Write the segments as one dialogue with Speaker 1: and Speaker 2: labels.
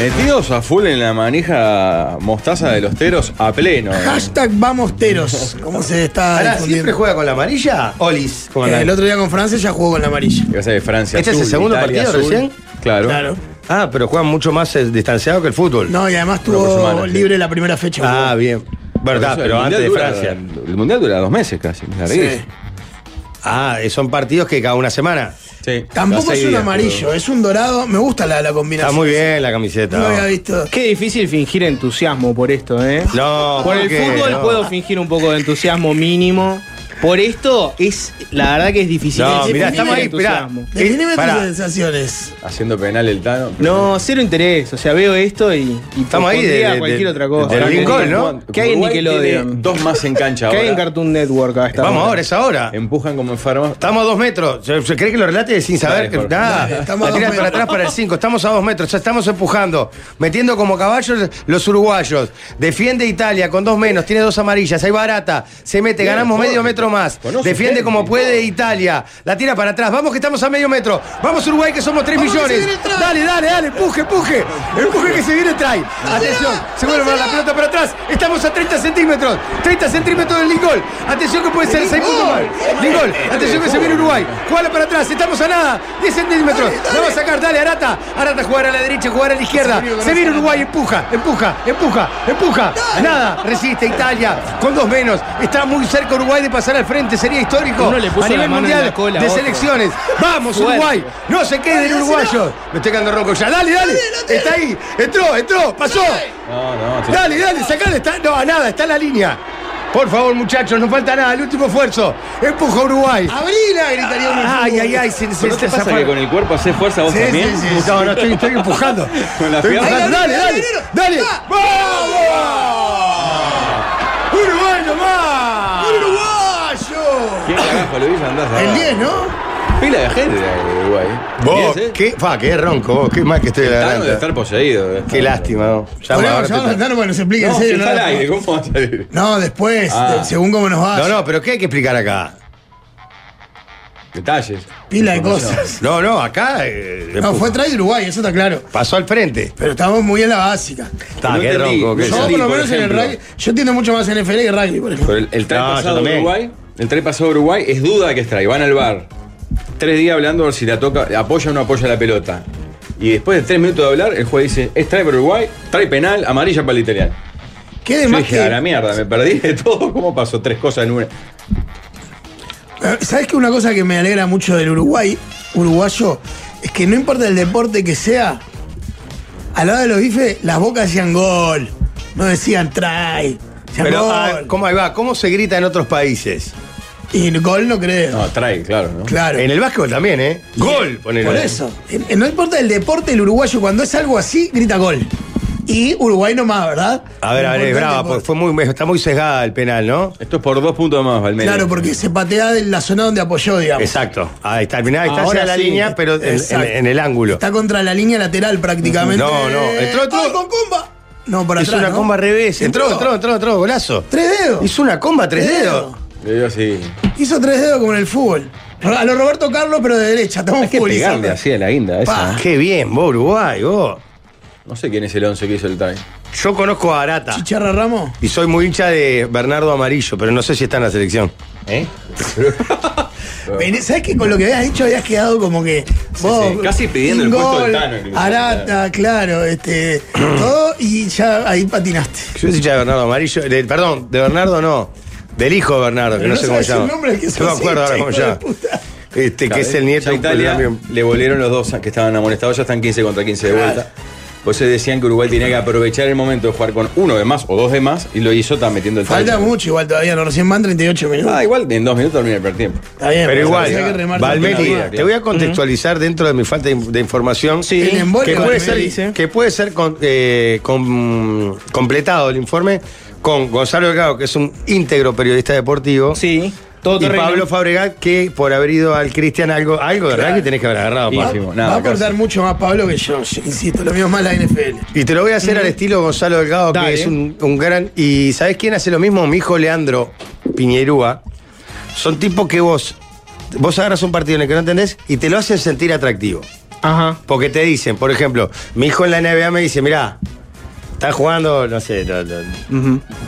Speaker 1: Metidos a full en la manija mostaza de los teros a pleno.
Speaker 2: Hashtag vamos teros. ¿Cómo se está
Speaker 3: Ahora, ¿siempre Eh,
Speaker 2: difundiendo? Eh,
Speaker 3: juega con la amarilla? Olis. con la-
Speaker 2: El otro día con Francia ya jugó con la amarilla.
Speaker 1: Gracias de Francia.
Speaker 3: ¿Este es el
Speaker 1: azul,
Speaker 3: segundo
Speaker 1: Italia
Speaker 3: partido
Speaker 1: azul.
Speaker 3: recién?
Speaker 1: Claro.
Speaker 2: Claro.
Speaker 3: Ah, pero juegan mucho más eh, distanciado que el fútbol.
Speaker 2: No, y además
Speaker 1: por
Speaker 2: tuvo
Speaker 1: semana, sí.
Speaker 2: libre la primera fecha.
Speaker 3: Ah, bien.
Speaker 1: Por
Speaker 3: Verdad,
Speaker 1: eso
Speaker 3: pero
Speaker 1: el
Speaker 3: antes de
Speaker 1: Mundial
Speaker 3: Francia.
Speaker 1: dura- El mundial dura dos meses casi. es
Speaker 2: Sí.
Speaker 1: larguísimo.
Speaker 3: Ah, eh, son partidos que cada una semana.
Speaker 1: Sí.
Speaker 2: Tampoco
Speaker 3: Hace
Speaker 2: es un
Speaker 3: días,
Speaker 2: amarillo, eh. es un dorado. Me gusta la, la combinación.
Speaker 3: Está Ah, muy bien la camiseta.
Speaker 2: No lo
Speaker 3: ¿no? Eh,
Speaker 2: había visto.
Speaker 4: Qué difícil fingir entusiasmo por esto, ¿eh?
Speaker 3: No,
Speaker 4: por el
Speaker 3: ¿por qué?
Speaker 4: fútbol
Speaker 3: No.
Speaker 4: puedo fingir un poco de entusiasmo mínimo. Por esto es, la verdad que es difícil.
Speaker 3: No,
Speaker 4: fingir
Speaker 3: mirá, estamos ahí, mirá.
Speaker 4: entusiasmo.
Speaker 2: Definime tus
Speaker 3: Pará.
Speaker 2: sensaciones.
Speaker 1: Haciendo penal el Tano.
Speaker 4: No, cero interés. O sea, veo esto y, y
Speaker 3: Estamos ahí
Speaker 4: pondría
Speaker 3: de- de-
Speaker 4: cualquier
Speaker 3: de-
Speaker 4: otra cosa.
Speaker 3: del
Speaker 4: Ahora que-
Speaker 3: Lincoln, ¿no?
Speaker 4: Que hay en
Speaker 1: Uruguay tiene
Speaker 4: Nickelodeon.
Speaker 1: Dos más en cancha
Speaker 4: Que hay en
Speaker 1: ahora.
Speaker 4: Cartoon Network a esta
Speaker 3: Vamos
Speaker 4: hora.
Speaker 3: ahora, es ahora.
Speaker 1: Empujan como enfermos.
Speaker 3: Estamos a dos metros. ¿Se, se cree que lo relate sin
Speaker 1: Dale,
Speaker 3: saber que
Speaker 1: Jorge.
Speaker 3: nada?
Speaker 2: Dale, estamos a
Speaker 3: La
Speaker 2: dos
Speaker 3: tiran para
Speaker 2: metros.
Speaker 3: atrás para el 5. Estamos a dos metros. Ya estamos empujando. Metiendo como caballos los uruguayos. Defiende Italia con dos menos. Tiene dos amarillas. Ahí barata. Se mete.
Speaker 1: Bien,
Speaker 3: ganamos
Speaker 1: Jorge.
Speaker 3: medio metro más.
Speaker 1: Conoce gente.
Speaker 3: Defiende como puede Italia. La tira para atrás. Vamos que estamos a medio metro. Vamos Uruguay que somos 3
Speaker 2: Vamos que se
Speaker 3: millones.
Speaker 2: viene el try.
Speaker 3: Dale, dale, dale. Empuje, empuje. Empuje que se viene el try. Atención. Se vuelve a la pelota para atrás. Estamos a 30 centímetros. 30 centímetros del Lincoln. Atención que puede ser 6 puntos más. Lincoln. Atención que se viene Uruguay. Jugala para atrás. Estamos a nada. 10 centímetros. La va a sacar. Dale, Arata. Arata jugar a la derecha, jugar a la izquierda. Se viene Uruguay. Empuja, empuja, empuja, empuja. Nada. Resiste Italia. Con dos menos. Está muy cerca Uruguay de pasar al frente. Sería histórico.
Speaker 4: Uno le puso
Speaker 3: a nivel
Speaker 4: la mano en
Speaker 3: mundial
Speaker 4: la cola a
Speaker 3: de
Speaker 4: otro.
Speaker 3: selecciones. Vamos,
Speaker 4: Fuerte.
Speaker 3: Uruguay. No se queden uruguayos. Me estoy quedando ronco ya. Dale, dale. Está ahí. Entró, entró. Pasó.
Speaker 1: No, no. sí.
Speaker 3: Dale, dale, sacale. Está, no, nada, está en la línea. Por favor, muchachos, no falta nada. El último esfuerzo. Empuja a Uruguay.
Speaker 2: ¡Abrila! gritaría uno.
Speaker 3: Ay, ay, ay. Se, se,
Speaker 1: ¿No te
Speaker 3: se
Speaker 1: pasa
Speaker 3: zafaron.
Speaker 1: que con el cuerpo haces fuerza vos
Speaker 2: Sí,
Speaker 1: también?
Speaker 2: sí, sí.
Speaker 3: No, no, estoy, estoy empujando.
Speaker 1: Con la
Speaker 3: Estoy
Speaker 1: pierna.
Speaker 3: empujando.
Speaker 2: Ahí
Speaker 3: Dale,
Speaker 2: la
Speaker 3: dale,
Speaker 2: viene,
Speaker 3: dale.
Speaker 2: ahí
Speaker 3: ¡Vamos! ¡Uruguay nomás!
Speaker 2: ¡Uruguayo!
Speaker 1: ¿Quién carajo lo hizo? Andás
Speaker 3: Ah.
Speaker 1: a
Speaker 2: El 10, ¿no?
Speaker 1: Pila de gente de Uruguay.
Speaker 3: Vos,
Speaker 1: ¿Diez, eh?
Speaker 3: qué, fa, qué ronco, vos, qué mal que estoy de la
Speaker 1: Tano de
Speaker 3: garganta.
Speaker 1: estar poseído. eh.
Speaker 3: Qué lástima, vos. Ya
Speaker 2: Podríamos
Speaker 3: ahora te-
Speaker 2: llamarlo, no, bueno, se explique
Speaker 1: No,
Speaker 2: en
Speaker 1: si
Speaker 2: serio.
Speaker 1: está
Speaker 2: No,
Speaker 1: al aire, ¿cómo va a salir?
Speaker 2: No, después,
Speaker 1: Ah.
Speaker 2: de- según cómo nos va.
Speaker 3: No, no, pero ¿qué hay que explicar acá?
Speaker 1: Detalles.
Speaker 2: Pila de
Speaker 1: Información.
Speaker 2: cosas.
Speaker 3: No, no, acá eh,
Speaker 2: No, fue atrás de Uruguay, eso está claro.
Speaker 3: pasó al frente.
Speaker 2: Pero estamos muy en la básica.
Speaker 3: Está,
Speaker 1: No
Speaker 3: qué
Speaker 1: entendí.
Speaker 3: ronco, qué
Speaker 1: No,
Speaker 2: Yo,
Speaker 1: sí,
Speaker 2: por lo
Speaker 1: por
Speaker 2: menos en el
Speaker 1: ejemplo.
Speaker 2: rugby, yo entiendo mucho más en NFL que rugby, por ejemplo.
Speaker 1: Pero el, el try
Speaker 3: No, yo
Speaker 1: pasado de
Speaker 3: también.
Speaker 1: Uruguay, el try pasado de Uruguay es duda que es try. Van al bar. Tres días hablando a ver si la toca, apoya o no apoya la pelota. Y después de tres minutos de hablar, el juez dice, es try para Uruguay, try penal, amarilla para el italiano.
Speaker 2: ¿Qué de
Speaker 1: Yo
Speaker 2: más
Speaker 1: dije, a la
Speaker 2: que,
Speaker 1: mierda, me perdí de todo. ¿Cómo pasó tres cosas en una?
Speaker 2: ¿Sabes que una cosa que me alegra mucho del Uruguay, uruguayo, es que no importa el deporte que sea, al lado de los bifes, las bocas decían gol, no decían try, decían
Speaker 3: Pero, ah,
Speaker 2: gol.
Speaker 3: ¿cómo ahí va? ¿Cómo se grita en otros países?
Speaker 2: y gol no creo.
Speaker 1: No, try, claro, ¿no?
Speaker 2: claro.
Speaker 3: En el básquetbol también, ¿eh? Gol, ponele.
Speaker 2: Por eso. En- en- No importa el deporte, el uruguayo, cuando es algo así, grita gol. Y Uruguay nomás, ¿verdad?
Speaker 3: A ver, a ver, es
Speaker 2: Importante
Speaker 3: brava,
Speaker 2: por-
Speaker 3: porque fue muy, está muy sesgada el penal, ¿no?
Speaker 1: Esto es por dos puntos más, al medio.
Speaker 2: Claro, porque se patea de la zona donde apoyó, digamos.
Speaker 3: Exacto. Ahí está, al final está
Speaker 4: Ahora
Speaker 3: hacia la
Speaker 4: sí.
Speaker 3: línea, pero en,
Speaker 2: Exacto.
Speaker 3: en- en el ángulo.
Speaker 2: Está contra la línea lateral prácticamente.
Speaker 3: No, no, entró, entró.
Speaker 2: ¡Ay, con comba! No, para
Speaker 3: Hizo
Speaker 2: atrás.
Speaker 3: una
Speaker 2: ¿no?
Speaker 3: comba al revés. Entró, entró, entró, entró, golazo.
Speaker 2: Tres dedos.
Speaker 3: Hizo una comba, tres dedos.
Speaker 1: Le dio así.
Speaker 2: Hizo tres dedos como en el fútbol. A lo Roberto Carlos, pero de derecha. Estamos
Speaker 1: Hay que
Speaker 2: futbolizando.
Speaker 1: pegarle así a la guinda esa.
Speaker 2: Pa.
Speaker 3: Qué bien, vos, Uruguay, vos.
Speaker 1: No sé quién es el 11 que hizo el try.
Speaker 3: Yo conozco a Arata.
Speaker 2: Chicharra Ramos.
Speaker 3: Y soy muy hincha de Bernardo Amarillo, pero no sé si está en la selección.
Speaker 1: ¿Eh?
Speaker 2: Vení, ¿Sabes que con lo que habías dicho habías quedado como que. Vos,
Speaker 1: sí, casi pidiendo el puesto del Tano, incluso.
Speaker 2: Arata, claro, este. todo, y ya ahí patinaste.
Speaker 3: Yo soy hincha de Bernardo Amarillo. de- perdón, de Bernardo no. Del hijo de Bernardo, que
Speaker 2: Pero
Speaker 3: no,
Speaker 2: no
Speaker 3: sé cómo
Speaker 2: sabes
Speaker 3: se
Speaker 2: el
Speaker 3: llama.
Speaker 2: nombre del que
Speaker 3: no me
Speaker 2: sos
Speaker 3: acuerdo ahora
Speaker 2: hincha,
Speaker 3: cómo
Speaker 2: hijo
Speaker 3: se
Speaker 2: de puta.
Speaker 3: llama. Este, que es el nieto.
Speaker 1: Ya
Speaker 3: de un
Speaker 1: Italia
Speaker 3: amigo-
Speaker 1: le volvieron los dos que estaban amonestados, ya están 15 contra 15 de vuelta. Pues se decían que Uruguay tenía que aprovechar el momento de jugar con uno de más o dos de más y lo hizo tan metiendo el try.
Speaker 2: Falta mucho, igual todavía, no recién van 38 minutos.
Speaker 1: Ah, igual en dos minutos termina el primer tiempo.
Speaker 2: Está bien,
Speaker 3: Pero
Speaker 2: hay que
Speaker 3: igual,
Speaker 2: remar
Speaker 1: toda la
Speaker 3: Valmeri,
Speaker 1: vida,
Speaker 3: te
Speaker 1: claro.
Speaker 3: voy a contextualizar dentro de mi falta de, de información.
Speaker 4: Sí.
Speaker 2: El embole
Speaker 3: que,
Speaker 2: de
Speaker 3: puede
Speaker 2: Valmeri,
Speaker 3: ser,
Speaker 4: dice.
Speaker 3: que puede ser con- eh, con- completado el informe con Gonzalo Delgado, que es un íntegro periodista deportivo.
Speaker 4: Sí, todo
Speaker 3: y
Speaker 4: terreno.
Speaker 3: Pablo Fabregat, que por haber ido al Cristian algo, algo de verdad que tenés que haber agarrado,
Speaker 1: Y-
Speaker 3: Pablo.
Speaker 1: Máximo,
Speaker 2: va
Speaker 1: nada,
Speaker 2: a aportar
Speaker 1: casi.
Speaker 2: mucho más Pablo que yo, yo insisto, lo mío es más la NFL.
Speaker 3: Y te lo voy a hacer al estilo Gonzalo Delgado,
Speaker 4: Mm. Dale.
Speaker 3: que es un, un gran. ¿Y sabes quién hace lo mismo? Mi hijo Leandro Piñerúa. Son tipos que vos vos agarras un partido en el que no entendés y te lo hacen sentir atractivo.
Speaker 4: Ajá.
Speaker 3: Porque te dicen, por ejemplo, mi hijo en la NBA me dice, mirá, está jugando, no sé, lo- lo-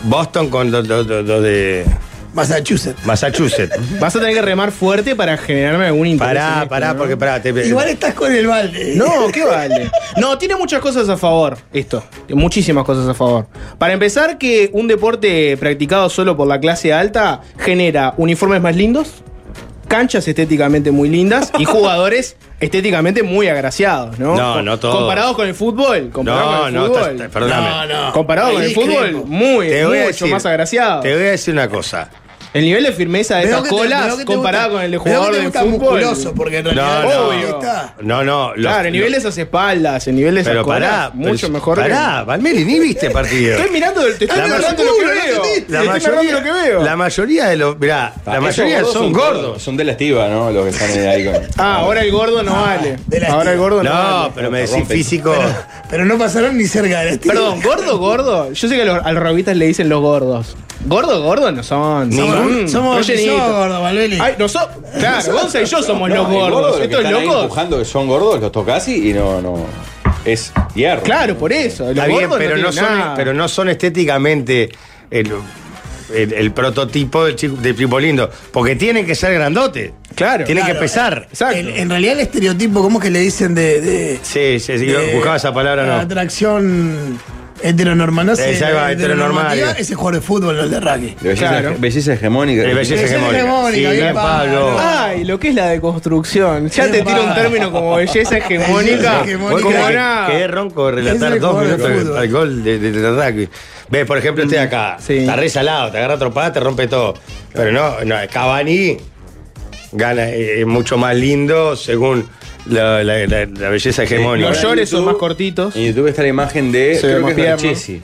Speaker 3: Boston con los los- los- los de
Speaker 2: Massachusetts.
Speaker 3: Massachusetts.
Speaker 4: Vas a tener que remar fuerte para generarme algún interés. en
Speaker 3: pará,
Speaker 4: esto,
Speaker 3: pará,
Speaker 4: ¿no?
Speaker 3: porque pará. Te,
Speaker 2: Igual estás con el balde.
Speaker 4: No, qué vale. No, tiene muchas cosas a favor esto. Muchísimas cosas a favor. Para empezar, que un deporte practicado solo por la clase alta genera uniformes más lindos, canchas estéticamente muy lindas y jugadores estéticamente muy agraciados, ¿no?
Speaker 3: No,
Speaker 4: Co-
Speaker 3: no todos.
Speaker 4: Comparados con el fútbol. Comparado
Speaker 3: no,
Speaker 4: con el
Speaker 3: no,
Speaker 4: fútbol.
Speaker 3: estás- perdóname.
Speaker 4: Comparado
Speaker 2: Ahí
Speaker 4: con el
Speaker 2: discrepo.
Speaker 4: fútbol, muy,
Speaker 3: Te voy a
Speaker 4: mucho
Speaker 3: decir-
Speaker 4: más agraciado.
Speaker 3: Te voy a decir una cosa.
Speaker 4: El nivel de firmeza de
Speaker 2: Veo
Speaker 4: esas
Speaker 2: que te- veo
Speaker 4: colas
Speaker 2: que te
Speaker 4: comparado
Speaker 2: gusta-
Speaker 4: con el de
Speaker 2: veo que
Speaker 4: jugador
Speaker 2: te
Speaker 4: de
Speaker 2: gusta
Speaker 4: fútbol.
Speaker 2: musculoso, porque en realidad
Speaker 3: No,
Speaker 4: no.
Speaker 2: ahí está.
Speaker 3: No, no. los-
Speaker 4: Claro, el nivel de esas espaldas, el nivel de esas
Speaker 3: Pero
Speaker 4: colas,
Speaker 3: pará,
Speaker 4: mucho
Speaker 3: pero-
Speaker 4: mejor. que-
Speaker 3: Pará, Valmeri, ni viste el partido.
Speaker 4: Estoy mirando, te estoy
Speaker 3: Ah, La
Speaker 4: narrando lo
Speaker 3: mayoría-
Speaker 4: que veo. Te
Speaker 3: La
Speaker 4: estoy narrando lo que veo. Ah,
Speaker 3: la mayoría de los. Mirá, la
Speaker 1: Esos
Speaker 3: mayoría
Speaker 1: gordos
Speaker 3: son gordos.
Speaker 1: Son de la estiva, ¿no? Los que están ahí con.
Speaker 4: Ah, ahora el gordo no vale.
Speaker 2: de la
Speaker 4: Ahora el
Speaker 2: estima.
Speaker 4: gordo no,
Speaker 3: No,
Speaker 4: vale.
Speaker 3: pero me decís
Speaker 1: Rompe.
Speaker 3: físico.
Speaker 2: Pero no pasaron ni cerca del estilo.
Speaker 4: Perdón, gordo, gordo. Yo sé que a los, a los rabitas le dicen los gordos. Gordo, gordo no son.
Speaker 3: Somos-
Speaker 4: son-
Speaker 2: Somos
Speaker 4: son llenitos.
Speaker 2: somos gordos, Valveli.
Speaker 4: Ay, nosotros. Claro, Gonza y yo somos
Speaker 1: No,
Speaker 4: los
Speaker 1: y
Speaker 4: gordos.
Speaker 1: los que
Speaker 4: Estos
Speaker 1: están ahí
Speaker 4: locos.
Speaker 1: empujando que son gordos, los tocas y, y no, no. Es hierro.
Speaker 4: Claro, por eso. Los
Speaker 3: Está bien,
Speaker 4: gordos
Speaker 3: pero, no
Speaker 4: tienen
Speaker 3: son,
Speaker 4: nada.
Speaker 3: pero no son estéticamente el, el- el prototipo del chico, del tipo lindo. Porque tienen que ser grandote.
Speaker 4: Claro.
Speaker 3: Tienen
Speaker 2: Claro.
Speaker 3: que pesar.
Speaker 4: Exacto.
Speaker 2: En, en realidad el estereotipo, ¿cómo es que le dicen de... de-
Speaker 3: Sí, sí, sí,
Speaker 2: de-
Speaker 3: buscaba esa palabra, no.
Speaker 2: Eh, Atracción heteronormativa.
Speaker 3: Sí, ya va, heteronormativa.
Speaker 2: Ese jugador de fútbol, no el de rugby.
Speaker 1: De belleza,
Speaker 4: Claro.
Speaker 1: belleza hegemónica.
Speaker 3: Eh, belleza
Speaker 2: Belleza
Speaker 3: hegemónica.
Speaker 2: hegemónica,
Speaker 3: Sí,
Speaker 2: bien,
Speaker 3: bien,
Speaker 2: Pablo.
Speaker 3: Pablo.
Speaker 4: Ay, lo que es la deconstrucción. Ya
Speaker 2: Qué
Speaker 4: te tiro un
Speaker 2: bárbaro.
Speaker 4: término como belleza hegemónica.
Speaker 2: Belleza
Speaker 3: Vos
Speaker 2: hegemónica.
Speaker 3: como
Speaker 4: Como
Speaker 3: que
Speaker 4: nada.
Speaker 3: quedé ronco de
Speaker 2: Es
Speaker 3: relatar
Speaker 2: el
Speaker 3: dos
Speaker 2: jugador de
Speaker 3: minutos
Speaker 2: fútbol.
Speaker 3: al gol de, de, de rugby. Ves, por ejemplo, este de acá.
Speaker 4: Sí.
Speaker 3: Está re salado, te agarra tropada, te rompe todo. Pero no, no Cavani gana, eh, es mucho más lindo según la, la- la- la belleza hegemónica.
Speaker 4: Los
Speaker 1: Eh, yo-
Speaker 4: llores son
Speaker 1: YouTube-
Speaker 4: más cortitos.
Speaker 1: En YouTube está la imagen de
Speaker 4: Se ve
Speaker 1: creo
Speaker 4: más
Speaker 1: que es
Speaker 4: tierno.
Speaker 1: Barchesi,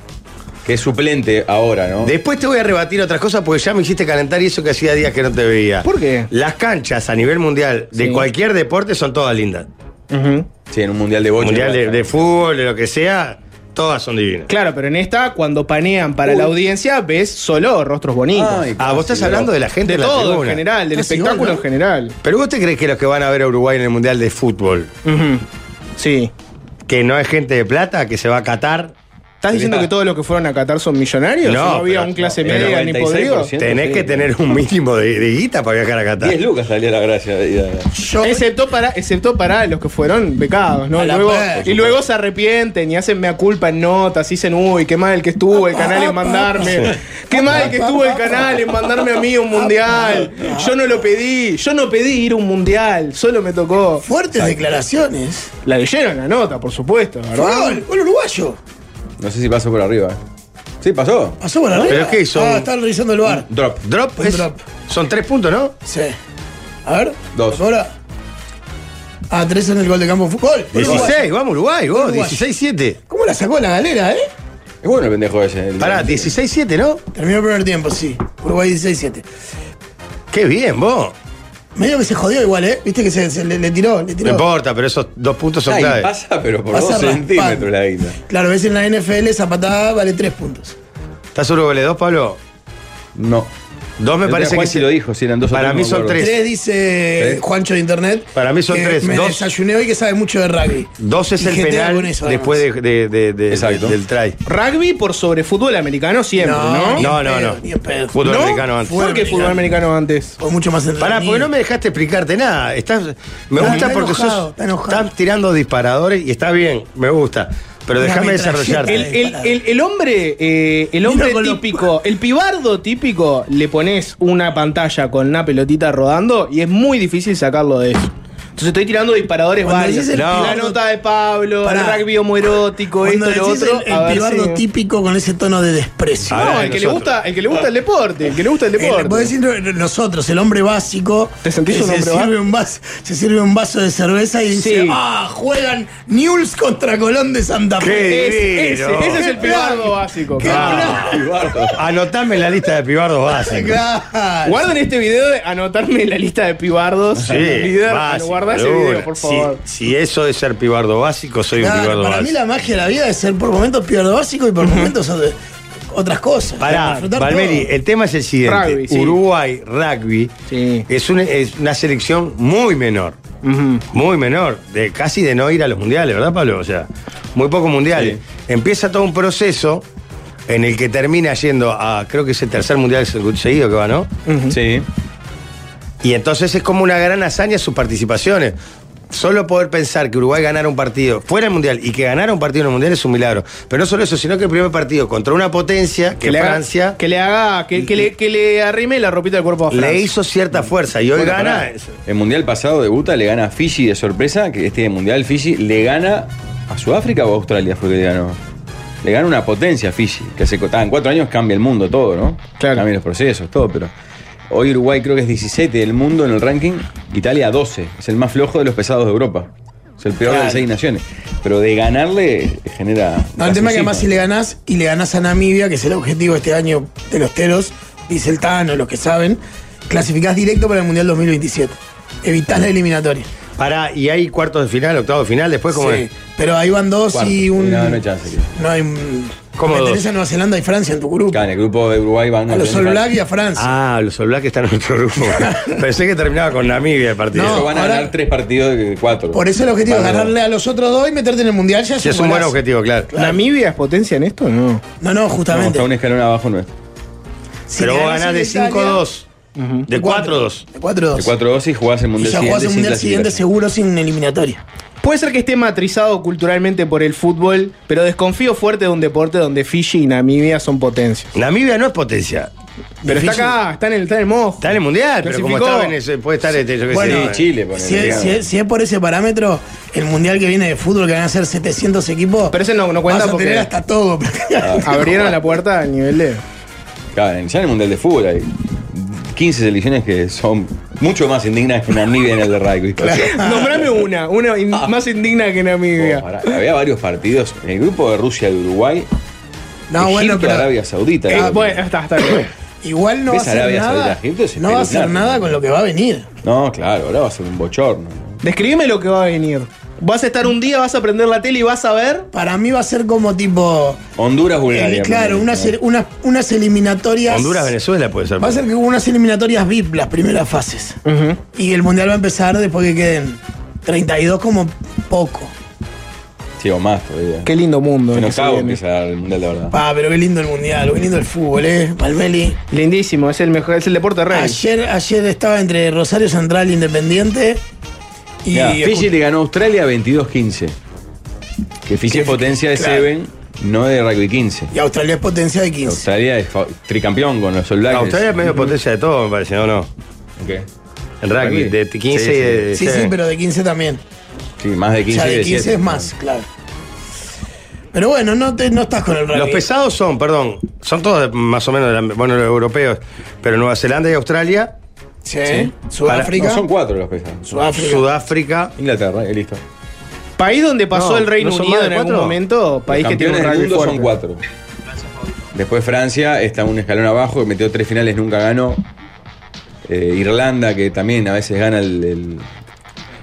Speaker 1: que es suplente ahora, ¿no?
Speaker 3: Después te voy a rebatir otras cosas porque ya me hiciste calentar y eso que hacía días que no te veía.
Speaker 4: ¿Por qué?
Speaker 3: Las canchas a nivel mundial de
Speaker 4: Sí.
Speaker 3: cualquier deporte son todas lindas.
Speaker 4: Ujú.
Speaker 1: Sí, en un mundial de bocha.
Speaker 3: mundial de, de fútbol, de lo que sea, todas son divinas.
Speaker 4: Claro, pero en esta, cuando panean para la audiencia, ves solo rostros bonitos.
Speaker 1: Ay,
Speaker 3: Ah, vos estás hablando de la gente
Speaker 4: de
Speaker 3: en la
Speaker 4: todo en
Speaker 3: tribuna.
Speaker 4: general, del
Speaker 2: Casi
Speaker 4: espectáculo
Speaker 2: gol, ¿no?
Speaker 4: en general.
Speaker 3: Pero vos te crees que los que van a ver a Uruguay en el mundial de fútbol,
Speaker 4: Ujú. Sí.
Speaker 3: que no es gente de plata, que se va a Qatar,
Speaker 4: ¿Estás diciendo
Speaker 1: Mirá.
Speaker 4: que todos los que fueron a Qatar son millonarios?
Speaker 3: No,
Speaker 4: No, había
Speaker 3: pero-
Speaker 4: un clase
Speaker 1: no, el
Speaker 4: media ni
Speaker 1: 96%.
Speaker 4: podrido.
Speaker 1: Siento,
Speaker 3: tenés
Speaker 1: sí.
Speaker 3: que tener un mínimo de, de guita para viajar a Qatar.
Speaker 1: 10 lucas salía la gracia. de ir a-
Speaker 2: Yo,
Speaker 4: Excepto para, excepto para los que fueron becados, ¿no?
Speaker 2: A la
Speaker 4: Luego-
Speaker 2: per-
Speaker 4: y luego se arrepienten y hacen mea culpa en notas, dicen, uy, qué mal que estuvo el canal en mandarme. Qué mal que estuvo el canal en mandarme a mí un mundial. Yo no lo pedí, yo no pedí ir a un mundial, solo me tocó.
Speaker 2: fuertes declaraciones.
Speaker 4: La leyeron la nota, por supuesto, ¿verdad?
Speaker 2: Gol, gol uruguayo.
Speaker 1: No sé si pasó por arriba. ¿eh? Sí, pasó.
Speaker 2: Pasó por arriba.
Speaker 3: Pero es que son-
Speaker 2: Ah, están revisando el bar.
Speaker 1: Drop.
Speaker 3: Drop,
Speaker 2: Un
Speaker 3: es-
Speaker 2: drop.
Speaker 3: son tres puntos, ¿no?
Speaker 2: Sí. A ver.
Speaker 1: Dos.
Speaker 2: Ahora. Ah, tres en el gol de campo. Fútbol.
Speaker 3: 16, vamos Uruguay, vos,
Speaker 2: Uruguay.
Speaker 3: 16-7.
Speaker 2: ¿Cómo la sacó la galera, eh?
Speaker 1: Es bueno el pendejo ese. el-
Speaker 3: Pará, 16-7, ¿no?
Speaker 2: Terminó el primer tiempo, sí. Uruguay 16-7.
Speaker 3: Qué bien, vos.
Speaker 2: Medio que se jodió igual, ¿eh? Viste que se, se le, le tiró, le
Speaker 3: No
Speaker 2: tiró.
Speaker 3: importa, pero esos dos puntos son
Speaker 1: Ay,
Speaker 3: claves.
Speaker 1: pasa, pero por
Speaker 2: Pasa
Speaker 1: 2
Speaker 2: raspando.
Speaker 1: centímetros la guita.
Speaker 2: Claro, ves en la NFL esa patada vale tres puntos.
Speaker 3: ¿Estás seguro que le dos, Pablo?
Speaker 1: No.
Speaker 3: Dos me
Speaker 1: El
Speaker 3: parece
Speaker 1: Juan
Speaker 3: que
Speaker 1: sí lo dijo, sí, eran dos o
Speaker 3: Para
Speaker 1: tres,
Speaker 3: mí
Speaker 1: no me
Speaker 3: son
Speaker 1: acuerdo.
Speaker 3: tres.
Speaker 2: Tres dice
Speaker 1: ¿Eh?
Speaker 2: Juancho de Internet.
Speaker 3: Para mí son
Speaker 2: que
Speaker 3: tres,
Speaker 2: Me
Speaker 3: dos.
Speaker 2: desayuné hoy que sabe mucho de rugby.
Speaker 3: Dos es
Speaker 2: Y
Speaker 3: el
Speaker 2: jetea con
Speaker 3: penal
Speaker 2: eso, además.
Speaker 3: después de, de- de- de-
Speaker 1: Exacto.
Speaker 3: del try.
Speaker 4: Rugby por sobre fútbol americano siempre, ¿no?
Speaker 2: Ni
Speaker 3: No,
Speaker 2: en
Speaker 3: no,
Speaker 2: pedo,
Speaker 3: no.
Speaker 2: ni en pedo.
Speaker 3: Fútbol
Speaker 4: ¿No?
Speaker 3: americano antes.
Speaker 4: ¿Por qué fútbol americano antes?
Speaker 2: O mucho más
Speaker 3: Pará,
Speaker 2: entretenido.
Speaker 3: porque no me dejaste explicarte nada. Estás, me
Speaker 2: No,
Speaker 3: gusta
Speaker 2: está
Speaker 3: porque
Speaker 2: enojado,
Speaker 3: sos-
Speaker 2: está enojado.
Speaker 3: estás tirando disparadores y está bien, me gusta. Pero
Speaker 2: Una
Speaker 3: déjame
Speaker 2: metralleta.
Speaker 4: El,
Speaker 3: desarrollarte.
Speaker 4: el- el- el hombre, eh, el hombre
Speaker 2: Mira con los-
Speaker 4: típico, el pibardo típico, le pones una pantalla con una pelotita rodando y es muy difícil sacarlo de eso. Entonces estoy tirando disparadores
Speaker 2: Cuando
Speaker 4: varios.
Speaker 2: decís el
Speaker 4: la
Speaker 2: pibardo-
Speaker 4: nota de Pablo,
Speaker 2: Pará.
Speaker 4: el rugby homoerótico,
Speaker 2: Cuando
Speaker 4: esto, lo
Speaker 2: decís
Speaker 4: otro.
Speaker 2: el, el
Speaker 4: a ver
Speaker 2: pibardo
Speaker 4: si-
Speaker 2: típico con ese tono de desprecio.
Speaker 3: Ahora
Speaker 4: No,
Speaker 3: de
Speaker 4: el que, le
Speaker 3: nosotros.
Speaker 4: gusta, el que le gusta el deporte, el que le gusta el
Speaker 2: Eh,
Speaker 4: deporte.
Speaker 2: le podés decir nosotros, el hombre básico.
Speaker 4: ¿Te sentís
Speaker 2: que
Speaker 4: un
Speaker 2: se
Speaker 4: hombre
Speaker 2: sirve
Speaker 4: básico?
Speaker 2: un vaso, Se sirve un vaso de cerveza y dice:
Speaker 4: Sí.
Speaker 2: ¡Ah! Juegan News contra Colón de Santa Fe.
Speaker 3: ¡Qué
Speaker 4: ese,
Speaker 3: divino!
Speaker 4: ese es el pibardo básico.
Speaker 2: ¡Qué
Speaker 4: claro.
Speaker 2: bla-
Speaker 3: Ah. Anotame en la lista de pibardos básicos.
Speaker 2: Claro.
Speaker 4: Guarden este video de anotarme en la lista de pibardos.
Speaker 3: Sí,
Speaker 4: Líder,
Speaker 3: básico,
Speaker 4: guarda ese
Speaker 3: seguro.
Speaker 4: video, por
Speaker 3: Si-
Speaker 4: favor.
Speaker 3: Si, eso de ser pibardo básico, soy un
Speaker 2: Claro,
Speaker 3: pibardo
Speaker 2: para mí
Speaker 3: básico.
Speaker 2: la magia de la vida es ser por momentos pibardo básico y por momentos. eh, otras cosas. para
Speaker 3: Pará,
Speaker 2: disfrutar
Speaker 3: Valmeri, eh,
Speaker 2: todo.
Speaker 3: el tema es el siguiente.
Speaker 4: Rugby, sí.
Speaker 3: Uruguay, rugby,
Speaker 4: Sí.
Speaker 3: es, una, es una selección muy menor. Muy menor. De, casi de no ir a los mundiales, ¿verdad, Pablo? O sea, muy pocos mundiales. Empieza todo un proceso en el que termina yendo a, creo que es el tercer mundial seguido que va, ¿no?
Speaker 4: Mm.
Speaker 1: Sí.
Speaker 3: Y entonces es como una gran hazaña sus participaciones. Solo poder pensar que Uruguay ganara un partido fuera del Mundial y que ganara un partido en el Mundial es un milagro. Pero no solo eso, sino que el primer partido contra una potencia, que,
Speaker 4: le haga-
Speaker 3: Francia,
Speaker 4: que le haga. Que, que le, que le arrime la ropita del cuerpo a Francia.
Speaker 3: le hizo cierta fuerza y hoy
Speaker 1: Bueno,
Speaker 3: gana.
Speaker 1: pará. El mundial pasado debuta, le gana a Fiji de sorpresa, que este mundial Fiji le gana a Sudáfrica o a Australia fue que le ganó. Le gana una potencia a Fiji, que hace co- ta, en cuatro años cambia el mundo todo, ¿no?
Speaker 4: Claro.
Speaker 1: Cambian los procesos, todo, pero. Hoy Uruguay creo que es 17 del mundo en el ranking, Italia 12, es el más flojo de los pesados de Europa. Es el peor de
Speaker 3: Claro.
Speaker 1: las seis naciones. Pero de ganarle genera.
Speaker 2: No, el tema es que además si
Speaker 1: graciosismo.
Speaker 2: le ganás y le ganás a Namibia, que es el objetivo este año de los teros, dice el Tano, los que saben, clasificás directo para el Mundial 2027. Evitás la eliminatoria.
Speaker 3: Pará, y hay cuartos de final, octavo de final, después como.
Speaker 2: Sí, Pero ahí van dos
Speaker 1: Cuarto.
Speaker 2: y un.
Speaker 1: No, no hay chance, creo.
Speaker 2: No hay. un-
Speaker 3: ¿Cómo
Speaker 2: Me
Speaker 3: dos?
Speaker 2: interesa Nueva Zelanda y Francia en tu grupo.
Speaker 1: Claro, en el grupo de Uruguay van
Speaker 2: a los All Blacks y a Francia.
Speaker 3: Ah, los All Blacks están en otro grupo. Pensé que terminaba con Namibia el partido.
Speaker 1: Eso
Speaker 2: No.
Speaker 1: van a
Speaker 2: ahora-
Speaker 1: ganar tres partidos de cuatro.
Speaker 2: Por eso el objetivo es ganarle a los otros dos y meterte en el Mundial ya es,
Speaker 3: Sí, es un buen
Speaker 2: golazo.
Speaker 3: objetivo, claro.
Speaker 4: ¿Namibia es potencia en esto? No.
Speaker 2: No, no,
Speaker 1: No,
Speaker 2: justamente.
Speaker 1: está un escalón abajo nuestro.
Speaker 2: Si
Speaker 3: Pero
Speaker 2: le
Speaker 3: vos
Speaker 2: ganás
Speaker 3: ganás
Speaker 2: a
Speaker 3: de
Speaker 2: Italia,
Speaker 3: 5-2, de 4-2.
Speaker 2: De 4-2.
Speaker 1: De 4-2 y jugás el
Speaker 2: Y
Speaker 1: mundial
Speaker 2: ya jugás
Speaker 1: siguiente
Speaker 2: el
Speaker 1: sin
Speaker 2: Mundial siguiente
Speaker 1: clasificar.
Speaker 2: seguro sin eliminatoria.
Speaker 4: Puede ser que esté matrizado culturalmente por el fútbol, pero desconfío fuerte de un deporte donde Fiji y Namibia son potencias.
Speaker 3: Namibia no es potencia.
Speaker 4: Pero está
Speaker 2: Fiji-
Speaker 4: acá, está en el, está en el mojo.
Speaker 3: Está en el mundial, pero como
Speaker 4: Clasificó.
Speaker 3: estaba en ese, puede estar este, yo qué
Speaker 2: Bueno,
Speaker 3: sé.
Speaker 1: Sí, Chile, ponele,
Speaker 2: Si es,
Speaker 1: digamos.
Speaker 2: si es- si es por ese parámetro, el mundial que viene de fútbol, que van a ser 700 equipos.
Speaker 4: Pero ese no- no cuenta
Speaker 2: vas a
Speaker 4: porque-
Speaker 2: tener hasta todo.
Speaker 4: Abrieron la puerta al nivel de.
Speaker 1: Claro, ya en el mundial de fútbol hay 15 selecciones que son mucho más indignas que Namibia en el de rugby.
Speaker 4: Nombrame una, una in-
Speaker 3: Ah.
Speaker 4: más indigna que
Speaker 1: Oh,
Speaker 4: Namibia.
Speaker 1: pará, había varios partidos en el grupo de Rusia y de Uruguay.
Speaker 2: no,
Speaker 1: Egipto,
Speaker 2: bueno, pero
Speaker 1: Arabia Saudita.
Speaker 4: Eh,
Speaker 1: creo que-
Speaker 4: bueno, está, está bien.
Speaker 2: igual no va a
Speaker 1: ¿Ves
Speaker 2: hacer
Speaker 1: Arabia Saudita,
Speaker 2: nada.
Speaker 1: Egipto? Es
Speaker 2: No va a hacer
Speaker 1: espeluznante.
Speaker 2: nada con lo que va a venir.
Speaker 1: No, claro, ahora va a ser un bochorno. ¿no?
Speaker 4: Describime lo que va a venir. Vas a estar un día, vas a prender la tele y vas a ver.
Speaker 2: Para mí va a ser como tipo.
Speaker 1: Honduras, Bulgaria.
Speaker 2: eh, claro,
Speaker 1: ponele,
Speaker 2: unas,
Speaker 1: ¿no?
Speaker 2: unas, unas eliminatorias.
Speaker 3: Honduras, Venezuela puede ser.
Speaker 2: Va a ser que hubo unas eliminatorias VIP las primeras fases. Y el mundial va a empezar después que queden 32 como poco.
Speaker 1: Sí, o más todavía.
Speaker 4: Qué lindo mundo.
Speaker 1: En
Speaker 4: el que se
Speaker 1: octavo
Speaker 4: viene.
Speaker 1: empieza el mundial de verdad.
Speaker 2: Pa, pero qué lindo el mundial, qué lindo el fútbol, eh. Palmeli.
Speaker 4: Lindísimo, es el mejor, es el deporte rey.
Speaker 2: Ayer, ayer estaba entre Rosario Central e Independiente. Y
Speaker 1: Mirá, Fiji
Speaker 2: escu-
Speaker 1: le ganó a Australia 22-15. Que Fiji
Speaker 2: Que-
Speaker 1: es potencia de
Speaker 2: claro.
Speaker 1: Seven, no de rugby 15.
Speaker 2: y Australia es potencia de 15.
Speaker 1: Australia es fa- tricampeón con los All Blacks.
Speaker 3: Australia es medio potencia de todo, me parece, ¿no? no.
Speaker 1: Ok.
Speaker 3: En rugby,
Speaker 1: Rugby.
Speaker 3: de 15
Speaker 1: Sí,
Speaker 3: y de.
Speaker 2: Sí, sí, pero de 15 también.
Speaker 1: Sí, más de
Speaker 2: O
Speaker 1: 15
Speaker 2: sea,
Speaker 1: y
Speaker 2: de 15
Speaker 1: 7.
Speaker 2: es más, claro. Pero bueno, no, te, no estás con el rugby.
Speaker 3: Los pesados son, perdón, son todos de- más o menos, de la- bueno, los europeos, pero Nueva Zelanda y Australia,
Speaker 2: Sí.
Speaker 1: Sí.
Speaker 2: Sudáfrica.
Speaker 1: No, son cuatro los pesados.
Speaker 2: Sudáfrica.
Speaker 3: Sudáfrica.
Speaker 1: Inglaterra, eh, listo.
Speaker 4: País donde pasó
Speaker 3: No,
Speaker 4: el Reino
Speaker 3: ¿no son
Speaker 4: Unido
Speaker 3: más
Speaker 4: en
Speaker 3: de
Speaker 4: algún
Speaker 3: cuatro?
Speaker 4: momento,
Speaker 1: Los
Speaker 4: país que tiene un
Speaker 1: campeones del
Speaker 4: rugby
Speaker 1: mundo
Speaker 4: fuerte.
Speaker 1: son cuatro. Después Francia está un escalón abajo, que metió tres finales, nunca ganó. Eh, Irlanda, que también a veces gana el. el-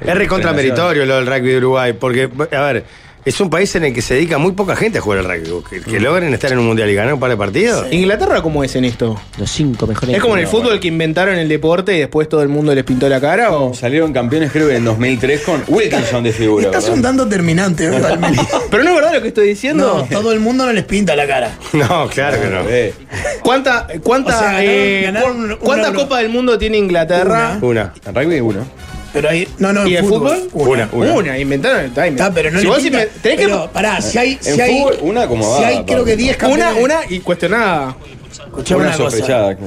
Speaker 3: Es
Speaker 1: el-
Speaker 3: recontrameritorio lo del rugby de Uruguay, porque, a ver, es un país en el que se dedica muy poca gente a jugar al rugby. Que,
Speaker 4: Mm.
Speaker 3: que logren estar en un mundial y ganar un par de partidos.
Speaker 4: ¿Inglaterra cómo es en esto?
Speaker 5: Los cinco mejores.
Speaker 4: ¿Es como en el
Speaker 1: no,
Speaker 4: fútbol
Speaker 1: bueno.
Speaker 4: que inventaron el deporte y después todo el mundo les pintó la cara? ¿o?
Speaker 1: Salieron campeones, creo que en 2003 con Wilkinson de figura.
Speaker 2: Estás
Speaker 1: ¿verdad?
Speaker 2: un tanto terminante, ¿eh, Palmeli?
Speaker 4: Pero no es verdad lo que estoy
Speaker 2: No,
Speaker 4: diciendo.
Speaker 2: todo el mundo no les pinta la cara.
Speaker 3: No, claro que no.
Speaker 1: Eh,
Speaker 4: ¿Cuánta, cuánta,
Speaker 2: O sea, ganaron-
Speaker 4: eh,
Speaker 2: ganaron
Speaker 4: cu-
Speaker 2: una-
Speaker 4: cuánta
Speaker 2: una-
Speaker 4: Copa del Mundo tiene Inglaterra?
Speaker 3: Una.
Speaker 1: en rugby uno.
Speaker 2: Pero ahí. No, no,
Speaker 4: ¿Y el fútbol?
Speaker 2: Una.
Speaker 4: Una, inventaron el timing.
Speaker 2: Está, pero no
Speaker 4: Si
Speaker 2: le
Speaker 4: vos
Speaker 2: pinta-
Speaker 4: inven- tenés que-
Speaker 2: pero, pará, si hay.
Speaker 1: En
Speaker 2: si hay-
Speaker 1: fútbol, una acomodada,
Speaker 2: Si hay, creo
Speaker 1: Pablo.
Speaker 2: que 10
Speaker 4: Una,
Speaker 2: campeones.
Speaker 4: una y cuestionada.
Speaker 2: Escuchame
Speaker 1: una
Speaker 2: una cosa.
Speaker 1: sospechada.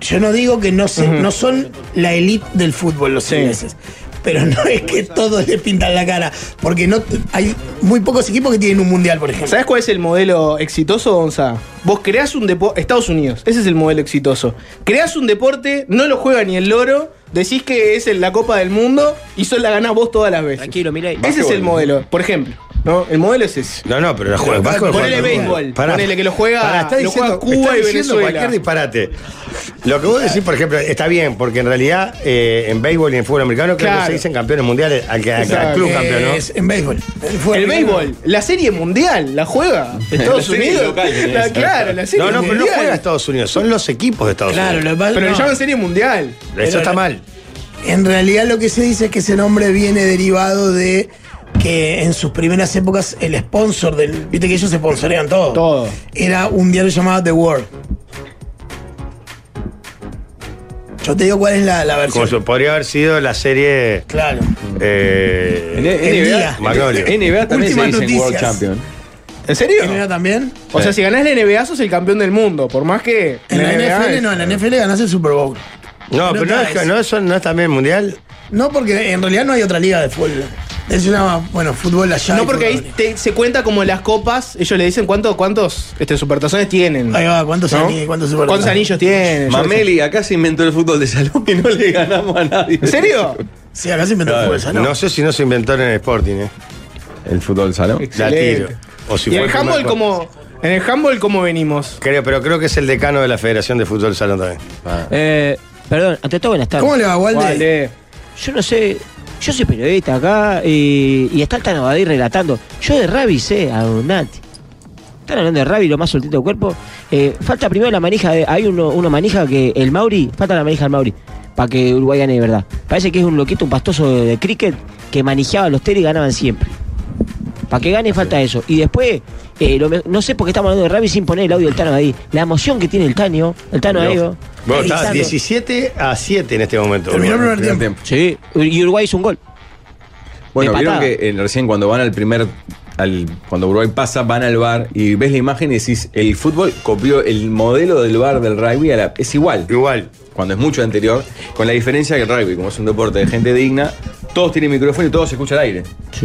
Speaker 2: Yo no digo que no, se- no son la elite del fútbol los ingleses. Pero no es que todos les pintan la cara. Porque no hay muy pocos equipos que tienen un mundial, por ejemplo.
Speaker 4: ¿Sabés cuál es el modelo exitoso, Gonza? Vos creás un deporte. Estados Unidos, ese es el modelo exitoso. Creás un deporte, no lo juega ni el loro, decís que es el- la Copa del Mundo y solo la ganás vos todas las veces.
Speaker 5: Tranquilo, mirá ahí.
Speaker 4: Ese es el modelo, por ejemplo. ¿no El modelo es ese.
Speaker 3: No, no, pero la juega. vas con el
Speaker 4: Ponele
Speaker 3: jugador.
Speaker 4: béisbol,
Speaker 3: Pará.
Speaker 4: ponele que lo juega-
Speaker 3: Pará, está
Speaker 4: lo juega
Speaker 3: diciendo-
Speaker 4: Cuba
Speaker 3: está
Speaker 4: y
Speaker 3: diciendo
Speaker 4: Venezuela.
Speaker 3: cualquier disparate. Lo que vos decís, por ejemplo, está bien, porque en realidad eh, en béisbol y en fútbol americano creo
Speaker 4: Claro.
Speaker 3: que se dicen campeones mundiales al, que- al
Speaker 4: Exacto.
Speaker 3: club campeón, ¿no?
Speaker 2: Es en béisbol. fútbol
Speaker 4: El
Speaker 2: americano.
Speaker 4: béisbol, la serie mundial, la juega Estados
Speaker 1: La serie
Speaker 4: Unidos.
Speaker 1: local,
Speaker 4: La-
Speaker 1: tenés.
Speaker 4: Claro, la serie
Speaker 3: No, no, pero no
Speaker 4: mundial.
Speaker 3: juega Estados Unidos, son los equipos de Estados
Speaker 2: Claro, lo
Speaker 3: Unidos.
Speaker 2: que pasa-
Speaker 4: Pero
Speaker 2: no.
Speaker 4: le llaman serie mundial.
Speaker 3: Eso está mal.
Speaker 2: En realidad lo que se dice es que ese nombre viene derivado de que en sus primeras épocas el sponsor del... Viste que ellos se sponsorean todo.
Speaker 4: Todo.
Speaker 2: Era un diario llamado The World. Yo te digo cuál es la, la
Speaker 3: Como
Speaker 2: versión.
Speaker 3: su- podría haber sido la serie.
Speaker 2: Claro.
Speaker 3: eh,
Speaker 1: En en
Speaker 2: día.
Speaker 1: NBA,
Speaker 3: Magnolia.
Speaker 1: en NBA también se
Speaker 2: Últimas
Speaker 1: dicen World
Speaker 2: noticias.
Speaker 1: Champion.
Speaker 4: ¿En serio?
Speaker 2: ¿En era también?
Speaker 4: O sea, si ganás la NBA sos el campeón del mundo. Por más que.
Speaker 2: En la NFL no, en la NFL ganás el Super Bowl.
Speaker 3: no, pero no es, no, eso no es también mundial.
Speaker 2: No, porque en realidad no hay otra liga de fútbol. Es una, bueno, fútbol allá.
Speaker 4: No,
Speaker 2: y
Speaker 4: porque ahí
Speaker 2: fútbol.
Speaker 4: te- se cuenta como las copas. Ellos le dicen cuánto, cuántos este, supertazones tienen.
Speaker 2: Ahí va, ¿cuántos,
Speaker 4: ¿no?
Speaker 2: anillos, cuántos, Super
Speaker 4: ¿Cuántos
Speaker 2: Bowl?
Speaker 4: anillos tienen? Yo qué sé.
Speaker 1: Mameli, acá se inventó el fútbol de salón y no le ganamos a nadie.
Speaker 4: ¿En serio?
Speaker 2: Sí, acá se inventó el fútbol, ¿no?
Speaker 3: No. sé si no se inventó en el Sporting, ¿eh?
Speaker 1: El fútbol de salón.
Speaker 3: La
Speaker 4: Excelente.
Speaker 3: tiro. O si
Speaker 4: y
Speaker 3: fue
Speaker 4: el handball
Speaker 3: primer-
Speaker 4: como. En el handball, ¿cómo venimos?
Speaker 3: Creo, pero creo que es el decano de la Federación de Fútbol Salón también.
Speaker 5: Eh, perdón, ante todo buenas tardes.
Speaker 2: ¿Cómo le va, Walde?
Speaker 4: Vale.
Speaker 5: Yo no sé, yo soy periodista acá y, y está el Tano Badí relatando. Yo de Rabi sé abundante. Están hablando de Rabi, lo más soltito del cuerpo. Eh, falta primero la manija, de- hay uno, una manija que el Mauri, falta la manija del Mauri, para que Uruguay gane de verdad. Parece que es un loquito, un pastoso de, de cricket que manejaba los teles y ganaban siempre. Para que gane falta eso. Y después, eh, lo me- no sé por qué estamos hablando de Rabi sin poner el audio del Tano ahí. La emoción que tiene el Tano, el Tano ahí.
Speaker 3: Bueno, está
Speaker 5: Analizando.
Speaker 3: 17 a 7 en este momento.
Speaker 2: Terminó el
Speaker 3: Uruguay.
Speaker 2: primer tiempo.
Speaker 5: Sí, y Uruguay hizo un gol.
Speaker 1: Bueno,
Speaker 5: De
Speaker 1: vieron
Speaker 5: patada.
Speaker 1: que eh, recién cuando van al primer. Al, cuando Uruguay pasa, van al bar y ves la imagen y decís: el fútbol copió el modelo del bar del rugby. a la- es igual.
Speaker 3: Igual.
Speaker 1: Cuando es mucho anterior, con la diferencia que el rugby, como es un deporte de gente digna, todos tienen micrófono y todos se escucha el aire.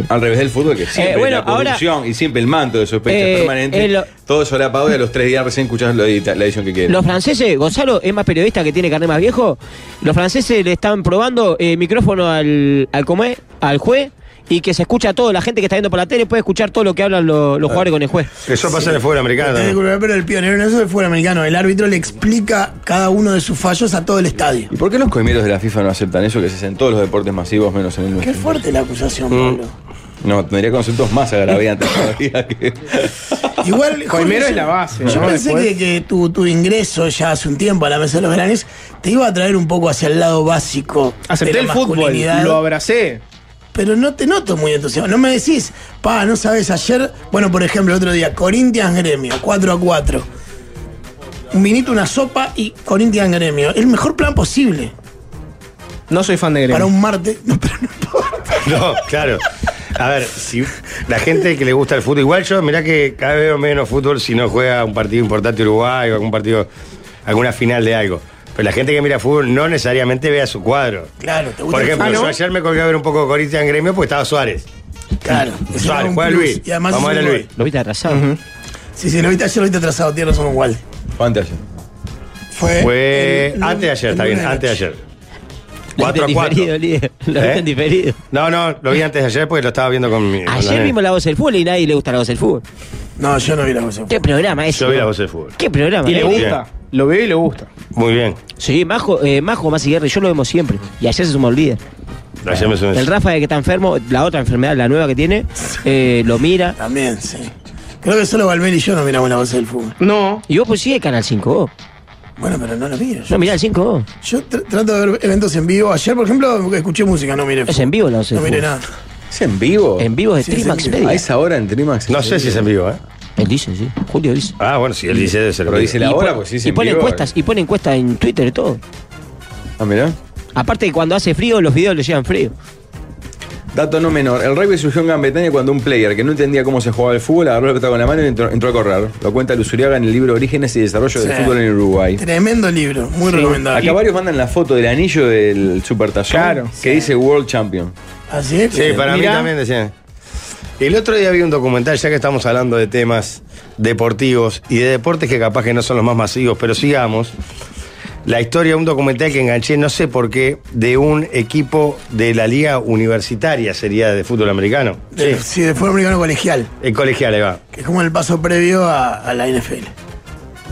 Speaker 1: Al revés del fútbol, que siempre
Speaker 5: Eh, bueno,
Speaker 1: la corrupción y siempre el manto de sospecha
Speaker 5: Eh,
Speaker 1: permanente,
Speaker 5: eh, lo-
Speaker 1: todo solapado y a los tres días recién escuchás la, edita- la edición que quieres.
Speaker 5: Los franceses, Gonzalo es más periodista que tiene carnet más viejo. Los franceses le están probando eh, micrófono al, al, ¿cómo es? al juez y que se escucha todo. La gente que está viendo por la tele puede escuchar todo lo que hablan lo- los jugadores con el juez.
Speaker 3: Eso pasa en el fútbol americano
Speaker 2: Tenés que
Speaker 3: también.
Speaker 2: culpar, pero el pionero en eso fue el americano. El árbitro le explica cada uno de sus fallos a todo el estadio.
Speaker 1: ¿Y por qué los coimeros de la FIFA no aceptan eso que se hace en todos los deportes masivos menos en el nuestro?
Speaker 2: Qué fuerte la acusación,
Speaker 4: Mm.
Speaker 2: Pablo.
Speaker 1: No, tendría conceptos más agraviantes todavía que.
Speaker 2: Igual. Jorge,
Speaker 4: Primero
Speaker 2: yo-
Speaker 4: es la base.
Speaker 2: Yo
Speaker 4: ¿no?
Speaker 2: pensé
Speaker 4: Después-
Speaker 2: que, que tu, tu ingreso ya hace un tiempo a la mesa de los veranes te iba a traer un poco hacia el lado básico.
Speaker 4: Acepté
Speaker 2: de
Speaker 4: el
Speaker 2: la
Speaker 4: fútbol,
Speaker 2: masculinidad,
Speaker 4: lo abracé.
Speaker 2: Pero no te noto muy entusiasmado. No me decís, pa, no sabes ayer. Bueno, por ejemplo, el otro día, Corinthians Gremio, 4 a 4. Un vinito, una sopa y Corinthians Gremio. El mejor plan posible.
Speaker 4: No soy fan de Gremio.
Speaker 2: Para un martes. No, pero no importa.
Speaker 3: No, claro. A ver, si la gente que le gusta el fútbol, igual yo, mirá que cada vez veo menos fútbol si no juega un partido importante Uruguay o algún partido, alguna final de algo. Pero la gente que mira fútbol no necesariamente vea su cuadro.
Speaker 2: Claro, te gusta
Speaker 3: Por
Speaker 2: el
Speaker 3: ejemplo,
Speaker 4: Ah, ¿no?
Speaker 3: yo ayer me colgué a ver un poco de Corinthians Gremio porque estaba Suárez.
Speaker 2: Claro. Ese era
Speaker 3: Suárez,
Speaker 2: un
Speaker 3: juega
Speaker 2: plus.
Speaker 3: Luis.
Speaker 2: Y además
Speaker 3: Vamos a
Speaker 2: es
Speaker 3: ver a
Speaker 2: un
Speaker 3: Luis.
Speaker 2: gol.
Speaker 5: Lo viste arrasado.
Speaker 2: Sí, sí, lo viste ayer, lo viste atrasado, tierra son igual.
Speaker 1: ¿Cuánto ayer?
Speaker 2: Fue.
Speaker 3: Fue
Speaker 2: Eh, el- el-
Speaker 3: antes de ayer,
Speaker 2: el
Speaker 3: está bien,
Speaker 2: lunes
Speaker 3: antes de ayer.
Speaker 5: Lo
Speaker 3: 4
Speaker 5: viste
Speaker 3: a 4.
Speaker 5: diferido, líder. Lo
Speaker 3: ¿Eh?
Speaker 5: viste en diferido.
Speaker 3: No, no, lo vi antes de ayer porque lo estaba viendo con mi. con la
Speaker 5: Ayer
Speaker 3: nena.
Speaker 5: vimos la voz del fútbol y nadie le gusta la voz del fútbol.
Speaker 2: No, yo no vi la cosa.
Speaker 5: ¿Qué programa es?
Speaker 3: Yo vi la voz del fútbol.
Speaker 5: ¿Qué programa?
Speaker 4: Y le
Speaker 5: eh?
Speaker 4: gusta. Lo veo y le gusta.
Speaker 3: Muy bien.
Speaker 5: Sí, Majo, eh, Majo Masi Guerra, y yo lo vemos siempre. Y ayer se sumó el líder.
Speaker 3: Ayer me suena
Speaker 5: El
Speaker 3: eso.
Speaker 5: Rafa que está enfermo, la otra enfermedad, la nueva que tiene, eh, lo mira.
Speaker 2: También, sí. Creo que solo Valmeri y yo no miramos la voz del fútbol.
Speaker 4: No.
Speaker 5: Y vos pues sí el Canal 5 vos.
Speaker 2: Bueno, pero no lo miro. Yo,
Speaker 5: No, mirá el 5 vos.
Speaker 2: yo tr- trato de ver eventos en vivo. Ayer, por ejemplo, escuché música, no miré.
Speaker 5: Es
Speaker 2: fútbol.
Speaker 5: en vivo la voz del
Speaker 2: No miré
Speaker 5: fútbol.
Speaker 2: nada.
Speaker 1: ¿Es en vivo?
Speaker 5: En vivo de
Speaker 2: Oh. Sí, es
Speaker 5: Trimax
Speaker 2: en vivo.
Speaker 1: A
Speaker 5: Media.
Speaker 1: esa hora en Trimax.
Speaker 3: No sé si es en vivo, ¿eh?
Speaker 5: Él dice, sí. Julio dice.
Speaker 3: Ah, bueno, si él dice se lo
Speaker 1: Pero dice la
Speaker 5: Y
Speaker 1: hora,
Speaker 5: pon-
Speaker 2: pues
Speaker 1: porque si es
Speaker 5: y
Speaker 1: en
Speaker 5: pone
Speaker 1: vivo.
Speaker 2: eh.
Speaker 5: encuestas, y pone encuestas en Twitter y todo.
Speaker 1: Ah, mirá.
Speaker 5: Aparte que cuando hace frío, los videos le llegan frío.
Speaker 1: Dato no menor. El rugby surgió en Gran Bretaña cuando un player que no entendía cómo se jugaba el fútbol agarró la pelota con la mano y entró, entró a correr. Lo cuenta Luzuriaga en el libro Orígenes y Desarrollo del
Speaker 2: Sí.
Speaker 1: Fútbol en Uruguay.
Speaker 2: Tremendo libro, muy recomendable.
Speaker 1: Acá varios mandan la foto del anillo del Supertazón
Speaker 4: Claro.
Speaker 1: que dice World Champion.
Speaker 2: Así es.
Speaker 3: Sí, para
Speaker 4: Mirá.
Speaker 3: mí también decían. El otro día vi un documental, ya que estamos hablando de temas deportivos y de deportes que capaz que no son los más masivos, pero sigamos. La historia de un documental que enganché, no sé por qué, de un equipo de la liga universitaria, sería de fútbol americano.
Speaker 2: De- sí. de fútbol americano colegial,
Speaker 3: El colegial, ahí va.
Speaker 2: que es como el paso previo a, a la NFL.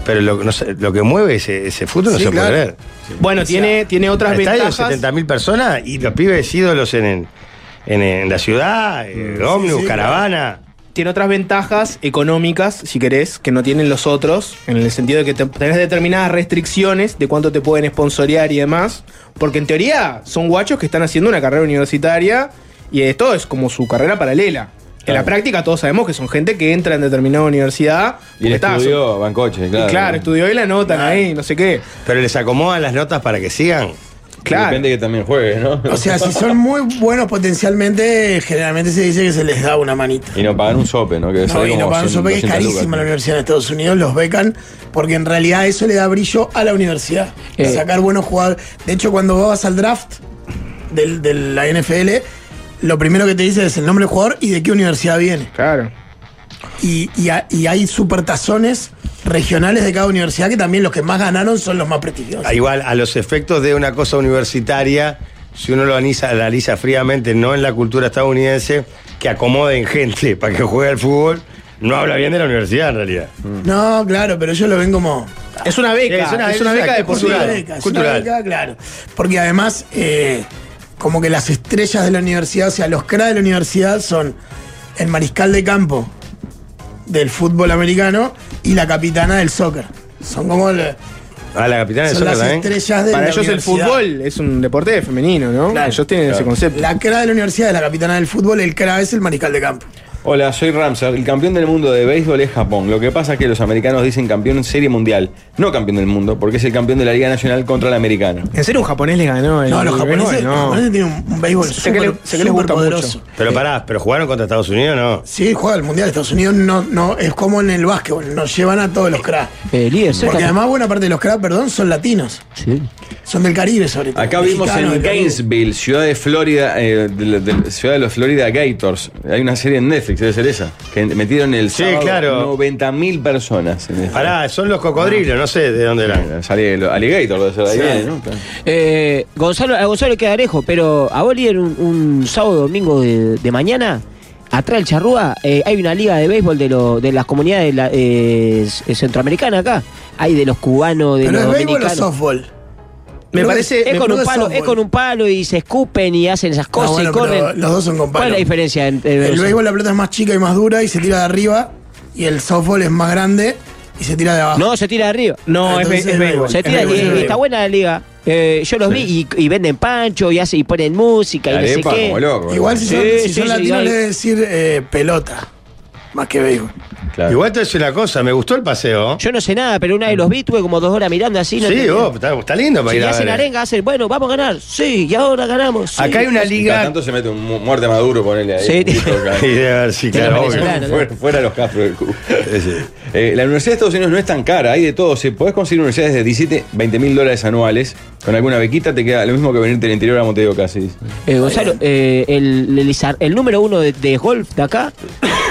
Speaker 3: Pero lo, no sé, lo que mueve ese, ese fútbol no
Speaker 2: Sí,
Speaker 3: se
Speaker 2: claro.
Speaker 3: puede ver.
Speaker 4: Bueno, tiene, tiene otras
Speaker 3: Estadio de
Speaker 4: ventajas.
Speaker 3: 70.000 personas y los pibes ídolos en, el- en, en la ciudad, eh, ómnibus,
Speaker 2: Mm, sí,
Speaker 3: caravana.
Speaker 4: tiene otras ventajas económicas, si querés, que no tienen los otros, en el sentido de que te- tenés determinadas restricciones de cuánto te pueden sponsorear y demás, porque en teoría son guachos que están haciendo una carrera universitaria y esto es como su carrera paralela. En la práctica todos sabemos que son gente que entra en determinada universidad
Speaker 1: Y el
Speaker 4: porque está-
Speaker 1: estudio Bancoche,
Speaker 4: y claro,
Speaker 1: claro.
Speaker 4: estudió y la notan ahí, no sé qué.
Speaker 3: Pero les acomodan las notas para que sigan.
Speaker 4: Claro.
Speaker 1: Depende que también juegues, ¿no?
Speaker 2: O sea, si son muy buenos potencialmente, generalmente se dice que se les da una manita.
Speaker 1: Y no pagan un sope, ¿no? Que
Speaker 2: No,
Speaker 1: sale
Speaker 2: y no
Speaker 1: como
Speaker 2: pagan un
Speaker 1: 100,
Speaker 2: sope que es
Speaker 1: 200 lucas.
Speaker 2: carísima la universidad de Estados Unidos, los becan, porque en realidad eso le da brillo a la universidad.
Speaker 5: Eh.
Speaker 2: Sacar buenos jugadores. De hecho, cuando vas al draft del, de la NFL, lo primero que te dice es el nombre del jugador y de qué universidad viene.
Speaker 4: Claro.
Speaker 2: Y, y ha- y hay supertazones regionales de cada universidad que también los que más ganaron son los más prestigiosos.
Speaker 3: Ah, Igual, a los efectos de una cosa universitaria, si uno lo analiza, la analiza fríamente, no en la cultura estadounidense, que acomoden gente para que juegue al fútbol, no habla bien de la universidad en realidad.
Speaker 2: Mm. No, claro, pero ellos lo ven como...
Speaker 4: Es una beca,
Speaker 3: Es
Speaker 4: es
Speaker 3: una-
Speaker 4: una,
Speaker 3: es una
Speaker 4: beca
Speaker 3: beca
Speaker 4: deportiva.
Speaker 3: cultural.
Speaker 2: Es una beca, es una beca, claro. Porque además, eh, como que las estrellas de la universidad, o sea, los cra de la universidad son el mariscal de campo del fútbol americano y la capitana del soccer. Son como el-
Speaker 3: A Ah, la capitana de
Speaker 2: son las
Speaker 3: soccer también.
Speaker 2: estrellas de
Speaker 4: Eh, Para
Speaker 2: la
Speaker 4: ellos el
Speaker 2: universidad.
Speaker 4: fútbol es un deporte femenino, ¿no?
Speaker 2: Claro.
Speaker 4: ellos tienen ese concepto.
Speaker 2: La cra de la universidad es la capitana del fútbol, el cra es el mariscal de campo.
Speaker 1: Hola, soy Ramsar. El campeón del mundo de béisbol es Japón. Lo que pasa es que los americanos dicen campeón en serie mundial, no campeón del mundo, porque es el campeón de la Liga Nacional contra la americana.
Speaker 4: ¿En serio un japonés le ganó el
Speaker 2: No, los
Speaker 4: el
Speaker 2: japoneses,
Speaker 4: béisbol?
Speaker 2: los japoneses tienen un, un béisbol
Speaker 4: Sé que le- sé que les gusta
Speaker 2: poderoso.
Speaker 4: mucho.
Speaker 3: Pero pará, ¿pero jugaron contra Estados Unidos no?
Speaker 2: Sí, juega el Mundial de Estados Unidos, no, no, es como en el básquetbol, nos llevan a todos los cra.
Speaker 5: Eh, líder, cerca.
Speaker 2: Porque además buena parte de los cracks, perdón, son latinos.
Speaker 5: Sí.
Speaker 2: Son del Caribe sobre todo.
Speaker 1: Acá vimos
Speaker 2: Mexicanos,
Speaker 1: en
Speaker 2: del Caribe.
Speaker 1: Gainesville, ciudad de Florida, eh, de, la- de la ciudad de los Florida Gators. Hay una serie en Netflix, debe ser esa, que metieron el
Speaker 3: Sí,
Speaker 1: sábado
Speaker 3: claro.
Speaker 1: 90.000 personas. En esa.
Speaker 3: Pará, son los cocodrilos, no sé de dónde eran.
Speaker 1: Sale el Alligator, debe ser ahí,
Speaker 2: Sí.
Speaker 1: ¿no? Claro.
Speaker 5: Eh, Gonzalo, a Gonzalo le queda arejo, pero a vos, líder, un, un sábado domingo de, de mañana, atrás del Charrúa, eh, hay una liga de béisbol de, lo- de las comunidades la- eh, s- centroamericanas acá. Hay de los cubanos, de
Speaker 2: Pero
Speaker 5: los
Speaker 2: es béisbol o
Speaker 5: dominicanos.
Speaker 2: softball.
Speaker 4: Me
Speaker 2: Creo
Speaker 4: parece-
Speaker 2: que
Speaker 5: es, con
Speaker 2: creo
Speaker 5: un
Speaker 2: que
Speaker 5: palo,
Speaker 2: softball.
Speaker 5: es con un palo y se escupen y hacen esas cosas
Speaker 2: No, Ah, bueno,
Speaker 5: y
Speaker 2: pero
Speaker 5: corren.
Speaker 2: los dos son con
Speaker 5: ¿Cuál es
Speaker 2: palo.
Speaker 5: la diferencia entre
Speaker 2: El
Speaker 5: los-
Speaker 2: béisbol la pelota es más chica y más dura y se tira de arriba. Y el softball es más grande y se tira de abajo.
Speaker 5: No, se tira de arriba.
Speaker 4: No, es,
Speaker 2: Entonces
Speaker 4: be-
Speaker 2: el
Speaker 4: es béisbol.
Speaker 2: béisbol.
Speaker 5: Se
Speaker 2: Es
Speaker 5: tira
Speaker 2: béisbol,
Speaker 5: y-
Speaker 2: es
Speaker 5: y
Speaker 2: béisbol.
Speaker 5: está buena la liga. Eh, yo los vi y, y venden pancho y, hace, y ponen música y
Speaker 1: La
Speaker 5: no sé
Speaker 1: arepa,
Speaker 5: qué.
Speaker 1: como loco.
Speaker 2: Igual si son,
Speaker 5: Sí,
Speaker 2: si
Speaker 5: sí,
Speaker 2: son
Speaker 5: sí,
Speaker 2: latinos
Speaker 5: igual.
Speaker 2: le debe decir eh, pelota. Más que béisbol.
Speaker 1: Claro.
Speaker 3: Igual te es una cosa, me gustó el paseo.
Speaker 5: Yo no sé nada, pero una vez los vi, tuve como dos horas mirando así. No
Speaker 3: sí,
Speaker 5: entendía.
Speaker 3: oh, está, está lindo para
Speaker 5: Si
Speaker 3: ir
Speaker 5: le
Speaker 3: a
Speaker 5: hacen
Speaker 3: ver.
Speaker 5: arenga, hacen, bueno, vamos a ganar. Sí, y ahora ganamos. sí.
Speaker 3: Acá hay una
Speaker 1: Y cada
Speaker 3: liga.
Speaker 1: tanto se mete un mu- muerte maduro, ponele ahí.
Speaker 5: Sí.
Speaker 1: Un grito acá.
Speaker 3: eh. Y debe haber, sí,
Speaker 5: De los
Speaker 3: claro, obvio.
Speaker 5: venezolanos.
Speaker 1: Fuera, fuera los castros del cubo.
Speaker 3: Sí.
Speaker 1: Eh, la Universidad de Estados Unidos no es tan cara, hay de todo. Si podés conseguir universidades de 17, 20 mil dólares anuales, con alguna bequita te queda lo mismo que venirte del interior a Montevideo casi.
Speaker 5: Eh, Gonzalo, eh, el, el Izar- el número uno de, de golf de acá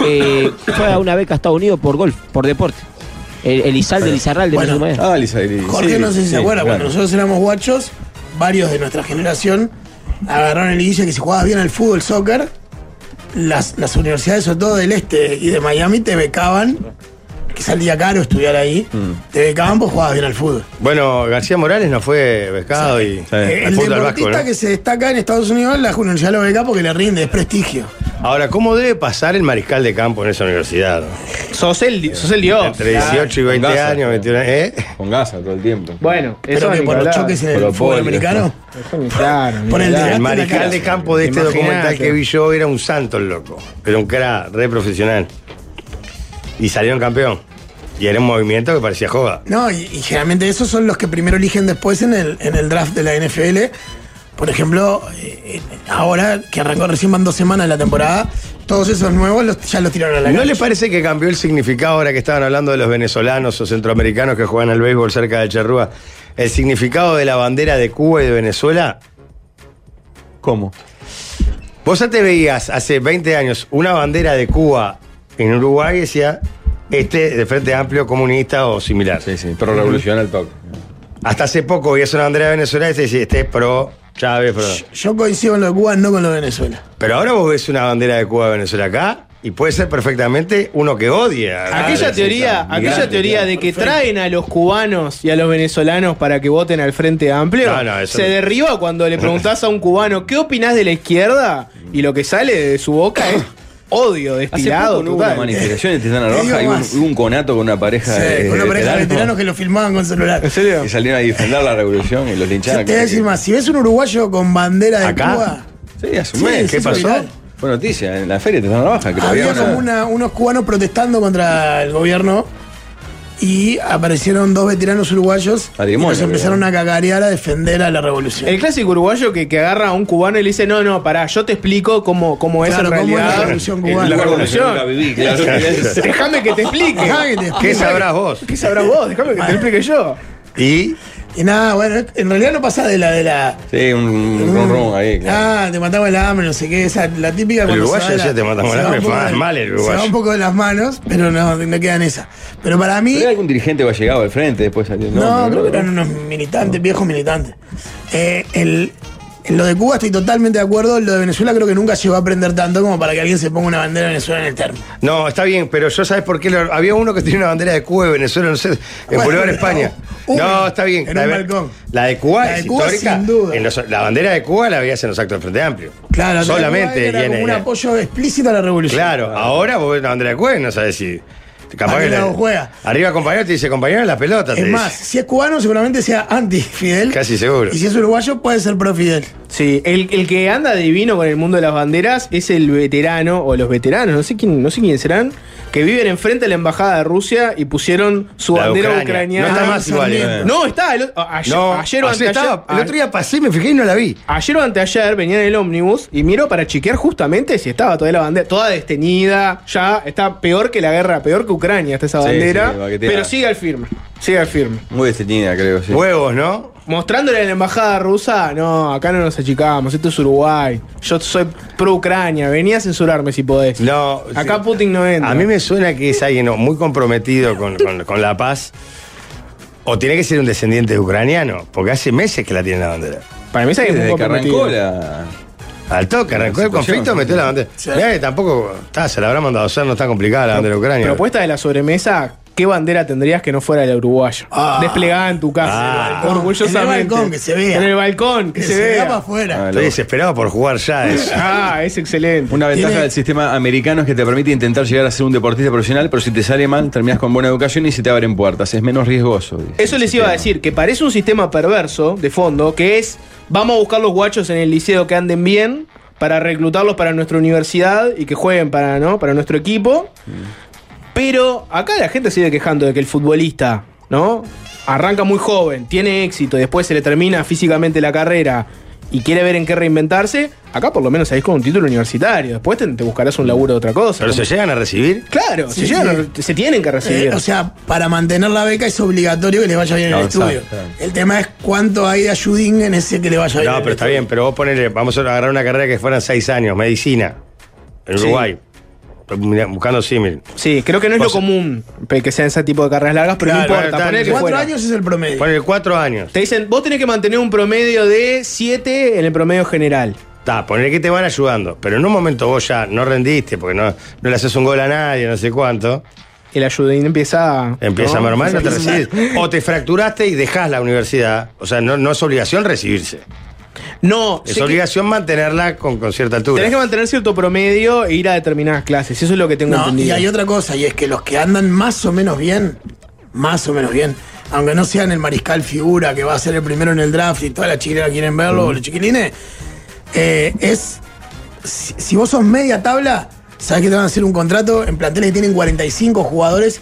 Speaker 5: eh, fue a una beca a Estados Unidos por golf, por deporte. El, el Izal de Lizarral de
Speaker 2: Bueno,
Speaker 3: Eh.
Speaker 1: Ah, Lisa, y-
Speaker 2: Jorge,
Speaker 1: sí,
Speaker 2: no sé si
Speaker 1: sí,
Speaker 2: se acuerda,
Speaker 1: claro.
Speaker 2: cuando nosotros éramos guachos, varios de nuestra generación agarraron el guille que si jugabas bien al fútbol, soccer, las, las universidades, sobre todo del este y de Miami, te becaban, que salía caro estudiar ahí,
Speaker 1: Mm.
Speaker 2: te becaban porque jugabas bien al fútbol.
Speaker 3: Bueno, García Morales no fue pescado y
Speaker 2: Eh,
Speaker 3: al
Speaker 2: el
Speaker 3: fútbol vasco,
Speaker 2: deportista
Speaker 3: ¿no?
Speaker 2: que se destaca en Estados Unidos, la universidad lo beca porque le rinde, es prestigio.
Speaker 3: Ahora, ¿cómo debe pasar el mariscal de campo en esa universidad? no?
Speaker 4: Sos el, di- sos el dios.
Speaker 3: Entre 18 y 20
Speaker 1: Gaza.
Speaker 3: años, 21 ¿eh?
Speaker 1: Con gasa todo el tiempo.
Speaker 4: Bueno, eso
Speaker 2: Pero que
Speaker 4: ni
Speaker 2: por los
Speaker 4: hablar.
Speaker 2: choques en
Speaker 1: Por
Speaker 2: el
Speaker 1: los
Speaker 2: fútbol
Speaker 1: polios.
Speaker 2: americano,
Speaker 4: Eso ni claro, ni
Speaker 2: Por el
Speaker 4: hablar.
Speaker 3: El
Speaker 2: en la
Speaker 3: mariscal
Speaker 2: cara.
Speaker 3: de campo de este
Speaker 4: Imaginate.
Speaker 3: documental que vi yo era un santo el loco. Era un cra, re profesional. Y salieron campeón. Y era un movimiento que parecía joda.
Speaker 2: No, y, y generalmente esos son los que primero eligen después en el, en el draft de la NFL. Por ejemplo, eh, eh, ahora que arrancó recién van dos semanas la temporada, todos esos nuevos los- ya los tiraron a la
Speaker 3: ¿No
Speaker 2: calle.
Speaker 3: les parece que cambió el significado ahora que estaban hablando de los venezolanos o centroamericanos que juegan al béisbol cerca del Charrúa? El significado de la bandera de Cuba y de Venezuela.
Speaker 1: ¿Cómo?
Speaker 3: Vos antes veías hace 20 años una bandera de Cuba en Uruguay y decía este de Frente Amplio Comunista o similar.
Speaker 1: Sí, sí, pero revoluciona el toque.
Speaker 3: Hasta hace poco veías una bandera de Venezuela y decías este es pro Chávez, pro.
Speaker 2: Yo coincido en lo de Cuba, no con lo de Venezuela.
Speaker 3: Pero ahora vos ves una bandera de Cuba y Venezuela acá y puede ser perfectamente uno que odia. a-
Speaker 4: Aquella
Speaker 1: sí,
Speaker 4: teoría,
Speaker 1: claro.
Speaker 4: aquella
Speaker 1: Migrante,
Speaker 4: teoría
Speaker 1: claro.
Speaker 4: de que traen a los cubanos y a los venezolanos para que voten al Frente Amplio
Speaker 3: No, no, eso
Speaker 4: se
Speaker 3: no.
Speaker 4: derriba cuando le preguntás a un cubano qué opinás de la izquierda y lo que sale de su boca es odio
Speaker 1: Hace
Speaker 4: destilado.
Speaker 1: poco no hubo una
Speaker 4: total.
Speaker 1: manifestación en Tintana
Speaker 2: Te
Speaker 1: Roja
Speaker 2: digo
Speaker 1: y un,
Speaker 2: más.
Speaker 1: y un conato con una pareja
Speaker 2: Sí,
Speaker 1: de,
Speaker 2: con una
Speaker 1: de
Speaker 2: pareja de
Speaker 1: veteranos
Speaker 2: veteranos que lo filmaban con celular.
Speaker 4: ¿En serio?
Speaker 1: que salieron a defender la revolución y los
Speaker 2: Yo
Speaker 1: lincharon.
Speaker 2: te voy a decir más, si ves un uruguayo con bandera de
Speaker 3: ¿Acá?
Speaker 2: Cuba,
Speaker 1: Sí, hace un
Speaker 2: Sí,
Speaker 1: mes.
Speaker 2: se
Speaker 1: ¿Qué
Speaker 2: hizo
Speaker 1: pasó?
Speaker 2: viral.
Speaker 1: Fue noticia en la feria de Tintana Roja. Que
Speaker 2: había
Speaker 1: todavía
Speaker 2: como
Speaker 1: van a-
Speaker 2: una- unos cubanos protestando contra el gobierno y aparecieron dos veteranos uruguayos
Speaker 1: Matrimonio,
Speaker 2: y los empezaron
Speaker 1: creo.
Speaker 2: a cacarear a defender a la revolución.
Speaker 4: El clásico uruguayo que, que agarra a un cubano y le dice, no, no, pará, yo te explico cómo, cómo es
Speaker 2: Claro,
Speaker 4: en
Speaker 2: cómo es la
Speaker 4: realidad
Speaker 2: revolución
Speaker 4: eh,
Speaker 2: cubana.
Speaker 4: la
Speaker 1: Un lugar donde yo
Speaker 4: revolución.
Speaker 1: nunca viví, claro.
Speaker 4: Déjame que te explique.
Speaker 2: Ajá, que te
Speaker 3: ¿Qué
Speaker 2: explico.
Speaker 3: sabrás vos?
Speaker 4: ¿Qué sabrás vos? Déjame que te explique yo.
Speaker 3: Y
Speaker 2: Y nada, bueno, en realidad no pasa de la de la.
Speaker 1: Sí, un- un ron ron ahí. claro.
Speaker 2: Ah, te mataba el hambre, no sé qué, esa, la típica
Speaker 3: El
Speaker 2: cuando se
Speaker 3: uruguayo
Speaker 2: va de la-
Speaker 3: decía, "Te matamos
Speaker 2: se
Speaker 3: el
Speaker 2: va
Speaker 3: hambre",
Speaker 2: un poco
Speaker 3: mal,
Speaker 2: de-
Speaker 3: mal el
Speaker 2: Se va
Speaker 3: uruguayo.
Speaker 2: un poco de las manos, pero no, no queda en esa. Pero para mí.
Speaker 1: ¿Pero ¿Hay algún dirigente que ha llegado al frente después salió?
Speaker 2: No,
Speaker 1: no,
Speaker 2: creo que
Speaker 1: no.
Speaker 2: eran unos militantes, viejos militantes. Eh, el- en lo de Cuba estoy totalmente de acuerdo. en Lo de Venezuela creo que nunca llegó a aprender tanto como para que alguien se ponga una bandera de Venezuela en el termo.
Speaker 3: no, está bien, pero yo sabes por qué lo- había uno que tenía una bandera de Cuba y Venezuela, no sé, en
Speaker 2: Bueno,
Speaker 3: Boulevard
Speaker 2: no,
Speaker 3: España.
Speaker 2: uno,
Speaker 3: no, está bien.
Speaker 2: en
Speaker 3: la,
Speaker 2: un
Speaker 3: de-
Speaker 2: balcón.
Speaker 3: la de Cuba
Speaker 2: La de
Speaker 3: es
Speaker 2: Cuba,
Speaker 3: histórica.
Speaker 2: sin duda.
Speaker 3: En los- la bandera de Cuba la veías en los actos del Frente Amplio.
Speaker 2: Claro,
Speaker 3: solamente
Speaker 2: Era
Speaker 3: viene-
Speaker 2: como un apoyo explícito a la revolución.
Speaker 3: Claro, ahora vos ves la bandera de Cuba y no sabes si capaz
Speaker 2: ¿A qué
Speaker 3: que la-
Speaker 2: lado juega?
Speaker 3: Arriba compañero te dice compañero en las pelotas,
Speaker 2: Es
Speaker 3: te
Speaker 2: más,
Speaker 3: dice.
Speaker 2: si es cubano seguramente sea anti-Fidel.
Speaker 3: Casi seguro.
Speaker 2: Y si es uruguayo puede ser pro-Fidel.
Speaker 4: Sí, el, el que anda divino con el mundo de las banderas es el veterano o los veteranos, no sé quién, no sé quiénes serán, que viven enfrente de la embajada de Rusia y pusieron su
Speaker 3: La de
Speaker 4: bandera
Speaker 3: Ucrania.
Speaker 4: ucraniana.
Speaker 3: No está más igual,
Speaker 4: Sarmiento.
Speaker 3: eh.
Speaker 4: No, está. el o- a- ayer,
Speaker 3: no,
Speaker 4: ayer o
Speaker 3: así
Speaker 4: anteayer-
Speaker 3: estaba. el otro día pasé, me fijé y no la vi.
Speaker 4: Ayer o anteayer venía en el ómnibus y miro para chequear justamente si estaba todavía la bandera, toda desteñida, ya está peor que la guerra, peor que Ucrania está esa
Speaker 1: Sí,
Speaker 4: bandera,
Speaker 1: sí, baqueteada.
Speaker 4: pero sigue al firme, sigue al firme.
Speaker 1: Muy desteñida, creo. Sí.
Speaker 3: Huevos, ¿no?
Speaker 4: Mostrándole a la embajada rusa, no, acá no nos achicamos, esto es Uruguay, yo soy pro Ucrania, vení a censurarme si podés.
Speaker 3: No.
Speaker 4: acá
Speaker 3: sí.
Speaker 4: Putin no entra.
Speaker 3: A mí me suena que es alguien o muy comprometido con, con- con la paz. O tiene que ser un descendiente de ucraniano, porque hace meses que la tiene la bandera.
Speaker 4: Para mí es alguien muy
Speaker 1: Desde que
Speaker 4: comprometido.
Speaker 1: arrancó la.
Speaker 3: Al toque, arrancó el conflicto, metió la bandera. Mirá que tampoco. Está, se la habrá mandado a hacer, no está complicada la bandera ucraniana.
Speaker 4: Propuesta de la sobremesa, ¿qué bandera tendrías que no fuera la uruguaya?
Speaker 2: Ah.
Speaker 4: Desplegada en tu
Speaker 3: Ah.
Speaker 4: casa, orgullosamente.
Speaker 2: En el balcón, que se vea.
Speaker 4: En el balcón, que, se,
Speaker 2: vea
Speaker 4: vea.
Speaker 2: para afuera.
Speaker 1: Ah,
Speaker 3: Estoy desesperado por jugar ya eso.
Speaker 4: Ah, es excelente.
Speaker 1: Una ventaja
Speaker 2: Tiene-
Speaker 1: del sistema americano es que te permite intentar llegar a ser un deportista profesional, pero si te sale mal, terminas con buena educación y se te abren puertas. Es menos riesgoso. dice
Speaker 4: Eso
Speaker 1: el
Speaker 4: les iba
Speaker 1: sistema.
Speaker 4: a decir, que parece un sistema perverso de fondo, que es, vamos a buscar los guachos en el liceo que anden bien para reclutarlos para nuestra universidad y que jueguen para, ¿no? para nuestro equipo.
Speaker 2: Mm.
Speaker 4: Pero acá la gente sigue quejando de que el futbolista, ¿no? Arranca muy joven, tiene éxito, después se le termina físicamente la carrera y quiere ver en qué reinventarse. Acá por lo menos salís con un título universitario, después te, te buscarás un laburo de otra cosa.
Speaker 3: Pero se llegan a recibir.
Speaker 4: Claro,
Speaker 2: Sí,
Speaker 4: se,
Speaker 2: sí.
Speaker 4: llegan a re- se tienen que recibir.
Speaker 2: Eh, o sea, para mantener la beca es obligatorio que le vaya bien en el
Speaker 1: No,
Speaker 2: estudio.
Speaker 1: está, está.
Speaker 2: El tema es cuánto hay de ayudín en ese que le vaya bien.
Speaker 3: No,
Speaker 2: en
Speaker 3: pero
Speaker 2: el
Speaker 3: está
Speaker 2: estudio.
Speaker 3: bien, pero vos ponele, vamos a agarrar una carrera que fueran seis años, medicina, en
Speaker 4: Sí.
Speaker 3: Uruguay. Mirá, Buscando símil.
Speaker 4: Sí, creo que no es lo
Speaker 3: Vos-
Speaker 4: común pe- que sean ese tipo de carreras largas, pero
Speaker 3: Claro,
Speaker 4: no importa.
Speaker 3: claro,
Speaker 4: ponele que
Speaker 3: claro.
Speaker 2: Cuatro
Speaker 4: fuera.
Speaker 2: años es el promedio.
Speaker 3: Ponele cuatro años.
Speaker 4: Te dicen, vos tenés que mantener un promedio de 7 en el promedio general.
Speaker 3: Está, ponele que te van ayudando, pero en un momento vos ya no rendiste porque no, no le haces un gol a nadie, no sé cuánto.
Speaker 4: El ayudín empieza.
Speaker 3: Empieza a
Speaker 4: ¿no?
Speaker 3: mermar y no te
Speaker 4: Empieza-
Speaker 3: recibís. O te fracturaste y dejás la universidad. O sea, no, no es obligación recibirse.
Speaker 4: No,
Speaker 3: Es
Speaker 4: sé que
Speaker 3: obligación mantenerla con, con cierta altura.
Speaker 4: tenés que mantener cierto promedio e ir a determinadas clases. Eso es lo que tengo
Speaker 2: No, y
Speaker 4: entendido.
Speaker 2: hay otra cosa, y es que los que andan más o menos bien, más o menos bien, aunque no sean el mariscal figura que va a ser el primero en el draft y toda la chiquilera quieren verlo, o los chiquilines, eh, es. Si, si vos sos media tabla, sabes que te van a hacer un contrato en planteles que tienen 45 jugadores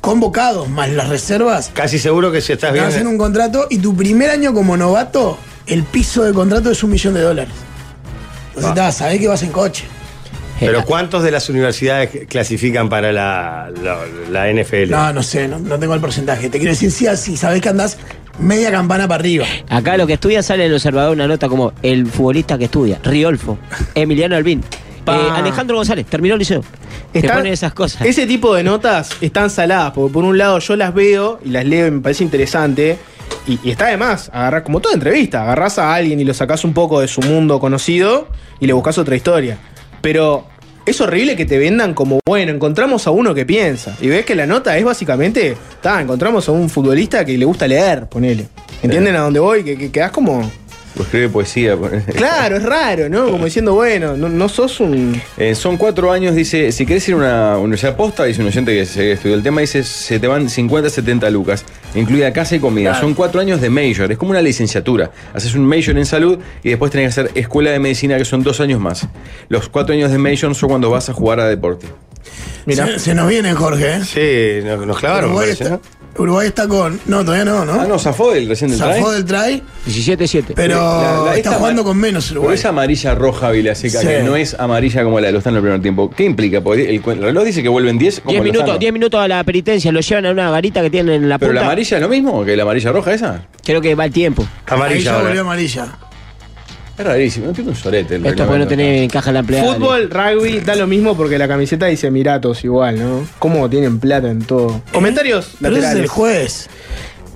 Speaker 2: convocados, más las reservas.
Speaker 3: Casi seguro que si estás
Speaker 2: Te van
Speaker 3: bien.
Speaker 2: a hacer un contrato y tu primer año como novato, el piso de contrato es un millón de dólares. Entonces, ta, sabés que vas en coche.
Speaker 3: eh. Pero ¿cuántos de las universidades clasifican para la, la- la NFL?
Speaker 2: No, no sé, no, no tengo el porcentaje. Te quiero decir, si, si sabés que andás media campana para arriba.
Speaker 5: Acá lo que estudia sale en el observador una nota como el futbolista que estudia, Riolfo, Emiliano Albín, eh,
Speaker 4: Pa.
Speaker 5: Alejandro González, terminó el liceo. Te
Speaker 4: Están-
Speaker 5: ponen esas cosas.
Speaker 4: Ese tipo de notas están saladas, porque por un lado yo las veo y las leo y me parece interesante. Y, y está además, agarrar, como toda entrevista, agarrás a alguien y lo sacás un poco de su mundo conocido y le buscas otra historia. Pero es horrible que te vendan como, bueno, encontramos a uno que piensa. Y ves que la nota es básicamente, está, encontramos a un futbolista que le gusta leer, ponele. ¿Entienden a dónde voy? Que, que quedás como.
Speaker 1: O escribe poesía. pues.
Speaker 4: Claro, es raro, ¿no? Como diciendo, bueno, no, no sos un.
Speaker 1: Eh, son cuatro años, dice, si querés ir a una universidad posta, dice un oyente que se estudió el tema, dice, se te van 50, 70 lucas, incluida casa y comida. Son cuatro años de major, es como una licenciatura. Haces un major en salud y después tenés que hacer escuela de medicina, que son dos años más. Los cuatro años de major son cuando vas a jugar a deporte.
Speaker 4: Mirá.
Speaker 2: Se, se nos viene, Jorge, ¿eh?
Speaker 3: Sí, nos, nos clavaron, me
Speaker 2: Uruguay,
Speaker 3: parece,
Speaker 2: está,
Speaker 3: ¿no?
Speaker 2: Uruguay está con. No, todavía no, ¿no?
Speaker 1: Ah, no, zafó del recién del
Speaker 2: Zafó
Speaker 1: try.
Speaker 2: del try,
Speaker 5: 17-7.
Speaker 2: pero
Speaker 1: La- la-
Speaker 2: está
Speaker 1: esta
Speaker 2: jugando
Speaker 1: ma-
Speaker 2: con menos
Speaker 1: Pero
Speaker 2: Uruguay.
Speaker 1: es amarilla roja, Vilaseca,
Speaker 2: Sí.
Speaker 1: que no es amarilla como la de los tan en el primer tiempo. ¿Qué implica? Porque el, el reloj dice que vuelven 10. como
Speaker 5: 10
Speaker 1: Lozano.
Speaker 5: minutos, 10 minutos a la penitencia, lo llevan a una varita que tienen en la punta.
Speaker 1: ¿Pero la amarilla es lo mismo que la amarilla roja esa?
Speaker 5: Creo que va el tiempo.
Speaker 2: Ahí
Speaker 3: Amarilla
Speaker 2: ya volvió
Speaker 3: ahora.
Speaker 2: amarilla.
Speaker 1: Es rarísimo, no tiene un sorete. El
Speaker 5: Esto puede no
Speaker 1: reglamento.
Speaker 5: tener caja en la empleada.
Speaker 4: Fútbol, rugby, da lo mismo porque la camiseta dice Miratos igual, ¿no? ¿Cómo tienen plata en todo? Comentarios
Speaker 2: Eh, Pero ese es el
Speaker 4: laterales.
Speaker 2: juez.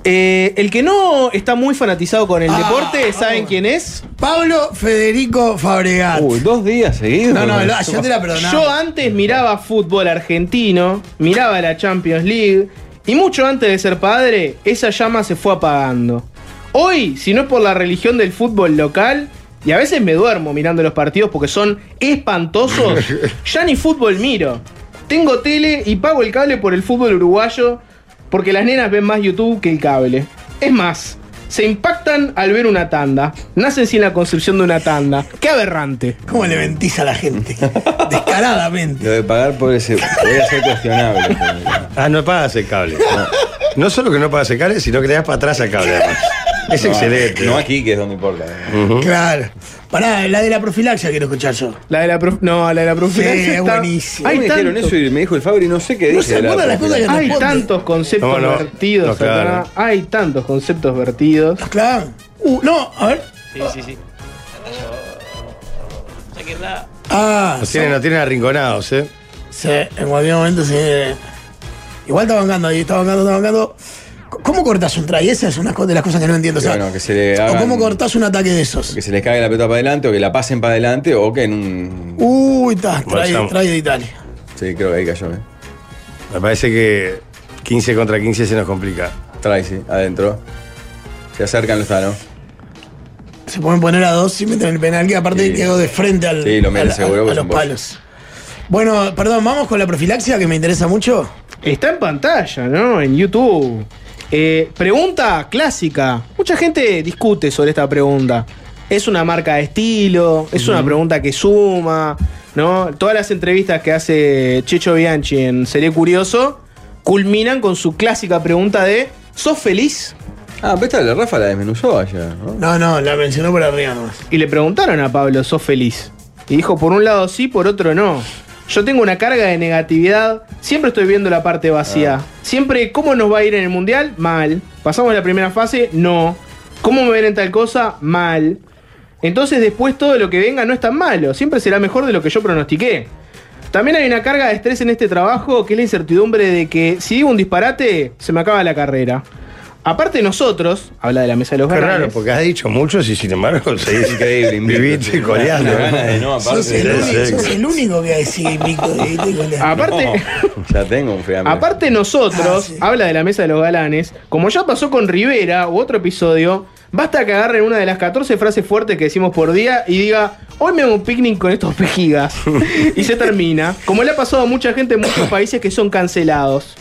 Speaker 4: Eh, el que no está muy fanatizado con el
Speaker 2: Ah,
Speaker 4: deporte, ¿saben
Speaker 2: vamos.
Speaker 4: quién es?
Speaker 2: Pablo Federico Fabregat.
Speaker 1: Uy, dos días seguidos.
Speaker 2: no, no, la- yo te la perdonaba.
Speaker 4: Yo ah. antes miraba fútbol argentino, miraba la Champions League y mucho antes de ser padre, esa llama se fue apagando. Hoy, si no es por la religión del fútbol local, y a veces me duermo mirando los partidos porque son espantosos, ya ni fútbol miro. Tengo tele y pago el cable por el fútbol uruguayo porque las nenas ven más YouTube que el cable. Es más, se impactan al ver una tanda. Nacen sin la concepción de una tanda. ¡Qué aberrante!
Speaker 2: ¿Cómo le mentís a la gente? Descaradamente.
Speaker 1: Lo de pagar por ese. Podría ser cuestionable.
Speaker 3: Ah, no pagas el cable. No. No solo que no pagas el cable, sino que le das para atrás al cable, además. Es
Speaker 1: No,
Speaker 3: excelente.
Speaker 1: No aquí, que es donde importa.
Speaker 2: Mm. Claro. Pará, la de la profilaxia quiero escuchar yo.
Speaker 4: La de la prof... No, la de la profe.
Speaker 2: Sí, es buenísimo.
Speaker 1: Ahí
Speaker 4: Hay,
Speaker 1: me dijeron
Speaker 4: tantos,
Speaker 1: eso y me dijo el Fabri, no sé qué
Speaker 2: No
Speaker 1: dice.
Speaker 2: se
Speaker 1: de la
Speaker 2: acuerda las cosas que
Speaker 1: profilaxia.
Speaker 4: hay
Speaker 2: responde.
Speaker 4: tantos conceptos
Speaker 3: No, no.
Speaker 4: vertidos
Speaker 3: No, claro.
Speaker 4: acá. Hay tantos conceptos vertidos.
Speaker 2: Claro. Uh, no, a ver. Ah,
Speaker 3: Nos tienen, nos tienen arrinconados, ¿eh?
Speaker 2: sí, en cualquier momento se. Igual está bancando ahí, está bancando, está bancando. ¿Cómo cortás un try? Esa es una co- de las cosas que no entiendo. O, sea,
Speaker 1: Que bueno, que se le
Speaker 2: o
Speaker 1: hagan-
Speaker 2: cómo cortás un ataque de esos.
Speaker 1: Que se les caiga la pelota para adelante o que la pasen para adelante o que en un.
Speaker 2: Uy, está, try,
Speaker 3: estamos.
Speaker 2: try de Italia.
Speaker 1: Sí, creo que ahí cayó, ¿eh?
Speaker 3: Me parece que 15 contra 15 se nos complica.
Speaker 1: Trae, sí, adentro. Se acercan los Tano.
Speaker 2: Se pueden poner a dos y meten el penal, que aparte
Speaker 1: Sí.
Speaker 2: quedó de frente al,
Speaker 1: Sí, lo meten
Speaker 2: al- a-
Speaker 1: seguro,
Speaker 2: a,
Speaker 1: pues
Speaker 2: los
Speaker 1: son vos.
Speaker 2: palos. Bueno, perdón, vamos con la profilaxia que me interesa mucho.
Speaker 4: Está en pantalla, ¿no? En YouTube. Eh, pregunta clásica. Mucha gente discute sobre esta pregunta. Es una marca de estilo, es una pregunta que suma, ¿no? Todas las entrevistas que hace Checho Bianchi en Serie Curioso culminan con su clásica pregunta de ¿Sos feliz?
Speaker 1: Ah, pero esta la Rafa la desmenuzó allá, ¿no?
Speaker 2: No, no, la mencionó por arriba nomás.
Speaker 4: Y le preguntaron a Pablo, ¿sos feliz? Y dijo, por un lado sí, por otro no. Yo tengo una carga de negatividad, siempre estoy viendo la parte
Speaker 3: Ah.
Speaker 4: vacía. Siempre, ¿cómo nos va a ir en el Mundial? Mal. ¿Pasamos la primera fase? No. ¿Cómo me ven en tal cosa? Mal. Entonces después todo lo que venga no es tan malo, siempre será mejor de lo que yo pronostiqué. También hay una carga de estrés en este trabajo que es la incertidumbre de que si digo un disparate, se me acaba la carrera. Aparte nosotros, habla de la mesa de los
Speaker 3: Qué raro,
Speaker 4: galanes.
Speaker 3: porque has dicho muchos y sin embargo seguís
Speaker 1: Increíble, invicto.
Speaker 3: Viviste coleando.
Speaker 1: Una gana de no, Ah, aparte.
Speaker 2: Sos el,
Speaker 3: sí,
Speaker 2: único,
Speaker 3: sí.
Speaker 2: sos el único que va a decir, Víctor, ¿viste? Con la-
Speaker 4: Aparte...
Speaker 1: No, ya tengo un friambre.
Speaker 4: Aparte nosotros,
Speaker 2: Ah, sí.
Speaker 4: habla de la mesa de los galanes, como ya pasó con Rivera u otro episodio, basta que agarren una de las 14 frases fuertes que decimos por día y diga, hoy me hago un picnic con estos pejigas. y se termina, como le ha pasado a mucha gente en muchos países que son cancelados.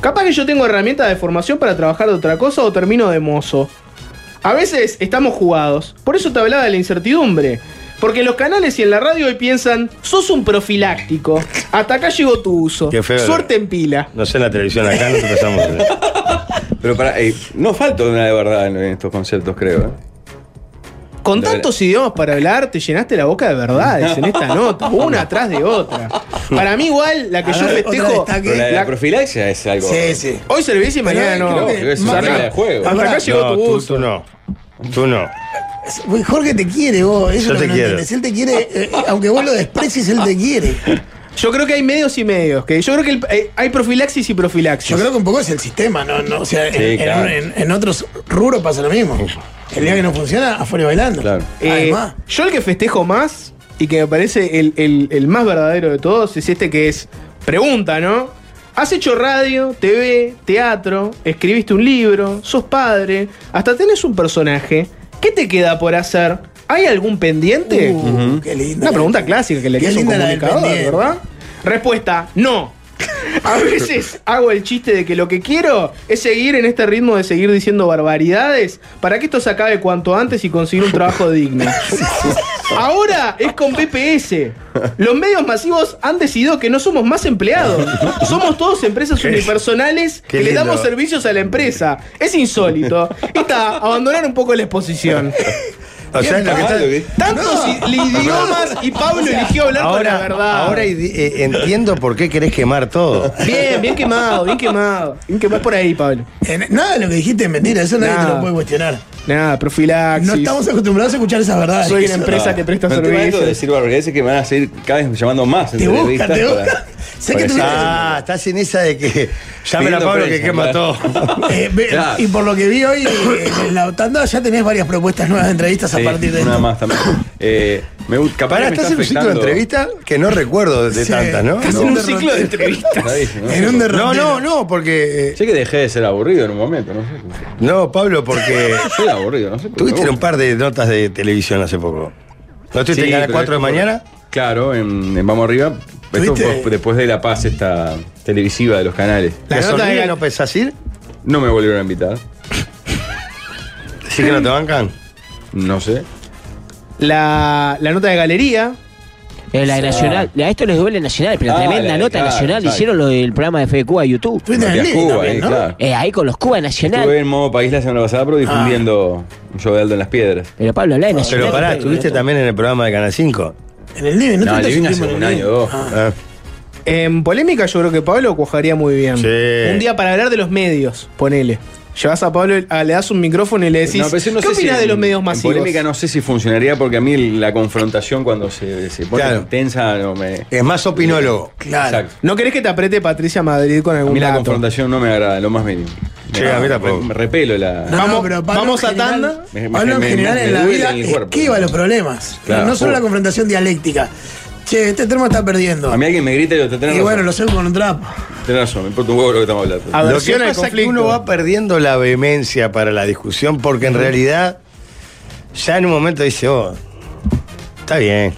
Speaker 4: Capaz que yo tengo herramientas de formación para trabajar de otra cosa o termino de mozo. A veces estamos jugados. Por eso te hablaba de la incertidumbre. Porque en los canales y en la radio hoy piensan, sos un profiláctico. Hasta acá llegó tu uso.
Speaker 3: Qué feo.
Speaker 4: Suerte en pila.
Speaker 3: No sé en la televisión acá, ¿eh? no empezamos.
Speaker 1: Pero para, eh, no falta una de verdad en estos conceptos, creo. ¿eh?
Speaker 4: Con
Speaker 1: La
Speaker 4: tantos idiomas para hablar, te llenaste la boca de verdades en esta nota, una atrás de otra. Para mí, igual, la que
Speaker 2: A
Speaker 4: yo
Speaker 2: ver,
Speaker 4: festejo.
Speaker 2: otra destaque.
Speaker 1: Pero la, de la
Speaker 4: La-
Speaker 1: profilaxia es algo.
Speaker 2: Sí, sí.
Speaker 4: Hoy servís y mañana
Speaker 2: Pero,
Speaker 4: no.
Speaker 2: creo que-
Speaker 1: Creo que es
Speaker 2: Más-
Speaker 1: una regla de juego.
Speaker 4: Hasta acá llegó
Speaker 3: No,
Speaker 4: tu
Speaker 3: tú,
Speaker 4: uso.
Speaker 3: tú no. Tú no.
Speaker 2: Uy, pues, Jorge te quiere vos, eso es lo
Speaker 3: Yo te
Speaker 2: que no
Speaker 3: quiero.
Speaker 2: entiendes. Él te quiere, eh, aunque vos lo desprecies, él te quiere.
Speaker 4: Yo creo que hay medios y medios. Que yo creo que el- eh, hay profilaxis y
Speaker 2: Yo
Speaker 4: profilaxis.
Speaker 2: creo que un poco es el sistema, ¿no? no o sea, en,
Speaker 1: Sí,
Speaker 2: en-
Speaker 1: claro.
Speaker 2: en- en otros rubros pasa lo mismo. El día que no funciona, afuera bailando.
Speaker 1: Claro.
Speaker 4: Eh,
Speaker 2: Además,
Speaker 4: yo el que festejo más y que me parece el, el- el más verdadero de todos es este que es pregunta, ¿no? Has hecho radio, TV, teatro, escribiste un libro, sos padre, hasta tenés un personaje ¿Qué te queda por hacer? ¿Hay algún pendiente?
Speaker 2: Uh, Qué linda.
Speaker 4: Eh, Una pregunta clásica que le
Speaker 2: Qué
Speaker 4: hizo un
Speaker 2: linda la del
Speaker 4: comunicador,
Speaker 2: pendiente.
Speaker 4: ¿verdad? Respuesta, no. A veces hago el chiste de que lo que quiero es seguir en este ritmo de seguir diciendo barbaridades para que esto se acabe cuanto antes y conseguir un trabajo digno. Ahora es con PPS. Los medios masivos han decidido que no somos más empleados. Somos todos empresas unipersonales
Speaker 3: qué
Speaker 4: que le damos
Speaker 3: lindo.
Speaker 4: servicios a la empresa. Es insólito. Y está, abandonar un poco la exposición.
Speaker 3: O sea, lo que está-
Speaker 4: Tantos i- idiomas y Pablo eligió hablar con la
Speaker 3: ahora,
Speaker 4: verdad.
Speaker 3: ahora idi- eh, entiendo por qué querés quemar todo.
Speaker 4: Bien, bien quemado, bien quemado. Bien quemado por ahí, Pablo.
Speaker 2: Eh, Nada de lo que dijiste es mentira, eso nadie
Speaker 4: Nada.
Speaker 2: te lo puede cuestionar.
Speaker 4: Nada, profilaxis.
Speaker 2: No estamos acostumbrados a escuchar esas verdades.
Speaker 4: Soy una
Speaker 2: Eso-
Speaker 4: empresa que presta
Speaker 1: No te mando de
Speaker 4: servicios.
Speaker 1: decir barbaridades que me van a seguir cada vez llamando más.
Speaker 2: Te busca, te busca. Sé que tú
Speaker 3: Ah, estás en esa de que llamen a
Speaker 1: Pidiendo
Speaker 3: Pablo que
Speaker 1: préstamo,
Speaker 3: quema todo.
Speaker 1: claro.
Speaker 2: Eh, ve-
Speaker 1: Claro.
Speaker 2: Y por lo que vi hoy, eh, en la tanda ya tenés varias propuestas nuevas de entrevistas a partir de
Speaker 1: Una
Speaker 2: esto.
Speaker 1: más también. Eh, me, gu- capaz
Speaker 3: Pará,
Speaker 1: que me está
Speaker 3: estás en un ciclo de
Speaker 1: afectando.
Speaker 3: entrevista que no recuerdo de
Speaker 2: Sí,
Speaker 3: tantas, ¿no?
Speaker 2: estás en
Speaker 3: No.
Speaker 2: un
Speaker 4: Un ciclo de entrevistas.
Speaker 1: Rarísimo,
Speaker 2: En un derrotero.
Speaker 3: No, no, no, porque. eh,
Speaker 1: Sé que dejé de ser aburrido en un momento, no sé.
Speaker 3: No, Pablo, porque.
Speaker 1: Soy aburrido, no sé. por qué
Speaker 3: Tuviste
Speaker 1: me
Speaker 3: un
Speaker 1: gusta.
Speaker 3: par de notas de televisión hace poco. ¿No estuviste en
Speaker 1: Sí,
Speaker 3: Canal
Speaker 1: pero
Speaker 3: 4 de
Speaker 1: esto por-
Speaker 3: mañana?
Speaker 1: Claro, en, en Vamos Arriba. Esto
Speaker 2: ¿Tuviste?
Speaker 1: fue después de la paz esta televisiva de los canales.
Speaker 3: ¿La
Speaker 4: La nota
Speaker 3: sonrisa
Speaker 4: de-
Speaker 3: no pensás ir?
Speaker 1: No me volvieron a invitar.
Speaker 3: ¿Sí que no te bancan?
Speaker 1: No sé.
Speaker 4: La, la nota de galería.
Speaker 5: Eh, la de Nacional, a esto les duele Nacional, pero
Speaker 1: Ah, la
Speaker 5: tremenda
Speaker 1: de-
Speaker 5: nota
Speaker 1: claro,
Speaker 5: Nacional.
Speaker 1: exacto.
Speaker 5: Hicieron lo del programa de Fede Cuba a YouTube.
Speaker 2: Estuviste en
Speaker 1: Fui
Speaker 2: el
Speaker 1: a
Speaker 2: Lili
Speaker 1: Cuba,
Speaker 2: también,
Speaker 1: ahí,
Speaker 2: ¿no?
Speaker 1: claro.
Speaker 5: Eh, ahí con los Cuba Nacional.
Speaker 1: Estuve en modo país la semana pasada, pero difundiendo un show de Aldo en las Piedras.
Speaker 5: Pero Pablo, habla de Nacional.
Speaker 3: Pero pará, estuviste también en el programa de Canal 5.
Speaker 2: En el living, ¿no?
Speaker 1: No,
Speaker 2: estuviste
Speaker 1: Living
Speaker 2: hace
Speaker 1: hace
Speaker 2: tiempo
Speaker 1: un
Speaker 2: en el
Speaker 1: año o dos.
Speaker 3: Ah,
Speaker 4: En polémica, yo creo que Pablo cuajaría muy bien.
Speaker 3: Sí.
Speaker 4: Un día para hablar de los medios, ponele. Llevas a Pablo, a- le das un micrófono y le decís.
Speaker 1: No, pero yo no
Speaker 4: ¿Qué
Speaker 1: sé si
Speaker 4: opinas de
Speaker 1: en-
Speaker 4: los medios
Speaker 1: en
Speaker 4: masivos?
Speaker 1: polémica no sé si funcionaría porque a mí la confrontación cuando se, se pone
Speaker 3: Claro.
Speaker 1: intensa no me.
Speaker 3: Es más opinólogo.
Speaker 2: Claro.
Speaker 1: Exacto.
Speaker 4: ¿No querés que te apriete Patricia Madrid con
Speaker 1: A
Speaker 4: algún
Speaker 1: mí la
Speaker 4: dato?
Speaker 1: confrontación no me agrada, lo más mínimo.
Speaker 3: Sí,
Speaker 1: Me-
Speaker 3: a mí
Speaker 1: me,
Speaker 3: tampoco.
Speaker 1: me repelo la.
Speaker 2: No, no,
Speaker 4: Vamos-
Speaker 2: pero Pablo
Speaker 4: vamos
Speaker 2: en
Speaker 4: a
Speaker 2: general-
Speaker 4: tanda.
Speaker 1: Me- me-
Speaker 2: Pablo en
Speaker 1: me-
Speaker 2: general
Speaker 1: me-
Speaker 2: en
Speaker 1: me
Speaker 2: la
Speaker 1: duele
Speaker 2: vida
Speaker 1: en el cuerpo.
Speaker 2: esquiva los problemas.
Speaker 1: Claro.
Speaker 2: no solo
Speaker 1: Oh.
Speaker 2: la confrontación dialéctica. Che, este termo está perdiendo.
Speaker 1: A mí alguien me grita y yo te tenés
Speaker 2: Y
Speaker 1: razón.
Speaker 2: bueno, lo saco con un trapo.
Speaker 1: Tenés razón, me importa un huevo lo que estamos hablando.
Speaker 4: A ver,
Speaker 3: Lo
Speaker 4: si
Speaker 3: que
Speaker 4: no hay
Speaker 3: pasa es que
Speaker 4: conflicto.
Speaker 3: uno va perdiendo la vehemencia para la discusión porque en realidad ya en un momento dice, oh, está bien.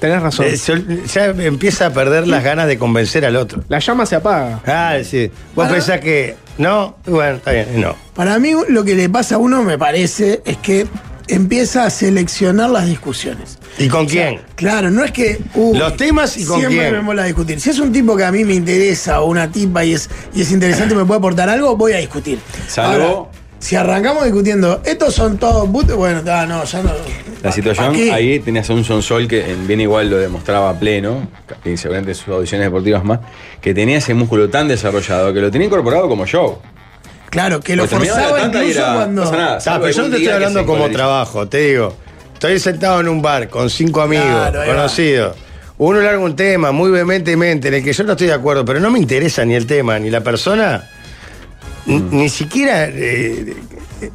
Speaker 4: Tenés razón.
Speaker 3: Eh, sol- Ya empieza a perder las ganas de convencer al otro.
Speaker 4: La llama se apaga.
Speaker 3: Ah, sí. Vos
Speaker 2: Para-
Speaker 3: pensás que no, y bueno, está bien, no.
Speaker 2: Para mí, lo que le pasa a uno, me parece, es que empieza a seleccionar las discusiones.
Speaker 3: ¿Y con quién?
Speaker 2: Claro, no es que. uh,
Speaker 3: Los temas y con
Speaker 2: Siempre
Speaker 3: quién.
Speaker 2: me mola discutir. Si es un tipo que a mí me interesa o una tipa y es, y es interesante, me puede aportar algo, voy a discutir.
Speaker 1: Salvo-
Speaker 2: Ahora, si arrancamos discutiendo, estos son todos but- Bueno, ah, no, ya no.
Speaker 1: La situación,
Speaker 2: ¿Pa' qué?
Speaker 1: ahí tenías a un Sonsol que en bien igual lo demostraba a pleno, y seguramente en sus audiciones deportivas más, que tenía ese músculo tan desarrollado que lo tenía incorporado como show.
Speaker 2: Claro, que lo
Speaker 1: Pues terminaba
Speaker 2: forzaba
Speaker 1: la tanda y
Speaker 2: incluso
Speaker 1: era-
Speaker 2: cuando.
Speaker 1: pasa nada.
Speaker 3: Ah, pero yo no te
Speaker 1: algún día
Speaker 3: estoy
Speaker 1: que
Speaker 3: hablando
Speaker 1: se
Speaker 3: como
Speaker 1: encoleriza.
Speaker 3: trabajo, te digo. Estoy sentado en un bar con cinco amigos,
Speaker 2: Claro, ahí va.
Speaker 3: conocidos. Uno larga un tema muy vehementemente en el que yo no estoy de acuerdo, pero no me interesa ni el tema ni la persona. Ni- Ni siquiera eh,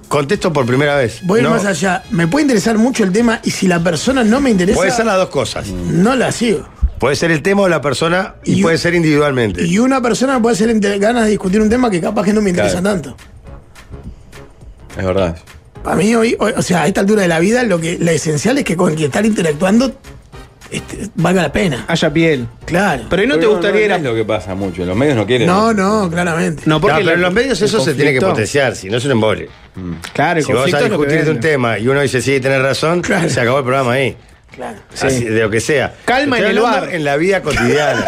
Speaker 3: contesto por primera vez.
Speaker 2: Voy a ir
Speaker 3: No.
Speaker 2: más allá. Me puede interesar mucho el tema y si la persona no me interesa,
Speaker 3: Puede ser las dos cosas.
Speaker 2: no la sigo.
Speaker 3: Puede ser el tema o la persona y,
Speaker 2: Mm. Y-
Speaker 3: puede ser individualmente.
Speaker 2: Y una persona puede ser inter- ganas de discutir un tema que capaz que no me interesa
Speaker 1: Claro.
Speaker 2: tanto.
Speaker 1: Es verdad.
Speaker 2: Para mí, hoy, hoy- o sea, a esta altura de la vida, lo que lo esencial es que con quien estar interactuando este, valga la pena.
Speaker 4: Haya piel.
Speaker 2: Claro.
Speaker 4: Pero ahí no
Speaker 1: Pero
Speaker 4: te gustaría ir a-
Speaker 1: no es lo que pasa mucho, los medios no quieren.
Speaker 2: No, no, claramente.
Speaker 4: No,
Speaker 3: No,
Speaker 4: porque
Speaker 3: pero
Speaker 4: la-
Speaker 3: en los medios
Speaker 4: el
Speaker 3: eso se tiene que
Speaker 4: conflicto-
Speaker 3: potenciar, si no es un embole.
Speaker 4: Claro, el
Speaker 3: Si vos vas
Speaker 4: conflicto
Speaker 3: a
Speaker 4: es lo que
Speaker 3: discutir de un
Speaker 4: vende.
Speaker 3: tema y uno dice sí, tenés razón,
Speaker 2: Claro.
Speaker 3: se acabó el programa ahí.
Speaker 2: Claro.
Speaker 3: Así, de lo que sea.
Speaker 4: Calma
Speaker 3: Estoy
Speaker 4: en el
Speaker 3: hablando
Speaker 4: bar.
Speaker 3: En la vida cotidiana.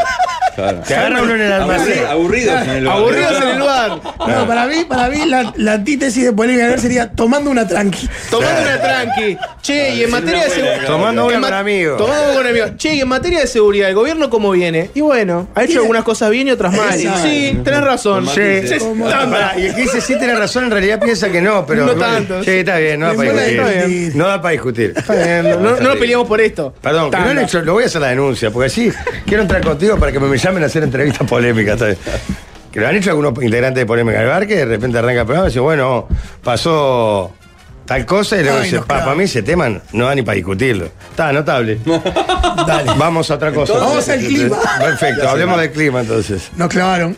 Speaker 1: Claro.
Speaker 3: Te agarra uno en el almacén.
Speaker 1: Aburri- Aburridos en el lugar.
Speaker 4: Aburridos en el bar.
Speaker 2: No, para mí, para mí la, la antítesis de poder ganar sería tomando una tranqui.
Speaker 4: Tomando una tranqui. Che, y en materia de
Speaker 1: buena,
Speaker 4: seguridad.
Speaker 1: claro.
Speaker 3: Tomando una
Speaker 4: En ma-
Speaker 3: con amigos.
Speaker 4: Tomando con amigos. Che, y en materia de seguridad, ¿el gobierno cómo viene? Y bueno, ha hecho
Speaker 2: Tiene-
Speaker 4: algunas cosas bien y otras mal.
Speaker 2: Exacto.
Speaker 4: Sí, tenés razón.
Speaker 1: Sí.
Speaker 4: Se-
Speaker 2: Como-
Speaker 3: Ah, pará, y el que dice sí tiene razón, en realidad piensa que no, pero.
Speaker 4: No tanto.
Speaker 3: Sí, está bien, no da
Speaker 2: Me
Speaker 3: para
Speaker 2: mola
Speaker 3: discutir.
Speaker 2: discutir.
Speaker 3: No da para discutir.
Speaker 4: Está bien, No, no nos peleamos por esto.
Speaker 3: Perdón, que no
Speaker 4: Tanda.
Speaker 3: le he hecho- lo voy a hacer la denuncia, porque así quiero entrar contigo para que me llamen a hacer entrevistas polémicas. está bien. Que lo han hecho algunos integrantes de Polémica del Bar, que de repente arranca el programa y dice, bueno, pasó tal cosa, y luego
Speaker 2: Ay,
Speaker 3: dice,
Speaker 2: no,
Speaker 3: "Pa,
Speaker 2: claro.
Speaker 3: para mí ese tema no da ni para discutirlo. Está notable.
Speaker 2: Dale.
Speaker 3: Vamos a otra cosa.
Speaker 2: Entonces- Vamos al clima.
Speaker 3: Perfecto, hablemos del clima entonces.
Speaker 2: Nos clavaron.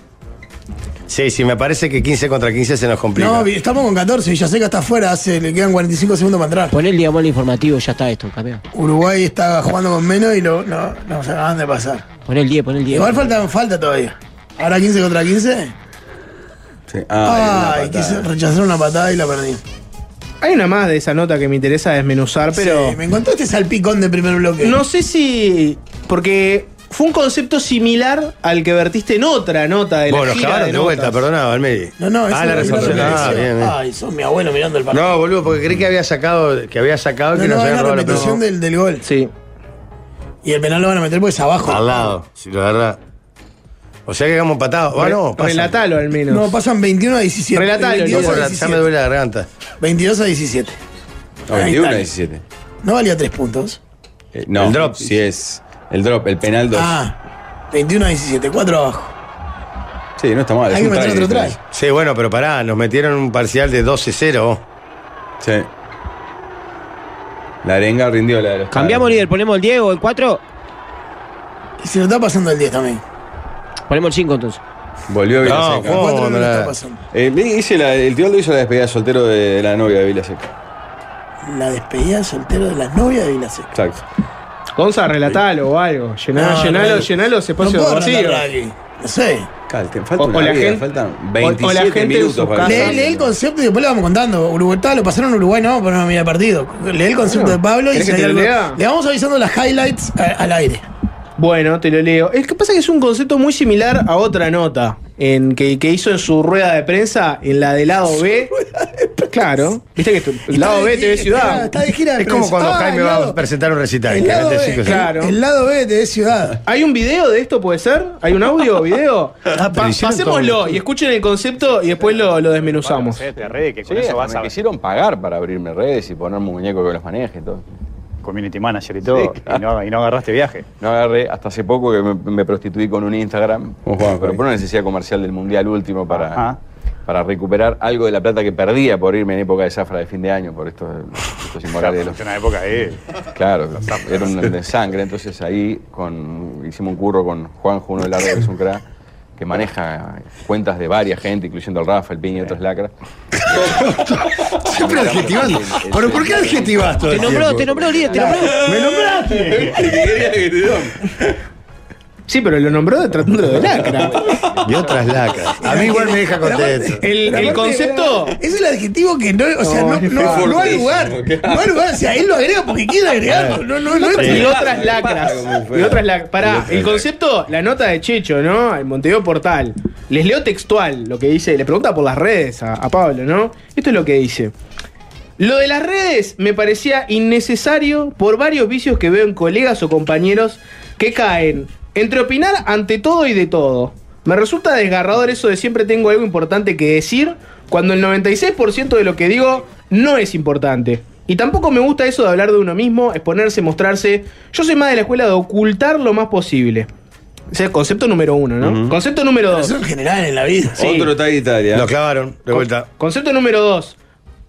Speaker 3: Sí, sí, me parece que 15 contra 15 se nos complica.
Speaker 2: No, vi- estamos con 14. Villaseca está afuera. hace- le quedan 45 segundos para entrar.
Speaker 5: Poné el diamante informativo, ya está esto, campeón.
Speaker 2: Uruguay está jugando con menos y lo, no, no se acaban de pasar.
Speaker 5: Poné el 10, poné el 10.
Speaker 2: Igual falta, falta todavía. Ahora 15 contra 15.
Speaker 1: Sí.
Speaker 2: Ay,
Speaker 1: Ay, una
Speaker 2: quise
Speaker 1: patada.
Speaker 2: rechazar una patada y la perdí.
Speaker 4: Hay una más de esa nota que me interesa desmenuzar, pero.
Speaker 2: Sí, me encontré este salpicón de primer bloque.
Speaker 4: No sé si. Porque fue un concepto similar al que vertiste en otra nota de la
Speaker 3: Bueno, nos
Speaker 4: gira
Speaker 3: cagaron
Speaker 4: de
Speaker 3: de vuelta,
Speaker 4: notas.
Speaker 3: perdonado, Almeri.
Speaker 2: no, no,
Speaker 3: Ah,
Speaker 2: esa
Speaker 3: la
Speaker 2: es la
Speaker 3: resolución.
Speaker 2: primera
Speaker 3: Ah,
Speaker 2: repetición.
Speaker 3: bien, bien.
Speaker 2: Ay, son mi abuelo mirando el partido.
Speaker 3: No, boludo, porque creí que había sacado, que había sacado y
Speaker 2: No,
Speaker 3: que
Speaker 2: no, es
Speaker 3: nos habían
Speaker 2: la
Speaker 3: robado la
Speaker 2: repetición
Speaker 3: pelota.
Speaker 2: del, del gol.
Speaker 4: Sí.
Speaker 2: Y el penal lo van a meter porque es abajo.
Speaker 3: Al lado, sí, la verdad. O sea que hagamos empatados. Ah, Bueno,
Speaker 4: Re- Relatalo al menos.
Speaker 2: No, pasan 21 a 17.
Speaker 4: Relatalo,
Speaker 2: 22
Speaker 4: loco,
Speaker 2: a
Speaker 3: Ya me
Speaker 2: 17.
Speaker 3: duele la garganta.
Speaker 2: 22 a 17.
Speaker 1: No,
Speaker 2: Ahí
Speaker 1: 21
Speaker 2: está.
Speaker 1: 17.
Speaker 2: No valía 3 puntos.
Speaker 1: Eh, no,
Speaker 3: El drop.
Speaker 1: Sí es. El drop, el penal 2.
Speaker 2: Ah, 21 a 17, 4 abajo.
Speaker 1: Sí, no está mal. es
Speaker 2: Hay que
Speaker 1: un
Speaker 2: meter
Speaker 1: try de
Speaker 2: otro try.
Speaker 1: diferencia.
Speaker 3: Sí, bueno, pero pará, nos metieron un parcial de 12-0.
Speaker 1: Sí. La arenga rindió la de los
Speaker 5: Cambiamos líder, ponemos el 10 o el 4,
Speaker 2: Y se lo está pasando el 10 también.
Speaker 5: ponemos el 5 entonces.
Speaker 1: padres. Volvió
Speaker 3: No,
Speaker 1: Vilaseca.
Speaker 3: ¿cómo?
Speaker 2: Cuatro no lo
Speaker 3: Oh, la-
Speaker 2: está pasando.
Speaker 1: Eh, vi- hice la- el tío hizo la despedida de soltero de la novia de Vilaseca.
Speaker 2: La despedida de soltero de la novia de Vilaseca.
Speaker 1: Exacto.
Speaker 4: Gonza, relatalo o algo. Llená-
Speaker 2: No,
Speaker 4: llenalo,
Speaker 2: no.
Speaker 4: llenalo, ese espacio
Speaker 2: no puedo
Speaker 4: vacío.
Speaker 2: relatar aquí. No sé.
Speaker 1: Calte, falta
Speaker 4: O-
Speaker 1: una
Speaker 4: o la
Speaker 1: vida,
Speaker 4: gente-
Speaker 1: faltan
Speaker 4: o- o la
Speaker 1: 27
Speaker 4: gente en sus
Speaker 1: minutos
Speaker 4: casas.
Speaker 2: Lee,
Speaker 1: para
Speaker 4: Leí-
Speaker 2: lee el concepto y después lo vamos contando. Uruguay está, lo pasaron a Uruguay, no, pero no mira el partido. Lee el concepto
Speaker 4: Bueno,
Speaker 2: de Pablo y
Speaker 4: ¿querés
Speaker 2: si
Speaker 4: que
Speaker 2: hay
Speaker 4: te
Speaker 2: algo-
Speaker 4: lo lea?
Speaker 2: le vamos avisando las highlights a- al aire.
Speaker 4: Bueno, te lo leo. Es que pasa que es un concepto muy similar a otra nota en que, que hizo en su rueda de prensa, en la del lado B. Claro. Viste que tu- el lado B TV
Speaker 2: Está,
Speaker 4: Ciudad.
Speaker 2: está de gira de
Speaker 3: Es como
Speaker 2: prensa.
Speaker 3: cuando
Speaker 2: Ah,
Speaker 3: Jaime
Speaker 2: el
Speaker 3: va
Speaker 2: lado-
Speaker 3: a presentar un recital.
Speaker 2: el
Speaker 3: que
Speaker 2: lado
Speaker 3: antes
Speaker 2: B,
Speaker 3: sí que-
Speaker 4: claro.
Speaker 2: El lado B de TV Ciudad.
Speaker 4: ¿Hay un video de esto, puede ser? ¿Hay un audio o video?
Speaker 2: Ah,
Speaker 4: Pa-
Speaker 3: pero hicieron
Speaker 4: pasémoslo
Speaker 3: todo.
Speaker 4: y escuchen el concepto y después lo, lo desmenuzamos.
Speaker 6: Hacete redes, que
Speaker 7: Sí,
Speaker 6: con eso vas
Speaker 7: hasta
Speaker 6: a
Speaker 7: me quisieron pagar para abrirme redes y ponerme un muñeco que los maneje y todo.
Speaker 6: community manager y todo, y, no, y no agarraste viaje.
Speaker 7: No agarré hasta hace poco que me, me prostituí con un Instagram,
Speaker 1: Como Juan,
Speaker 7: pero
Speaker 1: ahí.
Speaker 7: por una necesidad comercial del Mundial último para,
Speaker 6: Ajá.
Speaker 7: para recuperar algo de la plata que perdía por irme en época de zafra de fin de año, por estos, estos inmorales de los...
Speaker 6: Es una época de...
Speaker 7: Claro, era un de sangre, entonces ahí con, hicimos un curro con Juanjo, uno de la red, es un crack, que maneja cuentas de varias gente, incluyendo el Rafa, el Piña y otros lacras.
Speaker 3: Siempre adjetivando. ¿Pero por qué adjetivas todo
Speaker 5: Te
Speaker 3: el
Speaker 5: nombró,
Speaker 3: tiempo?
Speaker 5: te nombró líder, te nombró.
Speaker 3: Me nombraste.
Speaker 4: Sí, pero lo nombró de- tratándolo de lacra.
Speaker 3: Y otras lacas. A mí igual me deja contento.
Speaker 4: El,
Speaker 2: Pero
Speaker 4: el
Speaker 2: aparte, eh,
Speaker 4: concepto.
Speaker 2: Es el adjetivo que no, o sea, no, no, no, hay lugar. No hay lugar. O sea, él lo agrega porque quiere agregarlo. No, no, no,
Speaker 4: Y
Speaker 2: es-
Speaker 4: otras lacras. Y otras lacras. Pará, el concepto, la nota de Checho, ¿no? El Montevideo Portal. Les leo textual lo que dice. Le pregunta por las redes a, a Pablo, ¿no? Esto es lo que dice. Lo de las redes me parecía innecesario por varios vicios que veo en colegas o compañeros que caen entre opinar ante todo y de todo. Me resulta desgarrador eso de siempre tengo algo importante que decir cuando el 96% de lo que digo no es importante. Y tampoco me gusta eso de hablar de uno mismo, exponerse, mostrarse. Yo soy más de la escuela de ocultar lo más posible. Ese es concepto número uno, ¿no? Concepto número dos.
Speaker 2: Eso en general en la vida.
Speaker 4: Sí.
Speaker 1: Otro tag de Italia.
Speaker 3: Lo clavaron, de vuelta.
Speaker 4: Concepto número dos.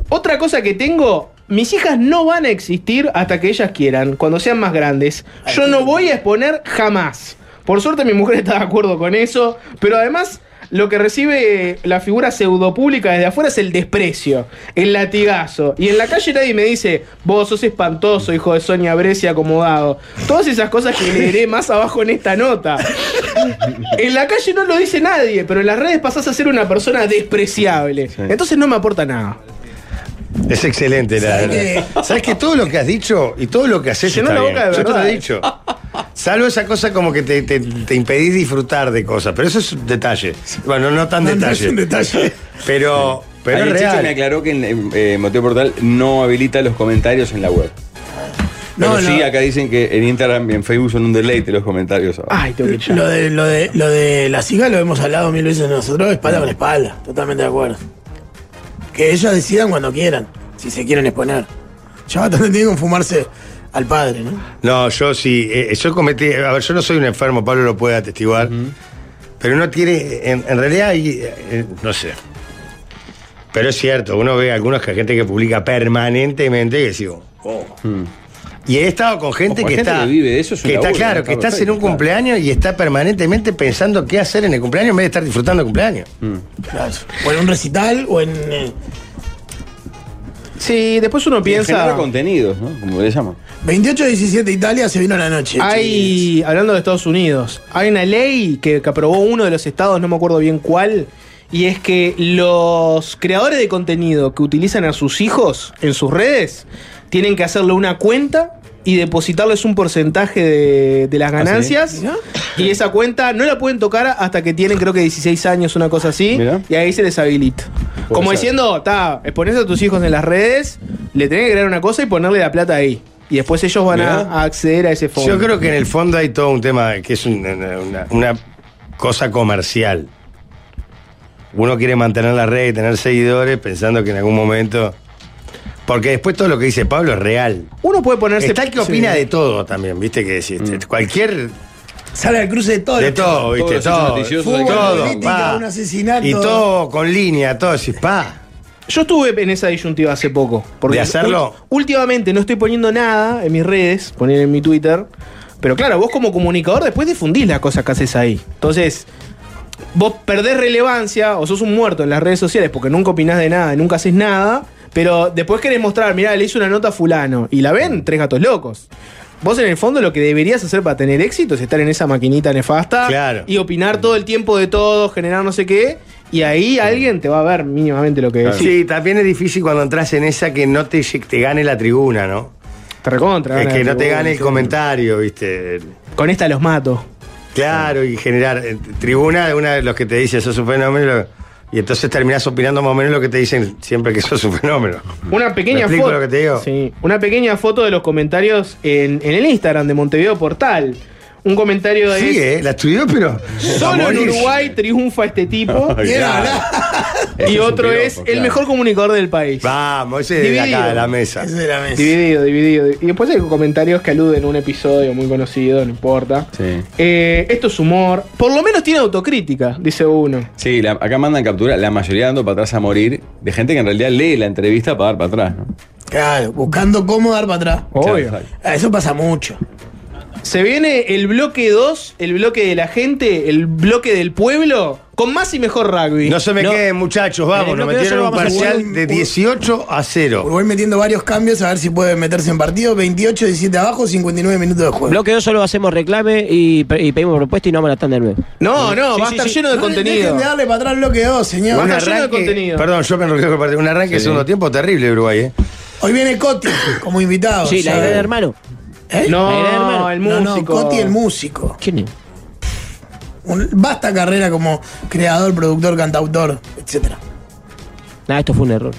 Speaker 4: Otra cosa que tengo, mis hijas no van a existir hasta que ellas quieran, cuando sean más grandes. Yo no voy a exponer jamás. Por suerte mi mujer está de acuerdo con eso, pero además lo que recibe la figura pseudopública desde afuera es el desprecio, el latigazo. Y en la calle nadie me dice, vos sos espantoso, hijo de Sonia Brescia acomodado. Todas esas cosas que leeré más abajo en esta nota. En la calle no lo dice nadie, pero en las redes pasás a ser una persona despreciable. Entonces no me aporta nada.
Speaker 3: Es excelente la.
Speaker 2: ¿Sabes qué?
Speaker 3: ¿Sabes que todo lo que has dicho y todo lo que haces
Speaker 4: Llenó
Speaker 3: está
Speaker 4: la
Speaker 3: bien?
Speaker 4: boca
Speaker 3: Yo
Speaker 4: de
Speaker 3: te lo
Speaker 4: verdad.
Speaker 3: he dicho. Salvo esa cosa como que te, te, te impedís disfrutar de cosas, pero eso es un detalle. Bueno, no tan
Speaker 2: No, no es
Speaker 3: detalle.
Speaker 2: un detalle.
Speaker 3: Pero, pero
Speaker 1: Ayer
Speaker 3: es
Speaker 1: Chicho me
Speaker 3: real.
Speaker 1: aclaró que en, en, eh, Mateo Portal no habilita los comentarios en la web.
Speaker 2: No,
Speaker 1: Pero sí,
Speaker 2: no.
Speaker 1: acá dicen que en Instagram y en Facebook son un deleite los comentarios.
Speaker 3: Ah,
Speaker 1: abajo.
Speaker 4: Ay, tengo que ir ya.
Speaker 2: Lo de, lo, de, lo de la siga lo hemos hablado mil veces nosotros, espalda con espalda, totalmente de acuerdo. Que ellas decidan cuando quieran, si se quieren exponer. Ya bastante tienen con fumarse al padre, ¿no?
Speaker 3: No, yo sí, eh, yo cometí, a ver, yo no soy un enfermo, Pablo lo puede atestiguar, pero uno tiene, en, en realidad, hay, eh, no sé. Pero es cierto, uno ve algunos que gente que publica permanentemente que digo, oh. Y he estado con
Speaker 1: O
Speaker 3: gente
Speaker 1: con
Speaker 3: que
Speaker 1: gente
Speaker 3: está.
Speaker 1: que vive de eso, es un
Speaker 3: que está
Speaker 1: laburo,
Speaker 3: claro,
Speaker 1: está
Speaker 3: que estás en
Speaker 1: perfecto,
Speaker 3: un
Speaker 1: claro.
Speaker 3: cumpleaños y está permanentemente pensando qué hacer en el cumpleaños en vez de estar disfrutando el cumpleaños.
Speaker 1: Mm.
Speaker 2: Claro. O en un recital o en. eh,
Speaker 4: Sí, después uno
Speaker 1: Y en generar
Speaker 4: piensa.
Speaker 1: contenidos, ¿no? Como le llaman.
Speaker 2: 28-17 Italia se vino la noche. chiquilines.
Speaker 4: Hay, hablando de Estados Unidos, hay una ley que, que aprobó uno de los estados, no me acuerdo bien cuál, y es que los creadores de contenido que utilizan a sus hijos en sus redes tienen que hacerle una cuenta y depositarles un porcentaje de, de las
Speaker 1: ¿Ah,
Speaker 4: ganancias. Y esa cuenta no la pueden tocar hasta que tienen, creo que 16 años, una cosa así,
Speaker 1: Mirá.
Speaker 4: y ahí se les habilita. Como
Speaker 1: ser.
Speaker 4: diciendo, ta, exponés a tus hijos en las redes, le tenés que crear una cosa y ponerle la plata ahí. Y después ellos van a,
Speaker 1: Mirá.
Speaker 4: a acceder a ese fondo.
Speaker 3: Yo creo que en el fondo hay todo un tema que es un- una, una- una cosa comercial. Uno quiere mantener la red y tener seguidores pensando que en algún momento. Porque después todo lo que dice Pablo es real.
Speaker 4: Uno puede ponerse.
Speaker 3: Está el que opina
Speaker 4: Sí.
Speaker 3: de todo también, viste que
Speaker 1: Mm.
Speaker 3: decís. este, Cualquier.
Speaker 2: Sale al cruce de todo.
Speaker 3: De todo,
Speaker 1: los
Speaker 3: viste,
Speaker 1: hechos
Speaker 3: todo.
Speaker 1: noticiosos
Speaker 2: hay que
Speaker 3: todo,
Speaker 2: hablar.
Speaker 3: pa.
Speaker 2: Un asesinato.
Speaker 3: Y todo con línea, todo decís, pa.
Speaker 4: Yo estuve en esa disyuntiva hace poco.
Speaker 3: ¿De hacerlo?
Speaker 4: ul- Últimamente no estoy poniendo nada en mis redes, poner en mi Twitter. Pero claro, vos como comunicador después difundís las cosas que haces ahí. Entonces, vos perdés relevancia o sos un muerto en las redes sociales porque nunca opinás de nada, nunca haces nada. Pero después querés mostrar, mirá, le hice una nota a fulano. Y la ven, tres gatos locos. Vos en el fondo lo que deberías hacer para tener éxito es estar en esa maquinita nefasta
Speaker 3: Claro.
Speaker 4: y opinar todo el tiempo de todo, generar no sé qué. Y ahí alguien te va a ver mínimamente lo que decís.
Speaker 3: Sí, también es difícil cuando entras en esa que no te, lle- te gane la tribuna, ¿no?
Speaker 4: Te recontra.
Speaker 3: Es
Speaker 4: gana
Speaker 3: que
Speaker 4: el
Speaker 3: no te
Speaker 4: tribunal,
Speaker 3: gane el
Speaker 4: sí.
Speaker 3: comentario, viste. El-
Speaker 4: Con esta los mato.
Speaker 3: Claro, y generar eh, tribuna de uno de los que te dice sos un fenómeno y entonces terminás opinando más o menos lo que te dicen siempre que sos un fenómeno.
Speaker 4: Una
Speaker 3: ¿Me
Speaker 4: pequeña
Speaker 3: explico
Speaker 4: foto.
Speaker 3: lo que te digo?
Speaker 4: Sí. Una pequeña foto de los comentarios en, en el Instagram de Montevideo Portal. Un comentario de
Speaker 3: Sí, eh, la estudió, pero. a
Speaker 4: Solo en
Speaker 3: morir.
Speaker 4: Uruguay triunfa este tipo.
Speaker 1: Ay,
Speaker 2: Y era,
Speaker 1: claro.
Speaker 2: ¿verdad?
Speaker 1: Ese
Speaker 4: y
Speaker 1: es un
Speaker 4: otro es
Speaker 1: piropo,
Speaker 4: el
Speaker 1: claro.
Speaker 4: mejor comunicador del país.
Speaker 3: Vamos, ese es de
Speaker 4: Dividido.
Speaker 3: acá, de la mesa.
Speaker 2: Ese de la mesa.
Speaker 4: Dividido, dividido. Y después hay comentarios que aluden a un episodio muy conocido, no importa.
Speaker 1: Sí.
Speaker 4: Eh, esto es humor. Por lo menos tiene autocrítica, dice uno.
Speaker 1: Sí, la- acá mandan captura, la mayoría dando para atrás a morir, de gente que en realidad lee la entrevista para dar para atrás, ¿no?
Speaker 2: Claro, buscando cómo dar para atrás.
Speaker 4: Obvio.
Speaker 1: Claro,
Speaker 2: Ah, Eso pasa mucho.
Speaker 4: Se viene el bloque 2, el bloque de la gente, el bloque del pueblo, con más y mejor rugby.
Speaker 3: No se me
Speaker 4: quede
Speaker 3: queden, muchachos, vamos,
Speaker 4: En el
Speaker 3: nos
Speaker 4: bloque de
Speaker 3: metieron
Speaker 4: eso
Speaker 3: un
Speaker 4: vamos a jugar
Speaker 3: parcial
Speaker 2: un-
Speaker 3: de 18 a 0.
Speaker 2: Uruguay metiendo varios cambios a ver si puede meterse en partido. 28, 17 abajo, 59 minutos de juego.
Speaker 5: Bloque 2 solo hacemos reclame y, pe- y pedimos propuesta y no vamos a la tanda de nuevo.
Speaker 4: No, no,
Speaker 5: Sí,
Speaker 4: va a
Speaker 5: sí,
Speaker 4: estar
Speaker 5: sí.
Speaker 4: lleno de
Speaker 2: No,
Speaker 4: contenido.
Speaker 2: Dejen de darle para atrás al bloque 2, señor.
Speaker 3: Un
Speaker 4: estar lleno de contenido.
Speaker 3: Perdón, yo me enroqué con el partido. Un arranque de segundo tiempo terrible de Uruguay, ¿eh?
Speaker 2: Hoy viene Coti como invitado.
Speaker 5: Sí, la
Speaker 2: ¿sabe?
Speaker 5: idea de hermano.
Speaker 2: ¿Eh?
Speaker 5: Ahí, hermano.
Speaker 4: No, el
Speaker 2: No, no,
Speaker 4: músico.
Speaker 2: Coti el músico.
Speaker 5: ¿Quién es?
Speaker 2: Un- vasta carrera como creador, productor, cantautor, etc.
Speaker 5: Nada, esto fue un error.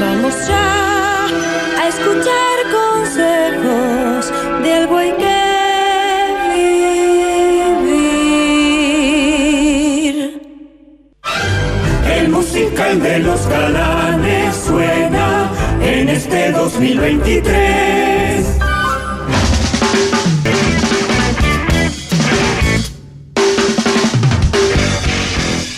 Speaker 8: Vamos ya a escuchar consejos del buen que vivir.
Speaker 9: El musical de los galanes suena en este 2023.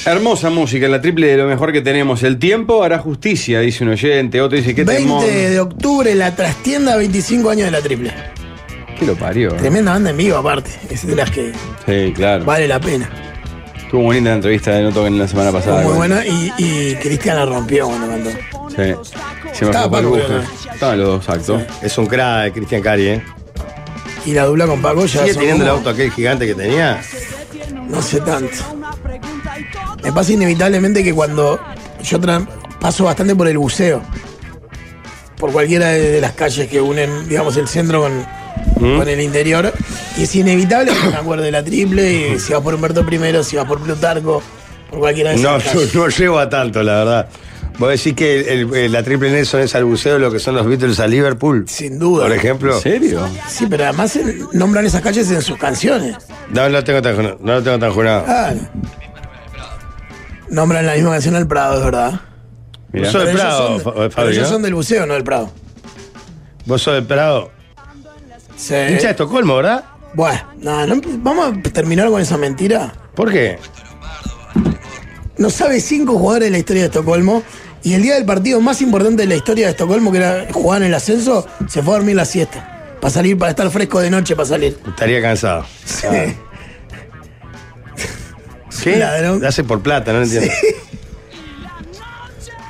Speaker 1: Hermosa música, la triple de lo mejor que tenemos. El tiempo hará justicia, dice un oyente. Otro dice, ¿qué
Speaker 2: 20
Speaker 1: temón?
Speaker 2: de octubre, la trastienda, 25 años de la triple.
Speaker 1: ¿Qué lo parió? eh?
Speaker 2: Tremenda banda en vivo, aparte. Es de las que
Speaker 1: Sí, claro.
Speaker 2: vale la pena.
Speaker 1: Estuvo bonita la entrevista de No Toquen la semana pasada.
Speaker 2: Muy
Speaker 1: con-
Speaker 2: buena. Y, y Cristian la rompió cuando cantó.
Speaker 1: Sí. Se me
Speaker 2: Estaba
Speaker 1: escapó el
Speaker 2: Paco,
Speaker 1: buje.
Speaker 2: ¿no?
Speaker 1: Estaban los dos, exacto.
Speaker 3: Es un crack, Cristian Cari, ¿eh?
Speaker 2: Y la dupla con Paco ya.
Speaker 3: ¿Sigue
Speaker 2: son
Speaker 3: teniendo el
Speaker 2: como-
Speaker 3: auto aquel gigante que tenía?
Speaker 2: No sé tanto. Me pasa inevitablemente que cuando yo tra- paso bastante por el buceo, por cualquiera de, de las calles que unen, digamos, el centro con,
Speaker 3: Mm.
Speaker 2: con el interior, y es inevitable que me acuerdo de la triple, y si vas por Humberto I, si vas por Plutarco, por cualquiera de
Speaker 3: No,
Speaker 2: esas
Speaker 3: yo
Speaker 2: calles.
Speaker 3: no llego a tanto, la verdad. Vos decís que el- el- la triple Nelson es al buceo lo que son los Beatles a Liverpool.
Speaker 2: Sin duda.
Speaker 3: Por ejemplo.
Speaker 1: ¿En serio?
Speaker 2: Sí, pero además eh, nombran esas calles en sus canciones.
Speaker 3: No, no tengo tan, jurado, no lo tengo tan jurado.
Speaker 2: Claro. Nombran la misma canción al Prado, es verdad.
Speaker 1: Mirá.
Speaker 3: Soy- Del
Speaker 2: ellos
Speaker 3: Prado,
Speaker 2: son de-
Speaker 3: Fa- Fabio,
Speaker 2: pero ellos
Speaker 3: ¿no?
Speaker 2: son del buceo, no del Prado.
Speaker 3: Vos sos del Prado.
Speaker 2: Sí.
Speaker 3: Hincha de Estocolmo, ¿verdad?
Speaker 2: Bueno, no, no, vamos a terminar con esa mentira.
Speaker 3: ¿Por qué?
Speaker 2: No sabe cinco jugadores de la historia de Estocolmo Y el día del partido más importante de la historia de Estocolmo, que era jugar en el ascenso, se fue a dormir la siesta. Para salir, para estar fresco de noche, para salir.
Speaker 3: Estaría cansado.
Speaker 2: Sí.
Speaker 3: ¿Qué? Lo hace por plata, no lo entiendo.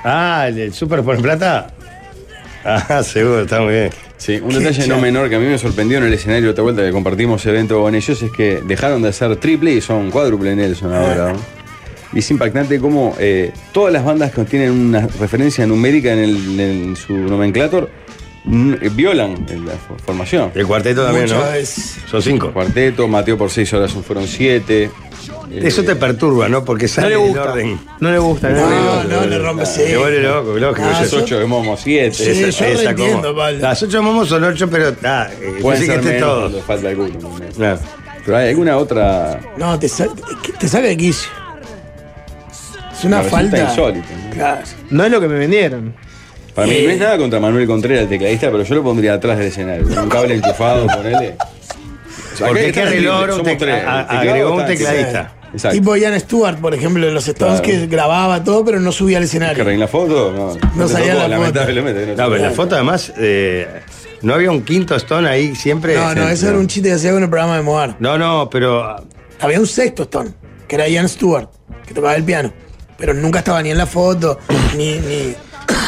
Speaker 3: Ah, el, el súper por plata. Ah, seguro, está muy bien.
Speaker 1: Sí, Un detalle no menor que a mí me sorprendió en el escenario de otra vuelta que compartimos evento con ellos es que dejaron de hacer triple y son cuádruple Nelson ahora. ¿no? Y es impactante cómo eh, todas las bandas que tienen una referencia numérica en, el- en su nomenclator mm, eh, violan el- la for- formación.
Speaker 3: El cuarteto también, ¿no? Muchas Son cinco.
Speaker 1: Cuarteto, Mateo por seis horas son- fueron siete. eh,
Speaker 3: Eso te perturba, ¿no? Porque sale del orden.
Speaker 4: No le gusta,
Speaker 3: no,
Speaker 2: no le rompe sí.
Speaker 3: Te vuelve loco, lógico.
Speaker 1: Ah,
Speaker 3: Esas
Speaker 1: yo- ocho de Momo, siete. Sí, yo re entiendo, Pablo.
Speaker 3: Las ocho de Momo son ocho, pero ah, eh,
Speaker 1: Pueden
Speaker 3: sí que
Speaker 1: ser
Speaker 3: esté
Speaker 1: menos,
Speaker 3: todo.
Speaker 1: pero falta alguno. ¿no? Pero hay alguna otra.
Speaker 2: No, te, sa- te- te saca de quicio. Es una
Speaker 1: Me resulta
Speaker 2: falta.
Speaker 1: insólito,
Speaker 2: Claro.
Speaker 4: No es lo que me vendieron.
Speaker 1: Para
Speaker 3: Eh.
Speaker 1: mí no es nada contra Manuel Contreras, el tecladista, pero yo lo pondría atrás del escenario. Con un cable enchufado, ponele.
Speaker 3: Porque
Speaker 1: está
Speaker 3: qué
Speaker 1: el
Speaker 3: reloj,
Speaker 1: triple,
Speaker 3: un
Speaker 1: somos
Speaker 3: tecla-
Speaker 1: tres.
Speaker 3: a-
Speaker 1: El teclado
Speaker 3: agregó un
Speaker 1: está-
Speaker 3: tecladista.
Speaker 1: Exacto.
Speaker 2: Tipo Ian Stewart, por ejemplo, de los Stones,
Speaker 1: Claro.
Speaker 2: que grababa todo, pero no subía al escenario.
Speaker 1: ¿Que arregla foto? No,
Speaker 2: No
Speaker 1: te
Speaker 2: salía
Speaker 1: tocó,
Speaker 2: la foto.
Speaker 1: lamentablemente.
Speaker 3: No, pero en la foto además, eh, no había un quinto Stone ahí siempre. eh,
Speaker 2: No, no, eso era un chiste que hacía con el programa de Moar.
Speaker 3: No, no, pero ah,
Speaker 2: Había un sexto Stone, que era Ian Stewart, que tocaba el piano. Pero nunca estaba ni en la foto, ni, ni.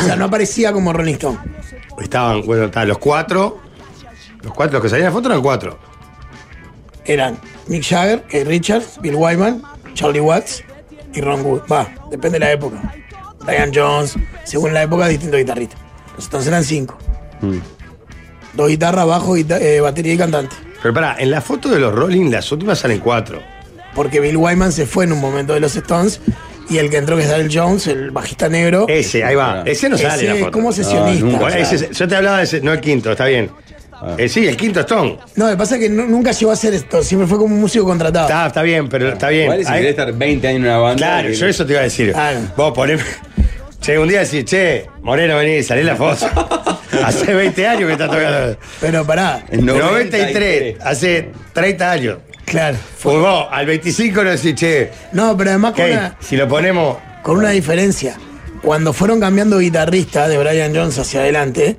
Speaker 2: O sea, no aparecía como Rolling Stone.
Speaker 3: estaban, bueno, estaban los cuatro. Los cuatro, los que salían en la foto eran cuatro.
Speaker 2: Eran Mick Jagger, Keith Richards, Bill Wyman, Charlie Watts y Ron Wood. Va, depende de la época. Diane Jones, según la época, distintos guitarristas. Entonces eran cinco.
Speaker 3: Mm.
Speaker 2: Dos guitarras, bajo, guita- eh, batería y cantante.
Speaker 3: Pero pará, en la foto de los Rolling, las últimas salen cuatro.
Speaker 2: Porque Bill Wyman se fue en un momento de los Stones y el que entró que es Daryl Jones, el bajista negro.
Speaker 3: Ese, ahí va. Ese no sale en la
Speaker 2: Ese es
Speaker 3: foto.
Speaker 2: como sesionista.
Speaker 3: No, nunca. Ese- yo te hablaba de ese, no el quinto, está bien. Eh, sí, el quinto Stone.
Speaker 2: No, me pasa que nu- nunca llegó a ser esto, siempre fue como un músico contratado.
Speaker 3: Está, está bien, pero está bien.
Speaker 1: Igual si
Speaker 3: Ahí-
Speaker 1: querés estar 20 años en una banda.
Speaker 3: Claro, yo eso te iba a decir. Vos poneme. Che, un día decís, che, Moreno, vení, salí la foto. hace 20 años que está tocando.
Speaker 2: Pero pará.
Speaker 3: En 93, hace 30 años.
Speaker 2: Claro.
Speaker 3: Pues vos, al 25 no decís, che.
Speaker 2: No, pero además con
Speaker 3: ok,
Speaker 2: una-
Speaker 3: Si lo ponemos.
Speaker 2: Con una diferencia. Cuando fueron cambiando guitarrista de Brian Jones hacia adelante,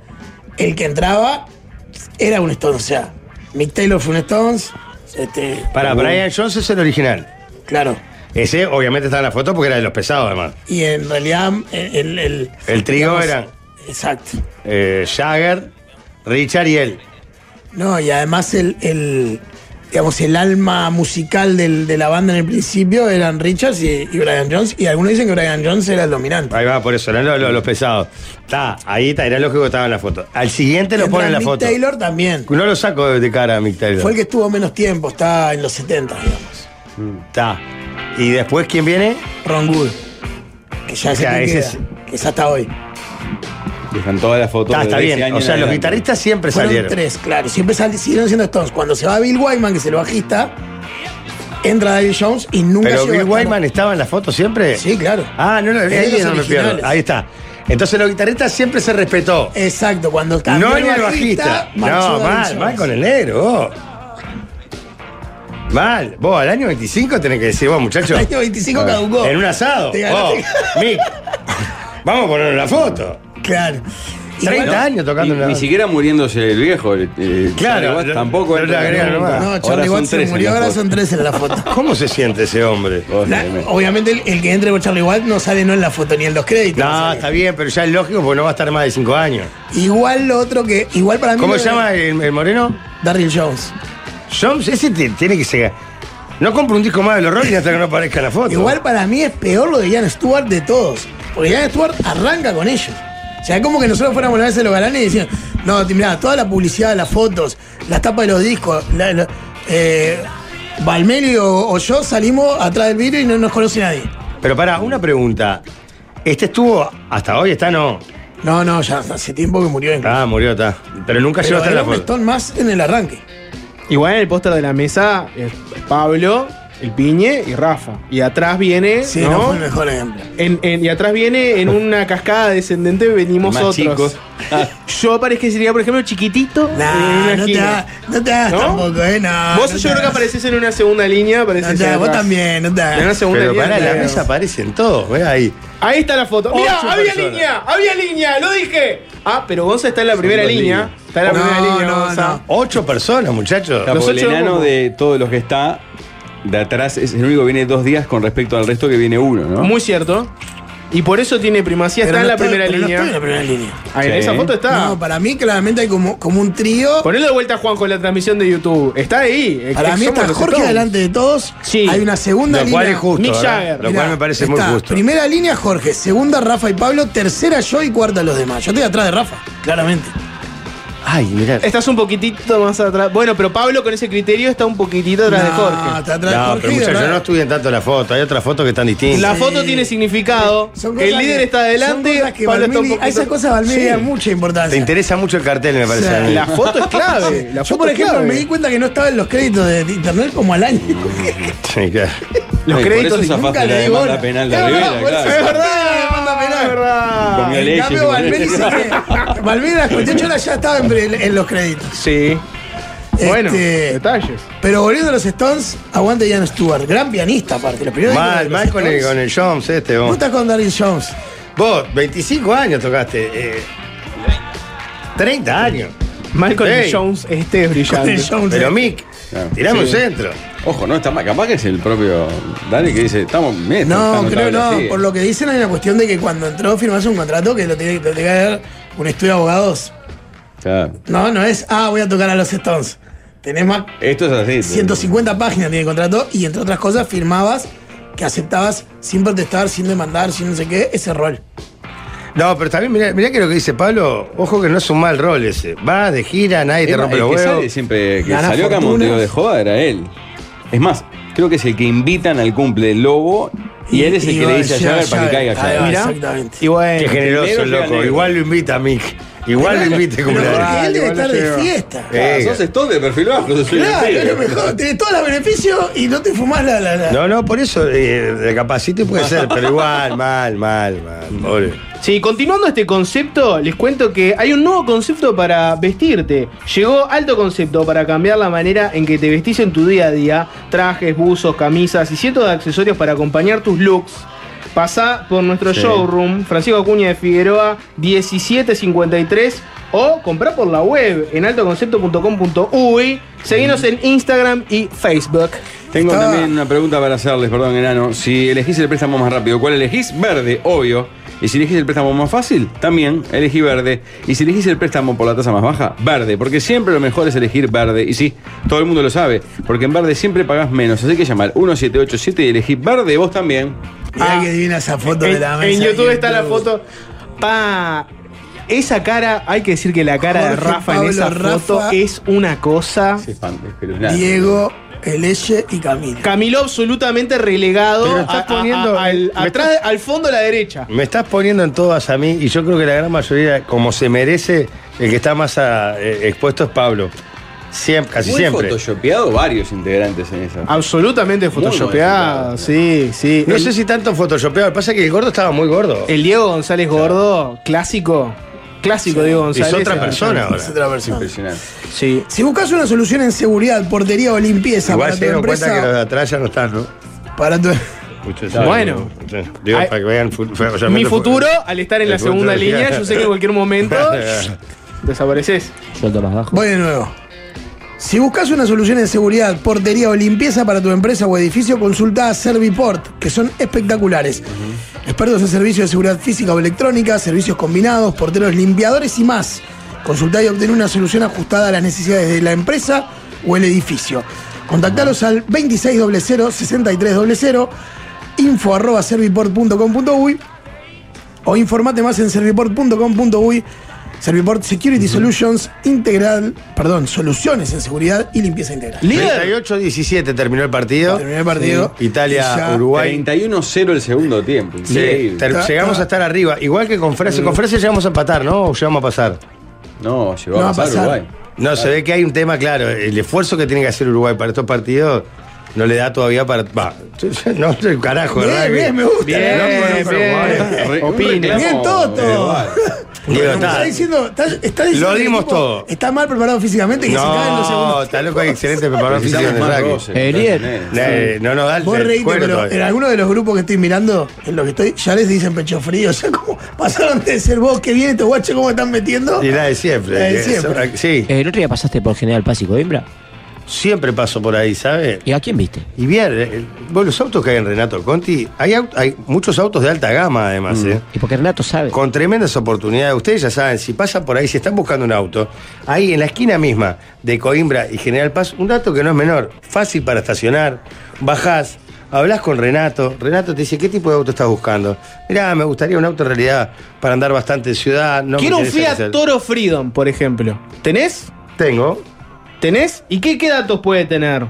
Speaker 2: el que entraba era un Stones. O sea, Mick Taylor fue un Stones. Este,
Speaker 3: Para Brian Jones es el original.
Speaker 2: Claro.
Speaker 3: Ese obviamente estaba en la foto porque era de los pesados, además.
Speaker 2: Y en realidad el. El, el-
Speaker 3: El trío
Speaker 2: digamos,
Speaker 3: era
Speaker 2: Exacto.
Speaker 3: eh, Jagger, Richard y él.
Speaker 2: No, y además el, el, digamos, el alma musical del- de la banda en el principio eran Richards y, y Brian Jones, y algunos dicen que Brian Jones era el dominante.
Speaker 3: Ahí va, por eso, eran los, los- los pesados. Está, ahí está, era lógico que estaba en la foto. Al siguiente lo
Speaker 2: Entra
Speaker 3: ponen en la
Speaker 2: Mick
Speaker 3: foto.
Speaker 2: Taylor también.
Speaker 3: No lo saco de- de cara a Mick Taylor.
Speaker 2: Fue el que estuvo menos tiempo, está en los 70, digamos.
Speaker 3: Mm. Está. ¿Y después quién viene?
Speaker 2: Ron Wood. Que ya
Speaker 3: O
Speaker 2: se
Speaker 3: sea,
Speaker 2: te
Speaker 3: ese
Speaker 2: queda, que es hasta hoy.
Speaker 1: Dejan todas las fotos.
Speaker 3: Está,
Speaker 1: de
Speaker 3: está
Speaker 1: 10
Speaker 3: bien.
Speaker 1: años
Speaker 3: O sea,
Speaker 1: en
Speaker 3: los
Speaker 1: adelante.
Speaker 3: guitarristas siempre
Speaker 2: Fueron
Speaker 3: salieron.
Speaker 2: tres, claro. Siempre sal- siguieron siendo Stones. Cuando se va Bill Wyman, que es el bajista, entra David Jones y nunca
Speaker 3: Pero
Speaker 2: llegó
Speaker 3: Bill
Speaker 2: a estar-
Speaker 3: Wyman estaba en la foto siempre.
Speaker 2: Sí, claro.
Speaker 3: Ah, no, no,
Speaker 2: Es de
Speaker 3: ahí
Speaker 2: los
Speaker 3: no me
Speaker 2: originales.
Speaker 3: pierdo. Ahí está. Entonces los guitarristas siempre se respetó.
Speaker 2: Exacto, cuando cambió
Speaker 3: No en el bajista.
Speaker 2: marchó
Speaker 3: No,
Speaker 2: David
Speaker 3: mal,
Speaker 2: Jones.
Speaker 3: mal con el negro. vos. Mal. Vos al año 25 tenés que decir, vos, muchachos.
Speaker 2: Al año 25 caducó.
Speaker 3: En un asado.
Speaker 2: Te ganaste.
Speaker 3: Vos, Mick. Vamos a poner la foto.
Speaker 2: Claro.
Speaker 3: 30
Speaker 1: No,
Speaker 3: años tocando
Speaker 1: ni,
Speaker 3: en la
Speaker 1: ni siquiera muriéndose el viejo. el- el
Speaker 3: Claro,
Speaker 1: Charlie Watts
Speaker 3: no-
Speaker 1: tampoco.
Speaker 3: no le
Speaker 1: entra
Speaker 3: agregan
Speaker 1: nunca.
Speaker 3: nomás.
Speaker 2: No,
Speaker 1: Ahora
Speaker 2: Charlie
Speaker 1: son
Speaker 2: Watts se
Speaker 1: tres en
Speaker 2: murió,
Speaker 1: la
Speaker 2: ahora
Speaker 1: foto.
Speaker 2: son tres en la foto.
Speaker 3: ¿Cómo se siente ese hombre?
Speaker 2: La- obviamente el, el que entre por Charlie Watts no sale no en la foto ni en los créditos. no
Speaker 3: No,
Speaker 2: sale.
Speaker 3: está bien, pero ya es lógico porque no va a estar más de 5 años.
Speaker 2: Igual lo otro que. Igual para mí.
Speaker 3: ¿Cómo
Speaker 2: lo
Speaker 3: se
Speaker 2: de-
Speaker 3: llama el, el moreno?
Speaker 2: Darryl Jones.
Speaker 3: Jones, ese te- tiene que llegar. No compro un disco más de los Rolling hasta que no aparezca la foto.
Speaker 2: Igual para mí es peor lo de Ian Stewart de todos. Porque Ian Stewart arranca con ellos. O sea, es como que nosotros fuéramos la vez de los galanes y decían, no, ti- mirá, toda la publicidad, las fotos, las tapas de los discos, la, la- eh, Valmeli o, o yo salimos atrás del vidrio y no nos conoce nadie.
Speaker 3: Pero para, una pregunta. ¿Este estuvo hasta hoy? ¿Está no?
Speaker 2: No, no, ya hace tiempo que murió.
Speaker 3: Ah, murió, está. Pero nunca llegó
Speaker 2: Pero
Speaker 3: a estar en
Speaker 2: era
Speaker 3: la
Speaker 2: un
Speaker 3: foto.
Speaker 2: Stone más en el arranque.
Speaker 4: Igual en el póster de la mesa es Pablo, el Piñe y Rafa. Y atrás viene.
Speaker 2: Sí,
Speaker 4: ¿no?
Speaker 2: no fue el mejor ejemplo.
Speaker 4: En- en- y atrás viene en una cascada descendente venimos
Speaker 1: Más
Speaker 4: otros. Ah.
Speaker 1: chicos.
Speaker 4: yo parecería, por ejemplo, chiquitito. en
Speaker 2: Nah,
Speaker 4: una
Speaker 2: no te
Speaker 4: esquina.
Speaker 2: hagas no te hagas
Speaker 4: ¿No?
Speaker 2: tampoco, eh. No,
Speaker 4: Vos
Speaker 2: no
Speaker 4: yo
Speaker 2: te
Speaker 4: creo que
Speaker 2: hagas.
Speaker 4: apareces en una segunda línea, apareces
Speaker 2: No te
Speaker 4: ahí
Speaker 2: hagas, vos
Speaker 4: atrás.
Speaker 2: también, no te hagas.
Speaker 4: En una segunda eh.
Speaker 3: Pero
Speaker 4: línea.
Speaker 3: pará, en ¿eh? la
Speaker 4: claro.
Speaker 3: mesa aparecen todos, ¿ves? Ahí.
Speaker 4: Ahí está la foto. Mirá,
Speaker 3: Ocho
Speaker 4: había
Speaker 3: personas.
Speaker 4: línea, había línea, lo dije. Ah, pero Gonza está en la primera
Speaker 3: dos
Speaker 4: línea.
Speaker 3: líneas.
Speaker 4: Está en la
Speaker 2: No,
Speaker 4: primera línea,
Speaker 2: no,
Speaker 4: Gonza.
Speaker 2: no.
Speaker 3: Ocho personas, muchachos.
Speaker 1: Claro,
Speaker 4: Los
Speaker 1: porque
Speaker 4: ocho
Speaker 1: el enano
Speaker 4: grupos.
Speaker 1: de todos los que está de atrás es el único que viene dos días con respecto al resto que viene uno, ¿no?
Speaker 4: Muy cierto. Y por eso tiene primacía,
Speaker 2: Pero
Speaker 4: está
Speaker 2: no
Speaker 4: en la
Speaker 2: estoy-
Speaker 4: primera
Speaker 2: pero no
Speaker 4: línea.
Speaker 2: estoy en la primera línea.
Speaker 4: Ah, en
Speaker 1: Sí.
Speaker 4: esa foto está.
Speaker 2: No, para mí claramente hay como, como un trío.
Speaker 4: Ponelo de vuelta, Juan, con la transmisión de YouTube. Está ahí. Ex-
Speaker 2: Para mí
Speaker 4: somos
Speaker 2: está
Speaker 4: los
Speaker 2: Jorge
Speaker 4: Stones.
Speaker 2: adelante de todos.
Speaker 4: Sí.
Speaker 2: Hay una segunda
Speaker 3: Lo
Speaker 2: línea.
Speaker 3: cual es justo.
Speaker 4: Mick
Speaker 3: ¿verdad?
Speaker 4: Jagger.
Speaker 3: Lo
Speaker 2: Mirá,
Speaker 3: cual me parece
Speaker 2: está
Speaker 3: muy justo.
Speaker 2: Primera línea Jorge, segunda Rafa y Pablo, tercera yo y cuarta los demás. Yo estoy atrás de Rafa, claramente.
Speaker 3: Ay, mirá.
Speaker 4: Estás un poquitito más atrás. Bueno, pero Pablo con ese criterio está un poquitito atrás de
Speaker 2: No,
Speaker 4: Jorge.
Speaker 2: está atrás de
Speaker 3: No,
Speaker 2: Jorge y
Speaker 3: pero
Speaker 2: de
Speaker 3: muchachos, yo
Speaker 2: verdad-
Speaker 3: no estudié tanto la foto. Hay otras fotos que están distintas.
Speaker 4: La
Speaker 2: Sí.
Speaker 4: foto tiene significado.
Speaker 2: Son cosas
Speaker 4: El líder
Speaker 2: que-
Speaker 4: está adelante.
Speaker 2: son cosas que
Speaker 4: Pablo está un
Speaker 2: Balmini-
Speaker 4: poquito...
Speaker 2: A esas cosas Balmini
Speaker 3: Sí.
Speaker 2: da mucha importancia.
Speaker 3: Te interesa mucho el cartel, me parece
Speaker 2: Sí.
Speaker 3: a mí.
Speaker 4: La foto es clave. La
Speaker 2: Yo,
Speaker 4: foto
Speaker 2: por
Speaker 4: es
Speaker 2: ejemplo,
Speaker 4: clave.
Speaker 2: me di cuenta que no estaba en los créditos de de internet como al año.
Speaker 3: Sí, claro.
Speaker 4: Los
Speaker 1: Sí,
Speaker 4: créditos
Speaker 1: por
Speaker 4: y
Speaker 1: eso
Speaker 4: nunca
Speaker 1: zafaste la
Speaker 4: le digo
Speaker 1: demanda
Speaker 4: nada.
Speaker 1: penal de
Speaker 4: Es verdad,
Speaker 1: Rivera,
Speaker 4: por eso-
Speaker 1: claro.
Speaker 4: Es verdad,
Speaker 2: Demanda penal.
Speaker 4: es verdad.
Speaker 1: Comió
Speaker 2: En
Speaker 1: leche,
Speaker 2: cambio,
Speaker 1: comió
Speaker 2: Balmini
Speaker 1: leche.
Speaker 2: sí que- Balmini a las 48 horas ya estaba en, pre- en los créditos.
Speaker 4: Sí. Bueno,
Speaker 2: Este,
Speaker 4: detalles.
Speaker 2: Pero volviendo a los Stones, aguante Ian Stewart. Gran pianista, aparte. Los primeros
Speaker 3: Mal,
Speaker 2: discos de los
Speaker 3: mal con el,
Speaker 2: Stones.
Speaker 3: con el Jones este,
Speaker 2: Vos
Speaker 3: vos.
Speaker 2: estás con Daryl Jones.
Speaker 3: Vos, 25 años tocaste. eh, 30 años.
Speaker 4: Malcolm
Speaker 3: Ey,
Speaker 4: Jones, este es
Speaker 2: Con el
Speaker 4: brillante.
Speaker 2: Jones.
Speaker 3: Pero Mick,
Speaker 1: Claro.
Speaker 3: tirame un
Speaker 1: Sí.
Speaker 3: centro.
Speaker 1: Ojo, no está mal. Capaz que es el propio Dani que dice, estamos bien.
Speaker 2: No, creo no. Por lo que dicen hay una cuestión de que cuando entró firmás un contrato que lo tiene lo tiene que haber un estudio de abogados. No, no es, ah, voy a tocar a los Stones. Tenés más
Speaker 1: Esto es así.
Speaker 2: 150 páginas tiene el contrato y entre otras cosas firmabas que aceptabas sin protestar, sin demandar, sin no sé qué, ese rol.
Speaker 3: No, pero también mirá, mirá que lo que dice Pablo, ojo que no es un mal rol ese. Va de gira, nadie te
Speaker 1: Es más,
Speaker 3: rompe
Speaker 1: el
Speaker 3: los
Speaker 1: que
Speaker 3: huevos.
Speaker 1: sale siempre que
Speaker 2: Gana
Speaker 1: salió acá a
Speaker 2: fortunas.
Speaker 1: Montevideo de joda era él. Es más, creo que es el que invitan al cumple del lobo y, él es el que le dice a
Speaker 2: llegar
Speaker 1: Jagger para que caiga
Speaker 2: Ahí va,
Speaker 1: Jagger.
Speaker 2: Exactamente.
Speaker 4: Y bueno,
Speaker 3: Qué generoso,
Speaker 1: primero
Speaker 3: el
Speaker 1: llega
Speaker 3: loco.
Speaker 1: negro.
Speaker 3: Igual lo invita a Mick. Igual lo invita a
Speaker 2: Pero
Speaker 3: cumpleaños.
Speaker 2: porque él debe
Speaker 4: igual lo
Speaker 2: estar de
Speaker 4: lleva.
Speaker 2: fiesta.
Speaker 3: Eh,
Speaker 1: Ah, Sos Stone de perfil bajo, sos el
Speaker 2: Claro,
Speaker 1: perfil.
Speaker 2: es lo mejor. Tenés todos los beneficios y no te fumás la. la, la-
Speaker 3: No, no, por eso, eh, capaz sí te puede ser, pero igual, mal, mal, mal. Pobre.
Speaker 4: Sí, continuando este concepto, les cuento que hay un nuevo concepto para vestirte. Llegó alto concepto para cambiar la manera en que te vestís en tu día a día. Trajes, buzos, camisas y cientos de accesorios para acompañar tus looks. Pasá por nuestro
Speaker 1: Sí.
Speaker 4: showroom, Francisco Acuña de Figueroa, 1753. O comprá por la web en altoconcepto.com.uy. Seguinos en Instagram y Facebook.
Speaker 1: Tengo
Speaker 2: Estaba-
Speaker 1: también una pregunta para hacerles, perdón, enano. Si elegís el préstamo más rápido, ¿cuál elegís? Verde, obvio. Y si elegís el préstamo más fácil, también elegí verde. Y si elegís el préstamo por la tasa más baja, verde. Porque siempre lo mejor es elegir verde. Y sí, todo el mundo lo sabe. Porque en verde siempre pagás menos. Así que llama al 1787 y elegí verde vos también. Ah.
Speaker 2: Mirá que divina esa foto de
Speaker 4: En,
Speaker 2: la
Speaker 4: en
Speaker 2: mesa.
Speaker 4: YouTube está la foto. Pa. Esa cara, hay que decir que la cara de
Speaker 2: Jorge
Speaker 4: Rafa en
Speaker 2: Pablo
Speaker 4: esa
Speaker 2: Rafa.
Speaker 4: foto es una cosa.
Speaker 1: Se espanta, pero nada.
Speaker 2: Diego, Eleche y Camila.
Speaker 4: Camilo absolutamente relegado
Speaker 3: Pero estás
Speaker 4: a- a-
Speaker 3: poniendo-
Speaker 4: a- al,
Speaker 3: me
Speaker 4: atrás, al fondo a la derecha.
Speaker 3: Me estás poniendo en todas a mí y yo creo que la gran mayoría, como se merece, el que está más a- eh, expuesto es Pablo. Siempre, casi
Speaker 1: Muy
Speaker 3: siempre.
Speaker 1: photoshopeado varios integrantes en esa.
Speaker 4: Absolutamente
Speaker 1: Muy
Speaker 4: photoshopeado.
Speaker 1: modificado.
Speaker 4: Sí, sí.
Speaker 3: No
Speaker 4: el,
Speaker 3: sé si tanto photoshopeado, pasa que el gordo estaba muy gordo.
Speaker 4: el Diego González Gordo, clásico. Clásico Diego González. eh,
Speaker 3: es otra persona ahora.
Speaker 2: Es otra versión.
Speaker 1: Impresionante.
Speaker 4: Sí.
Speaker 2: Si buscas una solución en seguridad, portería o limpieza
Speaker 3: Igual
Speaker 2: para
Speaker 3: se
Speaker 2: tu
Speaker 3: dieron cuenta que los
Speaker 2: empresa,
Speaker 3: de atrás ya no están, ¿no?
Speaker 2: para tu-
Speaker 3: Muchos
Speaker 4: Bueno.
Speaker 3: saben, ¿no? Digo,
Speaker 4: Ay,
Speaker 3: para que vean fu- fu- o sea,
Speaker 4: Mi
Speaker 3: fu-
Speaker 4: futuro, al estar en
Speaker 3: El
Speaker 4: la segunda
Speaker 3: futuro,
Speaker 4: línea,
Speaker 3: claro.
Speaker 4: yo sé que en cualquier momento desapareces.
Speaker 5: Suelto más bajo.
Speaker 2: Voy de nuevo. Si buscas una solución en seguridad, portería o limpieza para tu empresa o edificio, consulta a Serviport, que son espectaculares. Expertos en servicios de seguridad física o electrónica, servicios combinados, porteros limpiadores y más. Consultá y obtén una solución ajustada a las necesidades de la empresa o el edificio. Contactalos al 2600-6300, info arroba serviport.com.uy o informate más en serviport.com.uy. Serviport Security Solutions integral, perdón, soluciones en seguridad y limpieza integral.
Speaker 4: Líder.
Speaker 3: 38-17 terminó el partido.
Speaker 2: Terminó el partido.
Speaker 3: Sí. Italia,
Speaker 2: Y ya-
Speaker 3: Uruguay.
Speaker 1: 31-0 el segundo tiempo.
Speaker 3: Sí, Ah, Mm.
Speaker 1: Increíble.
Speaker 3: ter- llegamos a estar arriba. Igual que con Francia. Con Francia llegamos a empatar, ¿no? O llegamos a pasar.
Speaker 1: No, llegó
Speaker 2: No
Speaker 1: a
Speaker 2: va a
Speaker 1: pasar
Speaker 2: pasar.
Speaker 1: Uruguay.
Speaker 3: No, se ve que hay un tema claro. El esfuerzo que tiene que hacer Uruguay para estos partidos No le da todavía para. va, no sé, carajo,
Speaker 2: Bien,
Speaker 3: ¿verdad?
Speaker 2: bien, me gusta.
Speaker 3: Bien,
Speaker 2: Bien,
Speaker 3: bien.
Speaker 2: Opine. Bien, Toto.
Speaker 3: Digo,
Speaker 2: Pero
Speaker 3: está-
Speaker 2: está diciendo, está- está diciendo
Speaker 3: Lo
Speaker 2: que el
Speaker 3: dimos
Speaker 2: tipo
Speaker 3: todo.
Speaker 2: Está mal preparado físicamente y que se cae en los
Speaker 3: No,
Speaker 2: segundos.
Speaker 3: está loco, hay excelente preparador físico en el
Speaker 1: Necesitamos más
Speaker 3: rugby.
Speaker 1: roce, Eh, líder.
Speaker 3: Eh, No nos da el-
Speaker 2: Vos
Speaker 3: el
Speaker 2: reíte,
Speaker 3: cuero
Speaker 2: pero en
Speaker 3: todavía.
Speaker 2: alguno de los grupos que estoy mirando, en los que estoy, ya les dicen pecho frío. O sea, como pasaron de ser vos, que viene estos guachos, cómo están metiendo.
Speaker 3: Y la de siempre.
Speaker 2: La de
Speaker 3: que-
Speaker 2: siempre.
Speaker 3: Sí.
Speaker 5: Eh, El otro día pasaste por General Paz y Coimbra.
Speaker 3: Siempre paso por ahí, ¿sabes?
Speaker 5: ¿Y a quién viste?
Speaker 3: Y bien, eh, vos, los autos que hay en Renato Conti, hay, au- hay muchos autos de alta gama además,
Speaker 4: Mm.
Speaker 3: ¿eh?
Speaker 5: Y porque Renato sabe.
Speaker 3: Con tremendas oportunidades. Ustedes ya saben, si pasan por ahí, si están buscando un auto, ahí en la esquina misma de Coimbra y General Paz, un dato que no es menor, fácil para estacionar, bajás, hablas con Renato, Renato te dice, ¿qué tipo de auto estás buscando? Mirá, me gustaría un auto en realidad para andar bastante en ciudad. No me
Speaker 4: Quiero un
Speaker 3: interesa
Speaker 4: Fiat
Speaker 3: hacer-
Speaker 4: Toro Freedom, por ejemplo. ¿Tenés?
Speaker 3: Tengo.
Speaker 4: ¿Tenés? ¿Y qué, qué datos puede tener?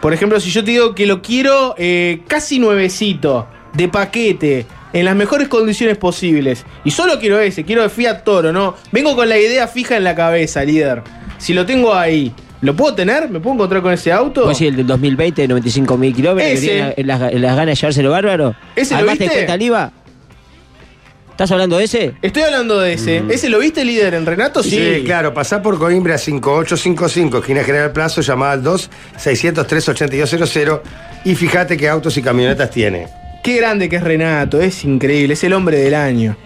Speaker 4: Por ejemplo, si yo te digo que lo quiero eh, casi nuevecito, de paquete, en las mejores condiciones posibles, y solo quiero ese, quiero el Fiat Toro, ¿no? Vengo con la idea fija en la cabeza, líder. Si lo tengo ahí, ¿lo puedo tener? ¿Me puedo encontrar con ese auto?
Speaker 5: Vos decís el del 2020 de 95.000 kilómetros, que
Speaker 4: Ese.
Speaker 5: tiene en las, en las ganas de llevárselo bárbaro.
Speaker 4: ¿Ese lo
Speaker 5: Además, te
Speaker 4: viste?
Speaker 5: cuenta el IVA. ¿Estás hablando de ese?
Speaker 4: Estoy hablando de ese. ¿Ese lo viste, líder, en Renato? Sí.
Speaker 3: Mm. Sí, claro, pasá por Coimbra 5855, esquina General Plazo, llamada al 2-603-8200 y fíjate qué autos y camionetas tiene.
Speaker 4: Qué grande que es Renato, es increíble, es el hombre del año.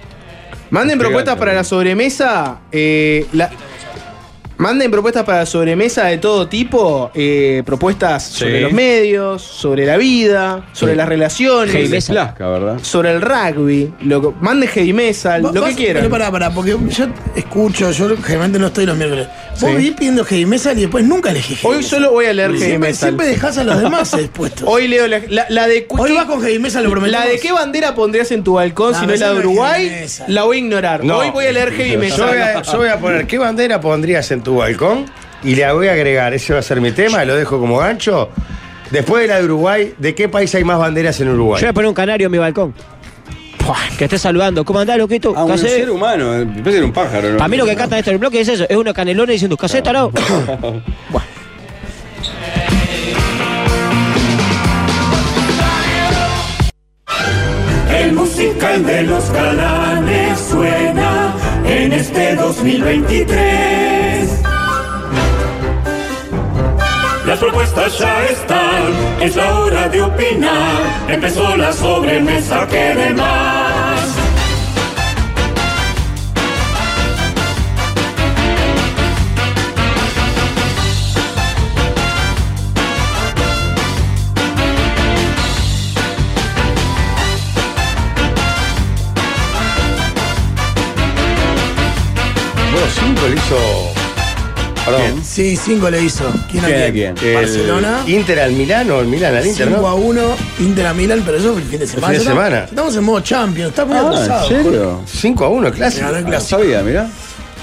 Speaker 4: Manden
Speaker 1: Qué
Speaker 4: propuestas
Speaker 1: grande,
Speaker 4: para la sobremesa. eh, la- Manden propuestas para la sobremesa de todo tipo. eh, propuestas sobre los medios, sobre la vida, sobre
Speaker 5: Sí.
Speaker 4: las relaciones,
Speaker 5: Heavy
Speaker 1: Es
Speaker 5: mesa.
Speaker 1: plasca, ¿verdad?
Speaker 4: sobre el rugby. Lo, que- manden heavy mesa,
Speaker 2: Vos-
Speaker 4: lo
Speaker 2: vos-
Speaker 4: que quieran.
Speaker 2: Pero pará, pará, porque yo escucho, yo generalmente no estoy los miércoles. Vos
Speaker 4: Sí.
Speaker 2: vivís pidiendo heavy metal y después nunca elegís heavy
Speaker 4: Hoy
Speaker 2: metal.
Speaker 4: solo voy a leer heavy
Speaker 2: Siempre,
Speaker 4: metal.
Speaker 2: siempre dejás a los demás expuestos.
Speaker 4: Hoy leo la, la- la de.
Speaker 2: Hoy vas con heavy metal, lo prometemos.
Speaker 4: La de qué bandera pondrías en tu balcón
Speaker 2: No,
Speaker 4: si no es
Speaker 2: esa
Speaker 4: la de
Speaker 2: no es
Speaker 4: Uruguay,
Speaker 2: heavy mesa.
Speaker 4: la voy a ignorar.
Speaker 3: No.
Speaker 4: Hoy voy a leer heavy
Speaker 3: Yo voy, a,
Speaker 4: metal.
Speaker 3: yo voy a poner qué bandera pondrías en tu balcón y le voy a agregar, ese va a ser mi tema, lo dejo como gancho. Después de la de Uruguay, ¿de qué país hay más banderas en Uruguay?
Speaker 5: Yo voy a poner un canario en mi balcón. Que esté saludando. ¿Cómo andás, loquito?
Speaker 1: Ah, un
Speaker 5: ¿Qué hacés?
Speaker 1: ser humano, eh, parece que era un pájaro. ¿no?
Speaker 5: Para mí lo que canta esto en el bloque es eso, es unos canelones diciendo, caseta, ¿no?
Speaker 9: El musical de los galanes suena en este 2023. Las propuestas ya están, es la hora de opinar. Empezó la sobremesa que de más.
Speaker 3: Bueno, cinco le hizo. Perdón.
Speaker 2: Sí, 5 le hizo. ¿Quién a
Speaker 1: ¿Quién a
Speaker 2: quién?
Speaker 1: quién?
Speaker 3: El
Speaker 2: Barcelona.
Speaker 3: Inter al Milán o el Milán al Inter,
Speaker 2: 5 a
Speaker 3: ¿no?
Speaker 2: 1, Inter a Milan, pero eso fue el fin de semana.
Speaker 3: de
Speaker 2: Ya
Speaker 3: semana.
Speaker 2: Estamos, ya estamos en modo Champions, está muy
Speaker 1: Ah,
Speaker 2: atrasado.
Speaker 1: ¿en serio?
Speaker 3: 5 a 1, clásico.
Speaker 2: Ganó el
Speaker 1: No
Speaker 2: clásico.
Speaker 1: sabía, mirá.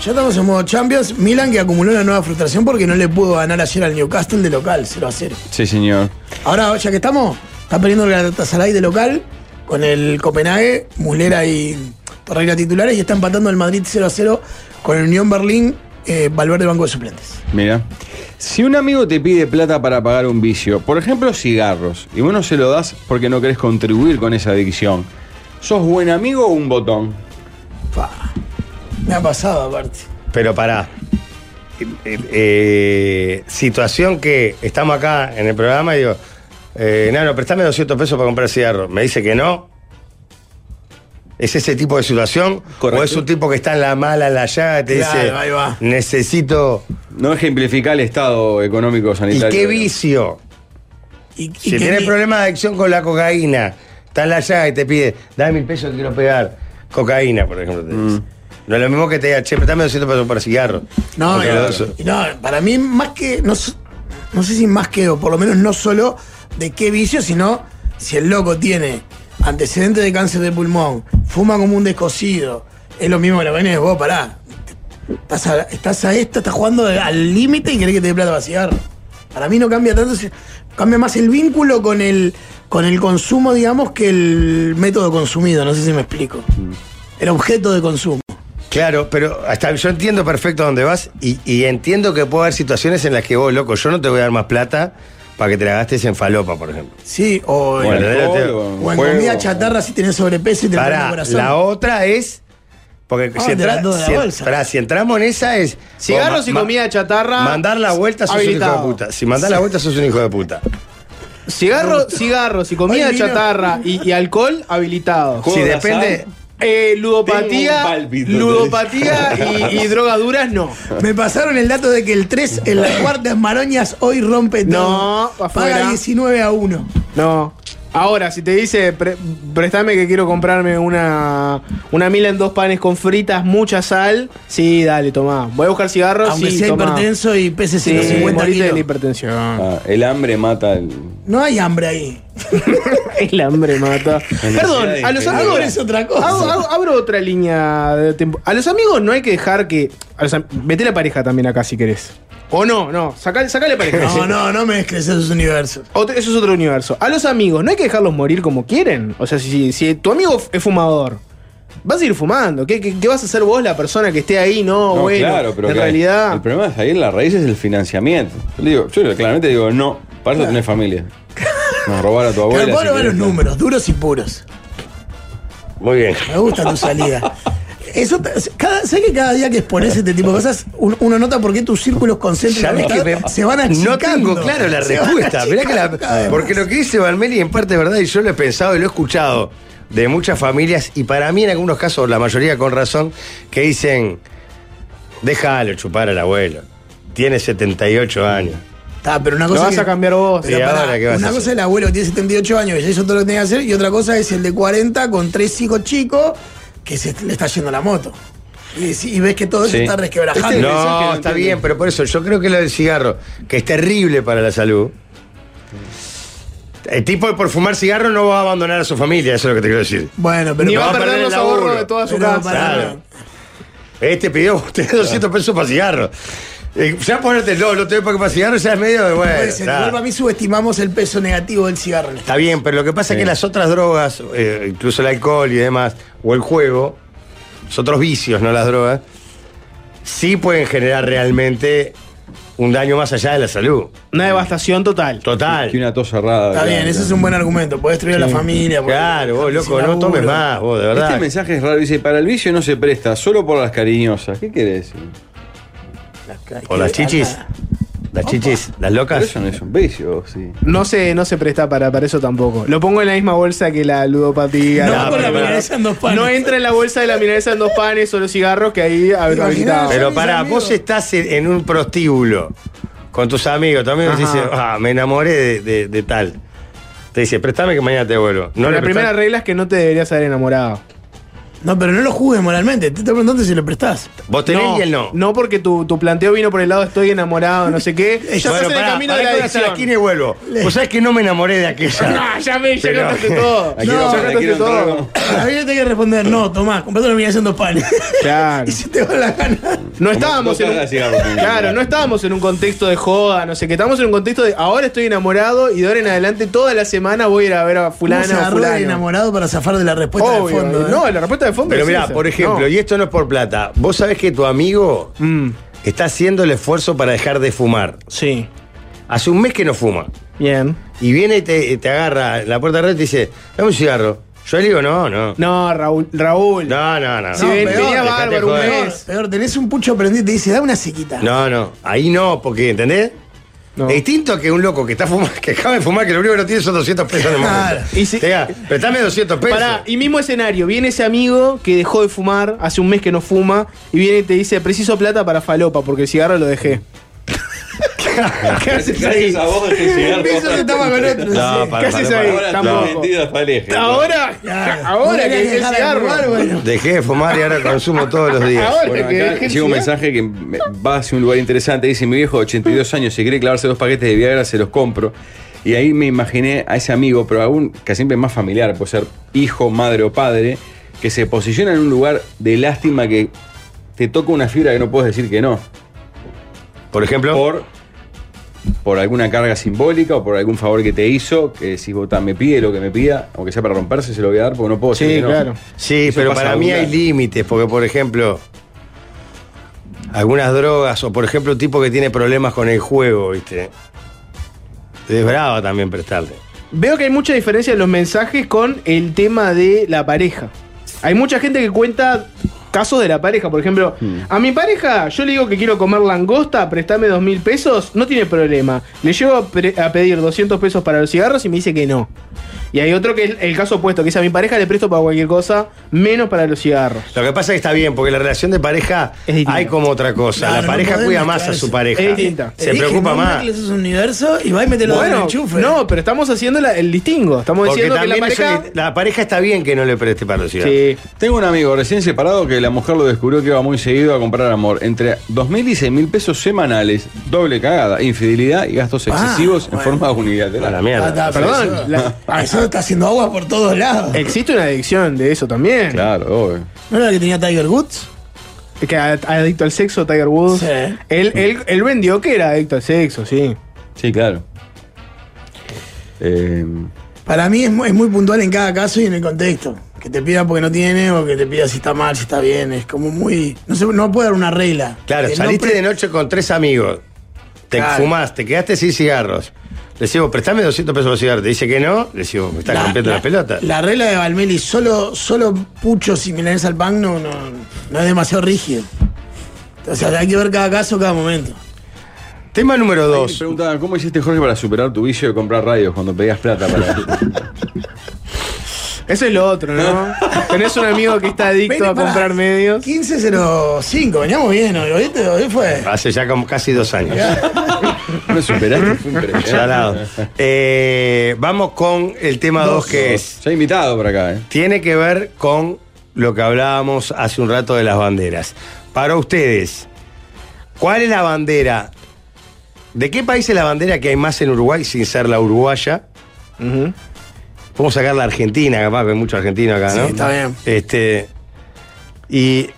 Speaker 2: Ya estamos en modo Champions. Milan que acumuló una nueva frustración porque no le pudo ganar ayer al Newcastle de local, 0 a 0.
Speaker 1: Sí, señor.
Speaker 2: Ahora, ya que estamos, está perdiendo el Galatasaray de local con el Copenhague, Muslera y Torreira titulares y está empatando el Madrid 0 a 0 con el Unión Berlín, eh, Valverde banco de suplentes.
Speaker 1: Mira, si un amigo te pide plata para pagar un vicio, por ejemplo cigarros, y vos no se lo das porque no querés contribuir con esa adicción, ¿sos buen amigo o un botón?
Speaker 2: Fa, Me ha pasado aparte.
Speaker 3: Pero pará. Eh, eh, eh, situación que estamos acá en el programa y digo, eh, Nano, préstame 200 pesos para comprar cigarro. Me dice que no. ¿Es ese tipo de situación?
Speaker 1: Correcto.
Speaker 3: ¿O es un tipo que está en la mala, en la llaga, y te
Speaker 2: Claro,
Speaker 3: dice,
Speaker 2: ahí va.
Speaker 3: necesito...
Speaker 1: No ejemplifica el estado económico
Speaker 3: ¿Y
Speaker 1: sanitario.
Speaker 3: qué vicio?
Speaker 2: Y, y
Speaker 3: Si
Speaker 2: que
Speaker 3: tiene
Speaker 2: ni-
Speaker 3: problemas de adicción con la cocaína, está en la llaga y te pide, dame mil pesos, quiero pegar cocaína, por ejemplo. te
Speaker 2: Mm.
Speaker 3: dice. No es lo mismo que te diga, che, préstame 200 pesos para cigarro.
Speaker 2: No,
Speaker 3: Porque
Speaker 2: no,
Speaker 3: los-
Speaker 2: y no, para mí más que, no, s- no sé si más que, o por lo menos no solo de qué vicio, sino si el loco tiene antecedentes de cáncer de pulmón, fuma como un descosido, es lo mismo que la vaina de vos, pará. Estás a, estás a esta, estás jugando al límite y querés que te dé plata para cigarro. Para mí no cambia tanto, si- cambia más el vínculo con el, con el consumo, digamos, que el método consumido, no sé si me explico. El objeto de consumo.
Speaker 3: Claro, pero hasta yo entiendo perfecto a dónde vas y, y entiendo que puede haber situaciones en las que vos, loco, yo no te voy a dar más plata para que te la gastes en falopa, por ejemplo.
Speaker 2: Sí, o en,
Speaker 3: Bueno,
Speaker 2: alcohol,
Speaker 3: date-
Speaker 2: o en
Speaker 3: juego.
Speaker 2: comida chatarra si tenés sobrepeso y te rompe el
Speaker 3: Pará,
Speaker 2: corazón.
Speaker 3: la otra es. Porque
Speaker 2: Ah,
Speaker 3: si,
Speaker 2: de
Speaker 3: entra-
Speaker 2: las dos de la
Speaker 3: si en-
Speaker 2: bolsa.
Speaker 3: pará, si entramos en esa es.
Speaker 4: Cigarros
Speaker 3: vos
Speaker 4: y
Speaker 3: ma-
Speaker 4: comida chatarra.
Speaker 3: Mandar la vuelta sos un hijo
Speaker 4: habilitado.
Speaker 3: de puta. Si mandás la vuelta sos un hijo de puta.
Speaker 4: Cigarro, cigarros y comida
Speaker 3: Ay, mira.
Speaker 4: chatarra y, y alcohol habilitado.
Speaker 3: Si depende.
Speaker 1: Tengo
Speaker 4: Eh,
Speaker 1: un
Speaker 4: ludopatía,
Speaker 1: pálpito,
Speaker 4: ludopatía y, y drogas duras no.
Speaker 2: Me pasaron el dato de que el 3 en las cuartas maroñas hoy rompe todo.
Speaker 4: No, afuera.
Speaker 2: Paga 19 a 1.
Speaker 4: No. Ahora, si te dice, "Pre- préstame que quiero comprarme una, una mila en dos panes con fritas, mucha sal, sí, dale, tomá. Voy a buscar cigarros,
Speaker 2: Aunque
Speaker 4: sí,
Speaker 2: sea
Speaker 4: tomá.
Speaker 2: hipertenso y pese
Speaker 4: Sí,
Speaker 2: 150
Speaker 4: morite de la
Speaker 2: kilos.
Speaker 4: hipertensión.
Speaker 1: Ah, el hambre mata el,
Speaker 2: No hay hambre ahí.
Speaker 4: El hambre mata. Perdón,
Speaker 1: de
Speaker 4: a los
Speaker 1: diferencia.
Speaker 4: amigos.
Speaker 2: Ahora es otra cosa.
Speaker 4: Hago- hago- abro otra línea de tiempo. A los amigos no hay que dejar que. a los am- Vete la pareja también acá si querés. O no, no. Sacale, sacale pareja.
Speaker 2: No, no, no mezcles esos universos.
Speaker 4: Otro- eso es otro universo. A los amigos, no hay que dejarlos morir como quieren. O sea, si, si, si tu amigo f- es fumador, vas a ir fumando. ¿Qué, qué, qué vas a ser vos la persona que esté ahí? No,
Speaker 1: No,
Speaker 4: bueno.
Speaker 1: claro, pero
Speaker 4: en
Speaker 1: que
Speaker 4: realidad.
Speaker 1: El problema es ahí en la raíz es el financiamiento. Yo, le digo, yo claramente digo, no, para eso tenés familia. Nos robaron a tu abuela.
Speaker 2: Pero
Speaker 1: así
Speaker 2: puedo
Speaker 1: que-
Speaker 2: ver los números, duros y puros.
Speaker 3: Muy bien.
Speaker 2: Me gusta tu salida. Eso, cada, sé que cada día que expones este tipo de cosas, un- uno nota por qué tus círculos concéntricos
Speaker 3: ¿Sabés
Speaker 2: de
Speaker 3: que
Speaker 2: amistad
Speaker 3: me-
Speaker 2: se van achicando.
Speaker 3: No tengo claro la
Speaker 2: Se van
Speaker 3: respuesta. Mirá que la-
Speaker 2: achicando, además.
Speaker 3: porque lo que dice Valmeli en parte es verdad y yo lo he pensado y lo he escuchado de muchas familias y para mí en algunos casos, la mayoría con razón, que dicen, déjalo chupar al abuelo. Tiene 78 años.
Speaker 2: Está, pero una
Speaker 4: Lo
Speaker 2: cosa
Speaker 4: vas
Speaker 2: que-
Speaker 4: a cambiar vos.
Speaker 2: Pero
Speaker 3: ¿Y
Speaker 2: pará,
Speaker 3: ahora qué vas a
Speaker 2: una
Speaker 3: hacer?
Speaker 2: cosa es el abuelo que tiene 78 años y ya hizo todo lo que tenía que hacer, y otra cosa es el de 40 con tres hijos chicos que se le está yendo la moto. Y, si- y ves que todo eso
Speaker 1: Sí.
Speaker 2: está resquebrajando.
Speaker 1: Este mensaje
Speaker 3: No,
Speaker 1: no
Speaker 3: está
Speaker 1: entiendo.
Speaker 3: bien, pero por eso yo creo que lo del cigarro, que es terrible para la salud. El tipo de por fumar cigarro no va a abandonar a su familia, eso es lo que te quiero decir.
Speaker 2: Bueno, pero
Speaker 4: Ni
Speaker 3: va
Speaker 4: va
Speaker 3: a
Speaker 4: a perder
Speaker 3: perder
Speaker 4: los
Speaker 3: el laburo.
Speaker 4: ahorros de toda su
Speaker 2: Pero
Speaker 4: casa.
Speaker 2: pará.
Speaker 3: Claro. Este pidió usted 200 pesos para cigarro. Eh, ya ponerte no, no te doy para para cigarro, ya es medio de bueno.
Speaker 2: puede ser.
Speaker 3: está.
Speaker 2: Igual para mí subestimamos el peso negativo del cigarro. en este-
Speaker 3: Está bien, pero lo que pasa es que las otras drogas, eh, incluso el alcohol y demás, o el juego, los otros vicios, no las drogas, sí pueden generar realmente un daño más allá de la salud.
Speaker 4: Una devastación total.
Speaker 3: Total.
Speaker 1: Que una tos cerrada.
Speaker 2: Está bien, ese es un buen argumento. Puede destruir a la familia. podés
Speaker 3: Claro, vos,
Speaker 2: dejar
Speaker 3: loco,
Speaker 2: sin
Speaker 3: no tomes
Speaker 2: laburo.
Speaker 3: más, vos, de verdad.
Speaker 1: Este mensaje es raro, dice, para el vicio no se presta, solo por las cariñosas. ¿Qué quiere decir?
Speaker 3: O las chichis. Las chichis, las
Speaker 1: Pero
Speaker 3: locas.
Speaker 1: eso no es un vicio, sí.
Speaker 4: No se, no se presta para, para eso tampoco. Lo pongo en la misma bolsa que la ludopatía.
Speaker 2: No,
Speaker 4: la-
Speaker 2: con la
Speaker 3: pero-
Speaker 2: milanesa en dos panes.
Speaker 4: No entra en la bolsa de la milanesa en dos panes o los cigarros que ahí hab-
Speaker 2: Imaginás.
Speaker 4: habilitado.
Speaker 3: Pero
Speaker 2: mis
Speaker 3: pará,
Speaker 2: amigos.
Speaker 3: vos estás en, en un prostíbulo con tus amigos. Tu amigo te
Speaker 4: Ajá.
Speaker 3: dice, ah, me enamoré de, de- de tal. Te dice, préstame que mañana te vuelvo. No le
Speaker 4: la
Speaker 3: prestás.
Speaker 4: primera regla es que no te deberías haber enamorado.
Speaker 2: No, pero no lo juzgues moralmente. Te estoy preguntando si le prestás.
Speaker 3: Vos tenés y él no.
Speaker 4: No porque tu, tu planteo vino por el lado estoy enamorado, no sé qué. ya estás
Speaker 3: Bueno,
Speaker 4: en el
Speaker 3: pará,
Speaker 4: camino de
Speaker 3: pará
Speaker 4: la
Speaker 3: que voy hasta la
Speaker 4: adicción.
Speaker 3: esquina y vuelvo. Vos sabés que no me enamoré de aquella.
Speaker 4: Ah, ya me, ya
Speaker 3: Pero-
Speaker 4: contaste todo.
Speaker 1: Aquí no,
Speaker 4: ya
Speaker 1: aquí
Speaker 4: contaste
Speaker 1: no entraba
Speaker 4: todo.
Speaker 1: como-
Speaker 2: A mí le tengo que responder, no, Tomás, comprate una milanesa en dos panes.
Speaker 4: Claro.
Speaker 2: y se te va la gana.
Speaker 4: No
Speaker 1: dos
Speaker 4: estábamos en un,
Speaker 1: cajas de cigarro.
Speaker 4: Claro, no estábamos en un contexto de joda, no sé qué. Estábamos en un contexto de ahora estoy enamorado y de ahora en adelante toda la semana voy a ir a ver a
Speaker 2: ¿Cómo se
Speaker 4: fulana o
Speaker 2: agarró el
Speaker 4: fulano.
Speaker 2: enamorado para zafar de la respuesta de
Speaker 4: Obvio.
Speaker 2: fondo. eh?
Speaker 4: No, la respuesta de fondo
Speaker 3: Pero
Speaker 4: es
Speaker 3: mirá,
Speaker 4: esa.
Speaker 3: por ejemplo,
Speaker 4: No.
Speaker 3: y esto no es por plata. Vos sabés que tu amigo
Speaker 4: Mm,
Speaker 3: está haciendo el esfuerzo para dejar de fumar.
Speaker 4: sí.
Speaker 3: Hace un mes que no fuma.
Speaker 4: Bien.
Speaker 3: Y viene y te, te agarra en la puerta de red y te dice, dame un cigarro. Yo le digo, no, no.
Speaker 4: No, Raúl, Raúl.
Speaker 3: No, no, no.
Speaker 4: Si
Speaker 3: no,
Speaker 4: ven-
Speaker 3: peor,
Speaker 4: venía
Speaker 3: dejate
Speaker 4: bárbaro un
Speaker 3: joder.
Speaker 4: mes.
Speaker 2: Peor, peor, tenés un pucho prendido y te dice, da una sequita.
Speaker 3: No, no. Ahí no, porque, ¿entendés?
Speaker 4: No.
Speaker 3: Es distinto que un loco que está fumando, que acaba de fumar, que lo único que no tiene son 200 pesos en el momento.
Speaker 2: Claro.
Speaker 4: Y si-
Speaker 3: Te diga, prestame 200 pesos.
Speaker 4: Pará, y mismo escenario, viene ese amigo que dejó de fumar, hace un mes que no fuma, y viene y te dice, preciso plata para falopa, porque el cigarro lo dejé. ¿Qué haces ahí?
Speaker 1: Gracias a vos, este cigarro.
Speaker 2: Piso se tapa con otro.
Speaker 3: No,
Speaker 2: sí.
Speaker 3: para,
Speaker 4: ¿Qué haces
Speaker 3: para,
Speaker 4: ahí?
Speaker 3: para.
Speaker 1: Ahora
Speaker 4: Tampoco.
Speaker 1: están vendidas para el eje.
Speaker 4: Ahora,
Speaker 2: Claro.
Speaker 4: ahora
Speaker 2: No
Speaker 4: que dejé el
Speaker 2: dejar de
Speaker 4: cigarro.
Speaker 2: fumar, bueno.
Speaker 3: Dejé de fumar y ahora consumo todos los días.
Speaker 4: Ahora
Speaker 1: Bueno,
Speaker 4: que
Speaker 1: acá
Speaker 4: dejé el
Speaker 1: llega un
Speaker 4: cigarro.
Speaker 1: mensaje que me- va hacia un lugar interesante. Dice, mi viejo, 82 años, si quiere clavarse dos paquetes de Viagra, se los compro. Y ahí me imaginé a ese amigo, pero aún que siempre más familiar, puede ser hijo, madre o padre, que se posiciona en un lugar de lástima que te toca una fibra que no puedes decir que no.
Speaker 3: Por ejemplo,
Speaker 1: Por, por alguna carga simbólica o por algún favor que te hizo, que si vos ta, me pide lo que me pida, aunque sea para romperse, se lo voy a dar porque no puedo decir
Speaker 4: Sí,
Speaker 1: que no.
Speaker 4: claro.
Speaker 3: sí,
Speaker 1: Eso
Speaker 3: pero
Speaker 1: pasa
Speaker 3: para mí hay
Speaker 1: abundante.
Speaker 3: límites, porque por ejemplo, algunas drogas, o por ejemplo, un tipo que tiene problemas con el juego, ¿viste? Es bravo también prestarle.
Speaker 4: Veo que hay mucha diferencia en los mensajes con el tema de la pareja. Hay mucha gente que cuenta casos de la pareja. Por ejemplo, a mi pareja yo le digo que quiero comer langosta, prestame dos mil pesos, no tiene problema. Le llego a, pre- a pedir 200 pesos para los cigarros y me dice que no. Y hay otro que es el caso opuesto, que es a mi pareja le presto para cualquier cosa, menos para los cigarros.
Speaker 3: Lo que pasa es que está bien, porque la relación de pareja hay como otra cosa.
Speaker 4: Claro,
Speaker 3: la
Speaker 4: no
Speaker 3: pareja
Speaker 4: podemos
Speaker 3: cuida
Speaker 4: mezclar
Speaker 3: más a su
Speaker 4: eso.
Speaker 3: pareja.
Speaker 4: Es distinta.
Speaker 3: Se
Speaker 4: Te dije,
Speaker 3: preocupa
Speaker 4: no
Speaker 3: más.
Speaker 4: mezcles
Speaker 2: un universo y va y mete los
Speaker 4: bueno,
Speaker 2: dedos en el enchufe.
Speaker 4: No, pero estamos haciendo la- el distingo. Estamos
Speaker 3: Porque
Speaker 4: diciendo que la
Speaker 3: también es
Speaker 4: pareja...
Speaker 3: un- la pareja está bien que no le preste para los cigarros.
Speaker 4: Sí.
Speaker 1: Tengo un amigo recién separado que la mujer lo descubrió que iba muy seguido a comprar amor. Entre 2.000 y 6.000 pesos semanales, doble cagada, infidelidad y
Speaker 4: Ah,
Speaker 1: gastos excesivos en forma unilateral.
Speaker 3: la mierda.
Speaker 2: Ah, está, pero
Speaker 4: Perdón,
Speaker 2: eso-
Speaker 4: la-
Speaker 2: ah, eso está haciendo agua por todos lados.
Speaker 4: Existe una adicción de eso también.
Speaker 1: Claro, obvio.
Speaker 2: ¿No era la que tenía Tiger Woods?
Speaker 4: Que ad- adicto al sexo, Tiger Woods.
Speaker 2: Sí.
Speaker 4: Él, él- él vendió que era adicto al sexo, sí.
Speaker 1: Sí, claro. Eh,
Speaker 2: Para mí es muy, es muy puntual en cada caso y en el contexto. Que te pida porque no tiene o que te pida si está mal, si está bien. Es como muy. No, se, no puede dar una regla.
Speaker 3: Claro,
Speaker 2: Que no
Speaker 3: saliste
Speaker 2: pre-
Speaker 3: de noche con tres amigos. Te
Speaker 2: Claro.
Speaker 3: fumás, te quedaste sin cigarros. Le digo, prestame 200 pesos por cigarros. Te dice que no. Le digo, me estás rompiendo la, pelota.
Speaker 2: La regla de Valmeli, solo, solo puchos y milanesa al pan no, no, no es demasiado rígido. O sea, hay que ver cada caso, cada momento.
Speaker 3: Tema número
Speaker 1: me
Speaker 3: dos.
Speaker 1: preguntaban, ¿cómo hiciste, Jorge, para superar tu vicio de comprar radios cuando pedías plata para.
Speaker 4: Eso es lo otro, ¿no? Tenés un amigo que está adicto
Speaker 2: Vení,
Speaker 4: a
Speaker 2: pará.
Speaker 4: comprar medios.
Speaker 2: 15.05, veníamos bien hoy, ¿oíste? Hoy fue.
Speaker 3: Hace ya como casi dos años.
Speaker 1: ¿No superaste? Fue impresionante.
Speaker 3: Salado. Eh, vamos con el tema dos, que es.
Speaker 1: Se ha invitado por acá, ¿eh?
Speaker 3: Tiene que ver con lo que hablábamos hace un rato de las banderas. Para ustedes, ¿cuál es la bandera? ¿De qué país es la bandera que hay más en Uruguay sin ser la uruguaya?
Speaker 4: Ujú.
Speaker 3: Podemos sacar la Argentina, capaz, que hay mucho argentino acá,
Speaker 2: Sí,
Speaker 3: ¿no?
Speaker 2: está bien.
Speaker 3: Este. Y.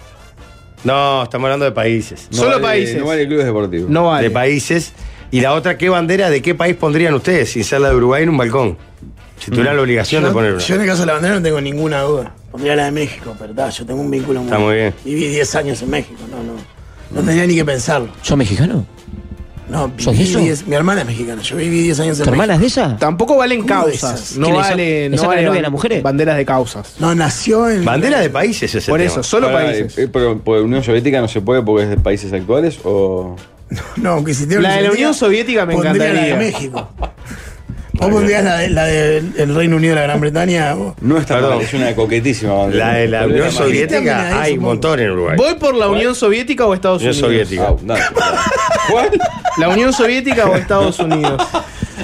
Speaker 3: No, estamos hablando de países.
Speaker 1: No
Speaker 4: Solo
Speaker 1: vale-
Speaker 4: países.
Speaker 1: No vale clubes deportivos.
Speaker 4: No vale.
Speaker 3: De países. Y la otra, ¿qué bandera de qué país pondrían ustedes sin ser la de Uruguay en un balcón? Si tuvieran la obligación de poner
Speaker 2: Mm. Yo,
Speaker 3: una.
Speaker 2: yo en el caso de la bandera no tengo ninguna duda. Pondría la de México, pero tá, yo tengo un vínculo muy.
Speaker 3: Está muy bien.
Speaker 2: Viví 10 años en México, no, no. No tenía ni que pensarlo.
Speaker 5: ¿Sos mexicano?
Speaker 2: No,
Speaker 5: ¿Sos
Speaker 2: viví
Speaker 5: de eso?
Speaker 2: 10 Mi hermana es mexicana, yo viví 10 años en
Speaker 5: ¿Tu hermana es
Speaker 2: México.
Speaker 5: de esa?
Speaker 4: Tampoco valen
Speaker 2: ¿Cómo
Speaker 4: causas.
Speaker 2: esas?
Speaker 4: No
Speaker 5: ¿Que le sa-
Speaker 4: valen,
Speaker 5: le
Speaker 4: no
Speaker 5: saca la
Speaker 4: valen
Speaker 5: novia a
Speaker 4: ban-
Speaker 5: las mujeres?
Speaker 4: banderas de causas.
Speaker 2: No, nació en.
Speaker 3: Bandera de países ese
Speaker 4: Por
Speaker 3: tema.
Speaker 4: eso, solo
Speaker 1: Ahora,
Speaker 4: países.
Speaker 1: eh, pero por Unión Soviética no se puede porque es de países actuales o.
Speaker 2: No, aunque si tiene
Speaker 4: La de la Unión Soviética me
Speaker 2: pondría
Speaker 4: encantaría.
Speaker 2: la de México. Vos pondrías la del de, la de el Reino Unido de la Gran Bretaña. vos.
Speaker 1: No está
Speaker 3: Perdón.
Speaker 1: mal, es una coquetísima bandera.
Speaker 3: La de la
Speaker 1: Pero
Speaker 3: Unión
Speaker 1: es amarilla.
Speaker 2: También ahí,
Speaker 3: Soviética hay un
Speaker 2: supongo.
Speaker 3: montón en Uruguay.
Speaker 4: ¿Voy por la Unión Soviética o Estados
Speaker 3: Unión
Speaker 4: Unidos?
Speaker 3: Soviética.
Speaker 1: Ah, no, claro. ¿Cuál?
Speaker 4: La Unión Soviética o Estados Unidos.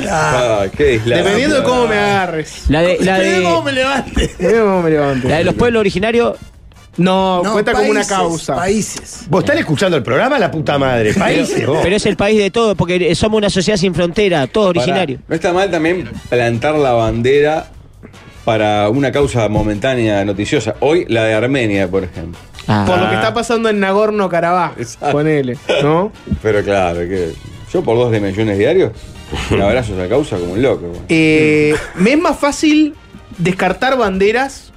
Speaker 1: Ah, qué dislate.
Speaker 4: Dependiendo de cómo me agarres.
Speaker 5: La de, la
Speaker 2: Pero ¿Cómo me
Speaker 5: de,
Speaker 2: levante?
Speaker 4: Mirá cómo me levanto.
Speaker 5: la de los pueblos originarios.
Speaker 4: No,
Speaker 2: No,
Speaker 4: cuenta como una
Speaker 2: países,
Speaker 4: causa.
Speaker 2: Países.
Speaker 3: ¿Vos están escuchando el programa, la puta madre? Países, vos.
Speaker 5: Pero es el país de todo, porque somos una sociedad sin frontera, todos
Speaker 1: Pará,
Speaker 5: originarios.
Speaker 1: No está mal también plantar la bandera para una causa momentánea noticiosa. Hoy la de Armenia, por ejemplo.
Speaker 5: Ah.
Speaker 4: Por lo que está pasando en Nagorno-Karabaj.
Speaker 1: Exacto.
Speaker 4: Ponele, ¿no?
Speaker 1: Pero claro, que yo por dos dimensiones diarios, un abrazo a esa causa como un loco. güey.
Speaker 4: Eh, me es más fácil descartar banderas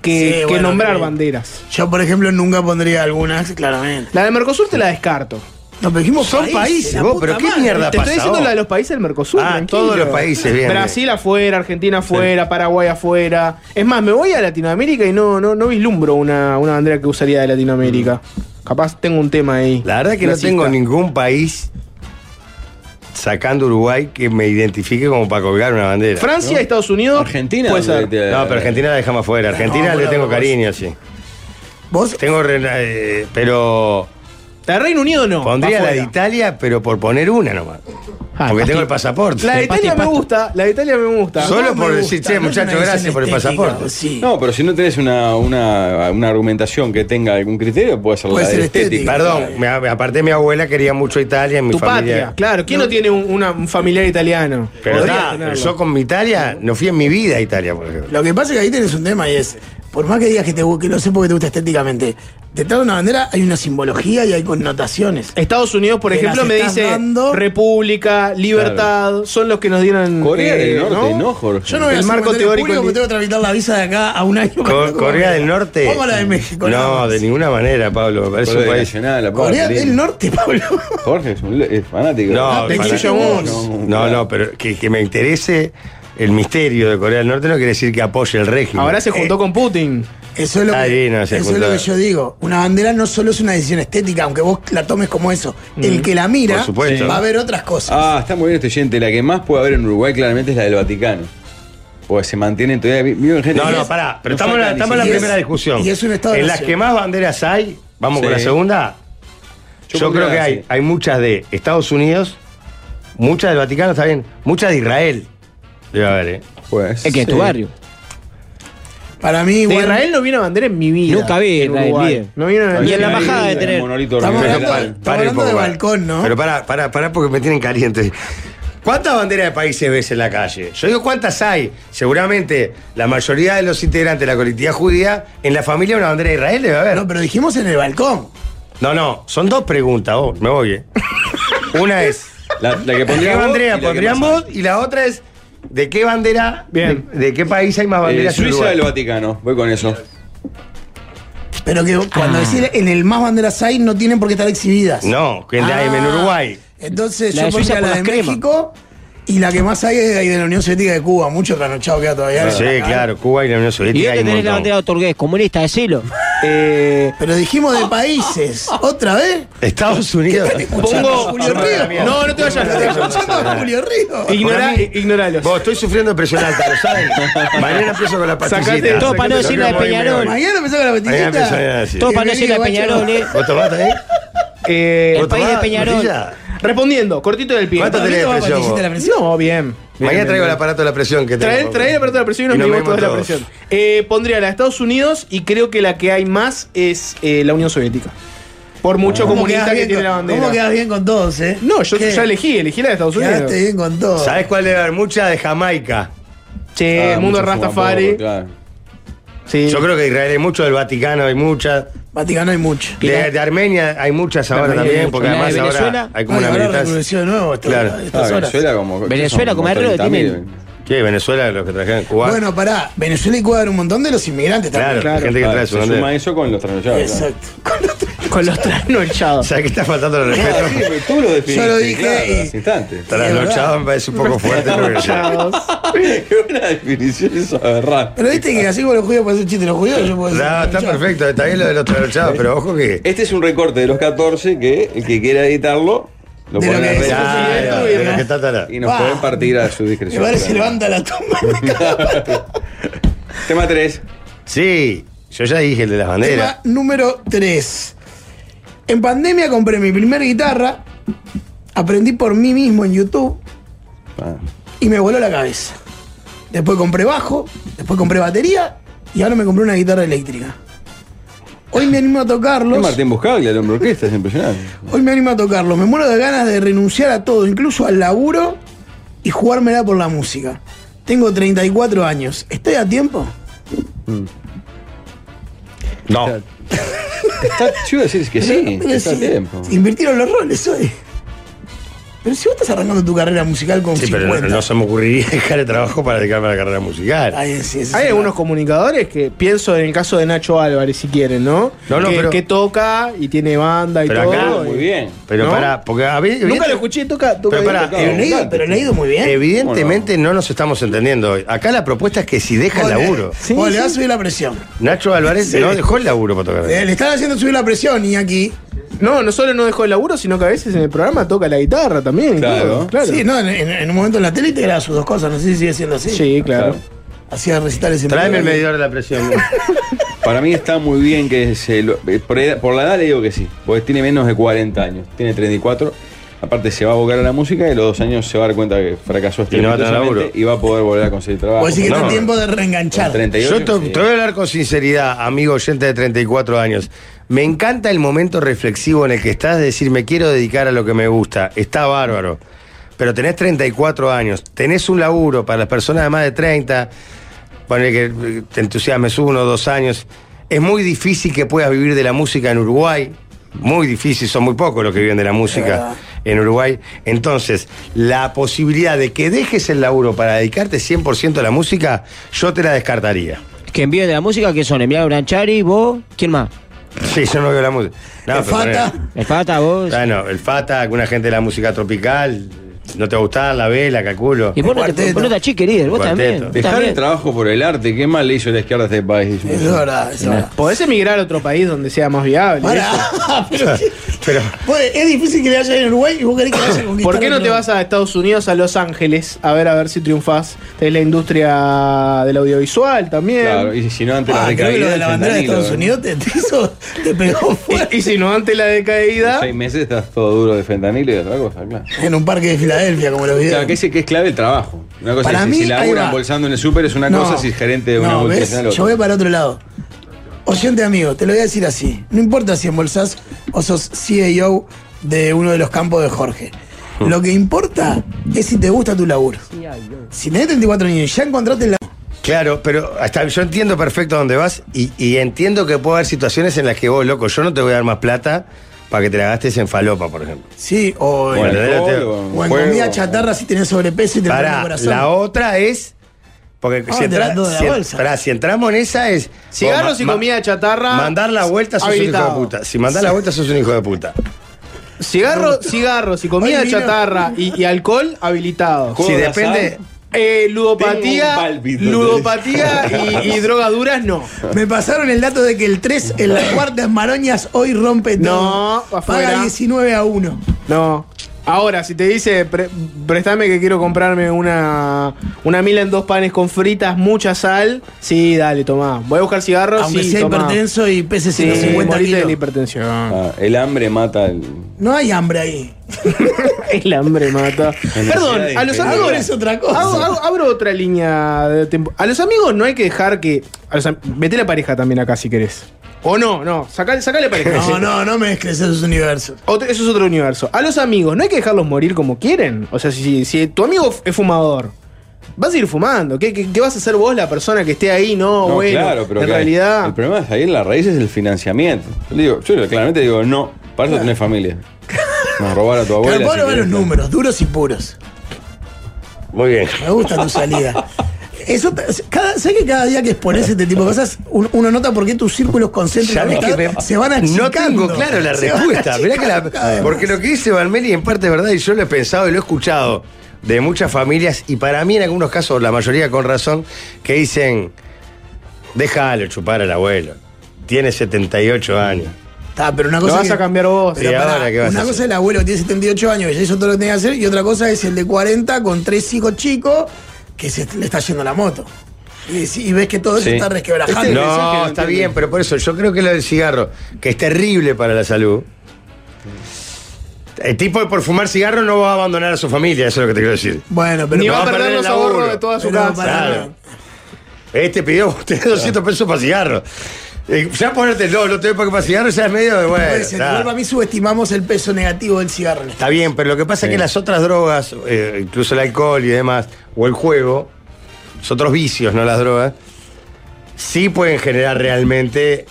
Speaker 4: que,
Speaker 2: Sí,
Speaker 4: que
Speaker 2: bueno,
Speaker 4: nombrar
Speaker 2: que-
Speaker 4: banderas.
Speaker 2: Yo, por ejemplo, nunca pondría algunas, claramente.
Speaker 4: La de Mercosur te la descarto.
Speaker 2: No, pero dijimos
Speaker 3: Son países,
Speaker 2: la
Speaker 3: vos,
Speaker 2: puta
Speaker 3: pero qué
Speaker 2: madre.
Speaker 3: mierda
Speaker 4: Te
Speaker 3: pasa.
Speaker 4: estoy diciendo
Speaker 3: vos?
Speaker 4: la de los países del Mercosur.
Speaker 3: Ah,
Speaker 4: tranquilo.
Speaker 3: todos los países, bien, bien.
Speaker 4: Brasil afuera, Argentina afuera, Paraguay afuera. Es más, me voy a Latinoamérica y no, no, no vislumbro una, una bandera que usaría de Latinoamérica. Capaz tengo un tema ahí.
Speaker 3: Mm. La verdad que
Speaker 4: Clasista.
Speaker 3: no tengo ningún país sacando Uruguay que me identifique como para colgar una bandera.
Speaker 4: Francia, Estados Unidos.
Speaker 1: Argentina.
Speaker 4: Puede ser.
Speaker 1: te- te-
Speaker 3: no, pero Argentina la dejamos fuera. Argentina
Speaker 2: No,
Speaker 3: le
Speaker 2: bueno,
Speaker 3: tengo
Speaker 2: vos-
Speaker 3: cariño, sí.
Speaker 2: Vos,
Speaker 3: Tengo re- eh, pero
Speaker 4: La de Reino Unido no.
Speaker 3: pondría
Speaker 4: va
Speaker 3: la de
Speaker 4: fuera.
Speaker 3: Italia, pero por poner una nomás.
Speaker 5: Ah,
Speaker 3: Porque
Speaker 5: pasti-
Speaker 3: tengo el pasaporte.
Speaker 4: La de
Speaker 5: Pati,
Speaker 4: Italia me
Speaker 5: pati.
Speaker 4: gusta. La de Italia me gusta.
Speaker 3: Solo
Speaker 2: no me
Speaker 3: por
Speaker 2: gusta,
Speaker 3: decir, che,
Speaker 2: no es una
Speaker 3: muchachos, gracias
Speaker 2: visión
Speaker 3: por el
Speaker 2: estética,
Speaker 3: pasaporte.
Speaker 2: Sí.
Speaker 1: No, pero si no tenés una, una, una argumentación que tenga algún criterio, puede ser
Speaker 2: Puede
Speaker 1: la
Speaker 2: ser
Speaker 1: de estética.
Speaker 2: estética.
Speaker 3: Perdón, me- aparte mi abuela quería mucho Italia en mi
Speaker 4: tu
Speaker 3: familia.
Speaker 4: patria. Claro, ¿quién no, tiene un, una- un familiar italiano?
Speaker 3: Pero
Speaker 4: Podría
Speaker 3: nada,
Speaker 4: tenerlo.
Speaker 3: yo con mi Italia no fui en mi vida a Italia, por ejemplo.
Speaker 2: Lo que pasa es que ahí tenés un tema y es por más que digas que, te, gu- que lo sé porque te gusta estéticamente, detrás de una bandera hay una simbología y hay connotaciones.
Speaker 4: Estados Unidos, por
Speaker 2: Que
Speaker 4: ejemplo,
Speaker 2: las
Speaker 4: me
Speaker 2: estás
Speaker 4: dice
Speaker 2: dando.
Speaker 4: República, Libertad, son los que nos dieron. eh,
Speaker 1: Corea del Norte, ¿no, Jorge?
Speaker 2: Yo Eh, no voy a
Speaker 4: el
Speaker 2: hacer
Speaker 4: marco
Speaker 2: comentario
Speaker 4: teórico
Speaker 2: público
Speaker 4: en-
Speaker 2: porque tengo que tramitar la visa de acá a un año.
Speaker 3: Co- Corea del Norte.
Speaker 2: Vamos a la de México. nada
Speaker 3: No,
Speaker 2: más.
Speaker 3: de ninguna manera, Pablo. Me parece un
Speaker 1: Corea
Speaker 3: país.
Speaker 1: Nacional, la puta
Speaker 2: Corea
Speaker 1: que
Speaker 2: del
Speaker 1: lindo.
Speaker 2: Norte, Pablo.
Speaker 1: Jorge es un le- es fanático.
Speaker 3: No,
Speaker 2: de
Speaker 3: para-
Speaker 2: Kim Jong-un.
Speaker 3: no, no, pero que, que me interese el misterio de Corea del Norte no quiere decir que apoye el régimen.
Speaker 4: Ahora se
Speaker 2: Eh,
Speaker 4: juntó con Putin.
Speaker 2: Eso es lo,
Speaker 3: Ahí
Speaker 2: que,
Speaker 3: no se
Speaker 2: eso es lo
Speaker 3: junta.
Speaker 2: que yo digo. Una bandera no solo es una decisión estética, aunque vos la tomes como eso. El que la mira
Speaker 3: Mm. Por supuesto.
Speaker 2: va a ver otras cosas.
Speaker 1: Ah, está muy bien este oyente. La que más puede haber en Uruguay claramente es la del Vaticano. Porque se mantienen todavía. vi- viven gente
Speaker 3: No,
Speaker 1: que
Speaker 3: no,
Speaker 1: es-
Speaker 3: pará. Pero
Speaker 1: no
Speaker 3: estamos, en la-
Speaker 1: falta ni
Speaker 3: estamos en la
Speaker 2: siquiera-
Speaker 3: primera discusión.
Speaker 2: y es un estado de
Speaker 3: en las
Speaker 2: nación.
Speaker 3: que más banderas hay, vamos con
Speaker 1: Sí.
Speaker 3: la segunda. Yo,
Speaker 1: pondría
Speaker 3: creo que hay,
Speaker 1: así.
Speaker 3: hay muchas de Estados Unidos, muchas del Vaticano, está bien, muchas de Israel. Debe haber, ¿eh?
Speaker 1: Pues,
Speaker 5: Es que es tu
Speaker 1: sí.
Speaker 5: barrio.
Speaker 2: Para mí,
Speaker 4: De
Speaker 2: igual,
Speaker 4: Israel no vi una bandera en mi vida.
Speaker 5: Nunca vi
Speaker 4: en
Speaker 5: Israel,
Speaker 4: Uruguay.
Speaker 5: bien.
Speaker 4: No vi una
Speaker 5: Y en la
Speaker 1: Ahí,
Speaker 5: embajada de
Speaker 1: el
Speaker 5: tener-
Speaker 1: monolito
Speaker 2: Estamos
Speaker 1: orgulloso.
Speaker 2: hablando de- Estamos
Speaker 3: un
Speaker 2: hablando de balcón, ¿no?
Speaker 3: Pero pará, pará, pará porque me tienen caliente. ¿Cuántas banderas de países ves en la calle? Yo digo cuántas hay. Seguramente la mayoría de los integrantes de la colectividad judía, en la familia una bandera de Israel debe haber.
Speaker 2: no, pero dijimos en el balcón.
Speaker 3: No, no, son dos preguntas, vos, me voy. eh. Una es,
Speaker 1: La, la que
Speaker 3: ¿de qué
Speaker 1: pondría vos y la
Speaker 3: bandera
Speaker 1: que
Speaker 3: pondrían
Speaker 1: más
Speaker 3: vos?
Speaker 5: Ah,
Speaker 3: Y la otra es, ¿de qué bandera,
Speaker 4: Bien.
Speaker 3: De, de qué país hay más
Speaker 1: hay. Eh,
Speaker 3: banderas? en
Speaker 1: Suiza
Speaker 3: Uruguay?
Speaker 1: del Vaticano. Voy con
Speaker 5: Eh,
Speaker 1: eso. Ah,
Speaker 2: Pero que cuando decís en el más banderas hay, no tienen por qué estar exhibidas.
Speaker 3: No, que la hay en
Speaker 2: Ah,
Speaker 3: Uruguay.
Speaker 2: Entonces
Speaker 5: La
Speaker 2: yo
Speaker 5: de
Speaker 2: pondría
Speaker 5: Suiza por
Speaker 2: la de
Speaker 5: las cremas.
Speaker 2: México y la que más hay es ahí de la Unión Soviética de Cuba. Mucho trasnochado queda todavía.
Speaker 3: Sí, claro, Cuba y este la Unión
Speaker 5: ¿Y
Speaker 3: Soviética.
Speaker 5: dónde
Speaker 3: hay un
Speaker 5: tenés la
Speaker 3: montón.
Speaker 5: bandera otorgués? Comunista, decilo.
Speaker 4: Eh,
Speaker 2: Pero dijimos de países. ¿Otra vez?
Speaker 3: Estados Unidos.
Speaker 4: pongo.
Speaker 2: Julio Río.
Speaker 4: No, no te
Speaker 2: ¿Lo
Speaker 4: vayas.
Speaker 2: estás escuchando a Julio Río?
Speaker 4: Ignora,
Speaker 3: Para mí-
Speaker 4: ignoralos.
Speaker 3: Vos, estoy sufriendo de presión alta, ¿lo saben? Mañana empiezo con la
Speaker 4: Sacate
Speaker 3: paticita.
Speaker 4: todo
Speaker 3: Sacate
Speaker 4: para no
Speaker 5: decirle
Speaker 3: lo que
Speaker 5: a
Speaker 3: voy
Speaker 5: Peñarol.
Speaker 3: mejor.
Speaker 2: Mañana empezó con la
Speaker 3: Mañana empiezo
Speaker 2: petillita.
Speaker 3: a decir.
Speaker 5: Todo para no decirle a
Speaker 2: Bienvenido,
Speaker 5: Peñarol, eh.
Speaker 3: ¿Vos tomás también?
Speaker 4: Eh,
Speaker 5: El
Speaker 3: ¿Vos
Speaker 5: país de
Speaker 3: tomás,
Speaker 5: Peñarol.
Speaker 3: Martilla?
Speaker 4: respondiendo, cortito del pie.
Speaker 3: ¿Cuánto tenés de presión vos?
Speaker 2: ¿Hiciste la presión?
Speaker 4: No, bien. Bien,
Speaker 3: Mañana
Speaker 4: bien,
Speaker 3: traigo el
Speaker 4: bien.
Speaker 3: aparato de la presión que
Speaker 4: Trae,
Speaker 3: tengo.
Speaker 4: trae el aparato de la presión y nos
Speaker 3: Y nos
Speaker 4: medimos
Speaker 3: medimos
Speaker 4: todos de la
Speaker 3: todos.
Speaker 4: presión. Eh, pondría la de Estados Unidos y creo que la que hay más es eh, la Unión Soviética. Por mucho
Speaker 2: ¿Cómo
Speaker 4: comunista
Speaker 2: quedás
Speaker 4: que
Speaker 2: bien
Speaker 4: tiene
Speaker 2: con-
Speaker 4: la bandera.
Speaker 2: ¿Cómo quedas bien con todos, eh?
Speaker 4: No, yo
Speaker 2: ¿Qué?
Speaker 4: ya elegí, elegí la de Estados Unidos.
Speaker 2: Quedaste bien con todos.
Speaker 3: ¿Sabés cuál debe haber? Mucha de Jamaica.
Speaker 4: Sí,
Speaker 1: Ah,
Speaker 4: el mundo
Speaker 1: mucho fuma
Speaker 4: Rastafari.
Speaker 1: porro, claro.
Speaker 4: Sí.
Speaker 3: Yo creo que de Israel hay mucho, del Vaticano hay mucha.
Speaker 2: Vaticano hay mucho.
Speaker 3: De, de Armenia hay muchas ahora
Speaker 5: Armenia hay
Speaker 3: también,
Speaker 5: mucho.
Speaker 3: porque
Speaker 5: ¿Y la de
Speaker 3: además ahora
Speaker 5: Venezuela?
Speaker 3: hay como
Speaker 2: Ay,
Speaker 3: una
Speaker 2: ahora
Speaker 3: militancia.
Speaker 2: recrudecido de nuevo esta-
Speaker 3: Claro.
Speaker 2: estas
Speaker 1: Ah,
Speaker 2: horas.
Speaker 1: Venezuela como.
Speaker 5: Venezuela
Speaker 1: son
Speaker 5: como
Speaker 1: como
Speaker 5: alrededor
Speaker 1: 30.000.
Speaker 5: tienen-
Speaker 3: ¿Qué? Venezuela, los que trajeron Cuba.
Speaker 2: Bueno, pará. Venezuela y Cuba eran un montón de los inmigrantes
Speaker 3: claro,
Speaker 2: también.
Speaker 4: claro.
Speaker 3: gente que
Speaker 1: Ah,
Speaker 3: trae su
Speaker 1: se suma
Speaker 3: bandera.
Speaker 1: eso con los trasnochados. claro.
Speaker 2: Exacto. Con los tres.
Speaker 4: Con los
Speaker 3: O
Speaker 4: trasnochados.
Speaker 3: sea, que está faltando el
Speaker 1: Ah, sí,
Speaker 3: respeto.
Speaker 1: pero tú lo definiste.
Speaker 2: Yo lo dije
Speaker 1: claro,
Speaker 2: y-
Speaker 1: hace instantes.
Speaker 3: Trasnochado me parece un poco fuerte. porque ya-
Speaker 1: Qué buena definición eso, aberrante.
Speaker 2: Pero viste que así como los judíos pueden hacer chiste, los judíos yo puedo hacer.
Speaker 3: No, está
Speaker 2: chau.
Speaker 3: perfecto, está bien lo de los trasnochados, pero ojo que.
Speaker 1: Este es un recorte de los 14 que el que quiera editarlo lo
Speaker 2: De lo
Speaker 1: pone en las redes
Speaker 2: que es.
Speaker 3: Ya,
Speaker 1: sociales
Speaker 3: ya, de lo que está tarado.
Speaker 1: ¿eh? y nos
Speaker 2: Va.
Speaker 1: pueden partir a su
Speaker 2: Mi
Speaker 1: discreción.
Speaker 2: padre se levanta la tumba.
Speaker 1: Tema 3.
Speaker 3: Sí, yo ya dije el de las banderas.
Speaker 2: Tema número 3. En pandemia compré mi primer guitarra, aprendí por mí mismo en YouTube y me voló la cabeza. Después compré bajo, después compré batería y ahora me compré una guitarra eléctrica. Hoy me animo a
Speaker 1: Es
Speaker 2: tocarlos.
Speaker 1: Martín Buscaglia, el hombre orquesta, es impresionante.
Speaker 2: Hoy me animo a tocarlos. Me muero de ganas de renunciar a todo, incluso al laburo y jugármela por la música. Tengo 34 años. ¿Estoy a tiempo?
Speaker 3: No.
Speaker 1: Está, yo iba a decir que sí,
Speaker 2: Pero
Speaker 1: está a
Speaker 2: si-
Speaker 1: tiempo.
Speaker 2: se Invirtieron los roles hoy. Pero si vos estás arrancando tu carrera musical con
Speaker 3: Sí, pero
Speaker 2: 50.
Speaker 3: no, no se me ocurriría dejar el trabajo para dedicarme a la carrera musical.
Speaker 2: Ay, sí, eso
Speaker 4: Hay
Speaker 2: es
Speaker 4: algunos
Speaker 2: verdad.
Speaker 4: comunicadores que pienso en el caso de Nacho Álvarez, si quieren, ¿no?
Speaker 3: No, no,
Speaker 4: que,
Speaker 3: pero-
Speaker 4: que toca y tiene banda y
Speaker 3: Pero
Speaker 4: todo.
Speaker 3: acá,
Speaker 4: y-
Speaker 1: Muy bien.
Speaker 3: Pero
Speaker 4: ¿No?
Speaker 3: para, porque a mí-
Speaker 4: Nunca lo escuché, toca, toca
Speaker 3: Pero
Speaker 4: bien.
Speaker 3: pará,
Speaker 2: Pero eh, le, he ido, pero le he ido muy
Speaker 4: Eh,
Speaker 2: bien.
Speaker 3: Evidentemente no nos estamos entendiendo hoy. Acá la propuesta es que si deja el
Speaker 2: Vos le-
Speaker 3: laburo.
Speaker 2: vos le vas a subir la presión.
Speaker 3: Nacho Álvarez
Speaker 2: Sí.
Speaker 3: no dejó el laburo para tocar.
Speaker 2: Eh, Le están haciendo subir la presión y aquí.
Speaker 4: No, no solo no dejó el laburo, sino que a veces en el programa toca la guitarra también.
Speaker 1: Claro.
Speaker 4: Claro, claro.
Speaker 2: Sí, no, en, en- en un momento en la tele te graba sus dos cosas. No sé si sigue siendo así.
Speaker 4: Sí, claro.
Speaker 2: Hacía recitales en
Speaker 3: Tráeme el
Speaker 2: vivo.
Speaker 3: medidor de la presión.
Speaker 1: Para mí está muy bien que se lo- eh, por, ed- por la edad le digo que sí, porque tiene menos de 40 años, tiene 34. Aparte se va a abocar a la música y a los dos años se va a dar cuenta que fracasó
Speaker 3: Y no va a tener
Speaker 1: estrepitosamente
Speaker 3: laburo.
Speaker 1: y va a poder volver a conseguir trabajo.
Speaker 2: Vos decís que
Speaker 3: No.
Speaker 2: está a tiempo de
Speaker 1: Con
Speaker 2: reenganchar.
Speaker 1: 38,
Speaker 3: Yo to-
Speaker 1: sí.
Speaker 3: te voy a hablar con sinceridad, amigo oyente de 34 años. Me encanta el momento reflexivo en el que estás de decir, me quiero dedicar a lo que me gusta. Está bárbaro. Pero tenés 34 años, tenés un laburo para las personas de más de 30. poner que eh, te entusiasmes uno o dos años. Es muy difícil que puedas vivir de la música en Uruguay. Muy difícil, son muy pocos los que viven de la música en Uruguay. Entonces, la posibilidad de que dejes el laburo para dedicarte 100% a la música, yo te la descartaría.
Speaker 5: Que envíen de la música, que son Emiliano Branchari, vos, ¿quién más?
Speaker 3: Sí, yo no veo la música. No,
Speaker 5: El
Speaker 3: pero
Speaker 5: Fata.
Speaker 3: ponele.
Speaker 5: El Fata, vos.
Speaker 3: Bueno, el Fata, alguna gente de la música tropical, no te va a gustar, la vela, calculo.
Speaker 5: Y vos no te, vos no te achiques, líder, vos
Speaker 3: Cuarteto.
Speaker 5: también. vos
Speaker 3: Dejar
Speaker 5: también.
Speaker 1: El trabajo por el arte, qué mal le hizo la izquierda a este país.
Speaker 2: Es verdad, es verdad.
Speaker 4: Podés emigrar a otro país donde sea más viable. eso.
Speaker 2: Pará, pero,
Speaker 3: Pero
Speaker 2: vos, es difícil que le vaya bien a Uruguay y vos querés que le vaya a conquistar
Speaker 4: ¿Por qué no
Speaker 2: otro-
Speaker 4: te vas a Estados Unidos, a Los Ángeles? A ver, a ver si triunfás. Tenés la industria del audiovisual también.
Speaker 1: Claro, y si no, antes
Speaker 2: Ah,
Speaker 1: la
Speaker 2: creo que lo
Speaker 1: recaída
Speaker 2: de la
Speaker 1: del
Speaker 2: bandera de
Speaker 1: fentanilo,
Speaker 2: Estados
Speaker 1: ¿eh?
Speaker 2: Unidos te, te hizo, te pegó fuerte.
Speaker 4: Y si no, ante la decaída.
Speaker 1: Seis meses estás todo duro de fentanilo y otra cosa, claro.
Speaker 2: En un parque de Filadelfia, como lo
Speaker 1: Claro,
Speaker 2: vieron.
Speaker 1: que, es, que es clave el trabajo. Una cosa
Speaker 2: Para
Speaker 1: es si-
Speaker 2: mí,
Speaker 1: si
Speaker 2: ahí
Speaker 1: labura
Speaker 2: va.
Speaker 1: embolsando en el súper es una cosa, si es gerente de una
Speaker 2: no, ¿ves?
Speaker 1: multinacional
Speaker 2: Yo
Speaker 1: otra.
Speaker 2: voy para otro lado. Oyente amigo, te lo voy a decir así. No importa si embolsás o sos CEO de uno de los campos de Jorge.
Speaker 1: Hmm.
Speaker 2: Lo que importa es si te gusta tu laburo. Si tenés 34 años y ya encontraste la.
Speaker 3: Claro, pero hasta yo entiendo perfecto a dónde vas y, y entiendo que puede haber situaciones en las que vos, loco, yo no te voy a dar más plata para que te la gastes en falopa, por ejemplo.
Speaker 2: Sí, o,
Speaker 3: Bueno,
Speaker 2: en-
Speaker 3: dale, te-
Speaker 1: o
Speaker 2: o en
Speaker 3: juego.
Speaker 2: comida chatarra si tenés sobrepeso y te pone el
Speaker 3: Pará,
Speaker 2: corazón. Ah,
Speaker 3: la otra es. Porque si,
Speaker 2: de
Speaker 3: entra-
Speaker 2: las dos de la
Speaker 3: si en-
Speaker 2: bolsa.
Speaker 3: pará, si entramos en esa es.
Speaker 4: Cigarros
Speaker 3: vos
Speaker 4: y
Speaker 3: ma-
Speaker 4: comida chatarra.
Speaker 3: Mandar la vuelta sos un hijo
Speaker 4: habilitado.
Speaker 3: de puta. Si mandás la vuelta sos un hijo de puta.
Speaker 4: Cigarro, cigarros y comida
Speaker 2: Ay, vino.
Speaker 4: chatarra y, y alcohol habilitado.
Speaker 3: Si depende.
Speaker 4: Eh,
Speaker 1: Tengo un
Speaker 4: ludopatía,
Speaker 1: pálpito,
Speaker 4: ludopatía y, y drogas duras no.
Speaker 2: Me pasaron el dato de que el 3 en las cuartas maroñas hoy rompe
Speaker 4: No,
Speaker 2: todo.
Speaker 4: afuera.
Speaker 2: Paga 19 a 1.
Speaker 4: No. Ahora, si te dice, "Pre- préstame que quiero comprarme una, una mila en dos panes con fritas, mucha sal, sí, dale, tomá. Voy a buscar cigarros,
Speaker 3: Ah,
Speaker 2: Aunque
Speaker 4: sí,
Speaker 2: sea
Speaker 4: tomá.
Speaker 2: hipertenso y pese
Speaker 4: Sí,
Speaker 2: 150
Speaker 4: morite de la
Speaker 2: kilos.
Speaker 4: hipertensión.
Speaker 1: Ah, el hambre mata el.
Speaker 2: No hay hambre ahí.
Speaker 4: El hambre mata. Perdón,
Speaker 1: de
Speaker 4: a los
Speaker 1: impedir.
Speaker 4: amigos
Speaker 2: Ahora es otra cosa.
Speaker 4: Hago- hago- abro otra línea de tiempo. A los amigos no hay que dejar que. a los am- Vete la pareja también acá si querés. O no, no. Sacale, sacale pareja.
Speaker 2: No, no, no mezcles esos universos.
Speaker 4: Otro- eso es otro universo. A los amigos, no hay que dejarlos morir como quieren. O sea, si, si tu amigo f- es fumador, vas a ir fumando. ¿Qué, qué- qué vas a hacer vos la persona que esté ahí? No,
Speaker 1: No,
Speaker 4: bueno.
Speaker 1: claro, pero
Speaker 4: en
Speaker 1: acá
Speaker 4: realidad.
Speaker 1: El problema es ahí en la raíz es el financiamiento. Yo, le digo, yo claramente digo, no, para eso tenés familia. Nos robar a tu abuela.
Speaker 2: Pero
Speaker 1: si
Speaker 2: puedo ver los
Speaker 1: querés.
Speaker 2: números, duros y puros.
Speaker 3: Muy bien.
Speaker 2: Me gusta tu salida. Eso, te- cada, sé que cada día que expones este tipo de cosas, un- uno nota por qué tus círculos concéntricos de
Speaker 3: Sabés que
Speaker 2: amistad
Speaker 3: me-
Speaker 2: se van
Speaker 3: No
Speaker 2: achicando.
Speaker 3: tengo claro la
Speaker 2: Se van
Speaker 3: respuesta. Mirá que la-
Speaker 2: achicando.
Speaker 3: porque lo que dice Valmeli en parte es verdad y yo lo he pensado y lo he escuchado de muchas familias y para mí en algunos casos, la mayoría con razón, que dicen, déjalo chupar al abuelo, tiene 78 años.
Speaker 2: Está, pero una
Speaker 4: Lo
Speaker 2: cosa
Speaker 4: vas
Speaker 2: que-
Speaker 4: a cambiar vos.
Speaker 2: Pero
Speaker 3: ¿Y
Speaker 2: pará,
Speaker 3: ahora qué vas a
Speaker 2: una
Speaker 3: hacer?
Speaker 2: cosa es el abuelo que tiene 78 años y ya hizo todo lo que tenía que hacer, y otra cosa es el de 40 con tres hijos chicos que se le está yendo la moto. Y, si- y ves que todo eso
Speaker 1: Sí.
Speaker 2: está resquebrajando.
Speaker 3: no, está bien, pero por eso yo creo que lo del cigarro, que es terrible para la salud. El tipo por fumar cigarro no va a abandonar a su familia, eso es lo que te quiero decir.
Speaker 2: Bueno, pero.
Speaker 4: Ni
Speaker 3: va
Speaker 4: va
Speaker 3: a
Speaker 4: a perder
Speaker 3: perder el
Speaker 4: los ahorros
Speaker 3: laburo.
Speaker 4: de toda su
Speaker 2: Pero
Speaker 4: casa.
Speaker 2: pará.
Speaker 3: Claro. Este pidió usted 200 pesos para cigarro. Eh, ya ponerte, no, no te doy para para cigarro, ya es medio de bueno.
Speaker 2: Puede ser,
Speaker 3: está.
Speaker 2: igual para mí subestimamos el peso negativo del cigarro. en esta-
Speaker 3: Está bien, pero lo que pasa es que las otras drogas, eh, incluso el alcohol y demás, o el juego, los otros vicios, no las drogas, sí pueden generar realmente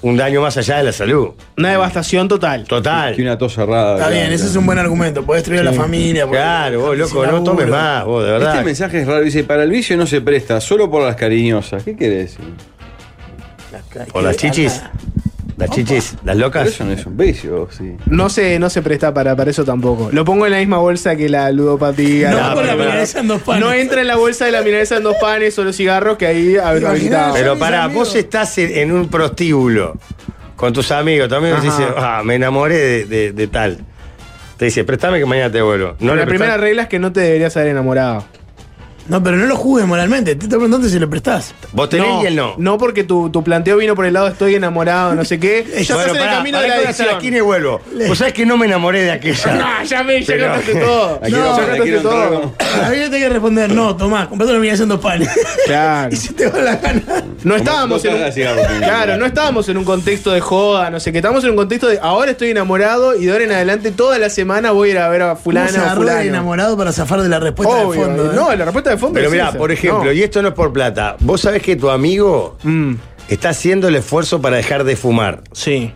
Speaker 3: un daño más allá de la salud.
Speaker 4: Una devastación total.
Speaker 3: Total.
Speaker 1: Que una tos cerrada.
Speaker 2: Está bien, ese es un buen argumento. Podés destruir a la familia. podés-
Speaker 3: Claro, vos,
Speaker 2: sin
Speaker 3: loco, no
Speaker 2: laburo.
Speaker 3: tomes más, vos, de
Speaker 1: Este
Speaker 3: verdad.
Speaker 1: mensaje es raro, dice, para el vicio no se presta, solo por las cariñosas. ¿Qué quiere decir?
Speaker 3: Por las chichis. Las chichis, las
Speaker 1: Pero
Speaker 3: locas.
Speaker 1: eso no es un vicio, sí.
Speaker 4: No se, no se presta para, para eso tampoco. Lo pongo en la misma bolsa que la ludopatía.
Speaker 2: No,
Speaker 4: la-
Speaker 2: con la
Speaker 3: pero-
Speaker 2: milanesa en dos panes.
Speaker 4: No entra en la bolsa de la milanesa en dos panes o los cigarros que ahí
Speaker 2: Imaginás.
Speaker 4: habilitado.
Speaker 3: Pero
Speaker 2: Ah. mis
Speaker 3: para
Speaker 2: amigos.
Speaker 3: vos estás en, en un prostíbulo con tus amigos, también
Speaker 4: Ajá.
Speaker 3: dices, ah, me enamoré de, de- de tal. Te dice, préstame que mañana te vuelvo. No
Speaker 4: la
Speaker 3: le prestás.
Speaker 4: primera regla es que no te deberías haber enamorado.
Speaker 2: No, pero no lo juzgues moralmente. Te estoy preguntando si lo prestás.
Speaker 3: Vos tenés y él no.
Speaker 4: No porque tu, tu planteo vino por el lado estoy enamorado, no sé qué. ya
Speaker 3: Bueno,
Speaker 4: estás en el
Speaker 3: pará,
Speaker 4: camino
Speaker 3: pará
Speaker 4: de la
Speaker 3: que voy hasta
Speaker 4: adicción.
Speaker 3: esquina y vuelvo. Vos sabés que no me enamoré de aquella.
Speaker 4: Ah, ya me ya
Speaker 3: Pero-
Speaker 4: contaste todo.
Speaker 1: Aquí
Speaker 4: Ya
Speaker 1: no,
Speaker 4: contaste
Speaker 1: aquí no
Speaker 4: todo.
Speaker 1: entró, no.
Speaker 2: Ahí le tenés que responder, no, Tomás, comprate una milanesa en dos panes.
Speaker 4: Claro.
Speaker 2: y si te va la gana.
Speaker 4: No estábamos
Speaker 1: no
Speaker 4: en
Speaker 1: te
Speaker 4: un,
Speaker 1: hagas cigarro, Pini.
Speaker 4: Claro, no estábamos en un contexto de joda, no sé qué. Estábamos en un contexto de ahora estoy enamorado y de ahora en adelante toda la semana voy a ir a ver a
Speaker 2: Fulano,
Speaker 4: fulana o
Speaker 2: agarró de
Speaker 4: fulano.
Speaker 2: enamorado para zafar de la respuesta de
Speaker 4: Obvio,
Speaker 2: fondo. ¿eh?
Speaker 4: no, la respuesta de de fondo
Speaker 3: Pero
Speaker 4: es
Speaker 3: mira,
Speaker 4: esa.
Speaker 3: por ejemplo,
Speaker 4: No. Mm.
Speaker 3: y esto no es por plata. Vos sabés que tu amigo está haciendo el esfuerzo para dejar de fumar.
Speaker 4: Sí.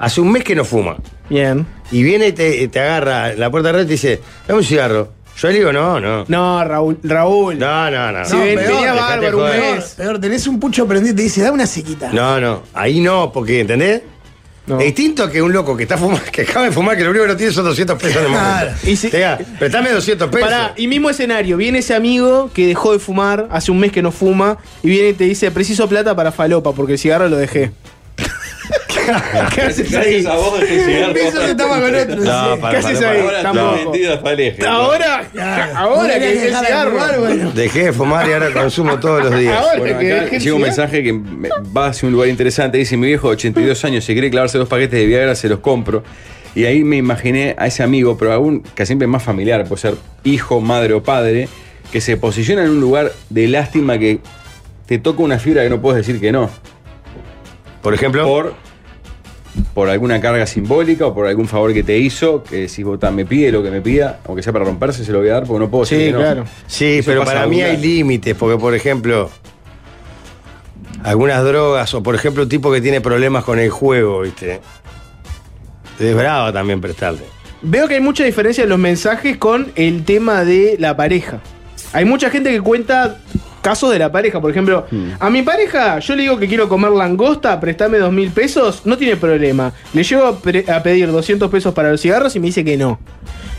Speaker 3: Hace un mes que no fuma.
Speaker 4: Bien.
Speaker 3: Y viene y te, te agarra la puerta de red y te dice, dame un cigarro. Yo le digo, no, no.
Speaker 4: No, Raúl. Raúl.
Speaker 3: No, no, no.
Speaker 4: Si ven- venía bárbaro un
Speaker 3: joder.
Speaker 4: mes.
Speaker 2: Peor, tenés un pucho prendido y te dice, da una sequita.
Speaker 3: No, no. Ahí no, porque, ¿entendés? Es distinto que un loco que está fumando, que acaba de fumar, que lo único que no tiene son 200 pesos de
Speaker 4: Claro.
Speaker 3: momento. Y si... préstame 200 pesos.
Speaker 4: Pará, y mismo escenario, viene ese amigo que dejó de fumar, hace un mes que no fuma, y viene y te dice, preciso plata para falopa, porque el cigarro lo dejé. ¿Qué haces ahí?
Speaker 7: a vos dejé el cigarro.
Speaker 4: Empiezo que estaba con otro,
Speaker 3: No,
Speaker 4: sí.
Speaker 3: para,
Speaker 4: ¿Qué
Speaker 3: para,
Speaker 4: haces
Speaker 3: para.
Speaker 4: ahí?
Speaker 3: Ahora
Speaker 4: Tampoco.
Speaker 3: no.
Speaker 7: Vendido hasta el eje.
Speaker 4: Ahora, ahora que dejé el cigarro.
Speaker 3: Dejé de fumar y ahora consumo todos los días.
Speaker 4: Ahora
Speaker 3: Bueno,
Speaker 4: que
Speaker 3: acá-
Speaker 4: dejé el
Speaker 1: Llega un
Speaker 4: cigarro.
Speaker 1: mensaje que me- va hacia un lugar interesante. Dice: Mi viejo, 82 años, si quiere clavarse dos paquetes de Viagra, se los compro. Y ahí me imaginé a ese amigo, pero aún que siempre es más familiar, puede ser hijo, madre o padre, que se posiciona en un lugar de lástima que te toca una fibra que no puedes decir que no.
Speaker 3: Por ejemplo.
Speaker 1: Por, por alguna carga simbólica o por algún favor que te hizo, que si vos ta, me pide lo que me pida, aunque sea para romperse, se lo voy a dar porque no puedo decir que no.
Speaker 3: Sí,
Speaker 1: Eso
Speaker 3: pero
Speaker 1: pasa
Speaker 3: para mí
Speaker 1: regular.
Speaker 3: hay límites, porque por ejemplo, algunas drogas, o por ejemplo, un tipo que tiene problemas con el juego, ¿viste? Es bravo también prestarle.
Speaker 4: Veo que hay mucha diferencia en los mensajes con el tema de la pareja. Hay mucha gente que cuenta casos de la pareja. Por ejemplo,
Speaker 3: Hmm.
Speaker 4: a mi pareja yo le digo que quiero comer langosta, prestame dos mil pesos, no tiene problema. Le llego a, pre- a pedir 200 pesos para los cigarros y me dice que no.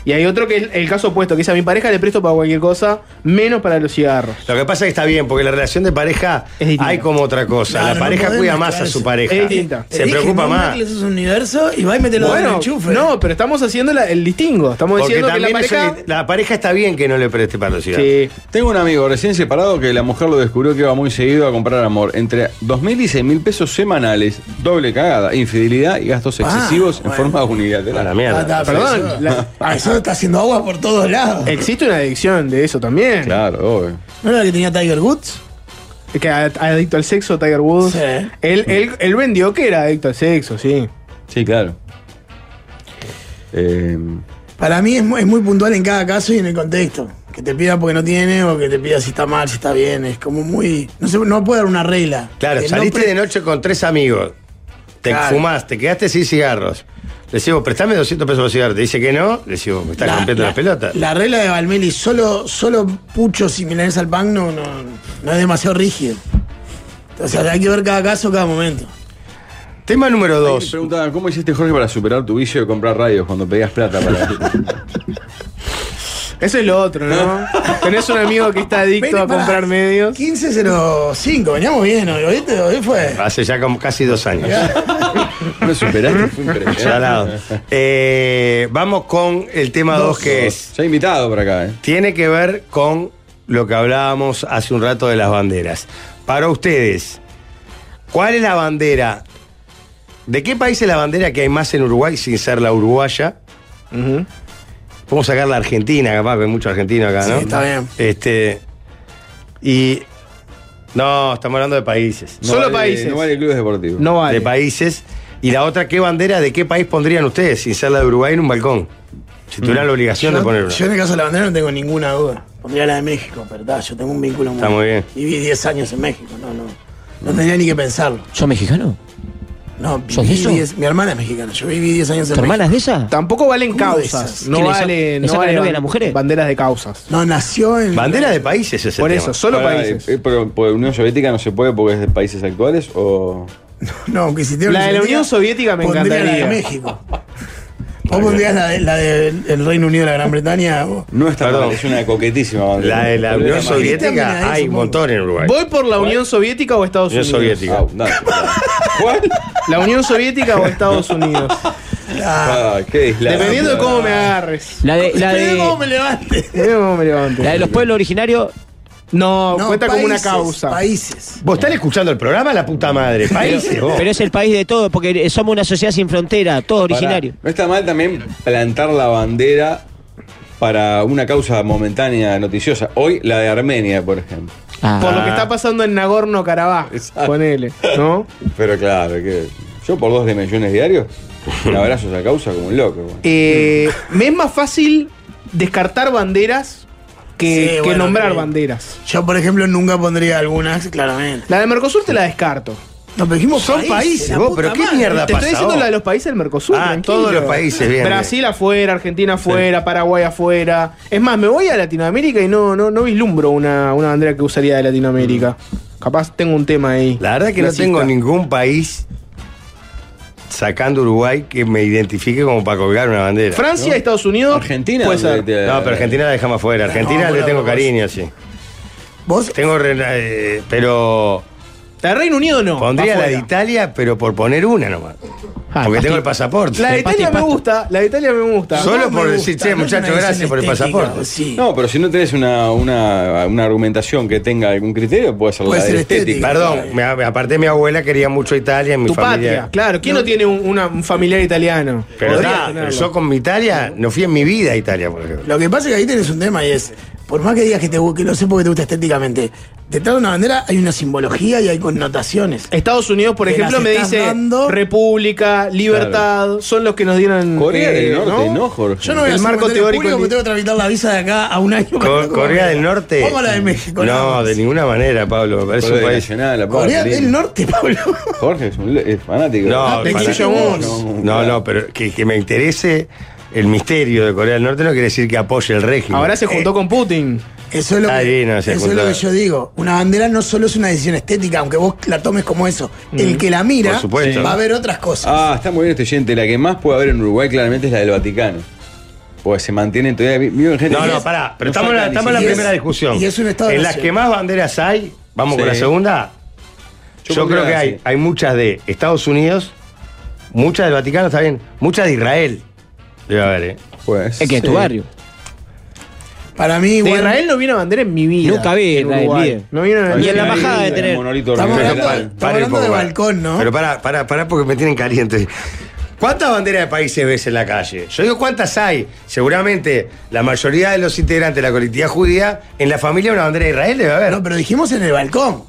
Speaker 4: Y hay otro que es el caso opuesto, que es a mi pareja le presto para cualquier cosa, menos para los cigarros.
Speaker 3: Lo que pasa es que está bien, porque la relación de pareja hay como otra cosa.
Speaker 2: Ah,
Speaker 4: Claro,
Speaker 3: la
Speaker 4: no
Speaker 3: pareja
Speaker 4: podemos
Speaker 3: cuida más a
Speaker 4: mezclar
Speaker 3: su
Speaker 4: eso.
Speaker 3: pareja.
Speaker 4: Es distinta.
Speaker 3: Se preocupa más.
Speaker 2: Es un universo y va y mete los dos en el
Speaker 4: Bueno,
Speaker 2: enchufe. Ah,
Speaker 4: no, pero estamos haciendo la- el distingo. Estamos
Speaker 3: Porque
Speaker 4: diciendo que la
Speaker 3: también eso
Speaker 4: pareja...
Speaker 3: que- la pareja está bien que no le preste para los cigarros.
Speaker 1: Tengo un amigo recién separado que la mujer lo descubrió que iba muy seguido a comprar amor. Entre 2.000 y 6.000 pesos semanales, doble cagada, infidelidad y gastos excesivos en forma unilateral.
Speaker 3: la
Speaker 2: Ah, está, pero eso-
Speaker 4: Perdón, la-
Speaker 2: Ah, eso está haciendo agua por todos lados.
Speaker 3: Eh.
Speaker 4: existe una adicción de eso también.
Speaker 1: Claro, obvio.
Speaker 2: ¿No era la que tenía Tiger Woods?
Speaker 4: Que a- adicto al sexo, Tiger Woods.
Speaker 2: Sí.
Speaker 4: Él, él- él vendió que era adicto al sexo, sí.
Speaker 1: Sí, claro. Eh,
Speaker 2: Para mí es muy, es muy puntual en cada caso y en el contexto. Que te pida porque no tiene o que te pida si está mal, si está bien. Es como muy. No, se, no puede dar una regla.
Speaker 3: Claro,
Speaker 2: Que no
Speaker 3: saliste
Speaker 2: pre-
Speaker 3: de noche con tres amigos. Te
Speaker 2: Claro.
Speaker 3: fumaste, quedaste sin cigarros. Le digo, prestame 200 pesos por cigarro. Te dice que no, le digo, me estás rompiendo la, pelota.
Speaker 2: La regla de Valmeli, solo, solo puchos y milanesa al pan no, no, no es demasiado rígido. O sea, hay que ver cada caso, cada momento.
Speaker 3: Tema número
Speaker 1: me
Speaker 3: 2.
Speaker 1: preguntaban, ¿cómo hiciste, Jorge, para superar tu vicio de comprar radios cuando pedías plata para
Speaker 4: Eso es lo otro, ¿no? Tenés un amigo que está adicto
Speaker 2: Vení,
Speaker 4: a
Speaker 2: pará.
Speaker 4: comprar medios.
Speaker 2: 15.05, veníamos bien hoy, ¿viste? Hoy fue.
Speaker 3: Hace ya como casi dos años.
Speaker 1: ¿No superaste? Fue impresionante.
Speaker 3: Salado. Eh, vamos con el tema 2 que es.
Speaker 1: Se ha invitado para acá, ¿eh?
Speaker 3: Tiene que ver con lo que hablábamos hace un rato de las banderas. Para ustedes, ¿cuál es la bandera? ¿De qué país es la bandera que hay más en Uruguay sin ser la uruguaya?
Speaker 4: Ujú.
Speaker 3: Podemos sacar la Argentina, capaz, que hay mucho argentino acá,
Speaker 2: Sí,
Speaker 3: ¿no?
Speaker 2: está bien.
Speaker 3: Este. Y. No, estamos hablando de países.
Speaker 1: No
Speaker 4: Solo
Speaker 1: vale-
Speaker 4: países.
Speaker 1: No vale clubes deportivos.
Speaker 4: No vale.
Speaker 3: De países. Y la otra, ¿qué bandera de qué país pondrían ustedes sin ser la de Uruguay en un balcón? Si tuvieran la obligación de poner una.
Speaker 2: Mm. yo en el caso de la bandera no tengo ninguna duda. Pondría la de México, ¿verdad? Yo tengo un vínculo
Speaker 3: Está muy bien.
Speaker 2: Viví 10 años en México, no, no. No tenía ni que pensarlo.
Speaker 5: ¿Sos mexicano?
Speaker 2: No,
Speaker 5: ¿Sos de
Speaker 2: viví
Speaker 5: eso?
Speaker 2: 10 mi hermana es mexicana, yo viví 10 años en
Speaker 5: ¿Tu hermana es de esa?
Speaker 4: Tampoco valen
Speaker 2: ¿Cómo
Speaker 4: causas.
Speaker 2: esas?
Speaker 4: No
Speaker 5: ¿Que le sa-
Speaker 4: valen,
Speaker 5: le
Speaker 4: no
Speaker 5: sacan
Speaker 4: valen
Speaker 5: novia a
Speaker 4: ban-
Speaker 5: las mujeres?
Speaker 4: banderas de causas.
Speaker 2: México. No, nació en.
Speaker 3: Bandera de países es el
Speaker 4: Por
Speaker 3: tema.
Speaker 4: eso, solo
Speaker 1: Pará,
Speaker 4: países.
Speaker 1: eh, pero por Unión Soviética no se puede porque es de países actuales o.
Speaker 2: No, aunque si tengo
Speaker 4: La
Speaker 2: que
Speaker 4: de la
Speaker 2: sentir,
Speaker 4: Unión Soviética me
Speaker 2: eh, pondría
Speaker 4: encantaría.
Speaker 2: la de México. Vos pondrías la, de, la del el Reino Unido de la Gran Bretaña. vos.
Speaker 1: No está
Speaker 3: Perdón.
Speaker 1: mal, es una coquetísima bandera.
Speaker 3: La de la
Speaker 1: Pero
Speaker 3: Unión
Speaker 1: está mal.
Speaker 2: También
Speaker 3: Soviética
Speaker 2: hay,
Speaker 3: hay un
Speaker 2: supongo.
Speaker 3: montón en Uruguay.
Speaker 4: ¿Voy por la Unión Soviética o Estados
Speaker 3: Unión
Speaker 4: Unidos?
Speaker 3: Soviética.
Speaker 1: Ah, no, ¿Cuál?
Speaker 4: La Unión Soviética o Estados Unidos.
Speaker 1: Ah, qué deslave.
Speaker 4: Dependiendo de cómo me agarres.
Speaker 5: La de, la
Speaker 2: Pero cómo
Speaker 5: de,
Speaker 2: me levante.
Speaker 4: Dependiendo de cómo me levantes.
Speaker 5: la de los pueblos originarios.
Speaker 4: No,
Speaker 2: No,
Speaker 4: cuenta como una
Speaker 2: países,
Speaker 4: causa.
Speaker 2: Países.
Speaker 3: ¿Vos están escuchando el programa, la puta madre? Países, vos.
Speaker 5: Pero es el país de todo, porque somos una sociedad sin frontera, todos
Speaker 1: Pará,
Speaker 5: originarios.
Speaker 1: No está mal también plantar la bandera para una causa momentánea noticiosa. Hoy la de Armenia, por ejemplo.
Speaker 4: Por
Speaker 5: Ah,
Speaker 4: lo que está pasando en Nagorno-Karabaj.
Speaker 1: Exacto.
Speaker 4: Ponele, ¿no?
Speaker 1: Pero claro, que yo por dos dimensiones diarios, un abrazo a esa causa como un loco. bueno.
Speaker 4: Eh, me es más fácil descartar banderas que,
Speaker 2: Sí,
Speaker 4: que
Speaker 2: bueno,
Speaker 4: nombrar
Speaker 2: sí.
Speaker 4: banderas.
Speaker 2: Yo, por ejemplo, nunca pondría algunas, claramente.
Speaker 4: La de Mercosur te la descarto.
Speaker 2: Nos dijimos
Speaker 3: Son países,
Speaker 2: la
Speaker 3: vos,
Speaker 2: puta
Speaker 3: pero qué
Speaker 2: madre.
Speaker 3: mierda
Speaker 4: Te estoy
Speaker 3: pasa,
Speaker 4: diciendo
Speaker 3: vos?
Speaker 4: la de los países del Mercosur.
Speaker 3: Ah,
Speaker 4: tranquilo.
Speaker 3: todos los países, bien,
Speaker 4: Brasil afuera, Argentina afuera, Paraguay afuera. Es más, me voy a Latinoamérica y no, no, no vislumbro una, una bandera que usaría de Latinoamérica. Capaz tengo un tema ahí.
Speaker 3: Mm. La verdad que no
Speaker 4: Racista.
Speaker 3: tengo ningún país sacando Uruguay que me identifique como para colgar una bandera.
Speaker 4: Francia, Estados Unidos.
Speaker 1: Argentina.
Speaker 4: Puede ser.
Speaker 1: de- de-
Speaker 3: No, pero Argentina la dejamos afuera. Argentina
Speaker 2: No,
Speaker 3: le
Speaker 2: boludo,
Speaker 3: tengo
Speaker 2: vos-
Speaker 3: cariño, sí.
Speaker 2: Vos,
Speaker 3: Tengo. re- eh, pero.
Speaker 4: La de Reino Unido no.
Speaker 3: Pondría
Speaker 4: va
Speaker 3: la de
Speaker 4: afuera.
Speaker 3: Italia, pero por poner una nomás.
Speaker 5: Ah,
Speaker 3: Porque tengo el pasaporte.
Speaker 4: La de Italia me
Speaker 5: pasto.
Speaker 4: gusta, la de Italia me gusta.
Speaker 3: Solo
Speaker 2: me
Speaker 3: por
Speaker 2: gusta,
Speaker 3: decir, che,
Speaker 2: no es una
Speaker 3: muchachos, gracias
Speaker 2: visión
Speaker 3: por el
Speaker 2: estética,
Speaker 3: pasaporte.
Speaker 2: Sí.
Speaker 1: No, pero si no tenés una, una, una argumentación que tenga algún criterio, puede ser
Speaker 2: Puede
Speaker 1: la
Speaker 2: ser
Speaker 1: estética.
Speaker 2: estética.
Speaker 3: Perdón, me- aparte mi abuela quería mucho Italia, mi
Speaker 4: tu
Speaker 3: familia.
Speaker 4: patria, claro. ¿Quién no, tiene un, una- un familiar italiano?
Speaker 3: Pero,
Speaker 4: Podría
Speaker 3: está,
Speaker 4: tenerlo.
Speaker 3: pero yo con mi Italia no fui en mi vida a Italia, por ejemplo.
Speaker 2: Lo que pasa es que ahí tenés un tema y es, por más que digas que, te, gu- que lo sé porque te gusta estéticamente, detrás de una bandera hay una simbología y hay connotaciones.
Speaker 4: Estados Unidos, por
Speaker 2: Que
Speaker 4: ejemplo,
Speaker 2: las
Speaker 4: me
Speaker 2: estás
Speaker 4: dice
Speaker 2: dando-
Speaker 4: República, Libertad, son los que nos dieron.
Speaker 1: Corea
Speaker 4: eh,
Speaker 1: del Norte, ¿no, Jorge?
Speaker 2: Yo no voy a
Speaker 4: El
Speaker 2: hacer
Speaker 4: marco
Speaker 2: comentarios
Speaker 4: teórico
Speaker 2: públicos
Speaker 4: en-
Speaker 2: porque tengo que tramitar la visa de acá a un año.
Speaker 3: Co- Corea del Norte.
Speaker 2: Vamos a la de México. nada
Speaker 3: No,
Speaker 2: más.
Speaker 3: de ninguna manera, Pablo. Me parece
Speaker 1: Corea
Speaker 3: un
Speaker 1: del
Speaker 3: país.
Speaker 1: Nacional, aparte,
Speaker 2: Corea del
Speaker 1: lindo.
Speaker 2: Norte, Pablo.
Speaker 1: Jorge es, un, es fanático.
Speaker 2: Ah,
Speaker 3: No,
Speaker 1: de
Speaker 3: para-
Speaker 4: Kim Jong-un.
Speaker 3: no, no, pero que, que me interese el misterio de Corea del Norte no quiere decir que apoye el régimen.
Speaker 4: Ahora se
Speaker 5: Eh,
Speaker 4: juntó con Putin.
Speaker 2: Eso es lo,
Speaker 3: Está
Speaker 2: que,
Speaker 3: bien, no se
Speaker 2: eso es lo
Speaker 3: junta.
Speaker 2: que yo digo. Una bandera no solo es una decisión estética, aunque vos la tomes como eso. El que la mira
Speaker 3: Por supuesto.
Speaker 2: va a ver otras cosas.
Speaker 1: Ah, está muy bien este oyente. La que más puede haber en Uruguay claramente es la del Vaticano. Porque se mantienen todavía. vi- viven gente
Speaker 3: No,
Speaker 1: que-
Speaker 3: no, pará. Pero
Speaker 1: no
Speaker 3: estamos en la,
Speaker 1: sacan ni
Speaker 3: estamos en la
Speaker 2: siquiera-
Speaker 3: primera discusión.
Speaker 2: y es un Estado
Speaker 3: en las
Speaker 2: nacional.
Speaker 3: que más banderas hay, vamos con
Speaker 1: Sí.
Speaker 3: la segunda. Yo,
Speaker 1: Yo
Speaker 3: creo
Speaker 1: pondría
Speaker 3: que hay,
Speaker 1: así.
Speaker 3: hay muchas de Estados Unidos, muchas del Vaticano, está bien, muchas de Israel. Debe haber, ¿eh?
Speaker 1: Pues,
Speaker 5: Es que es tu
Speaker 1: sí.
Speaker 5: barrio.
Speaker 2: Para mí,
Speaker 4: De
Speaker 2: igual,
Speaker 4: Israel no vi una bandera en mi vida.
Speaker 5: Nunca vi
Speaker 4: en
Speaker 5: Israel,
Speaker 4: Uruguay.
Speaker 5: bien.
Speaker 4: No vi una
Speaker 1: Ahí
Speaker 5: Y en la
Speaker 1: hay
Speaker 5: embajada de
Speaker 1: un
Speaker 5: tener-
Speaker 1: monolito
Speaker 2: Estamos
Speaker 1: hormigonero.
Speaker 2: hablando de- Estamos hablando de balcón, ¿no?
Speaker 3: Pero pará, pará, pará porque me tienen caliente. ¿Cuántas banderas de países ves en la calle? Yo digo, ¿cuántas hay? Seguramente la mayoría de los integrantes de la colectividad judía, en la familia una bandera de Israel debe haber.
Speaker 2: no, pero dijimos en el balcón.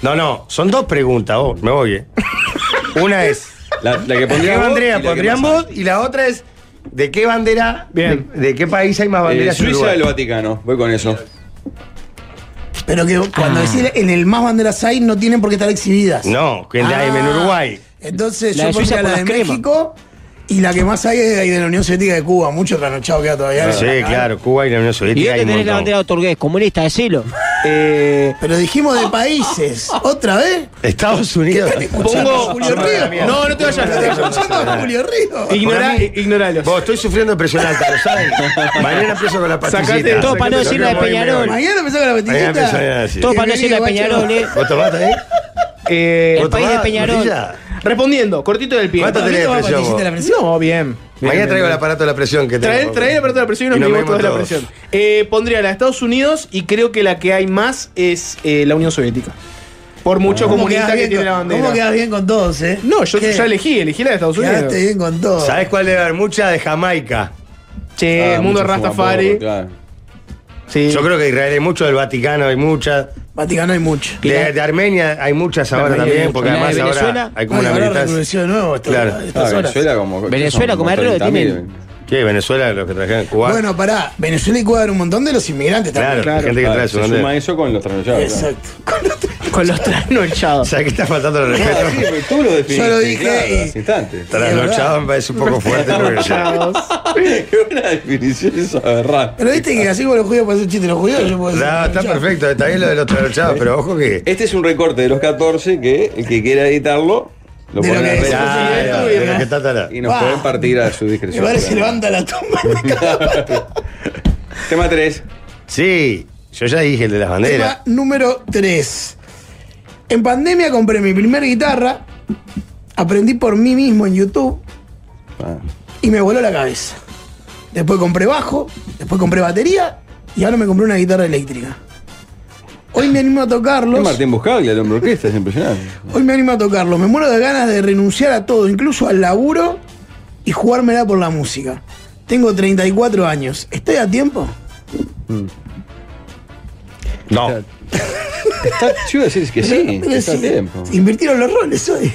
Speaker 3: No, no, son dos preguntas, vos, me voy, ¿eh? Una es,
Speaker 1: La, la que
Speaker 3: ¿de qué
Speaker 1: pondría vos y la
Speaker 3: bandera
Speaker 1: que Eh,
Speaker 3: pondrían
Speaker 1: más-
Speaker 3: vos? Y la otra es, ¿de qué bandera,
Speaker 4: Bien.
Speaker 3: De, de qué país hay más
Speaker 1: Eh,
Speaker 3: banderas en
Speaker 1: Suiza
Speaker 3: Uruguay?
Speaker 1: del Vaticano. Voy con eso.
Speaker 2: Pero que
Speaker 3: Ah.
Speaker 2: cuando decís en el más banderas hay, no tienen por qué estar exhibidas.
Speaker 3: No, que la hay en
Speaker 2: Ah,
Speaker 3: Uruguay.
Speaker 2: Entonces
Speaker 5: La de
Speaker 2: yo
Speaker 5: Suiza
Speaker 2: pondría
Speaker 5: por
Speaker 2: la de
Speaker 5: las cremas.
Speaker 2: México y la que más hay es de la Unión Soviética de Cuba. Mucho tranochado queda todavía.
Speaker 3: Sí, claro, Cuba y la Unión
Speaker 5: ¿Y
Speaker 3: Soviética. hay
Speaker 5: dónde
Speaker 3: un
Speaker 5: tenés la
Speaker 3: montón.
Speaker 5: bandera de Otorgués? Comunista, decilo.
Speaker 4: Eh,
Speaker 2: Pero dijimos de países. ¿Otra vez?
Speaker 3: Estados Unidos.
Speaker 4: pongo.
Speaker 2: Julio Río.
Speaker 4: No, no te vayas. no te
Speaker 2: ¿Estás
Speaker 4: vayas.
Speaker 2: escuchando a Julio Río?
Speaker 4: Eh, Ignora,
Speaker 3: Para mí-
Speaker 4: ignoralos.
Speaker 3: Vos, estoy sufriendo de presión alta, ¿lo saben? Mañana empiezo con la pastillita.
Speaker 4: Sacate todo para no
Speaker 3: Yo creo
Speaker 4: decir
Speaker 5: la de
Speaker 3: que voy a
Speaker 5: Peñarol.
Speaker 3: mejor.
Speaker 2: Mañana empezamos con la
Speaker 3: Mañana empiezo a
Speaker 2: petitita.
Speaker 3: decir.
Speaker 5: Todo para no decirle a
Speaker 2: Bienvenido,
Speaker 5: Peñarol, eh.
Speaker 3: ¿Vos tomás también?
Speaker 4: Eh,
Speaker 3: ¿Vos
Speaker 5: El país de
Speaker 3: tomás,
Speaker 5: Peñarol.
Speaker 3: Matilla?
Speaker 4: respondiendo, cortito del pie.
Speaker 3: ¿Cuánto tenés de presión vos?
Speaker 4: No, bien. Bien,
Speaker 3: Mañana
Speaker 4: bien,
Speaker 3: traigo el
Speaker 4: bien.
Speaker 3: aparato de la presión que
Speaker 4: Trae,
Speaker 3: tengo.
Speaker 4: trae el aparato de la presión y nos, medimos toda la
Speaker 3: todos.
Speaker 4: presión. Eh, pondría la de Estados Unidos y creo que la que hay más es eh, la Unión Soviética. Por mucho
Speaker 2: ¿Cómo
Speaker 4: comunista
Speaker 2: quedás
Speaker 4: que
Speaker 2: bien
Speaker 4: tiene la
Speaker 2: con- ¿Cómo
Speaker 4: bandera.
Speaker 2: quedás bien con todos, eh?
Speaker 4: No, yo
Speaker 2: ¿Qué?
Speaker 4: ya elegí, elegí la de Estados Unidos.
Speaker 2: Quedaste bien con todos.
Speaker 3: ¿Sabés cuál debe haber? Mucha de Jamaica.
Speaker 4: Che,
Speaker 2: Eh,
Speaker 1: Ah,
Speaker 4: el mundo
Speaker 1: mucho
Speaker 4: Rastafari.
Speaker 1: fumapolvo, claro.
Speaker 4: Sí.
Speaker 3: Yo creo que de Israel hay mucho, del Vaticano hay mucha.
Speaker 2: Vaticano hay mucho.
Speaker 3: De, de Armenia hay muchas ahora
Speaker 4: Armenia hay
Speaker 3: también,
Speaker 4: mucho.
Speaker 3: porque
Speaker 5: ¿Y la de
Speaker 3: además ahora
Speaker 5: Venezuela?
Speaker 3: hay como
Speaker 2: Ay,
Speaker 3: una
Speaker 2: ahora
Speaker 3: militancia.
Speaker 2: recrudecido de nuevo esta-
Speaker 3: Claro.
Speaker 1: Ah,
Speaker 2: estas horas.
Speaker 1: Venezuela como.
Speaker 5: Venezuela,
Speaker 1: son
Speaker 5: como
Speaker 1: como
Speaker 5: Arroyo,
Speaker 1: 30.000.
Speaker 5: tienen-
Speaker 3: ¿Qué? Venezuela, los que trajeron Cuba.
Speaker 2: Bueno, pará, Venezuela y Cuba eran un montón de los inmigrantes
Speaker 3: claro,
Speaker 2: también.
Speaker 3: la gente que
Speaker 1: Claro,
Speaker 3: trae su
Speaker 1: Ah, se suma
Speaker 3: bandera.
Speaker 1: eso con los trasnochados. claro.
Speaker 2: Exacto. Con los tres-
Speaker 4: Con los
Speaker 3: O
Speaker 4: trasnochados.
Speaker 3: sea, que está faltando el
Speaker 1: Ah,
Speaker 3: respeto.
Speaker 1: sí, pero tú lo definiste.
Speaker 2: Yo lo dije
Speaker 1: claro,
Speaker 2: y-
Speaker 1: hace instantes.
Speaker 3: Trasnochado me parece un poco fuerte. porque ya-
Speaker 1: Qué buena definición eso, aberrante.
Speaker 2: Pero viste que así como los judíos pueden hacer chiste, los judíos yo puedo
Speaker 3: No,
Speaker 2: decir-
Speaker 3: está perfecto, está bien lo de los trasnochados, pero ojo que.
Speaker 1: Este es un recorte de los 14 que el que quiera editarlo lo
Speaker 2: De
Speaker 1: pone
Speaker 2: lo
Speaker 1: en las
Speaker 2: que
Speaker 1: redes
Speaker 2: es,
Speaker 1: sociales
Speaker 3: Claro,
Speaker 2: sí, es tuyo,
Speaker 3: pero
Speaker 2: ¿no?
Speaker 3: que está tala.
Speaker 1: y nos
Speaker 2: Va.
Speaker 1: pueden partir a su
Speaker 2: Me
Speaker 1: discreción.
Speaker 2: parece levanta la tumba de cada
Speaker 1: Tema 3.
Speaker 3: Sí, yo ya dije el de las banderas.
Speaker 2: Tema número 3. En pandemia compré mi primera guitarra, aprendí por mí mismo en YouTube
Speaker 3: Ah.
Speaker 2: y me voló la cabeza. Después compré bajo, después compré batería y ahora me compré una guitarra eléctrica. Hoy me animo a
Speaker 1: Es
Speaker 2: tocarlos.
Speaker 1: Martín Buscaglia, el hombre orquesta, es impresionante.
Speaker 2: Hoy me animo a tocarlos. Me muero de ganas de renunciar a todo, incluso al laburo y jugármela por la música. Tengo 34 años. ¿Estoy a tiempo?
Speaker 3: No.
Speaker 1: Está, yo iba a decir que sí,
Speaker 2: Pero
Speaker 1: está a
Speaker 2: sí,
Speaker 1: tiempo.
Speaker 2: Invirtieron los roles hoy.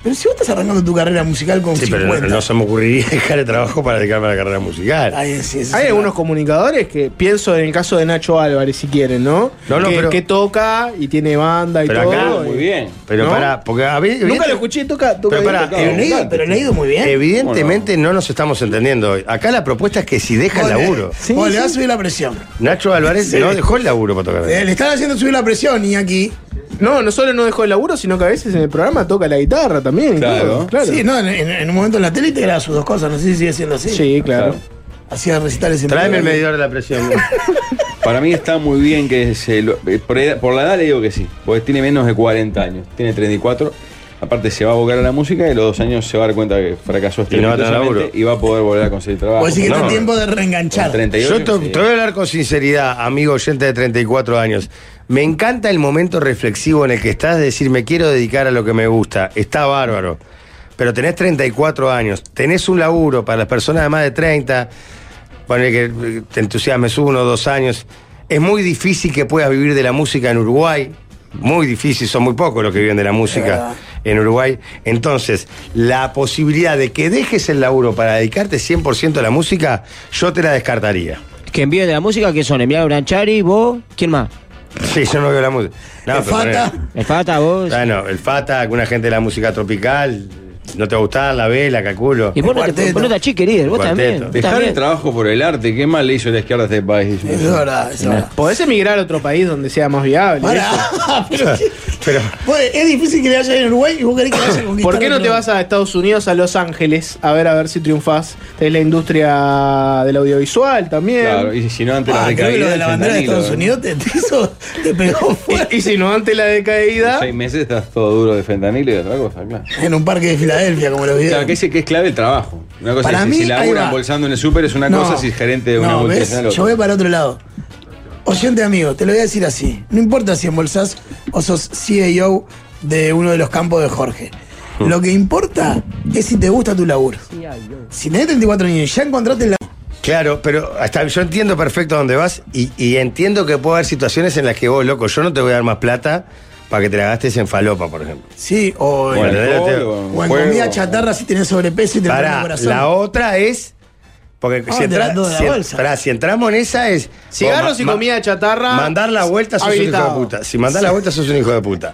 Speaker 2: Pero si vos estás arrancando tu carrera musical con
Speaker 3: Sí, pero no,
Speaker 2: 50.
Speaker 3: no se me ocurriría dejar el trabajo para dedicarme a la carrera musical.
Speaker 4: Hay algunos comunicadores que pienso en el caso de Nacho Álvarez, si quieren, ¿no?
Speaker 3: No, no,
Speaker 4: que,
Speaker 3: pero-
Speaker 4: que toca y tiene banda y
Speaker 3: Pero
Speaker 4: todo.
Speaker 3: acá-
Speaker 4: y-
Speaker 3: Muy bien. Pero
Speaker 4: ¿no?
Speaker 3: pará, porque a mí-
Speaker 4: Nunca lo escuché, ¿eh? toca, toca
Speaker 3: Pero
Speaker 4: bien,
Speaker 3: pará,
Speaker 4: tocado.
Speaker 3: eh, Neido-
Speaker 2: Pero le ha ido muy bien.
Speaker 3: Evidentemente no nos estamos entendiendo. hoy. Acá la propuesta es que si deja el
Speaker 2: Vos le-
Speaker 3: laburo.
Speaker 2: vos le vas a subir la presión.
Speaker 3: Nacho Álvarez
Speaker 2: Sí.
Speaker 3: no dejó el laburo para tocar.
Speaker 2: Eh, le están haciendo subir la presión, y aquí.
Speaker 4: No, no solo no dejó el laburo, sino que a veces en el programa toca la guitarra también. Claro, claro.
Speaker 2: Sí, no, en, en- en un momento en la tele te graba sus dos cosas, no sé si sigue siendo así.
Speaker 4: Sí, claro.
Speaker 2: Hacía recitales en
Speaker 3: Tráeme el
Speaker 2: vivo.
Speaker 3: medidor de la presión.
Speaker 1: Para mí está muy bien que se lo- eh, por, ed- por la edad le digo que sí, porque tiene menos de 40 años, tiene 34. Aparte se va a abocar a la música y a los dos años se va a dar cuenta que fracasó
Speaker 3: Y no va a tener
Speaker 1: estrepitosamente
Speaker 3: laburo.
Speaker 1: y va a poder volver a conseguir trabajo.
Speaker 2: Vos decís que
Speaker 3: No.
Speaker 2: está tiempo de reenganchar.
Speaker 1: 38,
Speaker 3: Yo te,
Speaker 1: sí.
Speaker 3: te voy a hablar con sinceridad, amigo oyente de 34 años. Me encanta el momento reflexivo en el que estás, de decir, me quiero dedicar a lo que me gusta. Está bárbaro. Pero tenés 34 años, tenés un laburo para las personas de más de 30, poner que eh, te entusiasmes uno o dos años. Es muy difícil que puedas vivir de la música en Uruguay. Muy difícil, son muy pocos los que viven de la música en Uruguay. Entonces, la posibilidad de que dejes el laburo para dedicarte 100% a la música, yo te la descartaría.
Speaker 5: Que envíen de la música, que son? Emiliano Branchari, vos, ¿quién más?
Speaker 3: Sí, yo no veo la música. No,
Speaker 2: El
Speaker 3: pero
Speaker 2: Fata.
Speaker 3: ponele-
Speaker 5: El Fata, vos.
Speaker 3: Ah, no, el Fata, alguna gente de la música tropical, no te va a gustar, la vela, calculo.
Speaker 5: Y vos no te
Speaker 2: Cuarteto.
Speaker 5: ponés la chica, líder, vos
Speaker 3: Cuarteto.
Speaker 5: también. vos
Speaker 1: Dejar
Speaker 5: también.
Speaker 1: el trabajo por el arte, qué mal le hizo la izquierda a este país.
Speaker 2: Eso es verdad, eso es verdad.
Speaker 4: Podés emigrar a otro país donde sea más viable.
Speaker 2: Pará, pero, qué-
Speaker 3: Pero
Speaker 2: vos, es difícil que le vaya bien a Uruguay y vos querés que vaya a conquistar
Speaker 4: ¿Por qué no te vas a Estados Unidos, a Los Ángeles, a ver a ver si triunfás? Tenés la industria del audiovisión también.
Speaker 1: Claro, y si no antes la
Speaker 2: Ah, creo que
Speaker 1: recaída
Speaker 2: lo de la
Speaker 1: del
Speaker 2: bandera de
Speaker 1: fentanilo,
Speaker 2: Estados
Speaker 1: ¿eh?
Speaker 2: Unidos te, te hizo, te pegó fuerte.
Speaker 4: Y, y si no ante la decaída,
Speaker 1: Seis meses estás todo duro de fentanilo y otra cosa, claro.
Speaker 2: En un parque de Filadelfia, como lo vi.
Speaker 1: Claro, que dice que es clave el trabajo. Una cosa
Speaker 2: Para
Speaker 1: es que
Speaker 2: mí,
Speaker 1: si
Speaker 2: ahí
Speaker 1: labura
Speaker 2: va.
Speaker 1: embolsando en el súper es una cosa, si es gerente de una
Speaker 2: no, ¿ves?
Speaker 1: multinacional
Speaker 2: Yo
Speaker 1: otra.
Speaker 2: voy para otro lado. Oyente amigo, te lo voy a decir así. No importa si embolsás o sos CEO de uno de los campos de Jorge.
Speaker 1: Hmm.
Speaker 2: Lo que importa es si te gusta tu laburo. Si tenés 34 años y ya encontraste la...
Speaker 3: Claro, pero hasta yo entiendo perfecto a dónde vas y, y entiendo que puede haber situaciones en las que vos, loco, yo no te voy a dar más plata para que te la gastes en falopa, por ejemplo.
Speaker 2: Sí, o,
Speaker 1: O en
Speaker 3: Bueno,
Speaker 1: alcohol, o
Speaker 3: te-
Speaker 1: en
Speaker 2: o en
Speaker 1: juego.
Speaker 2: comida chatarra si tenés sobrepeso y te rompe el
Speaker 3: Pará,
Speaker 2: corazón.
Speaker 3: la otra es. Porque
Speaker 2: Ah,
Speaker 3: si,
Speaker 2: de
Speaker 3: entra-
Speaker 2: las dos de la
Speaker 3: si en-
Speaker 2: bolsa.
Speaker 3: pará, si entramos en esa es.
Speaker 4: cigarros
Speaker 3: vos
Speaker 4: y
Speaker 3: ma-
Speaker 4: comida chatarra.
Speaker 3: Mandar la vuelta sos un
Speaker 4: habilitado.
Speaker 3: hijo de puta. Si mandar la vuelta sos un hijo de puta.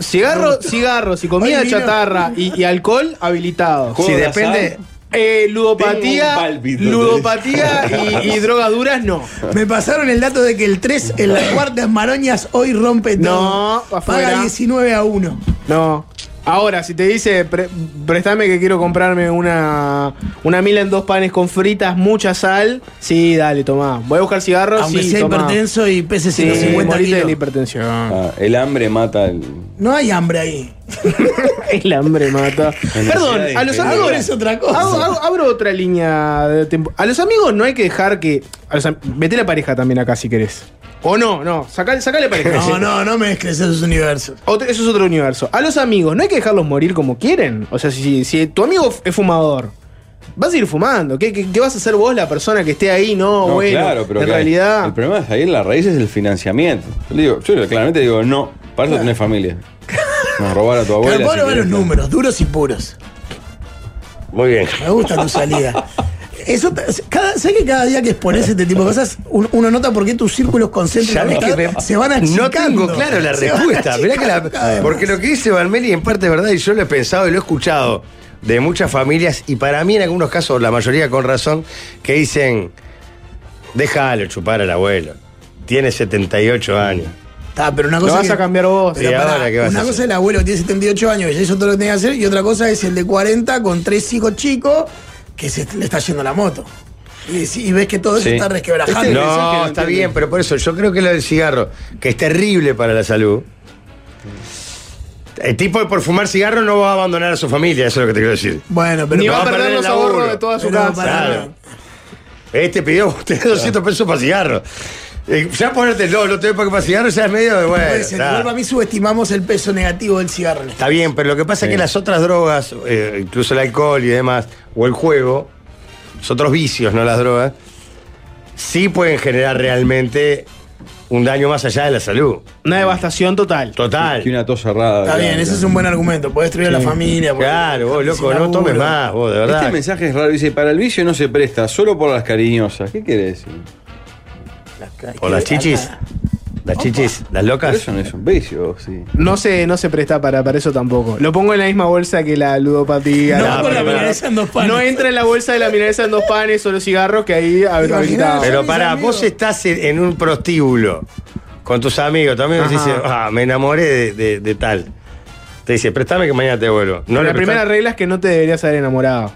Speaker 4: Cigarro, cigarros y comida
Speaker 2: Ay, mira.
Speaker 4: chatarra y, y alcohol habilitado.
Speaker 1: Juego
Speaker 3: Si
Speaker 1: de
Speaker 3: depende.
Speaker 1: azar.
Speaker 4: Eh,
Speaker 1: Tengo un
Speaker 4: ludopatía,
Speaker 1: pálpito.
Speaker 4: ludopatía y, y drogas duras no.
Speaker 2: Me pasaron el dato de que el 3 en las cuartas maroñas hoy rompe todo.
Speaker 4: No,
Speaker 2: Paga
Speaker 4: afuera.
Speaker 2: 19 a 1.
Speaker 4: No. Ahora, si te dice, "Pre- préstame que quiero comprarme una, una mila en dos panes con fritas, mucha sal, sí, dale, tomá. Voy a buscar cigarros,
Speaker 2: Aunque
Speaker 4: sí,
Speaker 2: sea
Speaker 4: tomá.
Speaker 2: hipertenso y pese
Speaker 4: Sí,
Speaker 2: 150
Speaker 4: morite de la
Speaker 2: kilos.
Speaker 4: hipertensión.
Speaker 1: Ah, el hambre mata el,
Speaker 2: No hay hambre ahí.
Speaker 4: El hambre mata. Perdón,
Speaker 1: de
Speaker 4: a los
Speaker 1: ingeniería.
Speaker 4: amigos.
Speaker 2: Ahora es otra cosa.
Speaker 4: Hago- hago- abro otra línea de tiempo. A los amigos no hay que dejar que. a los am- Vete la pareja también acá si querés. O no, no. Sacale, sacale pareja.
Speaker 2: No, no, no mezcles esos universos.
Speaker 4: Otro- eso es otro universo. A los amigos, no hay que dejarlos morir como quieren. O sea, si, si, si tu amigo f- es fumador, vas a ir fumando. ¿Qué, qué, qué vas a hacer vos, la persona que esté ahí? No,
Speaker 1: No,
Speaker 4: bueno.
Speaker 1: claro, pero
Speaker 4: en
Speaker 1: que
Speaker 4: realidad.
Speaker 1: El problema es ahí en la raíz es el financiamiento. Yo, le digo, yo claramente digo, no, para eso tenés familia. Nos robar a tu abuela.
Speaker 2: Pero
Speaker 1: si
Speaker 2: puedo ver los
Speaker 1: querés.
Speaker 2: números, duros y puros.
Speaker 3: Muy bien.
Speaker 2: Me gusta tu salida. Eso, te- cada, sé que cada día que expones este tipo de cosas, un- uno nota por qué tus círculos concéntricos
Speaker 3: Sabés que me-
Speaker 2: se van achicando.
Speaker 3: No tengo claro la
Speaker 2: Se van
Speaker 3: respuesta. Mirá que la-
Speaker 2: achicando, además.
Speaker 3: porque lo que dice Valmeli en parte es verdad y yo lo he pensado y lo he escuchado de muchas familias y para mí en algunos casos, la mayoría con razón, que dicen, déjalo chupar al abuelo, tiene 78 años.
Speaker 2: Está, pero una
Speaker 4: Lo
Speaker 2: cosa
Speaker 4: vas
Speaker 2: que-
Speaker 4: a cambiar vos.
Speaker 2: Pero
Speaker 3: ¿Y
Speaker 2: pará,
Speaker 3: ahora qué vas
Speaker 2: una
Speaker 3: a
Speaker 2: cosa es
Speaker 3: hacer?
Speaker 2: el abuelo que tiene 78 años y ya hizo todo lo que tenía que hacer, y otra cosa es el de 40 con tres hijos chicos que se le está yendo la moto. Y, sí, y ves que todo eso
Speaker 1: Sí.
Speaker 2: está resquebrajando.
Speaker 1: Este
Speaker 3: No,
Speaker 1: mensaje no
Speaker 3: está
Speaker 1: entiendo.
Speaker 3: bien, pero por eso yo creo que lo del cigarro, que es terrible para la salud. El tipo por fumar cigarro no va a abandonar a su familia, eso es lo que te quiero decir.
Speaker 2: Bueno, pero.
Speaker 4: Ni
Speaker 3: No
Speaker 4: va a
Speaker 3: va a
Speaker 4: perder
Speaker 3: perder
Speaker 4: los
Speaker 3: el laburo.
Speaker 4: ahorros de toda su
Speaker 2: Pero
Speaker 4: casa.
Speaker 2: pará.
Speaker 3: Claro. Este pidió usted 200 pesos para cigarro. Eh, ya ponerte, no, no te doy para cigarro, ya es medio de bueno.
Speaker 2: puede ser.
Speaker 3: está.
Speaker 2: Igual para mí subestimamos el peso negativo del cigarro. en este-
Speaker 3: Está bien, pero lo que pasa es que las otras drogas, eh, incluso el alcohol y demás, o el juego, son otros vicios, no las drogas, sí pueden generar realmente un daño más allá de la salud.
Speaker 4: Una devastación total.
Speaker 3: Total.
Speaker 1: Que una tos cerrada.
Speaker 2: Está bien, ese es un buen argumento. Podés destruir a la familia. podés-
Speaker 3: Claro, vos, loco,
Speaker 2: sin
Speaker 3: no tomes
Speaker 2: laburo.
Speaker 3: más, vos, de
Speaker 1: Este
Speaker 3: verdad.
Speaker 1: mensaje es raro. Dice, para el vicio no se presta, solo por las cariñosas. ¿Qué quiere decir?
Speaker 3: o las chichis. Las chichis, las
Speaker 1: Pero
Speaker 3: locas.
Speaker 1: eso no es un vicio, sí.
Speaker 4: No se, no se presta para, para eso tampoco. Lo pongo en la misma bolsa que la ludopatía.
Speaker 2: No,
Speaker 4: la-
Speaker 2: con la
Speaker 3: Ah, pero-
Speaker 2: milanesa en dos panes.
Speaker 4: No entra en la bolsa de la milanesa en dos panes o los cigarros que ahí hab-
Speaker 2: Imaginás.
Speaker 4: habilitamos.
Speaker 3: Pero
Speaker 2: mis
Speaker 3: pará,
Speaker 2: amigos.
Speaker 3: vos estás en, en un prostíbulo con tus amigos. También
Speaker 4: Ajá.
Speaker 3: dices, ah, me enamoré de, de- de tal. Te dice, préstame que mañana te vuelvo. No le
Speaker 4: la
Speaker 3: prestás.
Speaker 4: primera regla es que no te deberías haber enamorado.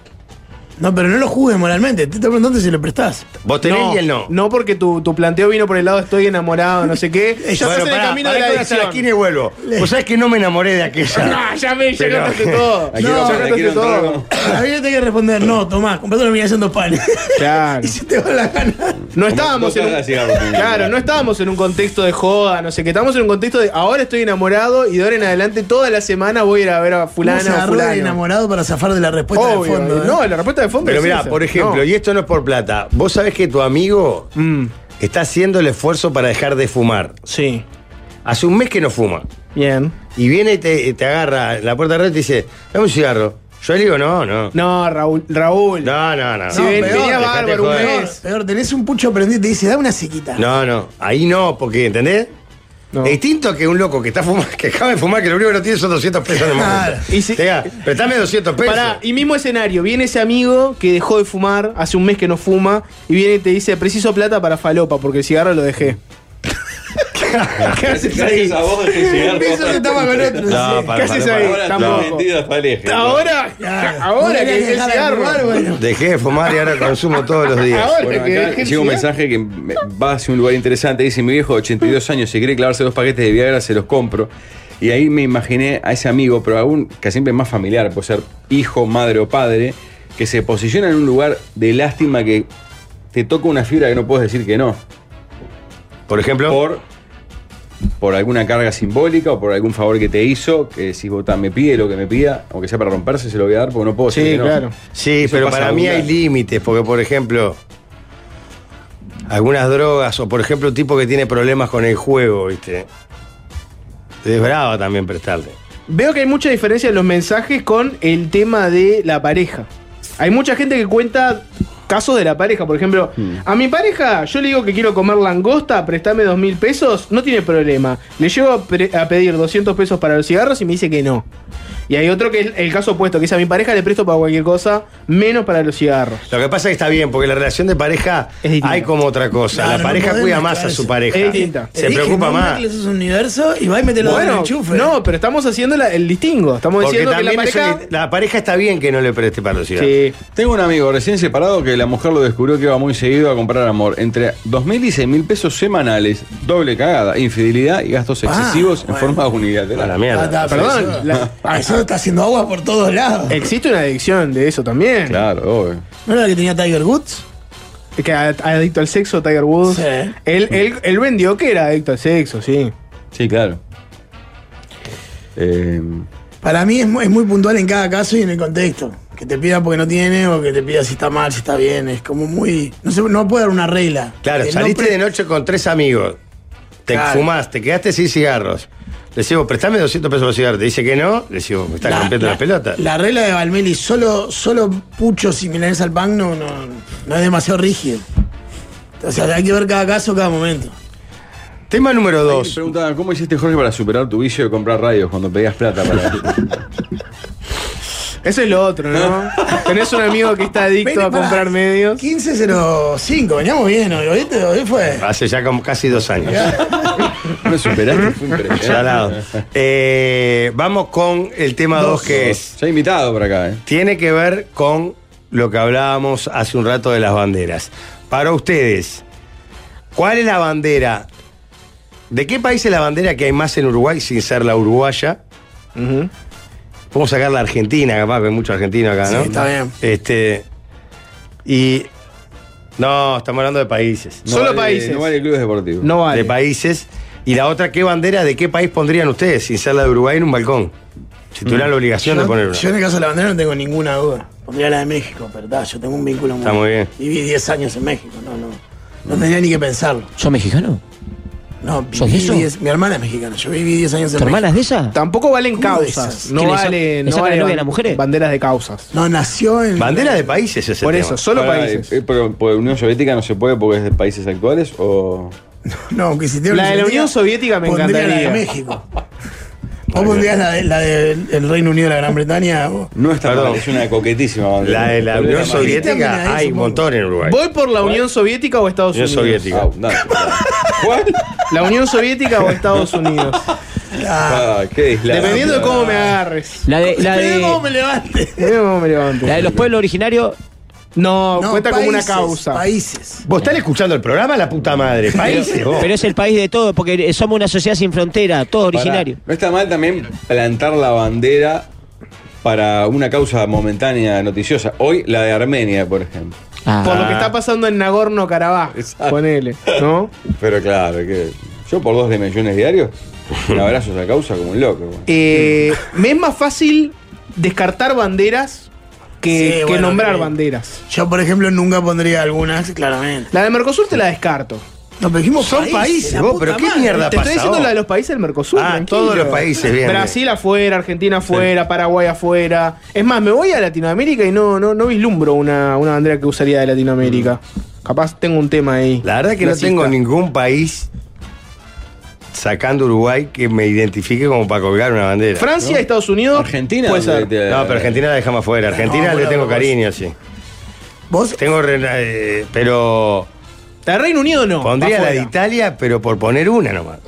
Speaker 2: No, pero no lo juzgues moralmente. Te estoy preguntando si le prestás.
Speaker 3: Vos tenés y él no.
Speaker 4: No porque tu, tu planteo vino por el lado estoy enamorado, no sé qué. Ya estás
Speaker 3: Bueno,
Speaker 4: en el
Speaker 3: pará,
Speaker 4: camino
Speaker 3: pará que
Speaker 4: de la
Speaker 3: voy hasta la
Speaker 4: adicción.
Speaker 3: esquina y vuelvo. Vos sabés que no me enamoré de aquella.
Speaker 4: Ah, ya me, ya
Speaker 3: Pero-
Speaker 4: contaste todo.
Speaker 1: Aquí no,
Speaker 4: ya
Speaker 1: aquí
Speaker 4: contaste
Speaker 1: no
Speaker 4: todo.
Speaker 1: entramos.
Speaker 2: Había que responder, no, Tomás, comprate una milanesa en dos panes.
Speaker 4: Claro.
Speaker 2: y se te va la gana.
Speaker 4: No estábamos en
Speaker 1: Como
Speaker 4: un,
Speaker 1: dos cajas de cigarros.
Speaker 4: Claro, no estábamos en un contexto de joda, no sé qué. Estábamos en un contexto de ahora estoy enamorado y de ahora en adelante toda la semana voy a ir a ver a
Speaker 2: Fulano, se
Speaker 4: fulana o
Speaker 2: agarró de
Speaker 4: fulano.
Speaker 2: enamorado para zafar de la respuesta de
Speaker 4: Obvio.
Speaker 2: fondo. ¿eh?
Speaker 4: No, la respuesta de fondo
Speaker 3: Pero
Speaker 4: es
Speaker 3: mirá,
Speaker 4: esa.
Speaker 3: por ejemplo,
Speaker 4: No.
Speaker 3: y esto no es por plata. Vos sabés que tu amigo
Speaker 4: Mm,
Speaker 3: está haciendo el esfuerzo para dejar de fumar.
Speaker 4: sí.
Speaker 3: Hace un mes que no fuma.
Speaker 4: Bien.
Speaker 3: Y viene y te, te agarra en la puerta de red y te dice, dame un cigarro. Yo le digo, no, no.
Speaker 4: No, Raúl. Raúl.
Speaker 3: No, no, no.
Speaker 4: Si
Speaker 3: No,
Speaker 4: ven-
Speaker 3: peor,
Speaker 4: venía
Speaker 3: dejate
Speaker 4: bárbaro un
Speaker 3: joder.
Speaker 4: mes.
Speaker 2: peor, peor, tenés un pucho prendido y te dice, da una sequita.
Speaker 3: No, no. Ahí no, porque, ¿entendés?
Speaker 4: No.
Speaker 3: Es distinto que un loco que está fumando, que acaba de fumar, que lo único que no tiene son 200 pesos en el
Speaker 2: Claro.
Speaker 3: momento.
Speaker 4: Y si-
Speaker 3: Diga, prestame 200 pesos.
Speaker 4: Pará, y mismo escenario, viene ese amigo que dejó de fumar, hace un mes que no fuma, y viene y te dice, preciso plata para falopa, porque el cigarro lo dejé. ¿Qué haces ahí?
Speaker 1: Gracias a vos dejé llegar.
Speaker 2: Piso se estaba con otro.
Speaker 3: No,
Speaker 2: sí.
Speaker 3: pará,
Speaker 4: ¿Qué haces
Speaker 3: pará,
Speaker 4: ahí?
Speaker 3: pará.
Speaker 1: Ahora
Speaker 4: Tampoco.
Speaker 1: está vendido hasta el eje.
Speaker 4: Ahora,
Speaker 2: Claro.
Speaker 4: ahora
Speaker 2: No
Speaker 4: que
Speaker 2: querías
Speaker 4: dejé el
Speaker 2: dejar de
Speaker 4: cigarro.
Speaker 2: fumar, bueno.
Speaker 3: Dejé de fumar y ahora consumo todos los días.
Speaker 4: Ahora
Speaker 1: Bueno,
Speaker 4: que
Speaker 1: acá
Speaker 4: dejé el
Speaker 1: llega un
Speaker 4: cigarro.
Speaker 1: mensaje que me- va hacia un lugar interesante. Dice, mi viejo, 82 años, si quiere clavarse dos paquetes de Viagra, se los compro. Y ahí me imaginé a ese amigo, pero aún que siempre es más familiar, puede ser hijo, madre o padre, que se posiciona en un lugar de lástima que te toca una fibra que no puedes decir que no.
Speaker 3: Por ejemplo,
Speaker 1: Por, por alguna carga simbólica o por algún favor que te hizo, que si vos ta, me pide lo que me pida, aunque sea para romperse, se lo voy a dar porque no puedo decir
Speaker 4: Sí,
Speaker 1: que no.
Speaker 4: claro.
Speaker 3: sí,
Speaker 1: Eso
Speaker 3: pero
Speaker 1: pasa
Speaker 3: para mí hay
Speaker 1: abundante.
Speaker 3: límites, porque por ejemplo, algunas drogas, o por ejemplo, un tipo que tiene problemas con el juego, ¿viste? Es bravo también prestarle.
Speaker 4: Veo que hay mucha diferencia en los mensajes con el tema de la pareja. Hay mucha gente que cuenta casos de la pareja. Por ejemplo,
Speaker 3: Hmm.
Speaker 4: a mi pareja yo le digo que quiero comer langosta, prestame dos mil pesos, no tiene problema. Le llego a, pre- a pedir 200 pesos para los cigarros y me dice que no. Y hay otro que es el caso opuesto, que es a mi pareja le presto para cualquier cosa, menos para los cigarros.
Speaker 3: Lo que pasa es que está bien, porque la relación de pareja
Speaker 4: Es distinta.
Speaker 3: hay como otra cosa.
Speaker 2: Claro,
Speaker 3: la
Speaker 2: no
Speaker 3: pareja
Speaker 2: podés
Speaker 3: cuida
Speaker 2: mezclar
Speaker 3: más a
Speaker 2: eso.
Speaker 3: su pareja.
Speaker 4: Es distinta.
Speaker 3: Se
Speaker 2: Te dije,
Speaker 3: preocupa
Speaker 2: no,
Speaker 3: más.
Speaker 2: Merkel Es un universo y va y mete la en el
Speaker 4: Bueno,
Speaker 2: enchufe.
Speaker 4: no, pero estamos haciendo la- el distingo. Estamos
Speaker 3: Porque
Speaker 4: diciendo que la
Speaker 3: también eso le-
Speaker 4: pareja...
Speaker 3: la, pareja está bien que no le preste para los cigarros.
Speaker 4: Sí.
Speaker 1: Tengo un amigo recién separado que la mujer lo descubrió que iba muy seguido a comprar amor. Entre 2.000 y 6.000 pesos semanales. Doble cagada. Infidelidad y
Speaker 4: Ah,
Speaker 1: gastos excesivos en
Speaker 2: bueno.
Speaker 1: forma
Speaker 3: A la
Speaker 1: unilateral.
Speaker 3: mierda.
Speaker 2: Ah, está,
Speaker 4: Perdón,
Speaker 2: Eso,
Speaker 4: la-
Speaker 2: Ah, eso está haciendo agua por todos lados.
Speaker 4: Existe una adicción de eso también.
Speaker 1: Claro, obvio.
Speaker 2: ¿No era la que tenía Tiger Woods?
Speaker 4: Que ad- adicto al sexo, Tiger Woods.
Speaker 2: Sí.
Speaker 4: Él, él- él vendió que era adicto al sexo, sí.
Speaker 1: Sí, claro. Eh,
Speaker 2: Para mí es muy, es muy puntual en cada caso y en el contexto. Que te pida porque no tiene o que te pida si está mal, si está bien. Es como muy. No, se, no puede dar una regla.
Speaker 3: Claro,
Speaker 2: Que no
Speaker 3: saliste
Speaker 2: pre-
Speaker 3: de noche con tres amigos. Te
Speaker 2: Claro.
Speaker 3: fumás, te quedaste sin cigarros. Le digo, prestame 200 pesos para cigarros. Te dice que no. Le digo, me estás rompiendo la, pelota.
Speaker 2: La regla de Valmeli, solo, solo puchos y milanesa al pan no, no, no es demasiado rígido. O sea, hay que ver cada caso, cada momento.
Speaker 3: Tema número
Speaker 1: me
Speaker 3: dos.
Speaker 1: preguntaba, ¿cómo hiciste, Jorge, para superar tu vicio de comprar radios cuando pedías plata para.
Speaker 4: Eso es lo otro, ¿no? Tenés un amigo que está adicto a
Speaker 2: Vení, pará.
Speaker 4: comprar medios.
Speaker 2: 15.05, veníamos bien hoy, ¿viste? Hoy fue.
Speaker 3: Hace ya como casi dos años.
Speaker 1: ¿No superaste? Fue impresionante.
Speaker 3: Salado. Eh, vamos con el tema dos, que es.
Speaker 1: Se ha invitado por acá, ¿eh?
Speaker 3: Tiene que ver con lo que hablábamos hace un rato de las banderas. Para ustedes, ¿cuál es la bandera? ¿De qué país es la bandera que hay más en Uruguay sin ser la uruguaya?
Speaker 4: Ujú.
Speaker 3: Podemos sacar la Argentina, capaz, que hay mucho argentino acá,
Speaker 2: Sí,
Speaker 3: ¿no?
Speaker 2: está bien.
Speaker 3: Este. Y. No, estamos hablando de países.
Speaker 1: No
Speaker 4: Solo
Speaker 1: vale-
Speaker 4: países.
Speaker 1: No vale clubes deportivos.
Speaker 4: No vale.
Speaker 3: De países. Y la otra, ¿qué bandera de qué país pondrían ustedes sin ser la de Uruguay en un balcón? Si tuvieran la obligación de poner una.
Speaker 2: yo en el caso de la bandera no tengo ninguna duda. Pondría la de México, pero está, yo tengo un vínculo muy.
Speaker 3: Está muy bien.
Speaker 2: Viví 10 años en México, no, no. No tenía ni que pensarlo.
Speaker 5: ¿Son mexicano?
Speaker 2: No,
Speaker 5: ¿Sos de
Speaker 2: viví
Speaker 5: eso?
Speaker 2: 10 mi hermana es mexicana, yo viví 10 años en
Speaker 5: ¿Tu hermana es de
Speaker 2: México.
Speaker 5: esa?
Speaker 4: Tampoco valen
Speaker 2: ¿Cómo de
Speaker 4: causas.
Speaker 2: esas?
Speaker 4: No
Speaker 5: ¿Que le sa-
Speaker 4: vale,
Speaker 5: le
Speaker 4: no
Speaker 5: saca la
Speaker 4: vale
Speaker 5: novia a
Speaker 4: ban-
Speaker 5: las mujeres?
Speaker 4: banderas de causas.
Speaker 2: No, nació en...
Speaker 3: Bandera de países ese
Speaker 4: Por
Speaker 3: tema.
Speaker 4: eso, solo
Speaker 1: Ahora,
Speaker 4: países.
Speaker 1: eh, eh, pero por Unión Soviética no se puede porque es de países actuales o.
Speaker 2: No, que si te
Speaker 4: La de la Unión Soviética me
Speaker 2: pondría
Speaker 4: encantaría.
Speaker 2: La de México. Vos pondrías la del la del el Reino Unido de la Gran Bretaña. vos.
Speaker 1: No está
Speaker 3: Perdón.
Speaker 1: mal, es una coquetísima bandera.
Speaker 3: La de la
Speaker 1: Tal vez
Speaker 3: Unión
Speaker 1: está mal.
Speaker 2: Cristian
Speaker 3: Soviética
Speaker 2: Benavente,
Speaker 3: hay un
Speaker 2: supongo.
Speaker 3: montón en Uruguay.
Speaker 4: ¿Voy por la Unión Soviética o Estados
Speaker 3: Unión
Speaker 4: Unidos?
Speaker 3: Soviética.
Speaker 1: Ah, no, claro. ¿Cuál?
Speaker 4: La Unión Soviética o Estados Unidos.
Speaker 1: Ah, qué dislate.
Speaker 4: Dependiendo de cómo me agarres.
Speaker 5: La de, la
Speaker 2: Pero cómo me
Speaker 5: de,
Speaker 2: levante.
Speaker 4: Dependiendo de cómo me levantes.
Speaker 5: la de los pueblos originarios.
Speaker 4: No,
Speaker 2: No,
Speaker 4: cuenta como una
Speaker 2: países,
Speaker 4: causa.
Speaker 2: Países.
Speaker 3: ¿Vos están escuchando el programa, la puta madre? Países, vos.
Speaker 5: Pero es el país de todos, porque somos una sociedad sin frontera, todos
Speaker 1: Pará,
Speaker 5: originarios.
Speaker 1: No está mal también plantar la bandera para una causa momentánea noticiosa. Hoy la de Armenia, por ejemplo.
Speaker 5: Ah.
Speaker 4: Por lo que está pasando en Nagorno-Karabaj.
Speaker 1: Exacto.
Speaker 4: Ponele, ¿no?
Speaker 1: Pero claro, que yo por dos de millones diarios, un abrazo a esa causa como un loco. güey.
Speaker 4: Eh, me es más fácil descartar banderas que,
Speaker 2: Sí,
Speaker 4: que
Speaker 2: bueno,
Speaker 4: nombrar
Speaker 2: que-
Speaker 4: banderas.
Speaker 2: Yo, por ejemplo, nunca pondría algunas, claramente.
Speaker 4: La de Mercosur te la descarto.
Speaker 2: No, pero dijimos
Speaker 3: Son países,
Speaker 2: la
Speaker 3: vos,
Speaker 2: puta
Speaker 3: pero qué
Speaker 2: madre.
Speaker 3: mierda
Speaker 4: Te
Speaker 3: pasa.
Speaker 4: estoy diciendo
Speaker 3: vos?
Speaker 4: la de los países del Mercosur.
Speaker 3: Ah,
Speaker 4: tranquilo.
Speaker 3: todos los países, bien, bien.
Speaker 4: Brasil afuera, Argentina afuera, Paraguay afuera. Es más, me voy a Latinoamérica y no, no, no vislumbro una, una bandera que usaría de Latinoamérica. Capaz tengo un tema ahí.
Speaker 3: Mm. La verdad que
Speaker 4: Racista.
Speaker 3: no tengo ningún país sacando Uruguay que me identifique como para colgar una bandera.
Speaker 4: Francia, Estados Unidos.
Speaker 1: Argentina.
Speaker 4: Puede ser.
Speaker 1: de- de-
Speaker 3: no, pero Argentina la dejamos afuera. Argentina
Speaker 2: No,
Speaker 3: le
Speaker 2: bueno,
Speaker 3: tengo
Speaker 2: vos-
Speaker 3: cariño, sí.
Speaker 2: Vos,
Speaker 3: Tengo. re- eh, pero.
Speaker 4: La de Reino Unido no.
Speaker 3: Pondría
Speaker 4: va
Speaker 3: la de
Speaker 4: fuera.
Speaker 3: Italia, pero por poner una nomás.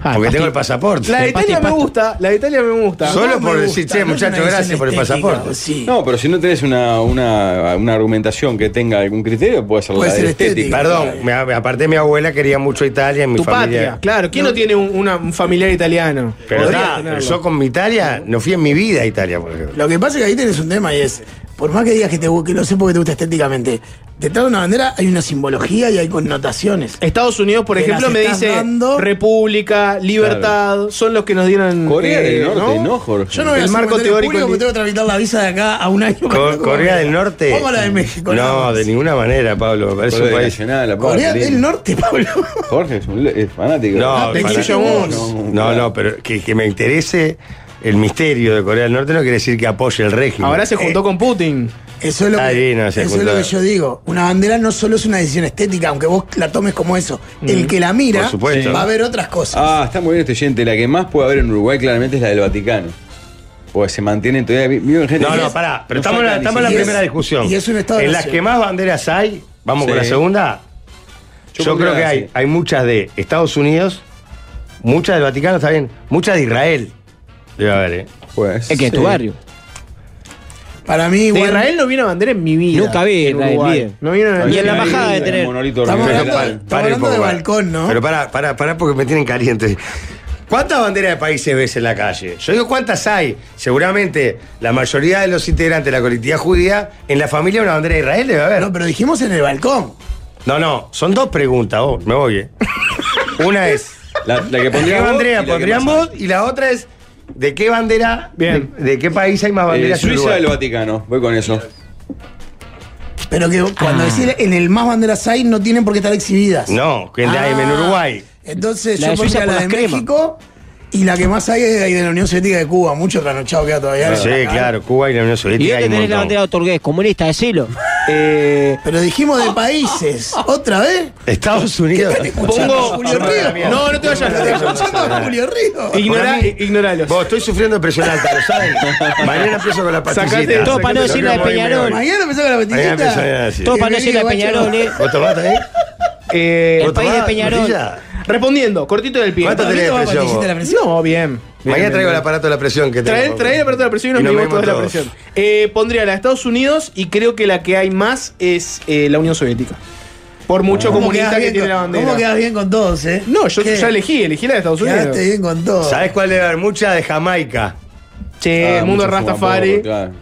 Speaker 5: Ah,
Speaker 3: Porque tengo
Speaker 5: pasti-
Speaker 3: el pasaporte.
Speaker 4: La de
Speaker 5: Pasta y
Speaker 4: Italia me
Speaker 5: pasta.
Speaker 4: gusta. La de Italia me gusta.
Speaker 3: Solo
Speaker 2: no me
Speaker 3: por
Speaker 2: gusta,
Speaker 3: decir, che,
Speaker 2: no es una
Speaker 3: muchachos, gracias
Speaker 2: decisión
Speaker 3: por el
Speaker 2: estética,
Speaker 3: pasaporte.
Speaker 2: Sí.
Speaker 1: No, pero si no tenés una, una, una argumentación que tenga algún criterio, puede ser
Speaker 2: Puede
Speaker 1: la de
Speaker 2: ser
Speaker 1: estética.
Speaker 2: estética.
Speaker 3: Perdón, me- aparte mi abuela quería mucho Italia, mi
Speaker 4: tu
Speaker 3: familia.
Speaker 4: patria. Claro, ¿quién no, tiene un, una- un familiar italiano?
Speaker 3: Pero,
Speaker 4: Podría
Speaker 3: está,
Speaker 4: tenerlo.
Speaker 3: pero yo con mi Italia no fui en mi vida a Italia, por ejemplo.
Speaker 2: Lo que pasa es que ahí tenés un tema y es, por más que digas que, te, gu- que lo sé porque te gusta estéticamente, detrás de una bandera hay una simbología y hay connotaciones.
Speaker 4: Estados Unidos, por
Speaker 2: Te
Speaker 4: ejemplo,
Speaker 2: las
Speaker 4: me
Speaker 2: estás
Speaker 4: dice
Speaker 2: dando.
Speaker 4: República, Libertad, son los que nos dieron.
Speaker 1: Corea
Speaker 4: eh,
Speaker 1: del Norte, ¿no, Jorge?
Speaker 2: Yo no voy
Speaker 4: El
Speaker 2: a hacer
Speaker 4: marco
Speaker 2: comentarios
Speaker 4: teórico
Speaker 2: públicos
Speaker 4: en-
Speaker 2: porque tengo que tramitar la visa de acá a un año.
Speaker 3: Co- Corea del Norte.
Speaker 2: Vamos a la de México. nada
Speaker 3: No,
Speaker 2: más.
Speaker 3: de ninguna manera, Pablo. Me parece un
Speaker 1: Corea
Speaker 3: país.
Speaker 1: Nacional, aparte,
Speaker 2: Corea del
Speaker 1: lindo.
Speaker 2: Norte, Pablo.
Speaker 1: Jorge es un lo- es fanático.
Speaker 3: No,
Speaker 2: Kim
Speaker 3: para-
Speaker 2: Jong-un.
Speaker 3: no, no, pero que, que me interese el misterio de Corea del Norte no quiere decir que apoye el régimen.
Speaker 4: Ahora se
Speaker 2: Eh,
Speaker 4: juntó con Putin.
Speaker 2: Eso es lo,
Speaker 3: Está
Speaker 2: que,
Speaker 3: divino ese
Speaker 2: eso es lo
Speaker 3: punto.
Speaker 2: que yo digo. Una bandera no solo es una decisión estética, aunque vos la tomes como eso. El que la mira
Speaker 3: Por supuesto.
Speaker 2: va a ver otras cosas.
Speaker 1: Ah, está muy bien este oyente. La que más puede haber en Uruguay claramente es la del Vaticano. Porque se mantienen todavía. vi- viven gente
Speaker 3: No,
Speaker 1: que-
Speaker 3: no, pará. Pero
Speaker 1: no
Speaker 3: estamos, en la-
Speaker 1: sacan
Speaker 3: estamos en la
Speaker 2: siquiera-
Speaker 3: primera discusión.
Speaker 2: y es un estado
Speaker 3: en
Speaker 2: de
Speaker 3: las
Speaker 2: nación.
Speaker 3: que más banderas hay, vamos con
Speaker 1: Sí.
Speaker 3: la segunda. Yo,
Speaker 1: Yo
Speaker 3: creo
Speaker 1: pondría
Speaker 3: que hay,
Speaker 1: así.
Speaker 3: hay muchas de Estados Unidos, muchas del Vaticano, está bien, muchas de Israel. Debe haber, ¿eh?
Speaker 1: Pues,
Speaker 5: Es que es tu
Speaker 1: sí.
Speaker 5: barrio.
Speaker 2: Para mí,
Speaker 4: De
Speaker 2: igual,
Speaker 4: Israel no vi una bandera en mi vida.
Speaker 5: Nunca vi
Speaker 4: En
Speaker 5: Israel,
Speaker 4: Uruguay.
Speaker 5: bien.
Speaker 4: No vi una
Speaker 5: Y en la
Speaker 4: bandera.
Speaker 5: embajada
Speaker 1: Ahí,
Speaker 5: de
Speaker 1: el
Speaker 5: tener-
Speaker 1: monolito
Speaker 2: Estamos
Speaker 1: hormigonero.
Speaker 2: hablando de- estamos
Speaker 3: un
Speaker 2: hablando
Speaker 3: poco,
Speaker 2: de
Speaker 3: pará.
Speaker 2: balcón, ¿no?
Speaker 3: Pero pará, pará, pará porque me tienen caliente. ¿Cuántas banderas de países ves en la calle? Yo digo, ¿cuántas hay? Seguramente la mayoría de los integrantes de la colectividad judía, en la familia una bandera de Israel debe haber.
Speaker 2: no, pero dijimos en el balcón.
Speaker 3: No, no, son dos preguntas, vos, me voy. eh. Una es,
Speaker 1: La, la que
Speaker 3: ¿de qué
Speaker 1: pondría vos
Speaker 3: bandera
Speaker 1: y la que
Speaker 3: pondrían
Speaker 1: más Eh,
Speaker 3: vos? Y la otra es, ¿de qué bandera,
Speaker 4: Bien.
Speaker 3: De, de qué país hay más
Speaker 1: hay. Eh,
Speaker 3: banderas en
Speaker 1: Suiza
Speaker 3: Uruguay?
Speaker 1: del Vaticano, voy con eso.
Speaker 2: Pero que cuando decís en el más banderas hay, no tienen por qué estar exhibidas.
Speaker 3: No, que la hay en
Speaker 2: Ah,
Speaker 3: Uruguay.
Speaker 2: Entonces
Speaker 5: La
Speaker 2: yo
Speaker 5: de Suiza
Speaker 2: pondría la
Speaker 5: por
Speaker 2: de
Speaker 5: las cremas.
Speaker 2: México y la que más hay es de, de la Unión Soviética de Cuba. Mucho tranochado queda todavía.
Speaker 3: Sí, claro, Cuba y la Unión
Speaker 5: ¿Y
Speaker 3: Soviética hay
Speaker 5: dónde
Speaker 3: un
Speaker 5: tenés la
Speaker 3: montón.
Speaker 5: bandera otorgués? Comunista, decilo.
Speaker 4: Eh,
Speaker 2: Pero dijimos de países. ¿Otra vez?
Speaker 3: Estados Unidos.
Speaker 4: pongo.
Speaker 2: Julio Río.
Speaker 4: No,
Speaker 2: Pero
Speaker 4: no te
Speaker 2: te
Speaker 4: vayas.
Speaker 2: estoy escuchando a Julio Río.
Speaker 4: Ignora-
Speaker 3: Para mí-
Speaker 4: ignoralos.
Speaker 3: Vos, estoy sufriendo de presión alta, ¿lo saben? Mañana empiezo con la
Speaker 4: Sacate
Speaker 3: pastillita.
Speaker 4: todo para no
Speaker 3: Lo
Speaker 5: decir la de
Speaker 3: quiero morir
Speaker 5: Peñarol.
Speaker 3: menos.
Speaker 2: Mañana empezó con la
Speaker 3: Mañana empiezo
Speaker 2: petillita.
Speaker 3: a decir.
Speaker 5: Todo para no ser la de
Speaker 2: Guacho.
Speaker 5: Peñarol, eh.
Speaker 3: ¿Vos tomás también?
Speaker 4: Eh,
Speaker 5: El
Speaker 3: ¿Vos
Speaker 5: país de
Speaker 3: tomás,
Speaker 5: Peñarol.
Speaker 3: Martilla?
Speaker 4: respondiendo, cortito del pie.
Speaker 3: ¿Cuánto tenés de
Speaker 2: ¿Viste la
Speaker 3: presión
Speaker 2: petillita
Speaker 3: vos?
Speaker 2: de la presión?
Speaker 4: No, bien. Bien,
Speaker 3: Mañana
Speaker 4: bien,
Speaker 3: traigo el
Speaker 4: bien.
Speaker 3: aparato de la presión que
Speaker 4: Trae,
Speaker 3: tengo.
Speaker 4: trae el aparato de la presión y nos medimos todos de la presión. Eh, pondría la de Estados Unidos y creo que la que hay más es eh, la Unión Soviética. Por mucho
Speaker 2: ¿Cómo
Speaker 4: comunista
Speaker 2: quedás
Speaker 4: que
Speaker 2: bien
Speaker 4: tiene
Speaker 2: con-
Speaker 4: la bandera.
Speaker 2: ¿Cómo quedas bien con todos, eh?
Speaker 4: No, yo
Speaker 2: ¿Qué?
Speaker 4: ya elegí, elegí la de Estados Unidos.
Speaker 2: Quedaste bien con todos.
Speaker 3: ¿Sabés cuál debe haber? Mucha de Jamaica.
Speaker 5: Eh,
Speaker 4: Che,
Speaker 1: Ah,
Speaker 4: el mundo
Speaker 1: mucho fuma
Speaker 4: Rastafari.
Speaker 1: porro, claro.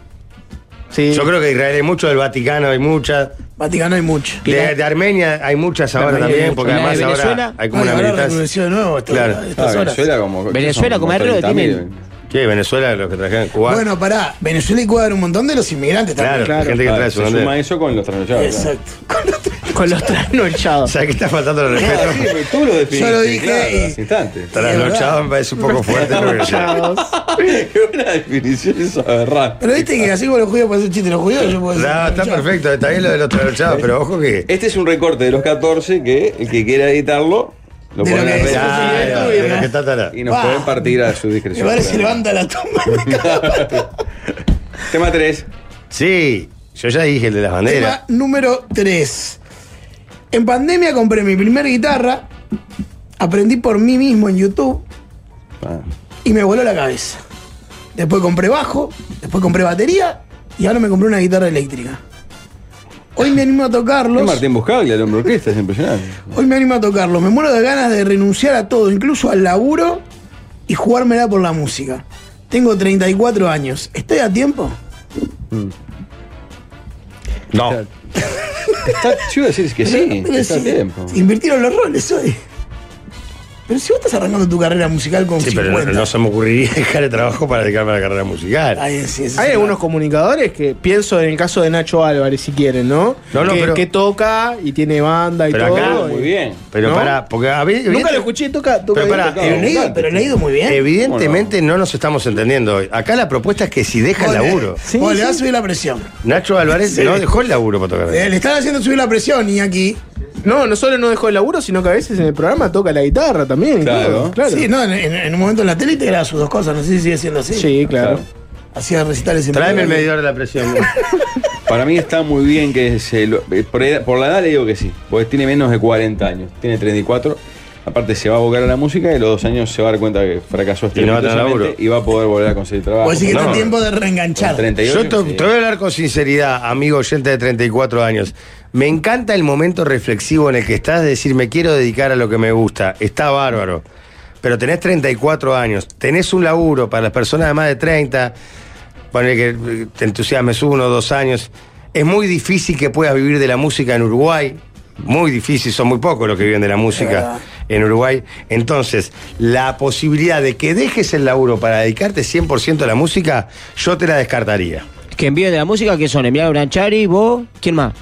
Speaker 4: Sí.
Speaker 3: Yo creo que de Israel hay mucho, del Vaticano hay mucha.
Speaker 2: Vaticano hay mucho.
Speaker 3: De, de Armenia hay muchas ahora
Speaker 5: Armenia hay
Speaker 3: también,
Speaker 5: mucho.
Speaker 3: porque
Speaker 5: ¿Y la de
Speaker 3: además ahora
Speaker 5: Venezuela?
Speaker 3: hay como
Speaker 2: Ay,
Speaker 3: una
Speaker 2: ahora
Speaker 3: militancia.
Speaker 2: recrudeció de nuevo esta-
Speaker 3: Claro.
Speaker 2: estas
Speaker 1: Ah,
Speaker 2: horas.
Speaker 1: Venezuela como.
Speaker 5: Venezuela
Speaker 1: son
Speaker 5: como
Speaker 1: unos
Speaker 5: arriba
Speaker 1: 30.000.
Speaker 5: tienen-
Speaker 3: ¿Qué? Venezuela, los que trajeron Cuba.
Speaker 2: Bueno, pará, Venezuela y Cuba eran un montón de los inmigrantes
Speaker 3: claro,
Speaker 2: también.
Speaker 3: hay gente que
Speaker 1: Claro,
Speaker 3: trae su
Speaker 1: se suma
Speaker 3: bandera.
Speaker 1: eso con los trasnochados. claro.
Speaker 2: Exacto. Con los-
Speaker 4: Con los trasnochados.
Speaker 3: O sea, que está faltando el respeto.
Speaker 1: No, Ah, sí, pero tú lo definiste.
Speaker 2: Yo lo dije y-
Speaker 1: hace instantes.
Speaker 3: Trasnochado me parece un poco fuerte. porque ya-
Speaker 1: Qué buena definición eso, agarrar.
Speaker 2: Pero viste que así como los judíos pueden hacer chiste, los judíos yo puedo decir.
Speaker 3: No, Ah. está
Speaker 2: "Chao".
Speaker 3: perfecto, está bien lo de los trasnochados, pero ojo que.
Speaker 1: Este es un recorte de los 14 que el que quiera editarlo lo
Speaker 2: De
Speaker 1: pone
Speaker 2: lo
Speaker 1: en las
Speaker 2: que
Speaker 1: redes
Speaker 2: decía
Speaker 1: sociales
Speaker 3: Claro, de los que está tarado.
Speaker 1: y nos
Speaker 2: Ah.
Speaker 1: pueden partir a su
Speaker 2: Me
Speaker 1: discreción.
Speaker 2: parece levanta la tumba.
Speaker 1: Tema 3.
Speaker 3: Sí, yo ya dije el de las
Speaker 2: Tema
Speaker 3: banderas.
Speaker 2: número 3. En pandemia compré mi primera guitarra, aprendí por mí mismo en YouTube y me voló la cabeza. Después compré bajo, después compré batería y ahora me compré una guitarra eléctrica. Hoy me animo a
Speaker 1: Es
Speaker 2: tocarlos.
Speaker 1: Martín Buscaglia, el hombre orquesta, es impresionante.
Speaker 2: Hoy me animo a tocarlos. Me muero de ganas de renunciar a todo, incluso al laburo y jugármela por la música. Tengo 34 años. ¿Estoy a tiempo?
Speaker 3: No.
Speaker 1: Está, yo iba a decir que sí,
Speaker 2: Pero
Speaker 1: está a
Speaker 2: si-
Speaker 1: tiempo.
Speaker 2: Invirtieron los roles hoy. Pero si vos estás arrancando tu carrera musical con
Speaker 3: Sí, pero
Speaker 2: 50.
Speaker 3: no, no se me ocurriría dejar el trabajo para dedicarme a la carrera musical.
Speaker 2: Ahí sí, ese
Speaker 4: Hay
Speaker 2: es el-
Speaker 4: algunos comunicadores que pienso en el caso de Nacho Álvarez, si quieren, ¿no?
Speaker 3: No, no,
Speaker 4: que,
Speaker 3: pero-
Speaker 4: que toca y tiene banda y
Speaker 3: Pero
Speaker 4: todo.
Speaker 3: acá,
Speaker 4: y-
Speaker 1: pues. Muy bien.
Speaker 3: Pero
Speaker 4: ¿No?
Speaker 3: para, porque a ver,
Speaker 4: Nunca lo
Speaker 3: evidente-
Speaker 4: escuché, toca. toca
Speaker 3: Pero
Speaker 4: bien,
Speaker 3: pará,
Speaker 4: toca.
Speaker 2: Pero le, ha ido,
Speaker 1: Abundante,
Speaker 2: pero le ha ido muy
Speaker 4: eh,
Speaker 2: bien.
Speaker 3: evidentemente no nos estamos entendiendo hoy. Acá la propuesta es que si deja el
Speaker 2: Vos le-
Speaker 3: laburo.
Speaker 4: Sí,
Speaker 2: vos le
Speaker 4: sí.
Speaker 2: vas a subir la presión.
Speaker 3: Nacho Álvarez
Speaker 2: Sí.
Speaker 3: no dejó el laburo para tocar.
Speaker 2: Eh, le están haciendo subir la presión y aquí.
Speaker 4: No, no solo no dejó el laburo, sino que a veces en el programa toca la guitarra también. y
Speaker 1: Claro.
Speaker 4: todo, claro.
Speaker 2: Sí, no, en, en- en un momento en la tele te graba sus dos cosas. No sé si sigue siendo así.
Speaker 4: Sí, claro.
Speaker 2: Hacía recitales en
Speaker 3: Tráeme el
Speaker 2: vivo.
Speaker 3: medidor de la presión.
Speaker 1: Para mí está muy bien que se lo- eh, por, ed- por la edad le digo que sí, porque tiene menos de 40 años, tiene 34. Aparte se va a abocar a la música y a los dos años se va a dar cuenta que fracasó
Speaker 3: Y no va a tener
Speaker 1: estrepitosamente
Speaker 3: laburo.
Speaker 1: y va a poder volver a conseguir trabajo.
Speaker 2: Vos decís que
Speaker 3: No.
Speaker 2: está a tiempo de
Speaker 1: Con
Speaker 2: reenganchar.
Speaker 1: 38,
Speaker 3: Yo to-
Speaker 1: sí.
Speaker 3: te voy a hablar con sinceridad, amigo oyente de 34 años. Me encanta el momento reflexivo en el que estás de decir, me quiero dedicar a lo que me gusta. Está bárbaro. Pero tenés 34 años, tenés un laburo para las personas de más de 30, poner que eh, te entusiasmes uno o dos años. Es muy difícil que puedas vivir de la música en Uruguay. Muy difícil, son muy pocos los que viven de la música en Uruguay. Entonces, la posibilidad de que dejes el laburo para dedicarte 100% a la música, yo te la descartaría.
Speaker 5: Que envíen de la música, que son Emiliano Branchari, vos, ¿quién más?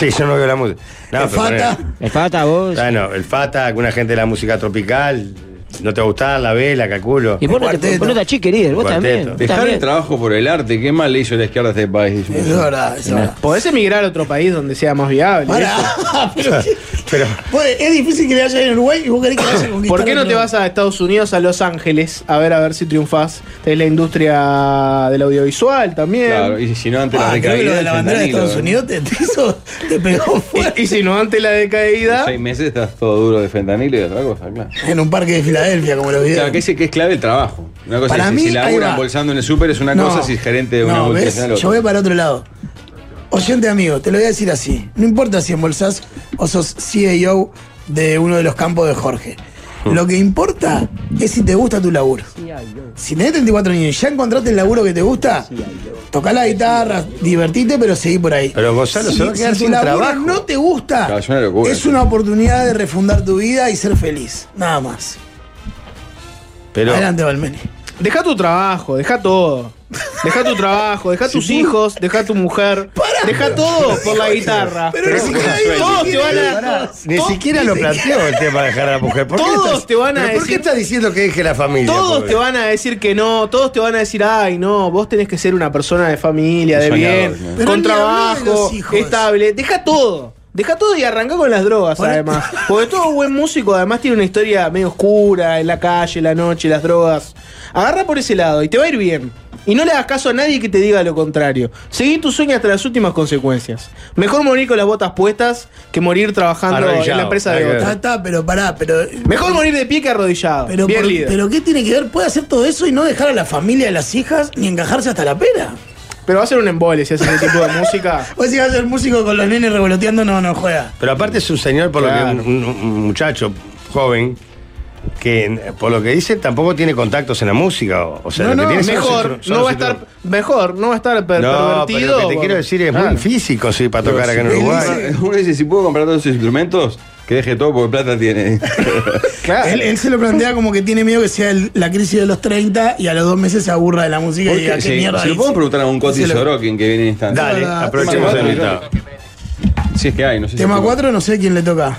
Speaker 3: Sí, yo no veo la música. No,
Speaker 2: El
Speaker 3: pero
Speaker 2: Fata.
Speaker 3: poné-
Speaker 5: El Fata, vos.
Speaker 3: Bueno, el Fata, alguna gente de la música tropical, no te va a gustar, la vela, calculo.
Speaker 5: Y vos no, te,
Speaker 2: Cuarteto.
Speaker 5: vos no te achiques, líder, vos
Speaker 3: Cuarteto.
Speaker 5: también. vos
Speaker 1: Dejar el
Speaker 5: también.
Speaker 1: trabajo por el arte, qué mal le hizo la izquierda a este país.
Speaker 2: Eso es verdad, eso es verdad.
Speaker 4: Podés emigrar a otro país donde sea más viable. eso.
Speaker 2: Pará, pero qué-
Speaker 3: Pero,
Speaker 2: vos- es difícil que le vaya bien en Uruguay y vos querés que le vaya a conquistar
Speaker 4: ¿Por qué no
Speaker 2: otro-
Speaker 4: te vas a Estados Unidos, a Los Ángeles, a ver a ver si triunfás? Tenés la industria del audiovisual también.
Speaker 1: Claro, y si no antes la
Speaker 2: Ah, creo que
Speaker 1: recaída
Speaker 2: lo de la
Speaker 1: del
Speaker 2: bandera de
Speaker 1: fentanilo,
Speaker 2: Estados
Speaker 1: ¿eh?
Speaker 2: Unidos te, te hizo, te pegó fuerte.
Speaker 4: Y, y si no ante la
Speaker 1: En
Speaker 4: decaída.
Speaker 1: seis meses estás todo duro de fentanilo y otra cosa, claro.
Speaker 2: En un parque de Filadelfia, como lo
Speaker 1: Claro,
Speaker 2: vieron.
Speaker 1: que es, que es clave el trabajo. Una cosa
Speaker 2: Para
Speaker 1: es si-
Speaker 2: mí,
Speaker 1: si
Speaker 2: ahí
Speaker 1: labura
Speaker 2: va.
Speaker 1: embolsando en el súper es una cosa, si es gerente de una
Speaker 2: no, ¿ves?
Speaker 1: multinacional
Speaker 2: Yo
Speaker 1: otra.
Speaker 2: voy para otro lado. Oyente amigo, te lo voy a decir así. No importa si embolsás o sos CEO de uno de los campos de Jorge.
Speaker 1: Mm.
Speaker 2: Lo que importa es si te gusta tu laburo. Si tenés 34 años y ya encontraste el laburo que te gusta, tocá la guitarra, divertite, pero seguí por ahí.
Speaker 3: Pero, Gonzalo,
Speaker 2: si,
Speaker 3: se va a quedar
Speaker 2: si tu
Speaker 3: sin
Speaker 2: laburo
Speaker 3: trabajo.
Speaker 2: no te gusta,
Speaker 1: Claro, es una locura.
Speaker 2: es una oportunidad de refundar tu vida y ser feliz. Nada más.
Speaker 3: pero
Speaker 2: Adelante, Valmeni.
Speaker 4: Deja tu trabajo, deja todo. Deja tu trabajo, deja tus hijos, deja tu mujer. Deja todo por la guitarra.
Speaker 2: Pero ni siquiera
Speaker 1: Pero-
Speaker 2: digo
Speaker 4: Todos
Speaker 2: que
Speaker 4: te van
Speaker 2: quiere-
Speaker 4: a.
Speaker 3: ni
Speaker 4: todos-
Speaker 3: siquiera lo planteó el tema de dejar a la mujer. ¿Por qué
Speaker 4: Todos
Speaker 3: estás-
Speaker 4: te van a
Speaker 3: pero ¿Por qué
Speaker 4: decir-
Speaker 3: estás diciendo que deje la familia?
Speaker 4: Todos
Speaker 3: pobre?
Speaker 4: te van a decir que no, todos te van a decir, ay, no, vos tenés que ser una persona de familia, de
Speaker 1: Soñador,
Speaker 4: bien,
Speaker 1: ¿no?
Speaker 2: Pero
Speaker 4: con
Speaker 2: ni hablé de
Speaker 4: trabajo,
Speaker 2: los hijos.
Speaker 4: estable. Deja todo. Deja todo y arranca con las drogas,
Speaker 2: Por-
Speaker 4: además. Porque todo buen músico, además, tiene una historia medio oscura, en la calle, la noche, las drogas. Agarra por ese lado y te va a ir bien. Y no le hagas caso a nadie que te diga lo contrario. Seguí tu sueño hasta las últimas consecuencias. Mejor morir con las botas puestas que morir trabajando en
Speaker 3: Arrodillado,
Speaker 4: la empresa de
Speaker 3: nada que
Speaker 4: otra.
Speaker 2: Está, está, pero pará, pero.
Speaker 4: Mejor morir de pie que arrodillado.
Speaker 2: Pero,
Speaker 4: bien
Speaker 2: por-
Speaker 4: líder.
Speaker 2: pero ¿qué tiene que ver? Puede hacer todo eso y no dejar a la familia de las hijas ni encajarse hasta la pera.
Speaker 4: Pero va a ser un embole si haces ese tipo de música.
Speaker 2: O si vas a ser músico con los nenes revoloteando, no, no juega.
Speaker 3: Pero aparte es un señor, por
Speaker 4: Claro.
Speaker 3: lo que un, un- un muchacho joven, que eh, por lo que dice tampoco tiene contactos en la música. O, o sea, lo
Speaker 4: no,
Speaker 3: que
Speaker 4: no,
Speaker 3: tiene son-
Speaker 4: mejor,
Speaker 3: son- son
Speaker 4: no va
Speaker 3: los
Speaker 4: a estar,
Speaker 3: instrumentos.
Speaker 4: mejor, no va a estar per-
Speaker 3: No, pero
Speaker 4: pervertido.
Speaker 3: lo que te quiero decir es muy
Speaker 4: Claro.
Speaker 3: difícil conseguir para tocar acá en
Speaker 1: Él
Speaker 3: Uruguay.
Speaker 1: dice- eh, Uno dice, si puedo comprar todos esos instrumentos, que deje todo porque plata tiene.
Speaker 4: Claro.
Speaker 2: Él, él se lo plantea como que tiene miedo que sea el- la crisis de los 30 y a los dos meses se aburra de la música y diga,
Speaker 1: Porque,
Speaker 2: ¿qué
Speaker 1: sí,
Speaker 2: mierda
Speaker 1: se lo
Speaker 2: hice?".
Speaker 1: podemos preguntar a un Coti
Speaker 2: Se lo-
Speaker 1: Sorokin que viene en instante.
Speaker 3: Dale,
Speaker 2: Hola,
Speaker 3: aprovechemos
Speaker 1: Hola.
Speaker 3: el invitado.
Speaker 1: Si es que hay, no sé si.
Speaker 2: Tema 4, no sé quién le toca.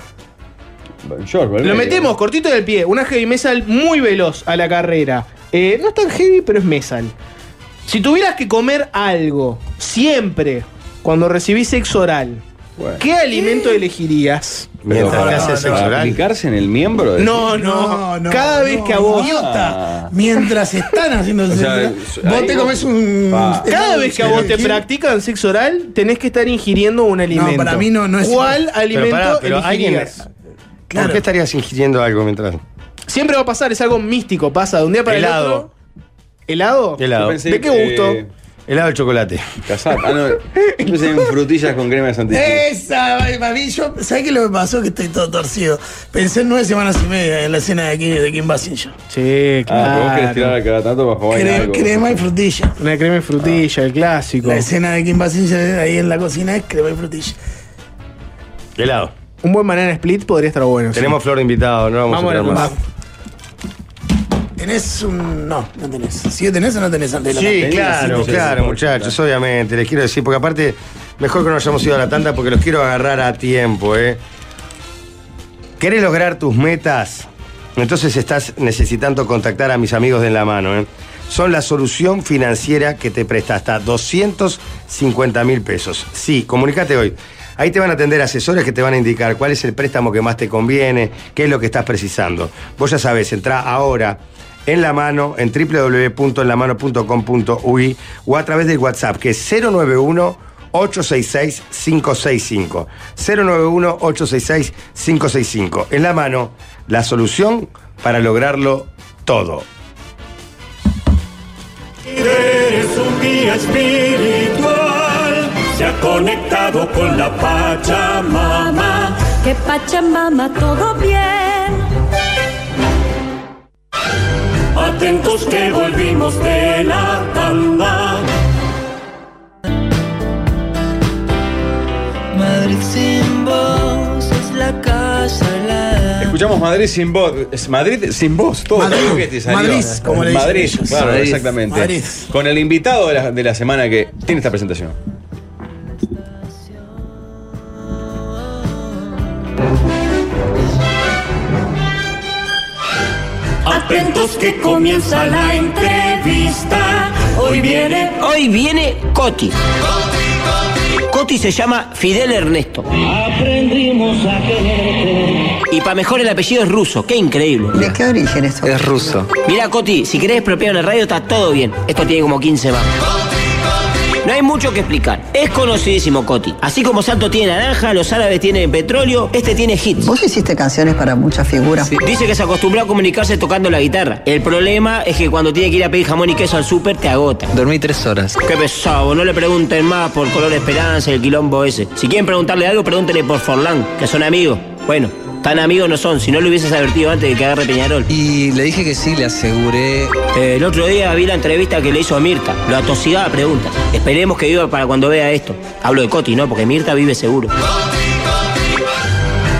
Speaker 4: Lo metemos cortito del pie. Una heavy metal muy veloz a la carrera. Eh, no es tan heavy, pero es metal. Si tuvieras que comer algo, siempre, cuando recibís sexo oral, ¿qué
Speaker 3: Eh.
Speaker 4: alimento elegirías?
Speaker 1: Mientras
Speaker 4: No,
Speaker 1: que haces
Speaker 4: no, no.
Speaker 1: sexo oral. ¿Aplicarse en el miembro?
Speaker 4: No, no.
Speaker 2: No, no,
Speaker 4: Cada vez
Speaker 2: no,
Speaker 4: que a vos.
Speaker 2: idiota. Mientras están haciendo el
Speaker 4: O sea,
Speaker 2: sexo,
Speaker 4: ahí
Speaker 2: vos te
Speaker 4: vos-
Speaker 2: comes un.
Speaker 4: Pa. Cada vez que a vos te
Speaker 2: ¿Quién?
Speaker 4: practican sexo oral, tenés que estar ingiriendo un alimento.
Speaker 2: para mí no- no es-
Speaker 4: ¿Cuál
Speaker 2: Pero
Speaker 4: alimento
Speaker 3: pará, pero alguien-
Speaker 4: elegirías?
Speaker 3: ¿Por qué estarías ingiriendo algo mientras?
Speaker 4: Siempre va a pasar, es algo místico. Pasa de un día para el
Speaker 3: Helado.
Speaker 4: otro. ¿Helado?
Speaker 3: Helado.
Speaker 4: ¿De qué gusto?
Speaker 3: Helado de chocolate.
Speaker 1: Casar. Ah, no. Yo pensé en frutillas con crema de santiago.
Speaker 2: Esa, mami, yo, ¿sabés qué lo que pasó? Que estoy todo torcido. Pensé en nueve semanas y media en la escena de aquí, de Kim Basinger.
Speaker 4: Sí,
Speaker 1: Ah, pero vos querés tirar a cada tanto para jugar en
Speaker 2: Cre-
Speaker 1: algo.
Speaker 2: crema y frutilla.
Speaker 4: Una crema y frutilla, el clásico.
Speaker 2: La escena de Kim Basinger ahí en la cocina es crema y frutilla.
Speaker 3: Helado.
Speaker 4: Un buen banana split podría estar bueno. sí.
Speaker 3: Tenemos flor de invitado, no vamos,
Speaker 4: Vamos
Speaker 3: a
Speaker 4: a
Speaker 3: tener
Speaker 4: la
Speaker 3: más.
Speaker 2: Tenés un. No, no tenés. Si lo tenés o no tenés antes de la
Speaker 3: Sí,
Speaker 2: tanda.
Speaker 3: claro,
Speaker 2: Sí,
Speaker 3: claro,
Speaker 2: sí,
Speaker 3: muchachos, obviamente. Les quiero decir, porque aparte, mejor que no hayamos ido a la tanda porque los quiero agarrar a tiempo, ¿eh? ¿Querés lograr tus metas? Entonces estás necesitando contactar a mis amigos de En la mano, ¿eh? Son la solución financiera que te presta hasta 250 mil pesos. Sí, comunícate hoy. Ahí te van a atender asesores que te van a indicar cuál es el préstamo que más te conviene, qué es lo que estás precisando. Vos ya sabés, entrá ahora en la mano en www.enlamano.com.uy o a través del WhatsApp que es 091 866 565 091 866 565 en la mano la solución para lograrlo todo
Speaker 9: Eres un guía espiritual, se ha conectado con la Pachamama.
Speaker 8: Mamá, que Pachamama todo bien.
Speaker 9: Atentos que volvimos de la tanda.
Speaker 10: Madrid sin voz es la casa helada.
Speaker 1: Escuchamos Madrid sin voz. Es Madrid sin voz, todo.
Speaker 2: Madrid.
Speaker 1: todo lo que te salió.
Speaker 2: Madrid, como le dicen
Speaker 1: Madrid,
Speaker 2: ellos.
Speaker 1: claro,
Speaker 2: Madrid.
Speaker 1: exactamente.
Speaker 2: Madrid.
Speaker 1: Con el invitado de la, de la semana que tiene esta presentación.
Speaker 9: Atentos que comienza la entrevista. Hoy viene.
Speaker 5: Hoy viene Coti. Coti se llama Fidel Ernesto.
Speaker 10: Aprendimos a quererte.
Speaker 5: Y para mejor el apellido es ruso, qué increíble.
Speaker 10: ¿De qué origen es
Speaker 5: Es ruso. Mirá, Coti, si querés expropiar una radio está todo bien. Esto tiene como 15 más. No hay mucho que explicar. Es conocidísimo Coti. Así como Santo tiene naranja, los árabes tienen petróleo, este tiene hits.
Speaker 10: Vos hiciste canciones para muchas figuras.
Speaker 5: Dice que se acostumbró a comunicarse tocando la guitarra. El problema es que cuando tiene que ir a pedir jamón y queso al súper, te agota.
Speaker 10: Dormí tres horas.
Speaker 5: Qué pesado, vos no le pregunten más por Color Esperanza y el quilombo ese. Si quieren preguntarle algo, pregúntenle por Forlán, que son amigos. Bueno, tan amigos no son, si no lo hubieses advertido antes de que agarre Peñarol.
Speaker 10: Y le dije que sí, le aseguré.
Speaker 5: Eh, el otro día vi la entrevista que le hizo a Mirta. Lo atosigaba a preguntas. Esperemos que viva para cuando vea esto. Hablo de Coti, ¿no? Porque Mirta vive seguro.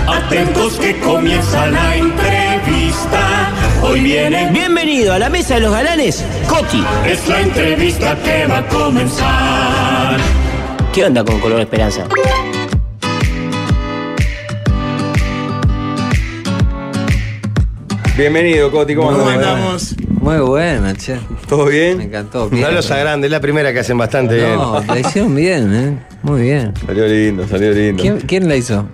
Speaker 9: Atentos que comienza la entrevista. Hoy viene.
Speaker 5: Bienvenido a la mesa de los galanes, Coti.
Speaker 9: Es la entrevista que va a comenzar.
Speaker 5: ¿Qué onda con Color Esperanza?
Speaker 1: Bienvenido, Coti, ¿cómo
Speaker 2: ¿Cómo
Speaker 1: andás?
Speaker 2: andamos?
Speaker 10: Muy buena, che.
Speaker 1: ¿Todo bien?
Speaker 10: Me encantó.
Speaker 3: no los agrande es la primera que hacen bastante bien
Speaker 10: No, la hicieron bien, ¿eh? Muy bien.
Speaker 1: Salió lindo, salió lindo.
Speaker 10: ¿Quién, quién la hizo?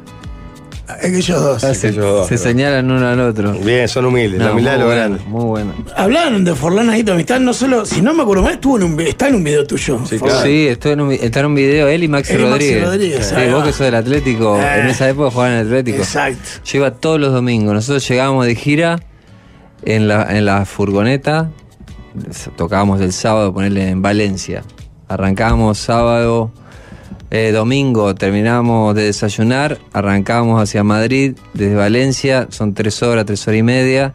Speaker 2: Aquellos dos.
Speaker 10: se,
Speaker 1: ellos dos,
Speaker 10: se
Speaker 1: ¿no?
Speaker 10: señalan uno al otro.
Speaker 3: bien son humildes la
Speaker 10: No,
Speaker 3: humildad de
Speaker 10: muy
Speaker 3: lo
Speaker 10: bueno,
Speaker 3: grande
Speaker 10: Muy bueno.
Speaker 2: Hablaron de Forlán ahí, tu amistad, no solo. Si no me acuerdo mal, estuvo en un, vi- está en un video tuyo.
Speaker 1: Sí, claro.
Speaker 10: Sí, estuvo en un, vi- está en un video él y Maxi
Speaker 2: Él y Maxi
Speaker 10: Rodríguez.
Speaker 2: Rodríguez,
Speaker 10: Sí,
Speaker 2: ahí
Speaker 10: vos
Speaker 2: va.
Speaker 10: que sos del Atlético,
Speaker 2: Eh.
Speaker 10: en esa época jugaban en el Atlético.
Speaker 2: Exacto.
Speaker 10: Yo iba todos los domingos. Nosotros llegábamos de gira en la, en la furgoneta. Tocábamos el sábado, ponerle en Valencia. Arrancábamos sábado, eh, domingo, terminábamos de desayunar, arrancábamos hacia Madrid, desde Valencia, son tres horas, tres horas y media.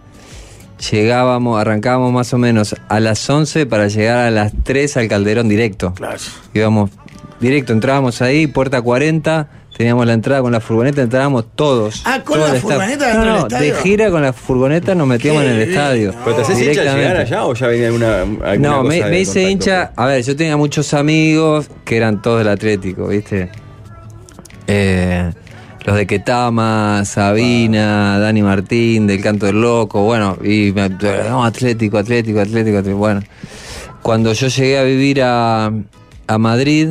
Speaker 10: Llegábamos, arrancábamos más o menos a las 11 para llegar a las 3 al calderón directo
Speaker 2: Claro.
Speaker 10: íbamos directo, entrábamos ahí, puerta 40, teníamos la entrada con la furgoneta, entrábamos todos.
Speaker 2: Ah, ¿con
Speaker 10: todo
Speaker 2: la
Speaker 10: el staff.
Speaker 2: furgoneta
Speaker 10: No,
Speaker 2: dentro del
Speaker 10: no,
Speaker 2: estadio?
Speaker 10: de gira con la furgoneta nos metíamos
Speaker 2: Qué
Speaker 10: en el
Speaker 2: divino.
Speaker 10: estadio.
Speaker 1: ¿Pero te haces hincha al llegar
Speaker 10: directamente.
Speaker 1: allá o ya venía alguna, alguna
Speaker 10: No, me,
Speaker 1: cosa de
Speaker 10: me hice
Speaker 1: contacto?
Speaker 10: hincha. A ver, yo tenía muchos amigos que eran todos del Atlético, ¿viste? Eh, los de Ketama, Sabina, Dani Martín, del Canto del Loco, bueno, y me- no, Atlético, Atlético, Atlético, Atlético, bueno. Cuando yo llegué a vivir a, a Madrid,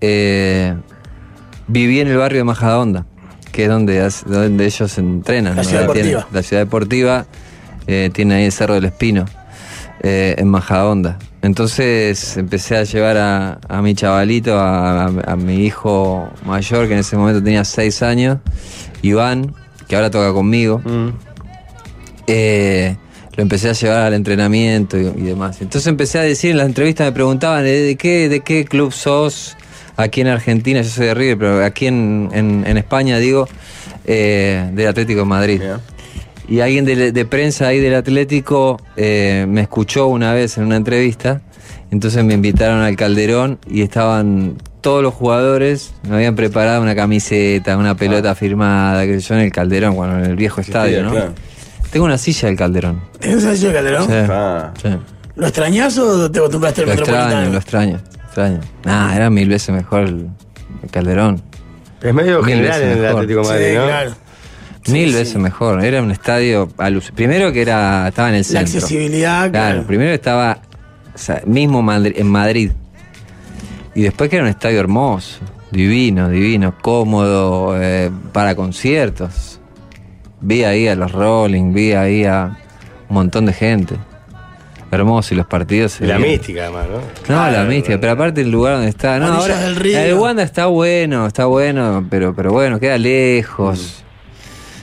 Speaker 10: eh, viví en el barrio de Majadahonda, que es donde, hace- donde ellos entrenan.
Speaker 2: La ciudad
Speaker 10: Tienen-
Speaker 2: deportiva.
Speaker 10: la ciudad deportiva eh, tiene ahí el Cerro del Espino, eh, en Majadahonda. Entonces empecé a llevar a, a mi chavalito, a, a- a mi hijo mayor, que en ese momento tenía 6 años, Iván, que ahora toca conmigo. Eh, lo empecé a llevar al entrenamiento y, y demás. Entonces empecé a decir en las entrevistas, me preguntaban "¿Eh, de qué, de qué club sos, aquí en Argentina, yo soy de River, pero aquí en, en- en España digo, eh, del Atlético de Madrid. Y alguien de, de prensa ahí del Atlético eh, me escuchó una vez en una entrevista, entonces me invitaron al Calderón y estaban todos los jugadores, me habían preparado una camiseta, una pelota firmada, que yo en el Calderón, bueno, en el viejo estadio, ¿no?
Speaker 2: claro.
Speaker 10: Tengo una silla del Calderón.
Speaker 2: ¿Tenés así de Calderón?
Speaker 10: Sí,
Speaker 3: Ah.
Speaker 1: Ah.
Speaker 10: sí.
Speaker 2: ¿Lo extrañás o te acostumbraste al
Speaker 10: Lo extraño,
Speaker 2: metropolitano?
Speaker 10: lo extraño, extraño. Nah, era mil veces mejor el, el Calderón.
Speaker 3: Es medio
Speaker 10: Mil
Speaker 3: general
Speaker 10: veces
Speaker 3: en el
Speaker 10: mejor.
Speaker 3: Atlético de Madrid, ¿no?
Speaker 10: Mil veces mejor. Era un estadio aluc- Primero que era estaba en el
Speaker 2: La
Speaker 10: centro.
Speaker 2: accesibilidad,
Speaker 3: Ah,
Speaker 2: claro.
Speaker 10: primero estaba o sea, mismo Madri- en Madrid. Y después que era un estadio hermoso, divino, divino, cómodo, eh, para conciertos. Vi ahí a los Rolling, vi ahí a un montón de gente. Hermoso y los partidos. se
Speaker 3: Y La
Speaker 10: veían.
Speaker 3: mística, además, ¿no?
Speaker 10: No, la mística, pero aparte el lugar donde está. No,
Speaker 3: Orillas
Speaker 10: ahora,
Speaker 3: del río.
Speaker 10: El Wanda está bueno, está bueno, pero, pero bueno, queda lejos.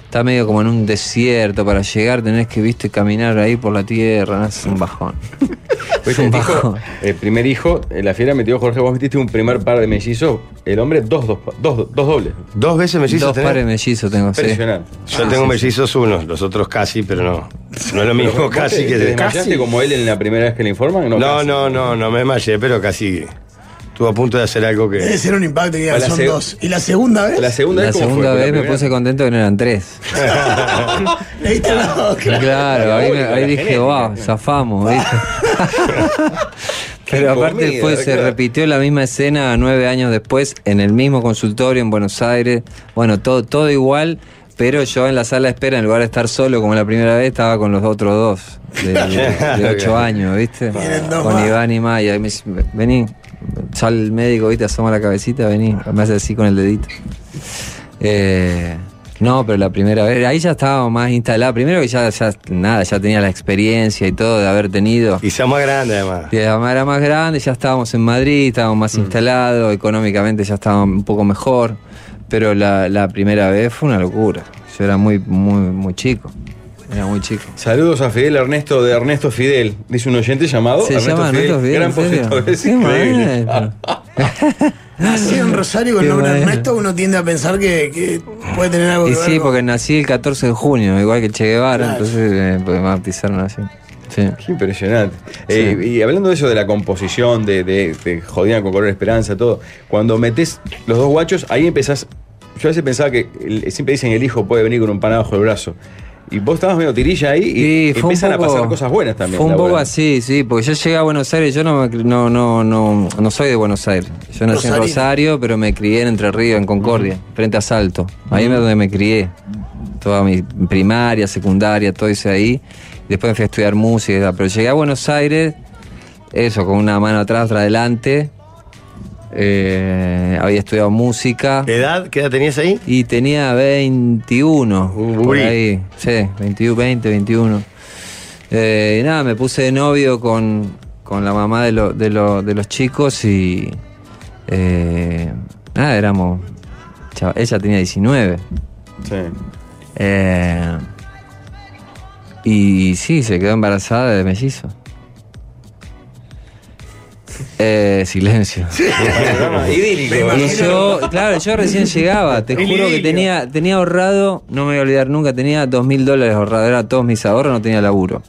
Speaker 10: Está medio como en un desierto. Para llegar tenés que, viste, caminar ahí por la tierra. no, Es un bajón.
Speaker 1: Fuiste el, hijo, el primer hijo, eh, la fiera metió Jorge, vos metiste un primer par de mellizos, el hombre dos, dos, dos, dos dobles.
Speaker 3: ¿Dos veces mellizos
Speaker 10: Dos
Speaker 3: tenés?
Speaker 10: pares mellizos tengo, sí.
Speaker 1: Impresionante.
Speaker 3: Yo
Speaker 1: Ah,
Speaker 3: tengo
Speaker 1: sí,
Speaker 3: mellizos unos, los otros casi, pero no. No es lo
Speaker 1: Pero
Speaker 3: mismo
Speaker 1: vos
Speaker 3: casi
Speaker 1: te-
Speaker 3: que
Speaker 1: te desmayaste
Speaker 3: casi.
Speaker 1: como él en la primera vez que le informan?
Speaker 3: No,
Speaker 1: No,
Speaker 3: no,
Speaker 1: casi.
Speaker 3: no, no, me desmayé, pero casi estuvo a punto de hacer algo que.
Speaker 2: Debe ser un impacto que digan,
Speaker 3: La
Speaker 2: son
Speaker 3: seg-
Speaker 2: dos. ¿Y la segunda vez?
Speaker 10: la segunda vez me puse contento que no eran tres.
Speaker 2: Le diste la
Speaker 10: claro, ahí, me- ahí dije, wow, zafamos, ¿viste? Pero aparte
Speaker 1: Comida,
Speaker 10: después se
Speaker 1: claro.
Speaker 10: repitió la misma escena nueve años después en el mismo consultorio en Buenos Aires. Bueno, todo, todo igual, pero yo en la sala de espera, en lugar de estar solo como la primera vez, estaba con los otros dos de, de- de ocho años, ¿viste? Con Iván y Maya. Y me dice, vení, sale el médico, ¿viste? Asoma la cabecita, vení. Me hace así con el dedito. Eh, no, pero la primera vez, ahí ya estaba más instalada. Primero que ya, ya, nada, ya tenía la experiencia y todo de haber tenido.
Speaker 3: Y ya más grande, además.
Speaker 10: Y además era más grande, ya estábamos en Madrid, estábamos más
Speaker 1: Mm.
Speaker 10: instalados, económicamente ya estábamos un poco mejor. Pero la, la primera vez fue una locura. Yo era muy, muy, muy chico. Era muy chico.
Speaker 1: Saludos a Fidel Ernesto de Ernesto Fidel. Dice un oyente llamado
Speaker 10: Se
Speaker 1: Ernesto,
Speaker 10: llama
Speaker 1: Fidel,
Speaker 10: Ernesto Fidel,
Speaker 1: Oh, Gran
Speaker 10: ¿en serio?
Speaker 1: posesor, es
Speaker 10: Qué
Speaker 1: increíble. Ah,
Speaker 10: maestro.
Speaker 2: Nací en Rosario con
Speaker 10: Qué
Speaker 2: el nombre
Speaker 10: bueno.
Speaker 2: Ernesto, uno tiende a pensar que, que puede tener algo que
Speaker 10: Y
Speaker 2: ver.
Speaker 10: sí,
Speaker 2: con-
Speaker 10: porque nací el 14 de junio, igual que Che Guevara,
Speaker 2: Claro.
Speaker 10: entonces eh, pues, me bautizaron así. Sí.
Speaker 1: Qué impresionante. Eh, y hablando de eso, de la composición, de, de, de Jodían con color esperanza, todo, cuando metes los dos guachos, ahí empezás. Yo a veces pensaba que el- siempre dicen el hijo puede venir con un pan abajo del brazo. Y vos estabas medio tirilla ahí y,
Speaker 10: Sí, fue un
Speaker 1: empiezan a
Speaker 10: poco-
Speaker 1: pasar cosas buenas también.
Speaker 10: Fue un
Speaker 1: la
Speaker 10: poco
Speaker 1: verdad.
Speaker 10: así, sí, porque yo llegué a Buenos Aires, yo no, me cri- no, no, no, no soy de Buenos Aires. Yo nací en
Speaker 1: Rosarino.
Speaker 10: Rosario, pero me crié en Entre Ríos, en Concordia, frente a Salto. Ahí es donde me crié. Toda mi primaria, secundaria, todo hice ahí. Después me fui a estudiar música, pero llegué a Buenos Aires, eso, con una mano atrás, otra adelante. Eh, había estudiado música.
Speaker 3: ¿Edad? ¿Qué edad tenías ahí?
Speaker 10: Y tenía 21. por
Speaker 3: gurí.
Speaker 10: ahí. Sí, 21, 20, 21. Eh, y nada, me puse de novio con, con la mamá de, lo- de, lo- de los chicos y. eh, nada, éramos. chava- Ella tenía 19.
Speaker 1: Sí.
Speaker 10: Eh, y sí, se quedó embarazada de mellizo. Eh, silencio.
Speaker 1: Idílico.
Speaker 10: Y yo, claro, yo recién llegaba, te juro que tenía, tenía ahorrado, no me voy a olvidar nunca, tenía dos mil dólares ahorrado, era todos mis ahorros, no tenía laburo.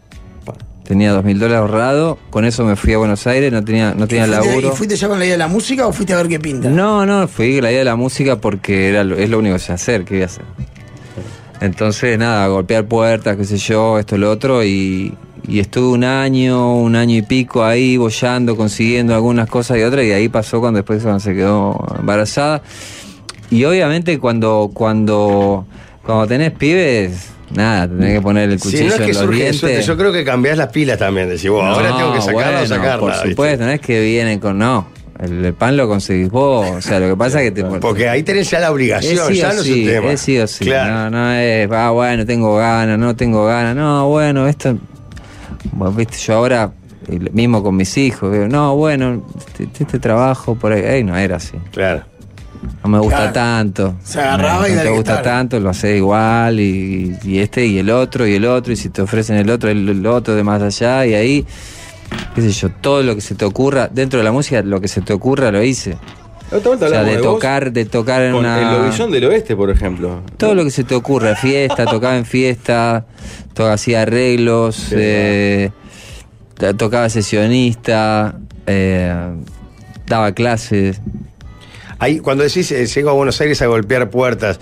Speaker 10: Tenía dos mil dólares ahorrado, con eso me fui a Buenos Aires, no tenía, no tenía
Speaker 2: ¿Y fuiste-
Speaker 10: laburo.
Speaker 2: ¿Y fuiste ya con la idea de la música o fuiste a ver qué pinta?
Speaker 10: No, no, fui a la idea de la música porque era lo- es lo único que sé hacer, que voy a hacer. Entonces, nada, golpear puertas, qué sé yo, esto, lo otro, y, y estuve un año, un año y pico ahí, bollando, consiguiendo algunas cosas y otras, y ahí pasó cuando después cuando se quedó embarazada. Y obviamente cuando, cuando, cuando tenés pibes, nada, tenés que poner el
Speaker 3: Si
Speaker 10: cuchillo
Speaker 3: no es que
Speaker 10: en los
Speaker 3: surge de
Speaker 10: dientes.
Speaker 3: suerte, yo creo que cambiás las pilas también. Decís, vos, ahora
Speaker 10: No,
Speaker 3: tengo que sacarla
Speaker 10: bueno,
Speaker 3: o sacarla.
Speaker 10: Por
Speaker 3: ¿viste?
Speaker 10: supuesto, no es que vienen con. No. El, el pan lo conseguís vos. O sea, lo que pasa es que te.
Speaker 3: Porque ahí tenés ya la obligación,
Speaker 10: Es sí
Speaker 3: ya
Speaker 10: o
Speaker 3: no es
Speaker 10: sí,
Speaker 3: un tema.
Speaker 10: es sí o sí. No, no es. Ah, bueno, tengo ganas, no tengo ganas. No, bueno, esto. Bueno, viste, yo ahora. el- Mismo con mis hijos, digo, no, bueno, este, este trabajo por ahí. Ey, no era así.
Speaker 3: Claro.
Speaker 10: No me gusta
Speaker 2: Claro.
Speaker 10: tanto.
Speaker 2: Se agarraba
Speaker 10: no,
Speaker 2: y
Speaker 10: No
Speaker 2: dale
Speaker 10: te
Speaker 2: que
Speaker 10: gusta
Speaker 2: tal.
Speaker 10: tanto, lo haces igual, y, y este, y el otro, y el otro, y si te ofrecen el otro, el, el otro de más allá, y ahí, qué sé yo, todo lo que se te ocurra, dentro de la música, lo que se te ocurra lo hice.
Speaker 1: La otra vuelta
Speaker 10: o sea,
Speaker 1: hablamos
Speaker 10: de
Speaker 1: de vos
Speaker 10: tocar, de tocar en
Speaker 1: Con
Speaker 10: una.
Speaker 1: el Lobillón del Oeste, por ejemplo.
Speaker 10: Todo lo que se te ocurra, fiesta, tocaba en fiesta, to- hacía arreglos, eh, ta- tocaba sesionista, eh, daba clases.
Speaker 3: Ahí, cuando decís, eh, llego a Buenos Aires a golpear puertas,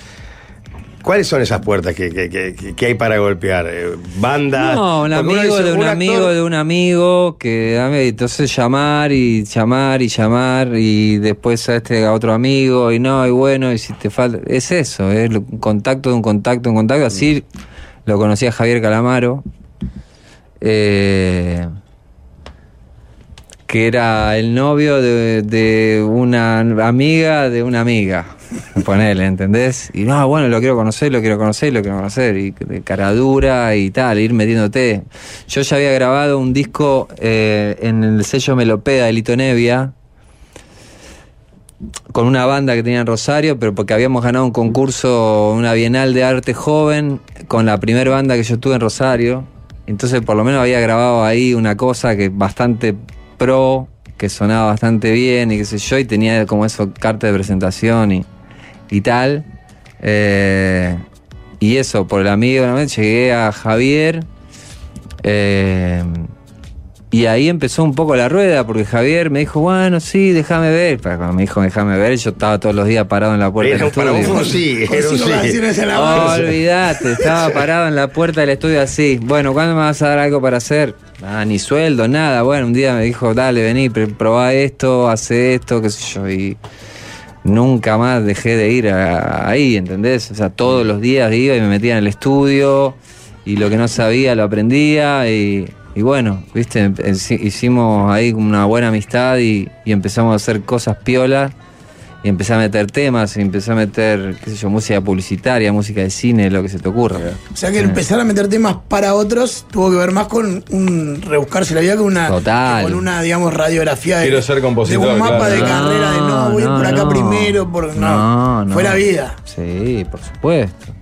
Speaker 3: ¿cuáles son esas puertas que, que- que- que- que hay para golpear? Eh, ¿Bandas?
Speaker 10: No, un
Speaker 3: Porque uno
Speaker 10: amigo
Speaker 3: dice,
Speaker 10: de un,
Speaker 3: actor-
Speaker 10: amigo de un amigo que a mí, entonces llamar y llamar y llamar y después a este a otro amigo y no, y bueno, y si te falta, es eso, es lo- un contacto de un contacto, un contacto, así
Speaker 3: Mm.
Speaker 10: lo conocía Javier Calamaro. eh, que era el novio de, de una amiga de una amiga. Ponele, ¿entendés? Y no, bueno, lo quiero conocer, lo quiero conocer, lo quiero conocer. Y de cara dura y tal, ir metiéndote. Yo ya había grabado un disco eh, en el sello Melopea de Lito Nevia con una banda que tenía en Rosario, pero porque habíamos ganado un concurso, una Bienal de Arte Joven, con la primera banda que yo tuve en Rosario. Entonces por lo menos había grabado ahí una cosa que bastante pro, que sonaba bastante bien y qué sé yo, y tenía como eso, carta de presentación y, y tal. Eh, y eso, por el amigo, ¿no? llegué a Javier. eh, y ahí empezó un poco la rueda, porque Javier me dijo, bueno, sí, déjame ver. Pero cuando me dijo, déjame ver, yo estaba todos los días parado en la puerta
Speaker 3: Era
Speaker 10: del
Speaker 3: un- para
Speaker 10: estudio.
Speaker 3: vos fue un sí, era un
Speaker 2: Consigo canciones
Speaker 3: sí.
Speaker 2: a la
Speaker 10: No,
Speaker 2: mano.
Speaker 10: olvidate, Ah, estaba parado en la puerta del estudio así. Bueno, ¿cuándo me vas a dar algo para hacer? Ah, ni sueldo, nada. Bueno, un día me dijo, dale, vení, pr- probá esto, hace esto, qué sé yo. Y nunca más dejé de ir a- ahí, ¿entendés? O sea, todos los días iba y me metía en el estudio y lo que no sabía lo aprendía y, y bueno, viste, em- em- hicimos ahí como una buena amistad y, y empezamos a hacer cosas piolas y empecé a meter temas y empecé a meter, qué sé yo, música publicitaria, música de cine, lo que se te ocurra.
Speaker 2: O sea que el empezar a meter temas para otros tuvo que ver más con un rebuscarse la vida que una,
Speaker 10: Total.
Speaker 2: que con una, digamos, radiografía de,
Speaker 1: Quiero ser compositor.
Speaker 2: de un mapa
Speaker 1: claro.
Speaker 2: de carrera de no, voy a ir por acá
Speaker 10: no.
Speaker 2: primero, por no.
Speaker 10: No, no.
Speaker 2: Fue la vida.
Speaker 10: Sí, por supuesto.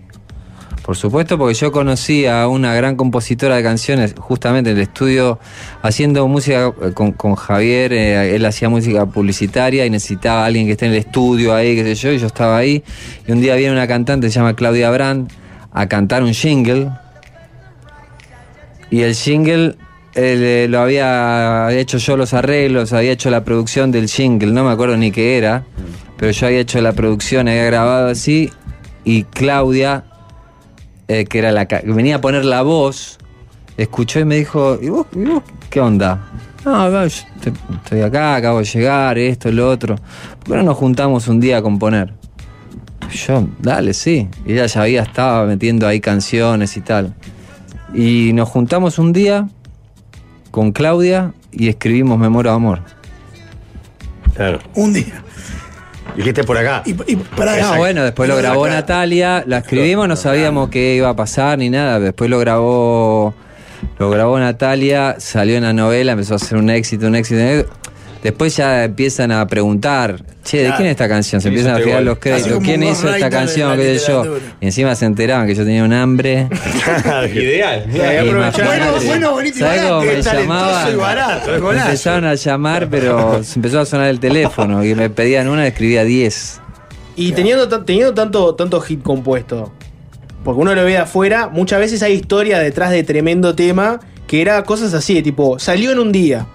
Speaker 10: Por supuesto, porque yo conocí a una gran compositora de canciones justamente en el estudio haciendo música eh, con, con Javier. eh, él hacía música publicitaria y necesitaba a alguien que esté en el estudio ahí, qué sé yo, y yo estaba ahí. Y un día viene una cantante, se llama Claudia Brand, a cantar un jingle. Y el jingle eh, le- lo había hecho yo los arreglos, había hecho la producción del jingle, no me acuerdo ni qué era, pero yo había hecho la producción, había grabado así, y Claudia, eh, que era la ca- que venía a poner la voz, escuchó y me dijo, ¿y vos, y vos qué onda? No, no, yo te- estoy acá, acabo de llegar, esto, lo otro. ¿Por qué no nos juntamos un día a componer? Yo, dale, sí. Y ella ya había estado metiendo ahí canciones y tal. Y nos juntamos un día con Claudia y escribimos Me muero de amor.
Speaker 3: Claro.
Speaker 2: Un día.
Speaker 3: Y que esté por acá.
Speaker 2: Y, y para
Speaker 10: Ah, No, bueno, después lo grabó Natalia, la escribimos, no sabíamos qué iba a pasar ni nada. Después lo grabó, lo grabó Natalia, salió en la novela, empezó a ser un éxito, un éxito. un éxito. Después ya empiezan a preguntar, che, ¿de
Speaker 2: Claro.
Speaker 10: quién es esta canción? Se
Speaker 1: ¿Quién hizo
Speaker 10: empiezan a
Speaker 1: este
Speaker 10: fijar
Speaker 1: gol?
Speaker 10: los
Speaker 2: Así
Speaker 10: créditos.
Speaker 2: como
Speaker 10: ¿Quién
Speaker 2: un
Speaker 10: hizo esta
Speaker 2: ghostwriter de la
Speaker 10: canción? ¿Qué sé yo?
Speaker 2: literatura.
Speaker 10: Y encima se enteraban que yo tenía un hambre.
Speaker 1: Ideal.
Speaker 10: Y
Speaker 2: Bueno,
Speaker 10: imagínate,
Speaker 2: bueno, bonito y
Speaker 10: ¿sabés
Speaker 2: barato.
Speaker 10: cómo me
Speaker 2: Es talentoso
Speaker 10: llamaban?
Speaker 2: y barato,
Speaker 10: Me empezaron a llamar, pero se empezó a sonar el teléfono y me pedían una, escribía 10.
Speaker 4: Y teniendo, tan- teniendo tanto, tanto hit compuesto, porque uno lo ve de afuera, muchas veces hay historia detrás de tremendo tema que era cosas así, tipo, salió en un día.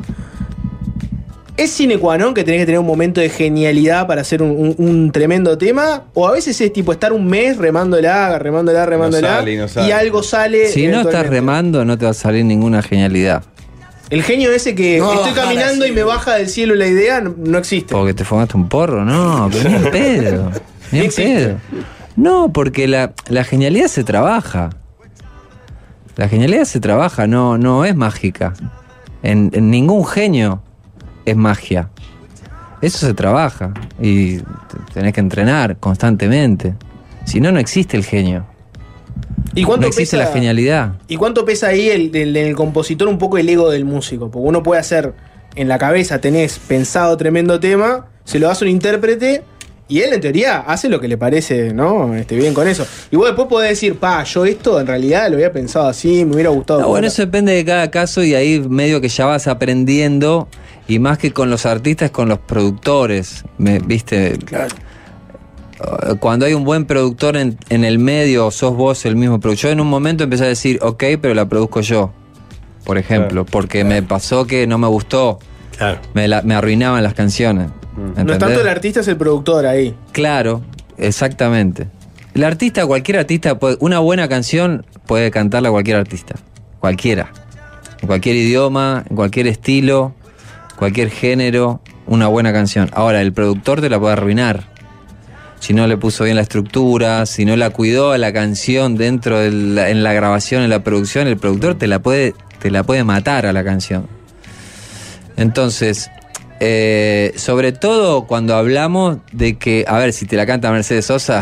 Speaker 4: ¿Es sine qua non que tenés que tener un momento de genialidad para hacer un, un- un tremendo tema? ¿O a veces es tipo estar un mes remándola, remándola, remándola?
Speaker 1: sale y no sale.
Speaker 4: Y algo sale.
Speaker 10: Si no estás
Speaker 4: eventualmente?
Speaker 10: remando, no te va a salir ninguna genialidad.
Speaker 4: El genio ese que
Speaker 2: No va a
Speaker 4: estoy
Speaker 2: bajar
Speaker 4: caminando
Speaker 2: así.
Speaker 4: y me baja del cielo la idea, no, no existe.
Speaker 10: Porque te fumaste un porro, no, pero ni en pedo. Ni en pedo. No, porque la, la genialidad se trabaja. La genialidad se trabaja, no, no es mágica. En, en ningún genio es magia. Eso se trabaja y t- tenés que entrenar constantemente. Si no, no existe el genio.
Speaker 4: ¿Y cuánto
Speaker 10: no existe
Speaker 4: pesa-
Speaker 10: la genialidad.
Speaker 4: ¿Y cuánto pesa ahí el, del- del compositor un poco el ego del músico? Porque uno puede hacer en la cabeza, tenés pensado tremendo tema, se lo das a un intérprete y él en teoría hace lo que le parece, ¿no? Este, bien con eso. Y vos después podés decir, pa, yo esto en realidad lo había pensado así, me hubiera gustado.
Speaker 10: No, Ah, bueno, eso depende de cada caso y ahí medio que ya vas aprendiendo y más que con los artistas, con los productores, me- ¿viste? Eh, Cuando hay un buen productor en, en el medio, o sos vos el mismo productor. Yo en un momento empecé a decir, ok, pero la produzco yo, por ejemplo, porque me pasó que no me gustó. Me, la- me arruinaban las canciones.
Speaker 4: Mm. no es
Speaker 10: ¿entendés?
Speaker 4: tanto el artista, es el productor ahí.
Speaker 10: Claro, exactamente. El artista, cualquier artista, puede- una buena canción puede cantarla cualquier artista. Cualquiera. En cualquier idioma, en cualquier estilo, cualquier género, una buena canción. Ahora, el productor te la puede arruinar. Si no le puso bien la estructura, si no la cuidó a la canción dentro de la- en la grabación, en la producción, el productor te la puede, te la puede matar a la canción. Entonces, eh, sobre todo cuando hablamos de que, a ver, si te la canta Mercedes Sosa,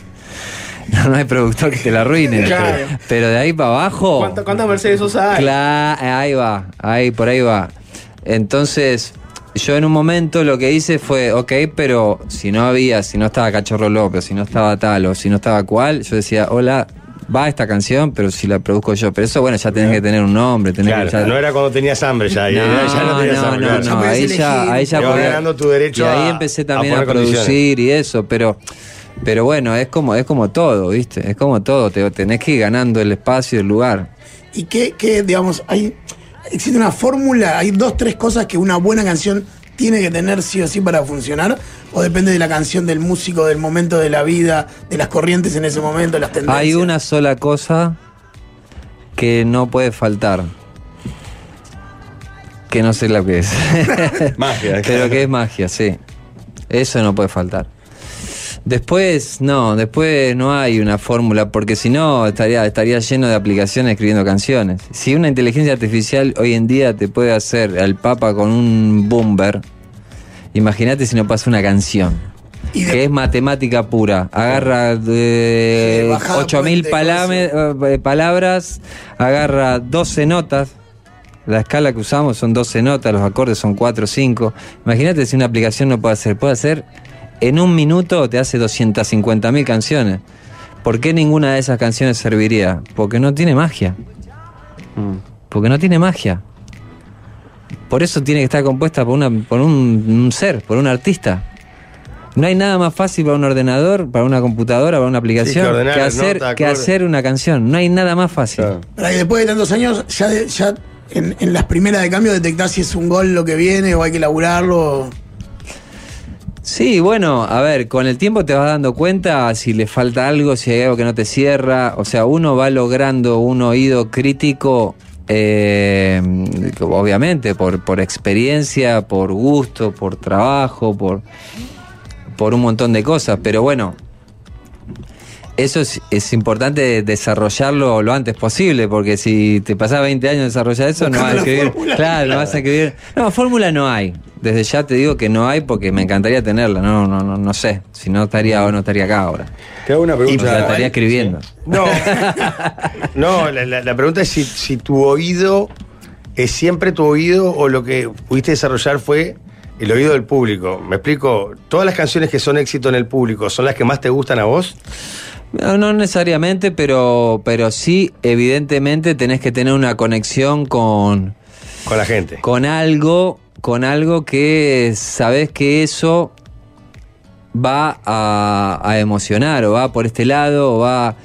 Speaker 10: no, no hay productor que te la arruine.
Speaker 4: Claro.
Speaker 10: pero, pero de ahí para abajo.
Speaker 4: ¿Cuánta- ¿Cuántas Mercedes Sosa hay?
Speaker 10: Cla- ahí va, ahí, por ahí va. Entonces, yo en un momento lo que hice fue, ok, pero si no había, si no estaba Cachorro López, si no estaba tal o si no estaba cual, yo decía, hola, va esta canción, pero si la produzco yo. Pero eso, bueno, ya tenés que tener un nombre, tenés
Speaker 3: Claro,
Speaker 10: que... ya-
Speaker 3: no era cuando tenías hambre ya.
Speaker 10: No,
Speaker 3: ya, ya no tenías
Speaker 10: no,
Speaker 3: hambre.
Speaker 10: no,
Speaker 3: claro.
Speaker 10: no, ahí ya- ahí ya
Speaker 3: Te vas
Speaker 10: podía-
Speaker 3: ganando tu derecho
Speaker 10: y ahí
Speaker 3: a-
Speaker 10: empecé también a,
Speaker 3: poner condiciones.
Speaker 10: producir y eso, pero pero bueno, es como es como todo, ¿viste? Es como todo, te tenés que ir ganando el espacio y el lugar.
Speaker 2: ¿Y qué, qué, digamos, hay, existe una fórmula? ¿Hay dos, tres cosas que una buena canción tiene que tener sí o sí para funcionar? ¿O depende de la canción, del músico, del momento de la vida, de las corrientes en ese momento, las tendencias?
Speaker 10: Hay una sola cosa que no puede faltar. Que no sé lo que es.
Speaker 1: magia.
Speaker 10: Pero que es magia, sí. Eso no puede faltar. Después, no, después no hay una fórmula, porque si no estaría, estaría lleno de aplicaciones escribiendo canciones. Si una inteligencia artificial hoy en día te puede hacer al Papa con un boomer, imagínate si no pasa una canción. Que es matemática pura. Agarra de
Speaker 2: bajada
Speaker 10: 8000
Speaker 2: puente,
Speaker 10: palame- eh, palabras, agarra 12 notas. La escala que usamos son 12 notas, los acordes son 4 o 5. Imagínate si una aplicación no puede hacer. Puede hacer en un minuto te hace 250.000 canciones. ¿Por qué ninguna de esas canciones serviría? Porque no tiene magia. Porque no tiene magia. Por eso tiene que estar compuesta por, una, por un, un ser, por un artista. No hay nada más fácil para un ordenador, para una computadora, para una aplicación
Speaker 3: que
Speaker 10: que,
Speaker 3: ordenar,
Speaker 10: hacer,
Speaker 3: nota,
Speaker 10: que
Speaker 3: acorde.
Speaker 10: hacer una canción. No hay nada más fácil.
Speaker 2: Para que después de tantos años, ya, de- ya en, en las primeras de cambio detectás si es un gol lo que viene o hay que laburarlo. o-
Speaker 10: Sí, bueno, a ver, con el tiempo te vas dando cuenta si le falta algo, si hay algo que no te cierra. O sea, uno va logrando un oído crítico, eh, obviamente, por, por experiencia, por gusto, por trabajo, por, por un montón de cosas. Pero bueno, eso es, es importante desarrollarlo lo antes posible, porque si te pasás 20 años de desarrollar eso, no vas a escribir. Claro, no vas a escribir. No, fórmula no hay. Desde ya te digo que no hay porque me encantaría tenerla. No, no, no, no sé. Si no estaría o no estaría acá ahora.
Speaker 1: Te hago una
Speaker 10: O sea,
Speaker 1: pregunta.
Speaker 10: estaría escribiendo.
Speaker 3: No, no la, la- la pregunta es si, si tu oído es siempre tu oído o lo que pudiste desarrollar fue el oído del público. Me explico, todas las canciones que son éxito en el público son las que más te gustan a vos.
Speaker 10: No, no necesariamente, pero, pero sí, evidentemente tenés que tener una conexión con.
Speaker 3: Con la gente.
Speaker 10: Con algo, con algo que sabés que eso va a, a emocionar, o va por este lado, o va.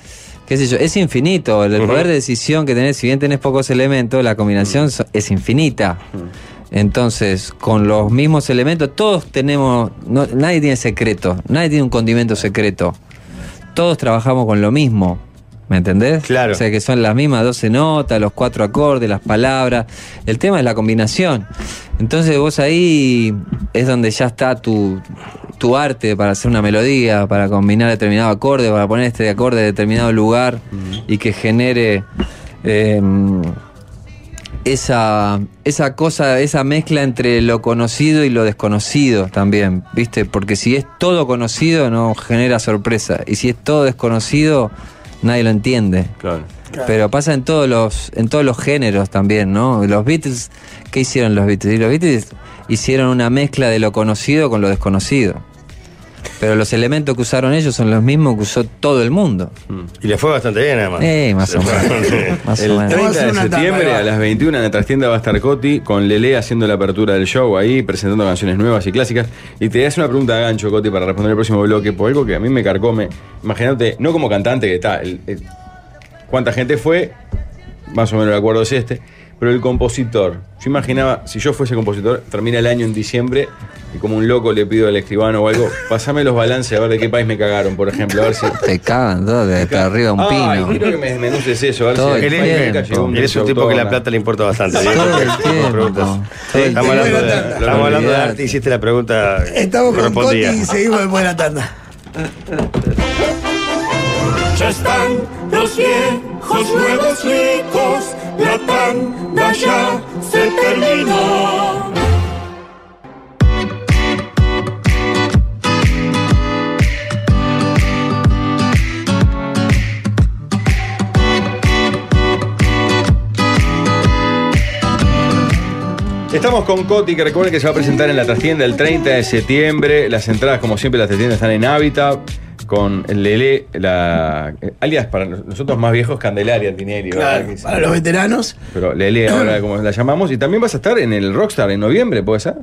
Speaker 10: qué sé yo, es infinito. El poder de decisión que tenés, si bien tenés pocos elementos, la combinación so- es infinita. Entonces, con los mismos elementos, todos tenemos. no- nadie tiene secreto, nadie tiene un condimento secreto. Todos trabajamos con lo mismo. ¿Me entendés? Claro. O sea, que son las mismas 12 notas, los cuatro acordes, las palabras. El tema es la combinación. Entonces, vos ahí es donde ya está tu, tu tu arte para hacer una melodía, para combinar determinado acorde, para poner este acorde en determinado lugar y que genere eh, esa, esa cosa, esa mezcla entre lo conocido y lo desconocido también, ¿viste? Porque si es todo conocido no genera sorpresa y si es todo desconocido nadie lo entiende. Pero pasa en todos los en todos los géneros también, ¿no? Los Beatles, ¿qué hicieron los Beatles? Y los Beatles hicieron una mezcla de lo conocido con lo desconocido. Pero los elementos que usaron ellos son los mismos que usó todo el mundo.
Speaker 3: Y le fue bastante bien, además.
Speaker 10: Eh, más o
Speaker 3: menos.
Speaker 10: Más o
Speaker 1: el
Speaker 10: menos.
Speaker 1: 30 de septiembre a las 21 en la trastienda va a estar Coti con Lele haciendo la apertura del show ahí, presentando canciones nuevas y clásicas. Y te hace una pregunta a gancho, Coti, para responder el próximo bloque, por algo que a mí me carcome. Imagínate, no como cantante que está, el- el- cuánta gente fue, más o menos el acuerdo es este, pero el compositor. Yo imaginaba, si yo fuese compositor, termina el año en diciembre y como un loco le pido al escribano o algo, pasame los balances a ver de qué país me cagaron, por ejemplo, a ver si...
Speaker 10: Te cagan todo de hasta arriba de un
Speaker 1: Ay,
Speaker 10: pino.
Speaker 1: quiero que me desmenuces eso, a ver
Speaker 10: Todo
Speaker 1: si...
Speaker 10: el
Speaker 1: al país me
Speaker 10: tiempo.
Speaker 1: cayó
Speaker 3: Él es un tipo que la plata le importa bastante. Diego.
Speaker 10: Todo
Speaker 3: Preguntas.
Speaker 10: el tiempo. Todo el
Speaker 3: Estamos hablando de,
Speaker 10: tiempo.
Speaker 3: estamos hablando de arte, hiciste la pregunta.
Speaker 2: Estamos con Coti
Speaker 3: correspondía.
Speaker 2: y seguimos después de la tanda.
Speaker 9: Ya están los viejos nuevos ricos, la tanda ya se terminó.
Speaker 1: Estamos con Coti, que recuerden que se va a presentar en la trastienda el 30 de septiembre. Las entradas, como siempre, las trastiendas están en Hábitat. Con Lele, la, eh, alias para nos- nosotros más viejos, Candelaria Tinelli. ¿verdad? Que sí.
Speaker 2: Para los veteranos.
Speaker 1: Pero Lele, ahora como la llamamos. Y también vas a estar en el Rockstar en noviembre, ¿puede ser?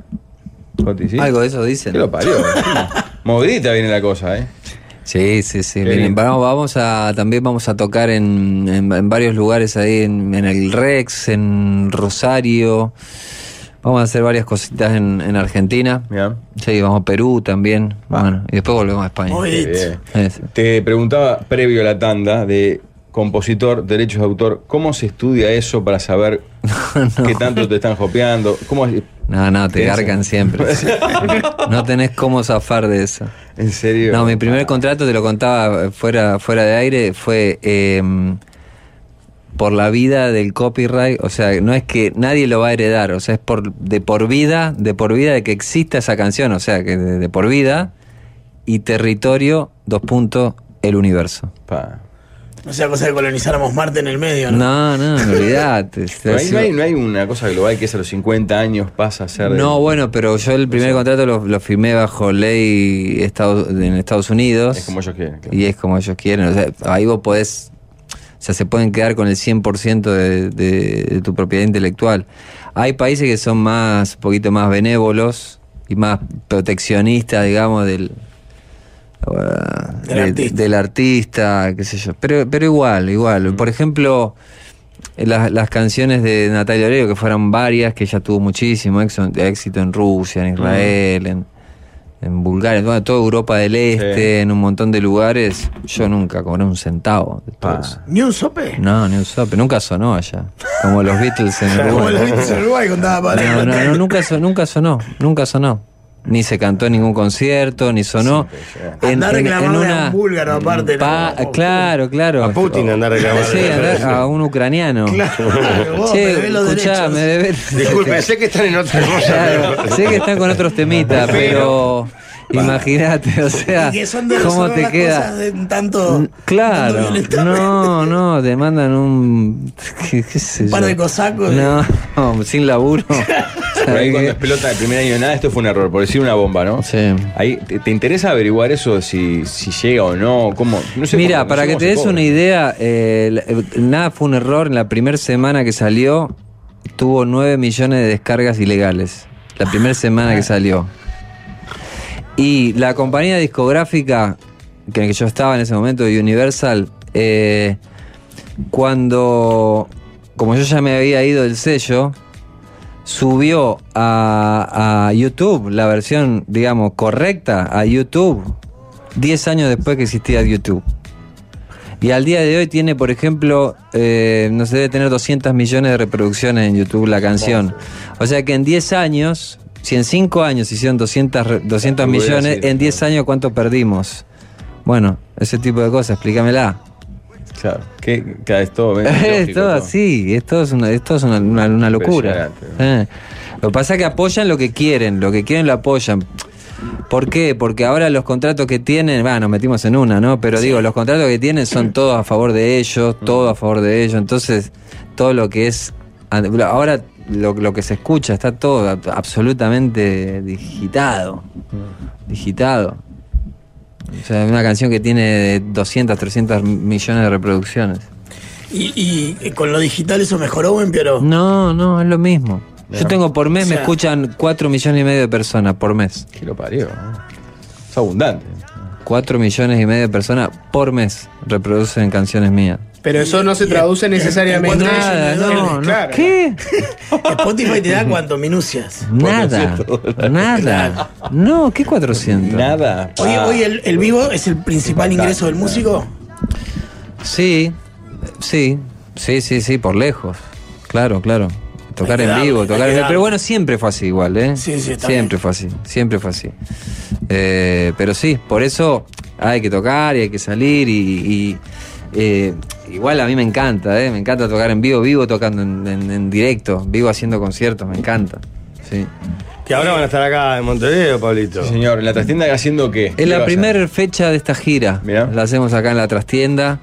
Speaker 1: Coti, ¿sí?
Speaker 10: Algo de eso dicen.
Speaker 1: ¿Qué lo parió? Movidita viene la cosa, ¿eh?
Speaker 10: Sí, sí, sí.
Speaker 1: Qué
Speaker 10: Vienen.
Speaker 1: lindo.
Speaker 10: Vamos, vamos a, también vamos a tocar en, en- en varios lugares ahí, en, en el Rex, en Rosario. Vamos a hacer varias cositas en, en Argentina. Sí, vamos a Perú también. Bueno, y después volvemos a España.
Speaker 1: Qué bien.
Speaker 10: Es-
Speaker 1: Te preguntaba previo a la tanda de compositor, derechos de autor, ¿cómo se estudia eso para saber qué tanto te están jopeando? ¿Cómo es?
Speaker 10: No, no, te
Speaker 1: Piensa.
Speaker 10: cargan siempre. No tenés cómo zafar de eso.
Speaker 1: ¿En serio?
Speaker 10: No, mi primer contrato, te lo contaba eh, fuera, fuera de aire, fue eh, por la vida del copyright. O sea, no es que nadie lo va a heredar, o sea, es por, de por vida, de por vida de que exista esa canción, o sea, que de, de por vida y territorio, dos puntos, el universo.
Speaker 2: No sea cosa de colonizáramos Marte en el medio, ¿no?
Speaker 10: No, no, olvidate.
Speaker 1: Pero ahí no hay, no hay una cosa global que es a los 50 años pasa a ser... de-
Speaker 10: No, bueno, pero yo el primer contrato lo, lo firmé bajo ley Estados- en Estados Unidos.
Speaker 1: Es como ellos quieren. claro.
Speaker 10: Y es como ellos quieren. O sea, ahí vos podés. O sea, se pueden quedar con el 100% de, de- de tu propiedad intelectual. Hay países que son más, un poquito más benévolos y más proteccionistas, digamos, del. uh,
Speaker 2: Del
Speaker 10: de-
Speaker 2: artista. Mm.
Speaker 10: del artista, qué sé yo. Pero, pero igual, igual. Por ejemplo, eh, las, las canciones de Natalia Oreiro, que fueron varias, que ella tuvo muchísimo éxito, éxito en Rusia,
Speaker 2: Mm.
Speaker 10: en Israel, en, en Bulgaria, en toda, toda Europa del Este, en un montón de lugares. Yo nunca cobré un centavo de todo eso.
Speaker 2: Ni un sope.
Speaker 10: No, ni un sope, nunca sonó allá. Como los Beatles en
Speaker 2: Como
Speaker 10: Uruguay.
Speaker 2: los Beatles en Uruguay contaba padre.
Speaker 10: No, no, no, nunca, so- nunca sonó, nunca sonó. Ni se cantó en ningún concierto, ni sonó. En,
Speaker 2: Andar
Speaker 10: en- en
Speaker 2: reclamando a
Speaker 10: una.
Speaker 2: un búlgaro aparte.
Speaker 10: pa-
Speaker 2: no.
Speaker 10: claro, claro.
Speaker 3: A Putin andar reclamando.
Speaker 10: Sí, andar a un ucraniano.
Speaker 2: Claro, vos me
Speaker 10: Che,
Speaker 2: debés los
Speaker 10: escuchá,
Speaker 2: derechos.
Speaker 10: me debés-
Speaker 3: Disculpe, sé que están en otra cosa.
Speaker 10: Claro,
Speaker 3: pero-
Speaker 10: sé que están con otros temitas, pero imagínate, o sea,
Speaker 2: Y que son de
Speaker 10: cómo
Speaker 2: resolver
Speaker 10: te
Speaker 2: las
Speaker 10: queda.
Speaker 2: cosas en tanto.
Speaker 10: Claro, no, no, te mandan un. ¿Qué, qué sé
Speaker 2: Un par
Speaker 10: yo.
Speaker 2: de cosacos. eh.
Speaker 10: No, sin laburo.
Speaker 1: Por ahí
Speaker 10: ¿Sabés
Speaker 1: cuando
Speaker 10: qué?
Speaker 1: explota el primer año de nada, esto fue un error, por decir una bomba, ¿no?
Speaker 10: Sí.
Speaker 1: Ahí, ¿te, te interesa averiguar eso, si, si llega o no? ¿Cómo? No sé
Speaker 10: Mira,
Speaker 1: cómo- no
Speaker 10: para
Speaker 1: sé
Speaker 10: que
Speaker 1: cómo
Speaker 10: te
Speaker 1: se
Speaker 10: des
Speaker 1: cobra.
Speaker 10: una idea, eh, la- eh, nada fue un error. En la primera semana que salió, tuvo 9 millones de descargas ilegales. La primera semana que salió. Y la compañía discográfica que, que yo estaba en ese momento, Universal, eh, cuando, como yo ya me había ido del sello, subió a, a YouTube la versión, digamos, correcta a YouTube 10 años después que existía YouTube. Y al día de hoy tiene, por ejemplo, eh, no sé, debe tener 200 millones de reproducciones en YouTube la canción. O sea que en 10 años Si en 5 años hicieron 200, re-
Speaker 7: Hubiera
Speaker 10: 200 millones,
Speaker 7: sido,
Speaker 10: en 10 años, ¿cuánto perdimos? Bueno, ese tipo de cosas, explícamela.
Speaker 1: Claro, que, claro, es todo.
Speaker 10: es todo así, es todo es una, es todo es una- una- una locura. Eh. Lo que pasa es que apoyan lo que quieren, lo que quieren lo apoyan. ¿Por qué? Porque ahora los contratos que tienen, va, nos metimos en una, ¿no? Pero digo, los contratos que tienen son todos a favor de ellos, todo a favor de ellos, entonces todo lo que es... Ahora lo, lo que se escucha está todo a- absolutamente digitado, digitado. O sea, una canción que tiene 200, 300 millones de reproducciones.
Speaker 2: Y, y- y con lo digital eso mejoró o empeoró?
Speaker 10: No, no, es lo mismo. Yo tengo por mes,
Speaker 2: O sea-
Speaker 10: me escuchan 4 millones y medio de personas por mes.
Speaker 1: Que lo parió. ¿eh? Es abundante.
Speaker 10: 4 millones y medio de personas por mes reproducen canciones mías.
Speaker 4: Pero eso no se traduce necesariamente.
Speaker 10: Nada, no, no.
Speaker 4: Claro.
Speaker 10: ¿Qué?
Speaker 2: Spotify te da cuánto, minucias.
Speaker 10: Nada. Nada. No, ¿qué 400?
Speaker 1: Nada.
Speaker 2: Oye,
Speaker 3: Ah.
Speaker 2: hoy el, el vivo es el principal ingreso del músico.
Speaker 10: Sí, sí, sí, sí, sí, por lejos. Claro, claro. Tocar
Speaker 2: Hay que
Speaker 10: en
Speaker 2: darle,
Speaker 10: vivo,
Speaker 2: hay
Speaker 10: tocar
Speaker 2: que
Speaker 10: en vivo.
Speaker 2: darle.
Speaker 10: Pero bueno, siempre fue así igual, ¿eh?
Speaker 2: Sí, sí, está
Speaker 10: Siempre fue así, siempre fue así. Eh, pero sí, por eso hay que tocar y hay que salir y... y, eh, igual a mí me encanta, ¿eh? Me encanta tocar en vivo, vivo tocando en, en- en directo, vivo haciendo conciertos, me encanta. Sí.
Speaker 3: Que ahora van a estar acá en Montevideo, Pablito.
Speaker 1: Señor, ¿en la trastienda haciendo qué?
Speaker 10: Es
Speaker 1: ¿Qué va
Speaker 10: la
Speaker 1: a hacer?
Speaker 10: primera fecha de esta gira. La hacemos acá en la trastienda.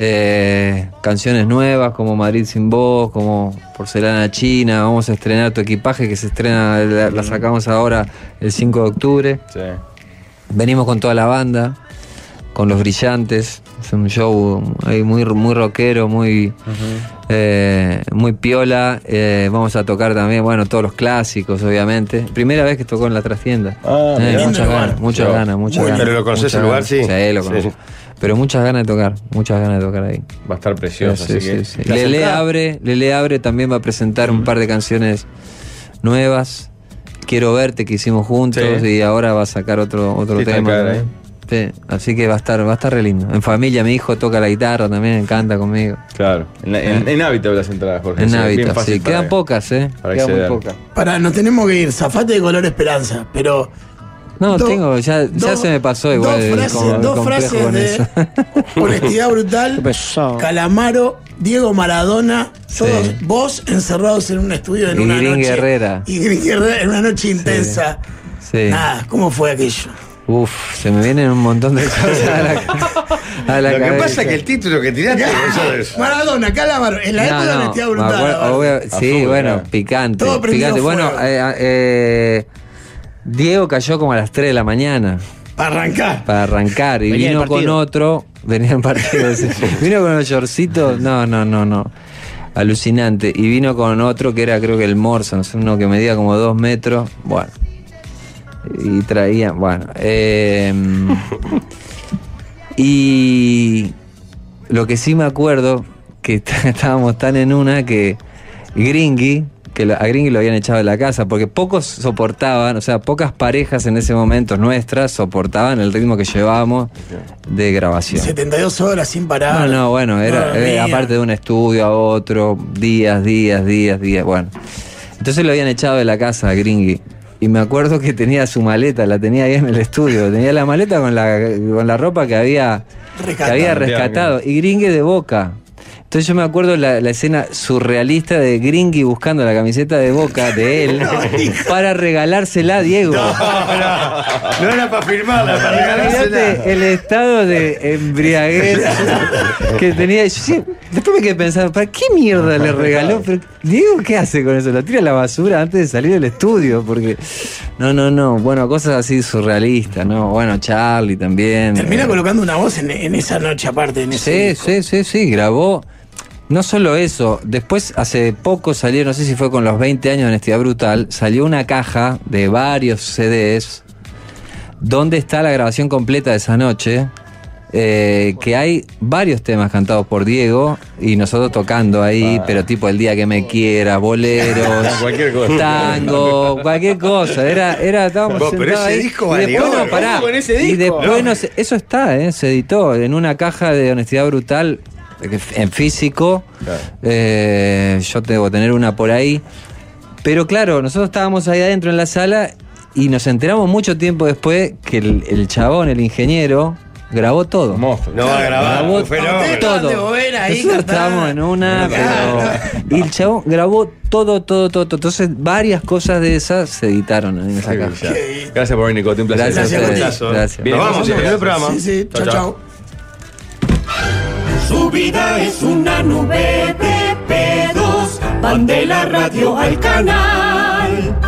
Speaker 10: Eh, canciones nuevas como Madrid sin voz, como Porcelana China. Vamos a estrenar tu equipaje que se estrena, la, la sacamos ahora el 5 de octubre. Venimos con toda la banda, con los brillantes. Es un show ahí muy, muy rockero, muy, eh, muy piola. Eh, vamos a tocar también, bueno, todos los clásicos, obviamente. Primera vez que tocó en la trastienda.
Speaker 3: Ah,
Speaker 10: Eh,
Speaker 3: mirá. Lindo
Speaker 10: muchas
Speaker 3: lugar.
Speaker 10: ganas, muchas
Speaker 3: Pero-
Speaker 10: ganas, muchas
Speaker 3: Bueno,
Speaker 10: ganas.
Speaker 3: pero lo conocés
Speaker 10: muchas
Speaker 3: el lugar,
Speaker 10: ganas.
Speaker 3: sí.
Speaker 10: Sí, lo
Speaker 3: Sí.
Speaker 10: conozco. Pero muchas ganas de tocar, muchas ganas de tocar ahí.
Speaker 1: Va a estar precioso,
Speaker 10: Sí,
Speaker 1: así
Speaker 10: sí,
Speaker 1: que-
Speaker 10: sí.
Speaker 1: ¿Las
Speaker 10: Lele
Speaker 1: entradas?
Speaker 10: Abre, Lele Abre también va a presentar un par de canciones nuevas. Quiero verte que hicimos juntos
Speaker 1: Sí.
Speaker 10: y ahora va a sacar otro, otro
Speaker 1: Sí, está
Speaker 10: tema.
Speaker 1: acá,
Speaker 10: también.
Speaker 1: ¿eh?
Speaker 10: Sí, así que va a estar, va a estar re lindo. En familia, mi hijo toca la guitarra también, canta conmigo.
Speaker 1: Claro. En, la- en- en hábitat las entradas, Jorge.
Speaker 10: En
Speaker 1: sí, bien
Speaker 10: hábitat,
Speaker 1: fácil
Speaker 10: sí.
Speaker 1: para- Ah.
Speaker 10: Quedan pocas, eh.
Speaker 1: para
Speaker 10: Quedan muy
Speaker 1: acceder.
Speaker 10: pocas.
Speaker 2: Para, nos tenemos que ir. Zafate de color esperanza, pero.
Speaker 10: No,
Speaker 2: Do-
Speaker 10: tengo, ya, ya
Speaker 2: dos-
Speaker 10: se me pasó
Speaker 2: dos
Speaker 10: igual. el
Speaker 2: frases-
Speaker 10: com- el
Speaker 2: dos
Speaker 10: complejo
Speaker 2: frases
Speaker 10: con
Speaker 2: de-
Speaker 10: eso.
Speaker 2: Honestidad brutal. Calamaro, Diego Maradona, todos vos encerrados en un estudio en
Speaker 10: Y
Speaker 2: una
Speaker 10: Green
Speaker 2: noche.
Speaker 10: Guerrera.
Speaker 2: Y Green Guerrera en una noche intensa.
Speaker 10: Sí.
Speaker 2: Nada, ¿cómo fue aquello?
Speaker 10: Uf, se me vienen un montón de cosas a la, a la
Speaker 3: Lo que
Speaker 10: cabeza.
Speaker 3: pasa es que el título que tiraste, eso es.
Speaker 2: Maradona, Calamaro, en la
Speaker 10: No,
Speaker 2: época de
Speaker 10: no,
Speaker 2: Honestidad
Speaker 10: me
Speaker 2: brutal.
Speaker 10: acuerdo-
Speaker 2: la verdad.
Speaker 10: obvio- sí, bueno, picante.
Speaker 2: Todo prendido
Speaker 10: picante. Bueno,
Speaker 2: fuego.
Speaker 10: eh, eh, Diego cayó como a las 3 de la mañana.
Speaker 2: Para arrancar.
Speaker 10: Para arrancar. Y
Speaker 4: Venía del
Speaker 10: vino con
Speaker 4: partido.
Speaker 10: otro. Venía en partido. sí. Vino con los shortcitos. No, no, no, no. Alucinante. Y vino con otro que era, creo que el Morrison, uno que medía como dos metros. Bueno. Y traía. Bueno. eh, y lo que sí me acuerdo, que estábamos tan en una que Gringy, que lo- a Gringy lo habían echado de la casa, porque pocos soportaban, o sea, pocas parejas en ese momento nuestras soportaban el ritmo que llevábamos de grabación.
Speaker 2: 72 horas sin
Speaker 10: No,
Speaker 2: parar.
Speaker 10: no, bueno, era
Speaker 2: Madre
Speaker 10: eh,
Speaker 2: mía.
Speaker 10: aparte de un estudio a otro, días, días, días, días, bueno. Entonces lo habían echado de la casa a Gringy. Y me acuerdo que tenía su maleta, la tenía ahí en el estudio. Tenía la maleta con la, con la ropa que había
Speaker 2: Rescatado.
Speaker 10: que había rescatado. Y Gringy de boca. Entonces yo me acuerdo la, la escena surrealista de Gringy buscando la camiseta de boca de él para regalársela a Diego.
Speaker 3: No era para firmarla, para regalársela.
Speaker 10: Imagínate el estado de embriaguez que tenía. Yo sí- después me quedé pensando, ¿para qué mierda le regaló? Pero, Diego, ¿qué hace con eso? Lo tira a la basura antes de salir del estudio, porque. No, no, no. Bueno, cosas así surrealistas, ¿no? Bueno, Charlie también.
Speaker 2: Termina
Speaker 10: Eh,
Speaker 2: colocando una voz en, en esa noche aparte. En ese
Speaker 10: Sí, sí, sí, sí, grabó. No solo eso, después hace poco salió, no sé si fue con los 20 años de Honestidad Brutal, salió una caja de varios CDs donde está la grabación completa de esa noche, eh, que hay varios temas cantados por Diego y nosotros tocando ahí, pero tipo El Día que me quiera, boleros,
Speaker 1: Cualquier cosa.
Speaker 10: tango, cualquier cosa. Era, era, estábamos
Speaker 3: Vos, pero
Speaker 10: sentados
Speaker 3: ese
Speaker 10: ahí,
Speaker 3: disco
Speaker 10: y después
Speaker 3: valió, ¿eh?
Speaker 10: no, pará,
Speaker 4: con ese
Speaker 10: y
Speaker 4: disco.
Speaker 10: después no sé, eso está, ¿eh? se editó en una caja de honestidad brutal eh, que f- en físico. Eh, yo debo tener una por ahí. Pero claro, nosotros estábamos ahí adentro en la sala y nos enteramos mucho tiempo después que el, el chabón, el ingeniero, grabó todo.
Speaker 3: No va a grabar,
Speaker 10: Grabó
Speaker 3: fue no. Ustedes estaban de
Speaker 10: todo.
Speaker 3: bobera ahí,
Speaker 10: Nosotros
Speaker 3: capaz.
Speaker 10: estábamos en una, pero. Y el chabón grabó todo, todo, todo, todo. Entonces, varias cosas de esas se editaron en esa caja.
Speaker 1: Gracias por venir, Nicote. Un placer.
Speaker 10: Gracias a ustedes. Gracias.
Speaker 1: Bien,
Speaker 10: Nos vamos,
Speaker 1: entonces,
Speaker 10: se terminó el
Speaker 1: gracias.
Speaker 10: programa. Sí, sí. Chau, chau.
Speaker 9: Su vida es una nube de pedos. Van de la radio al canal.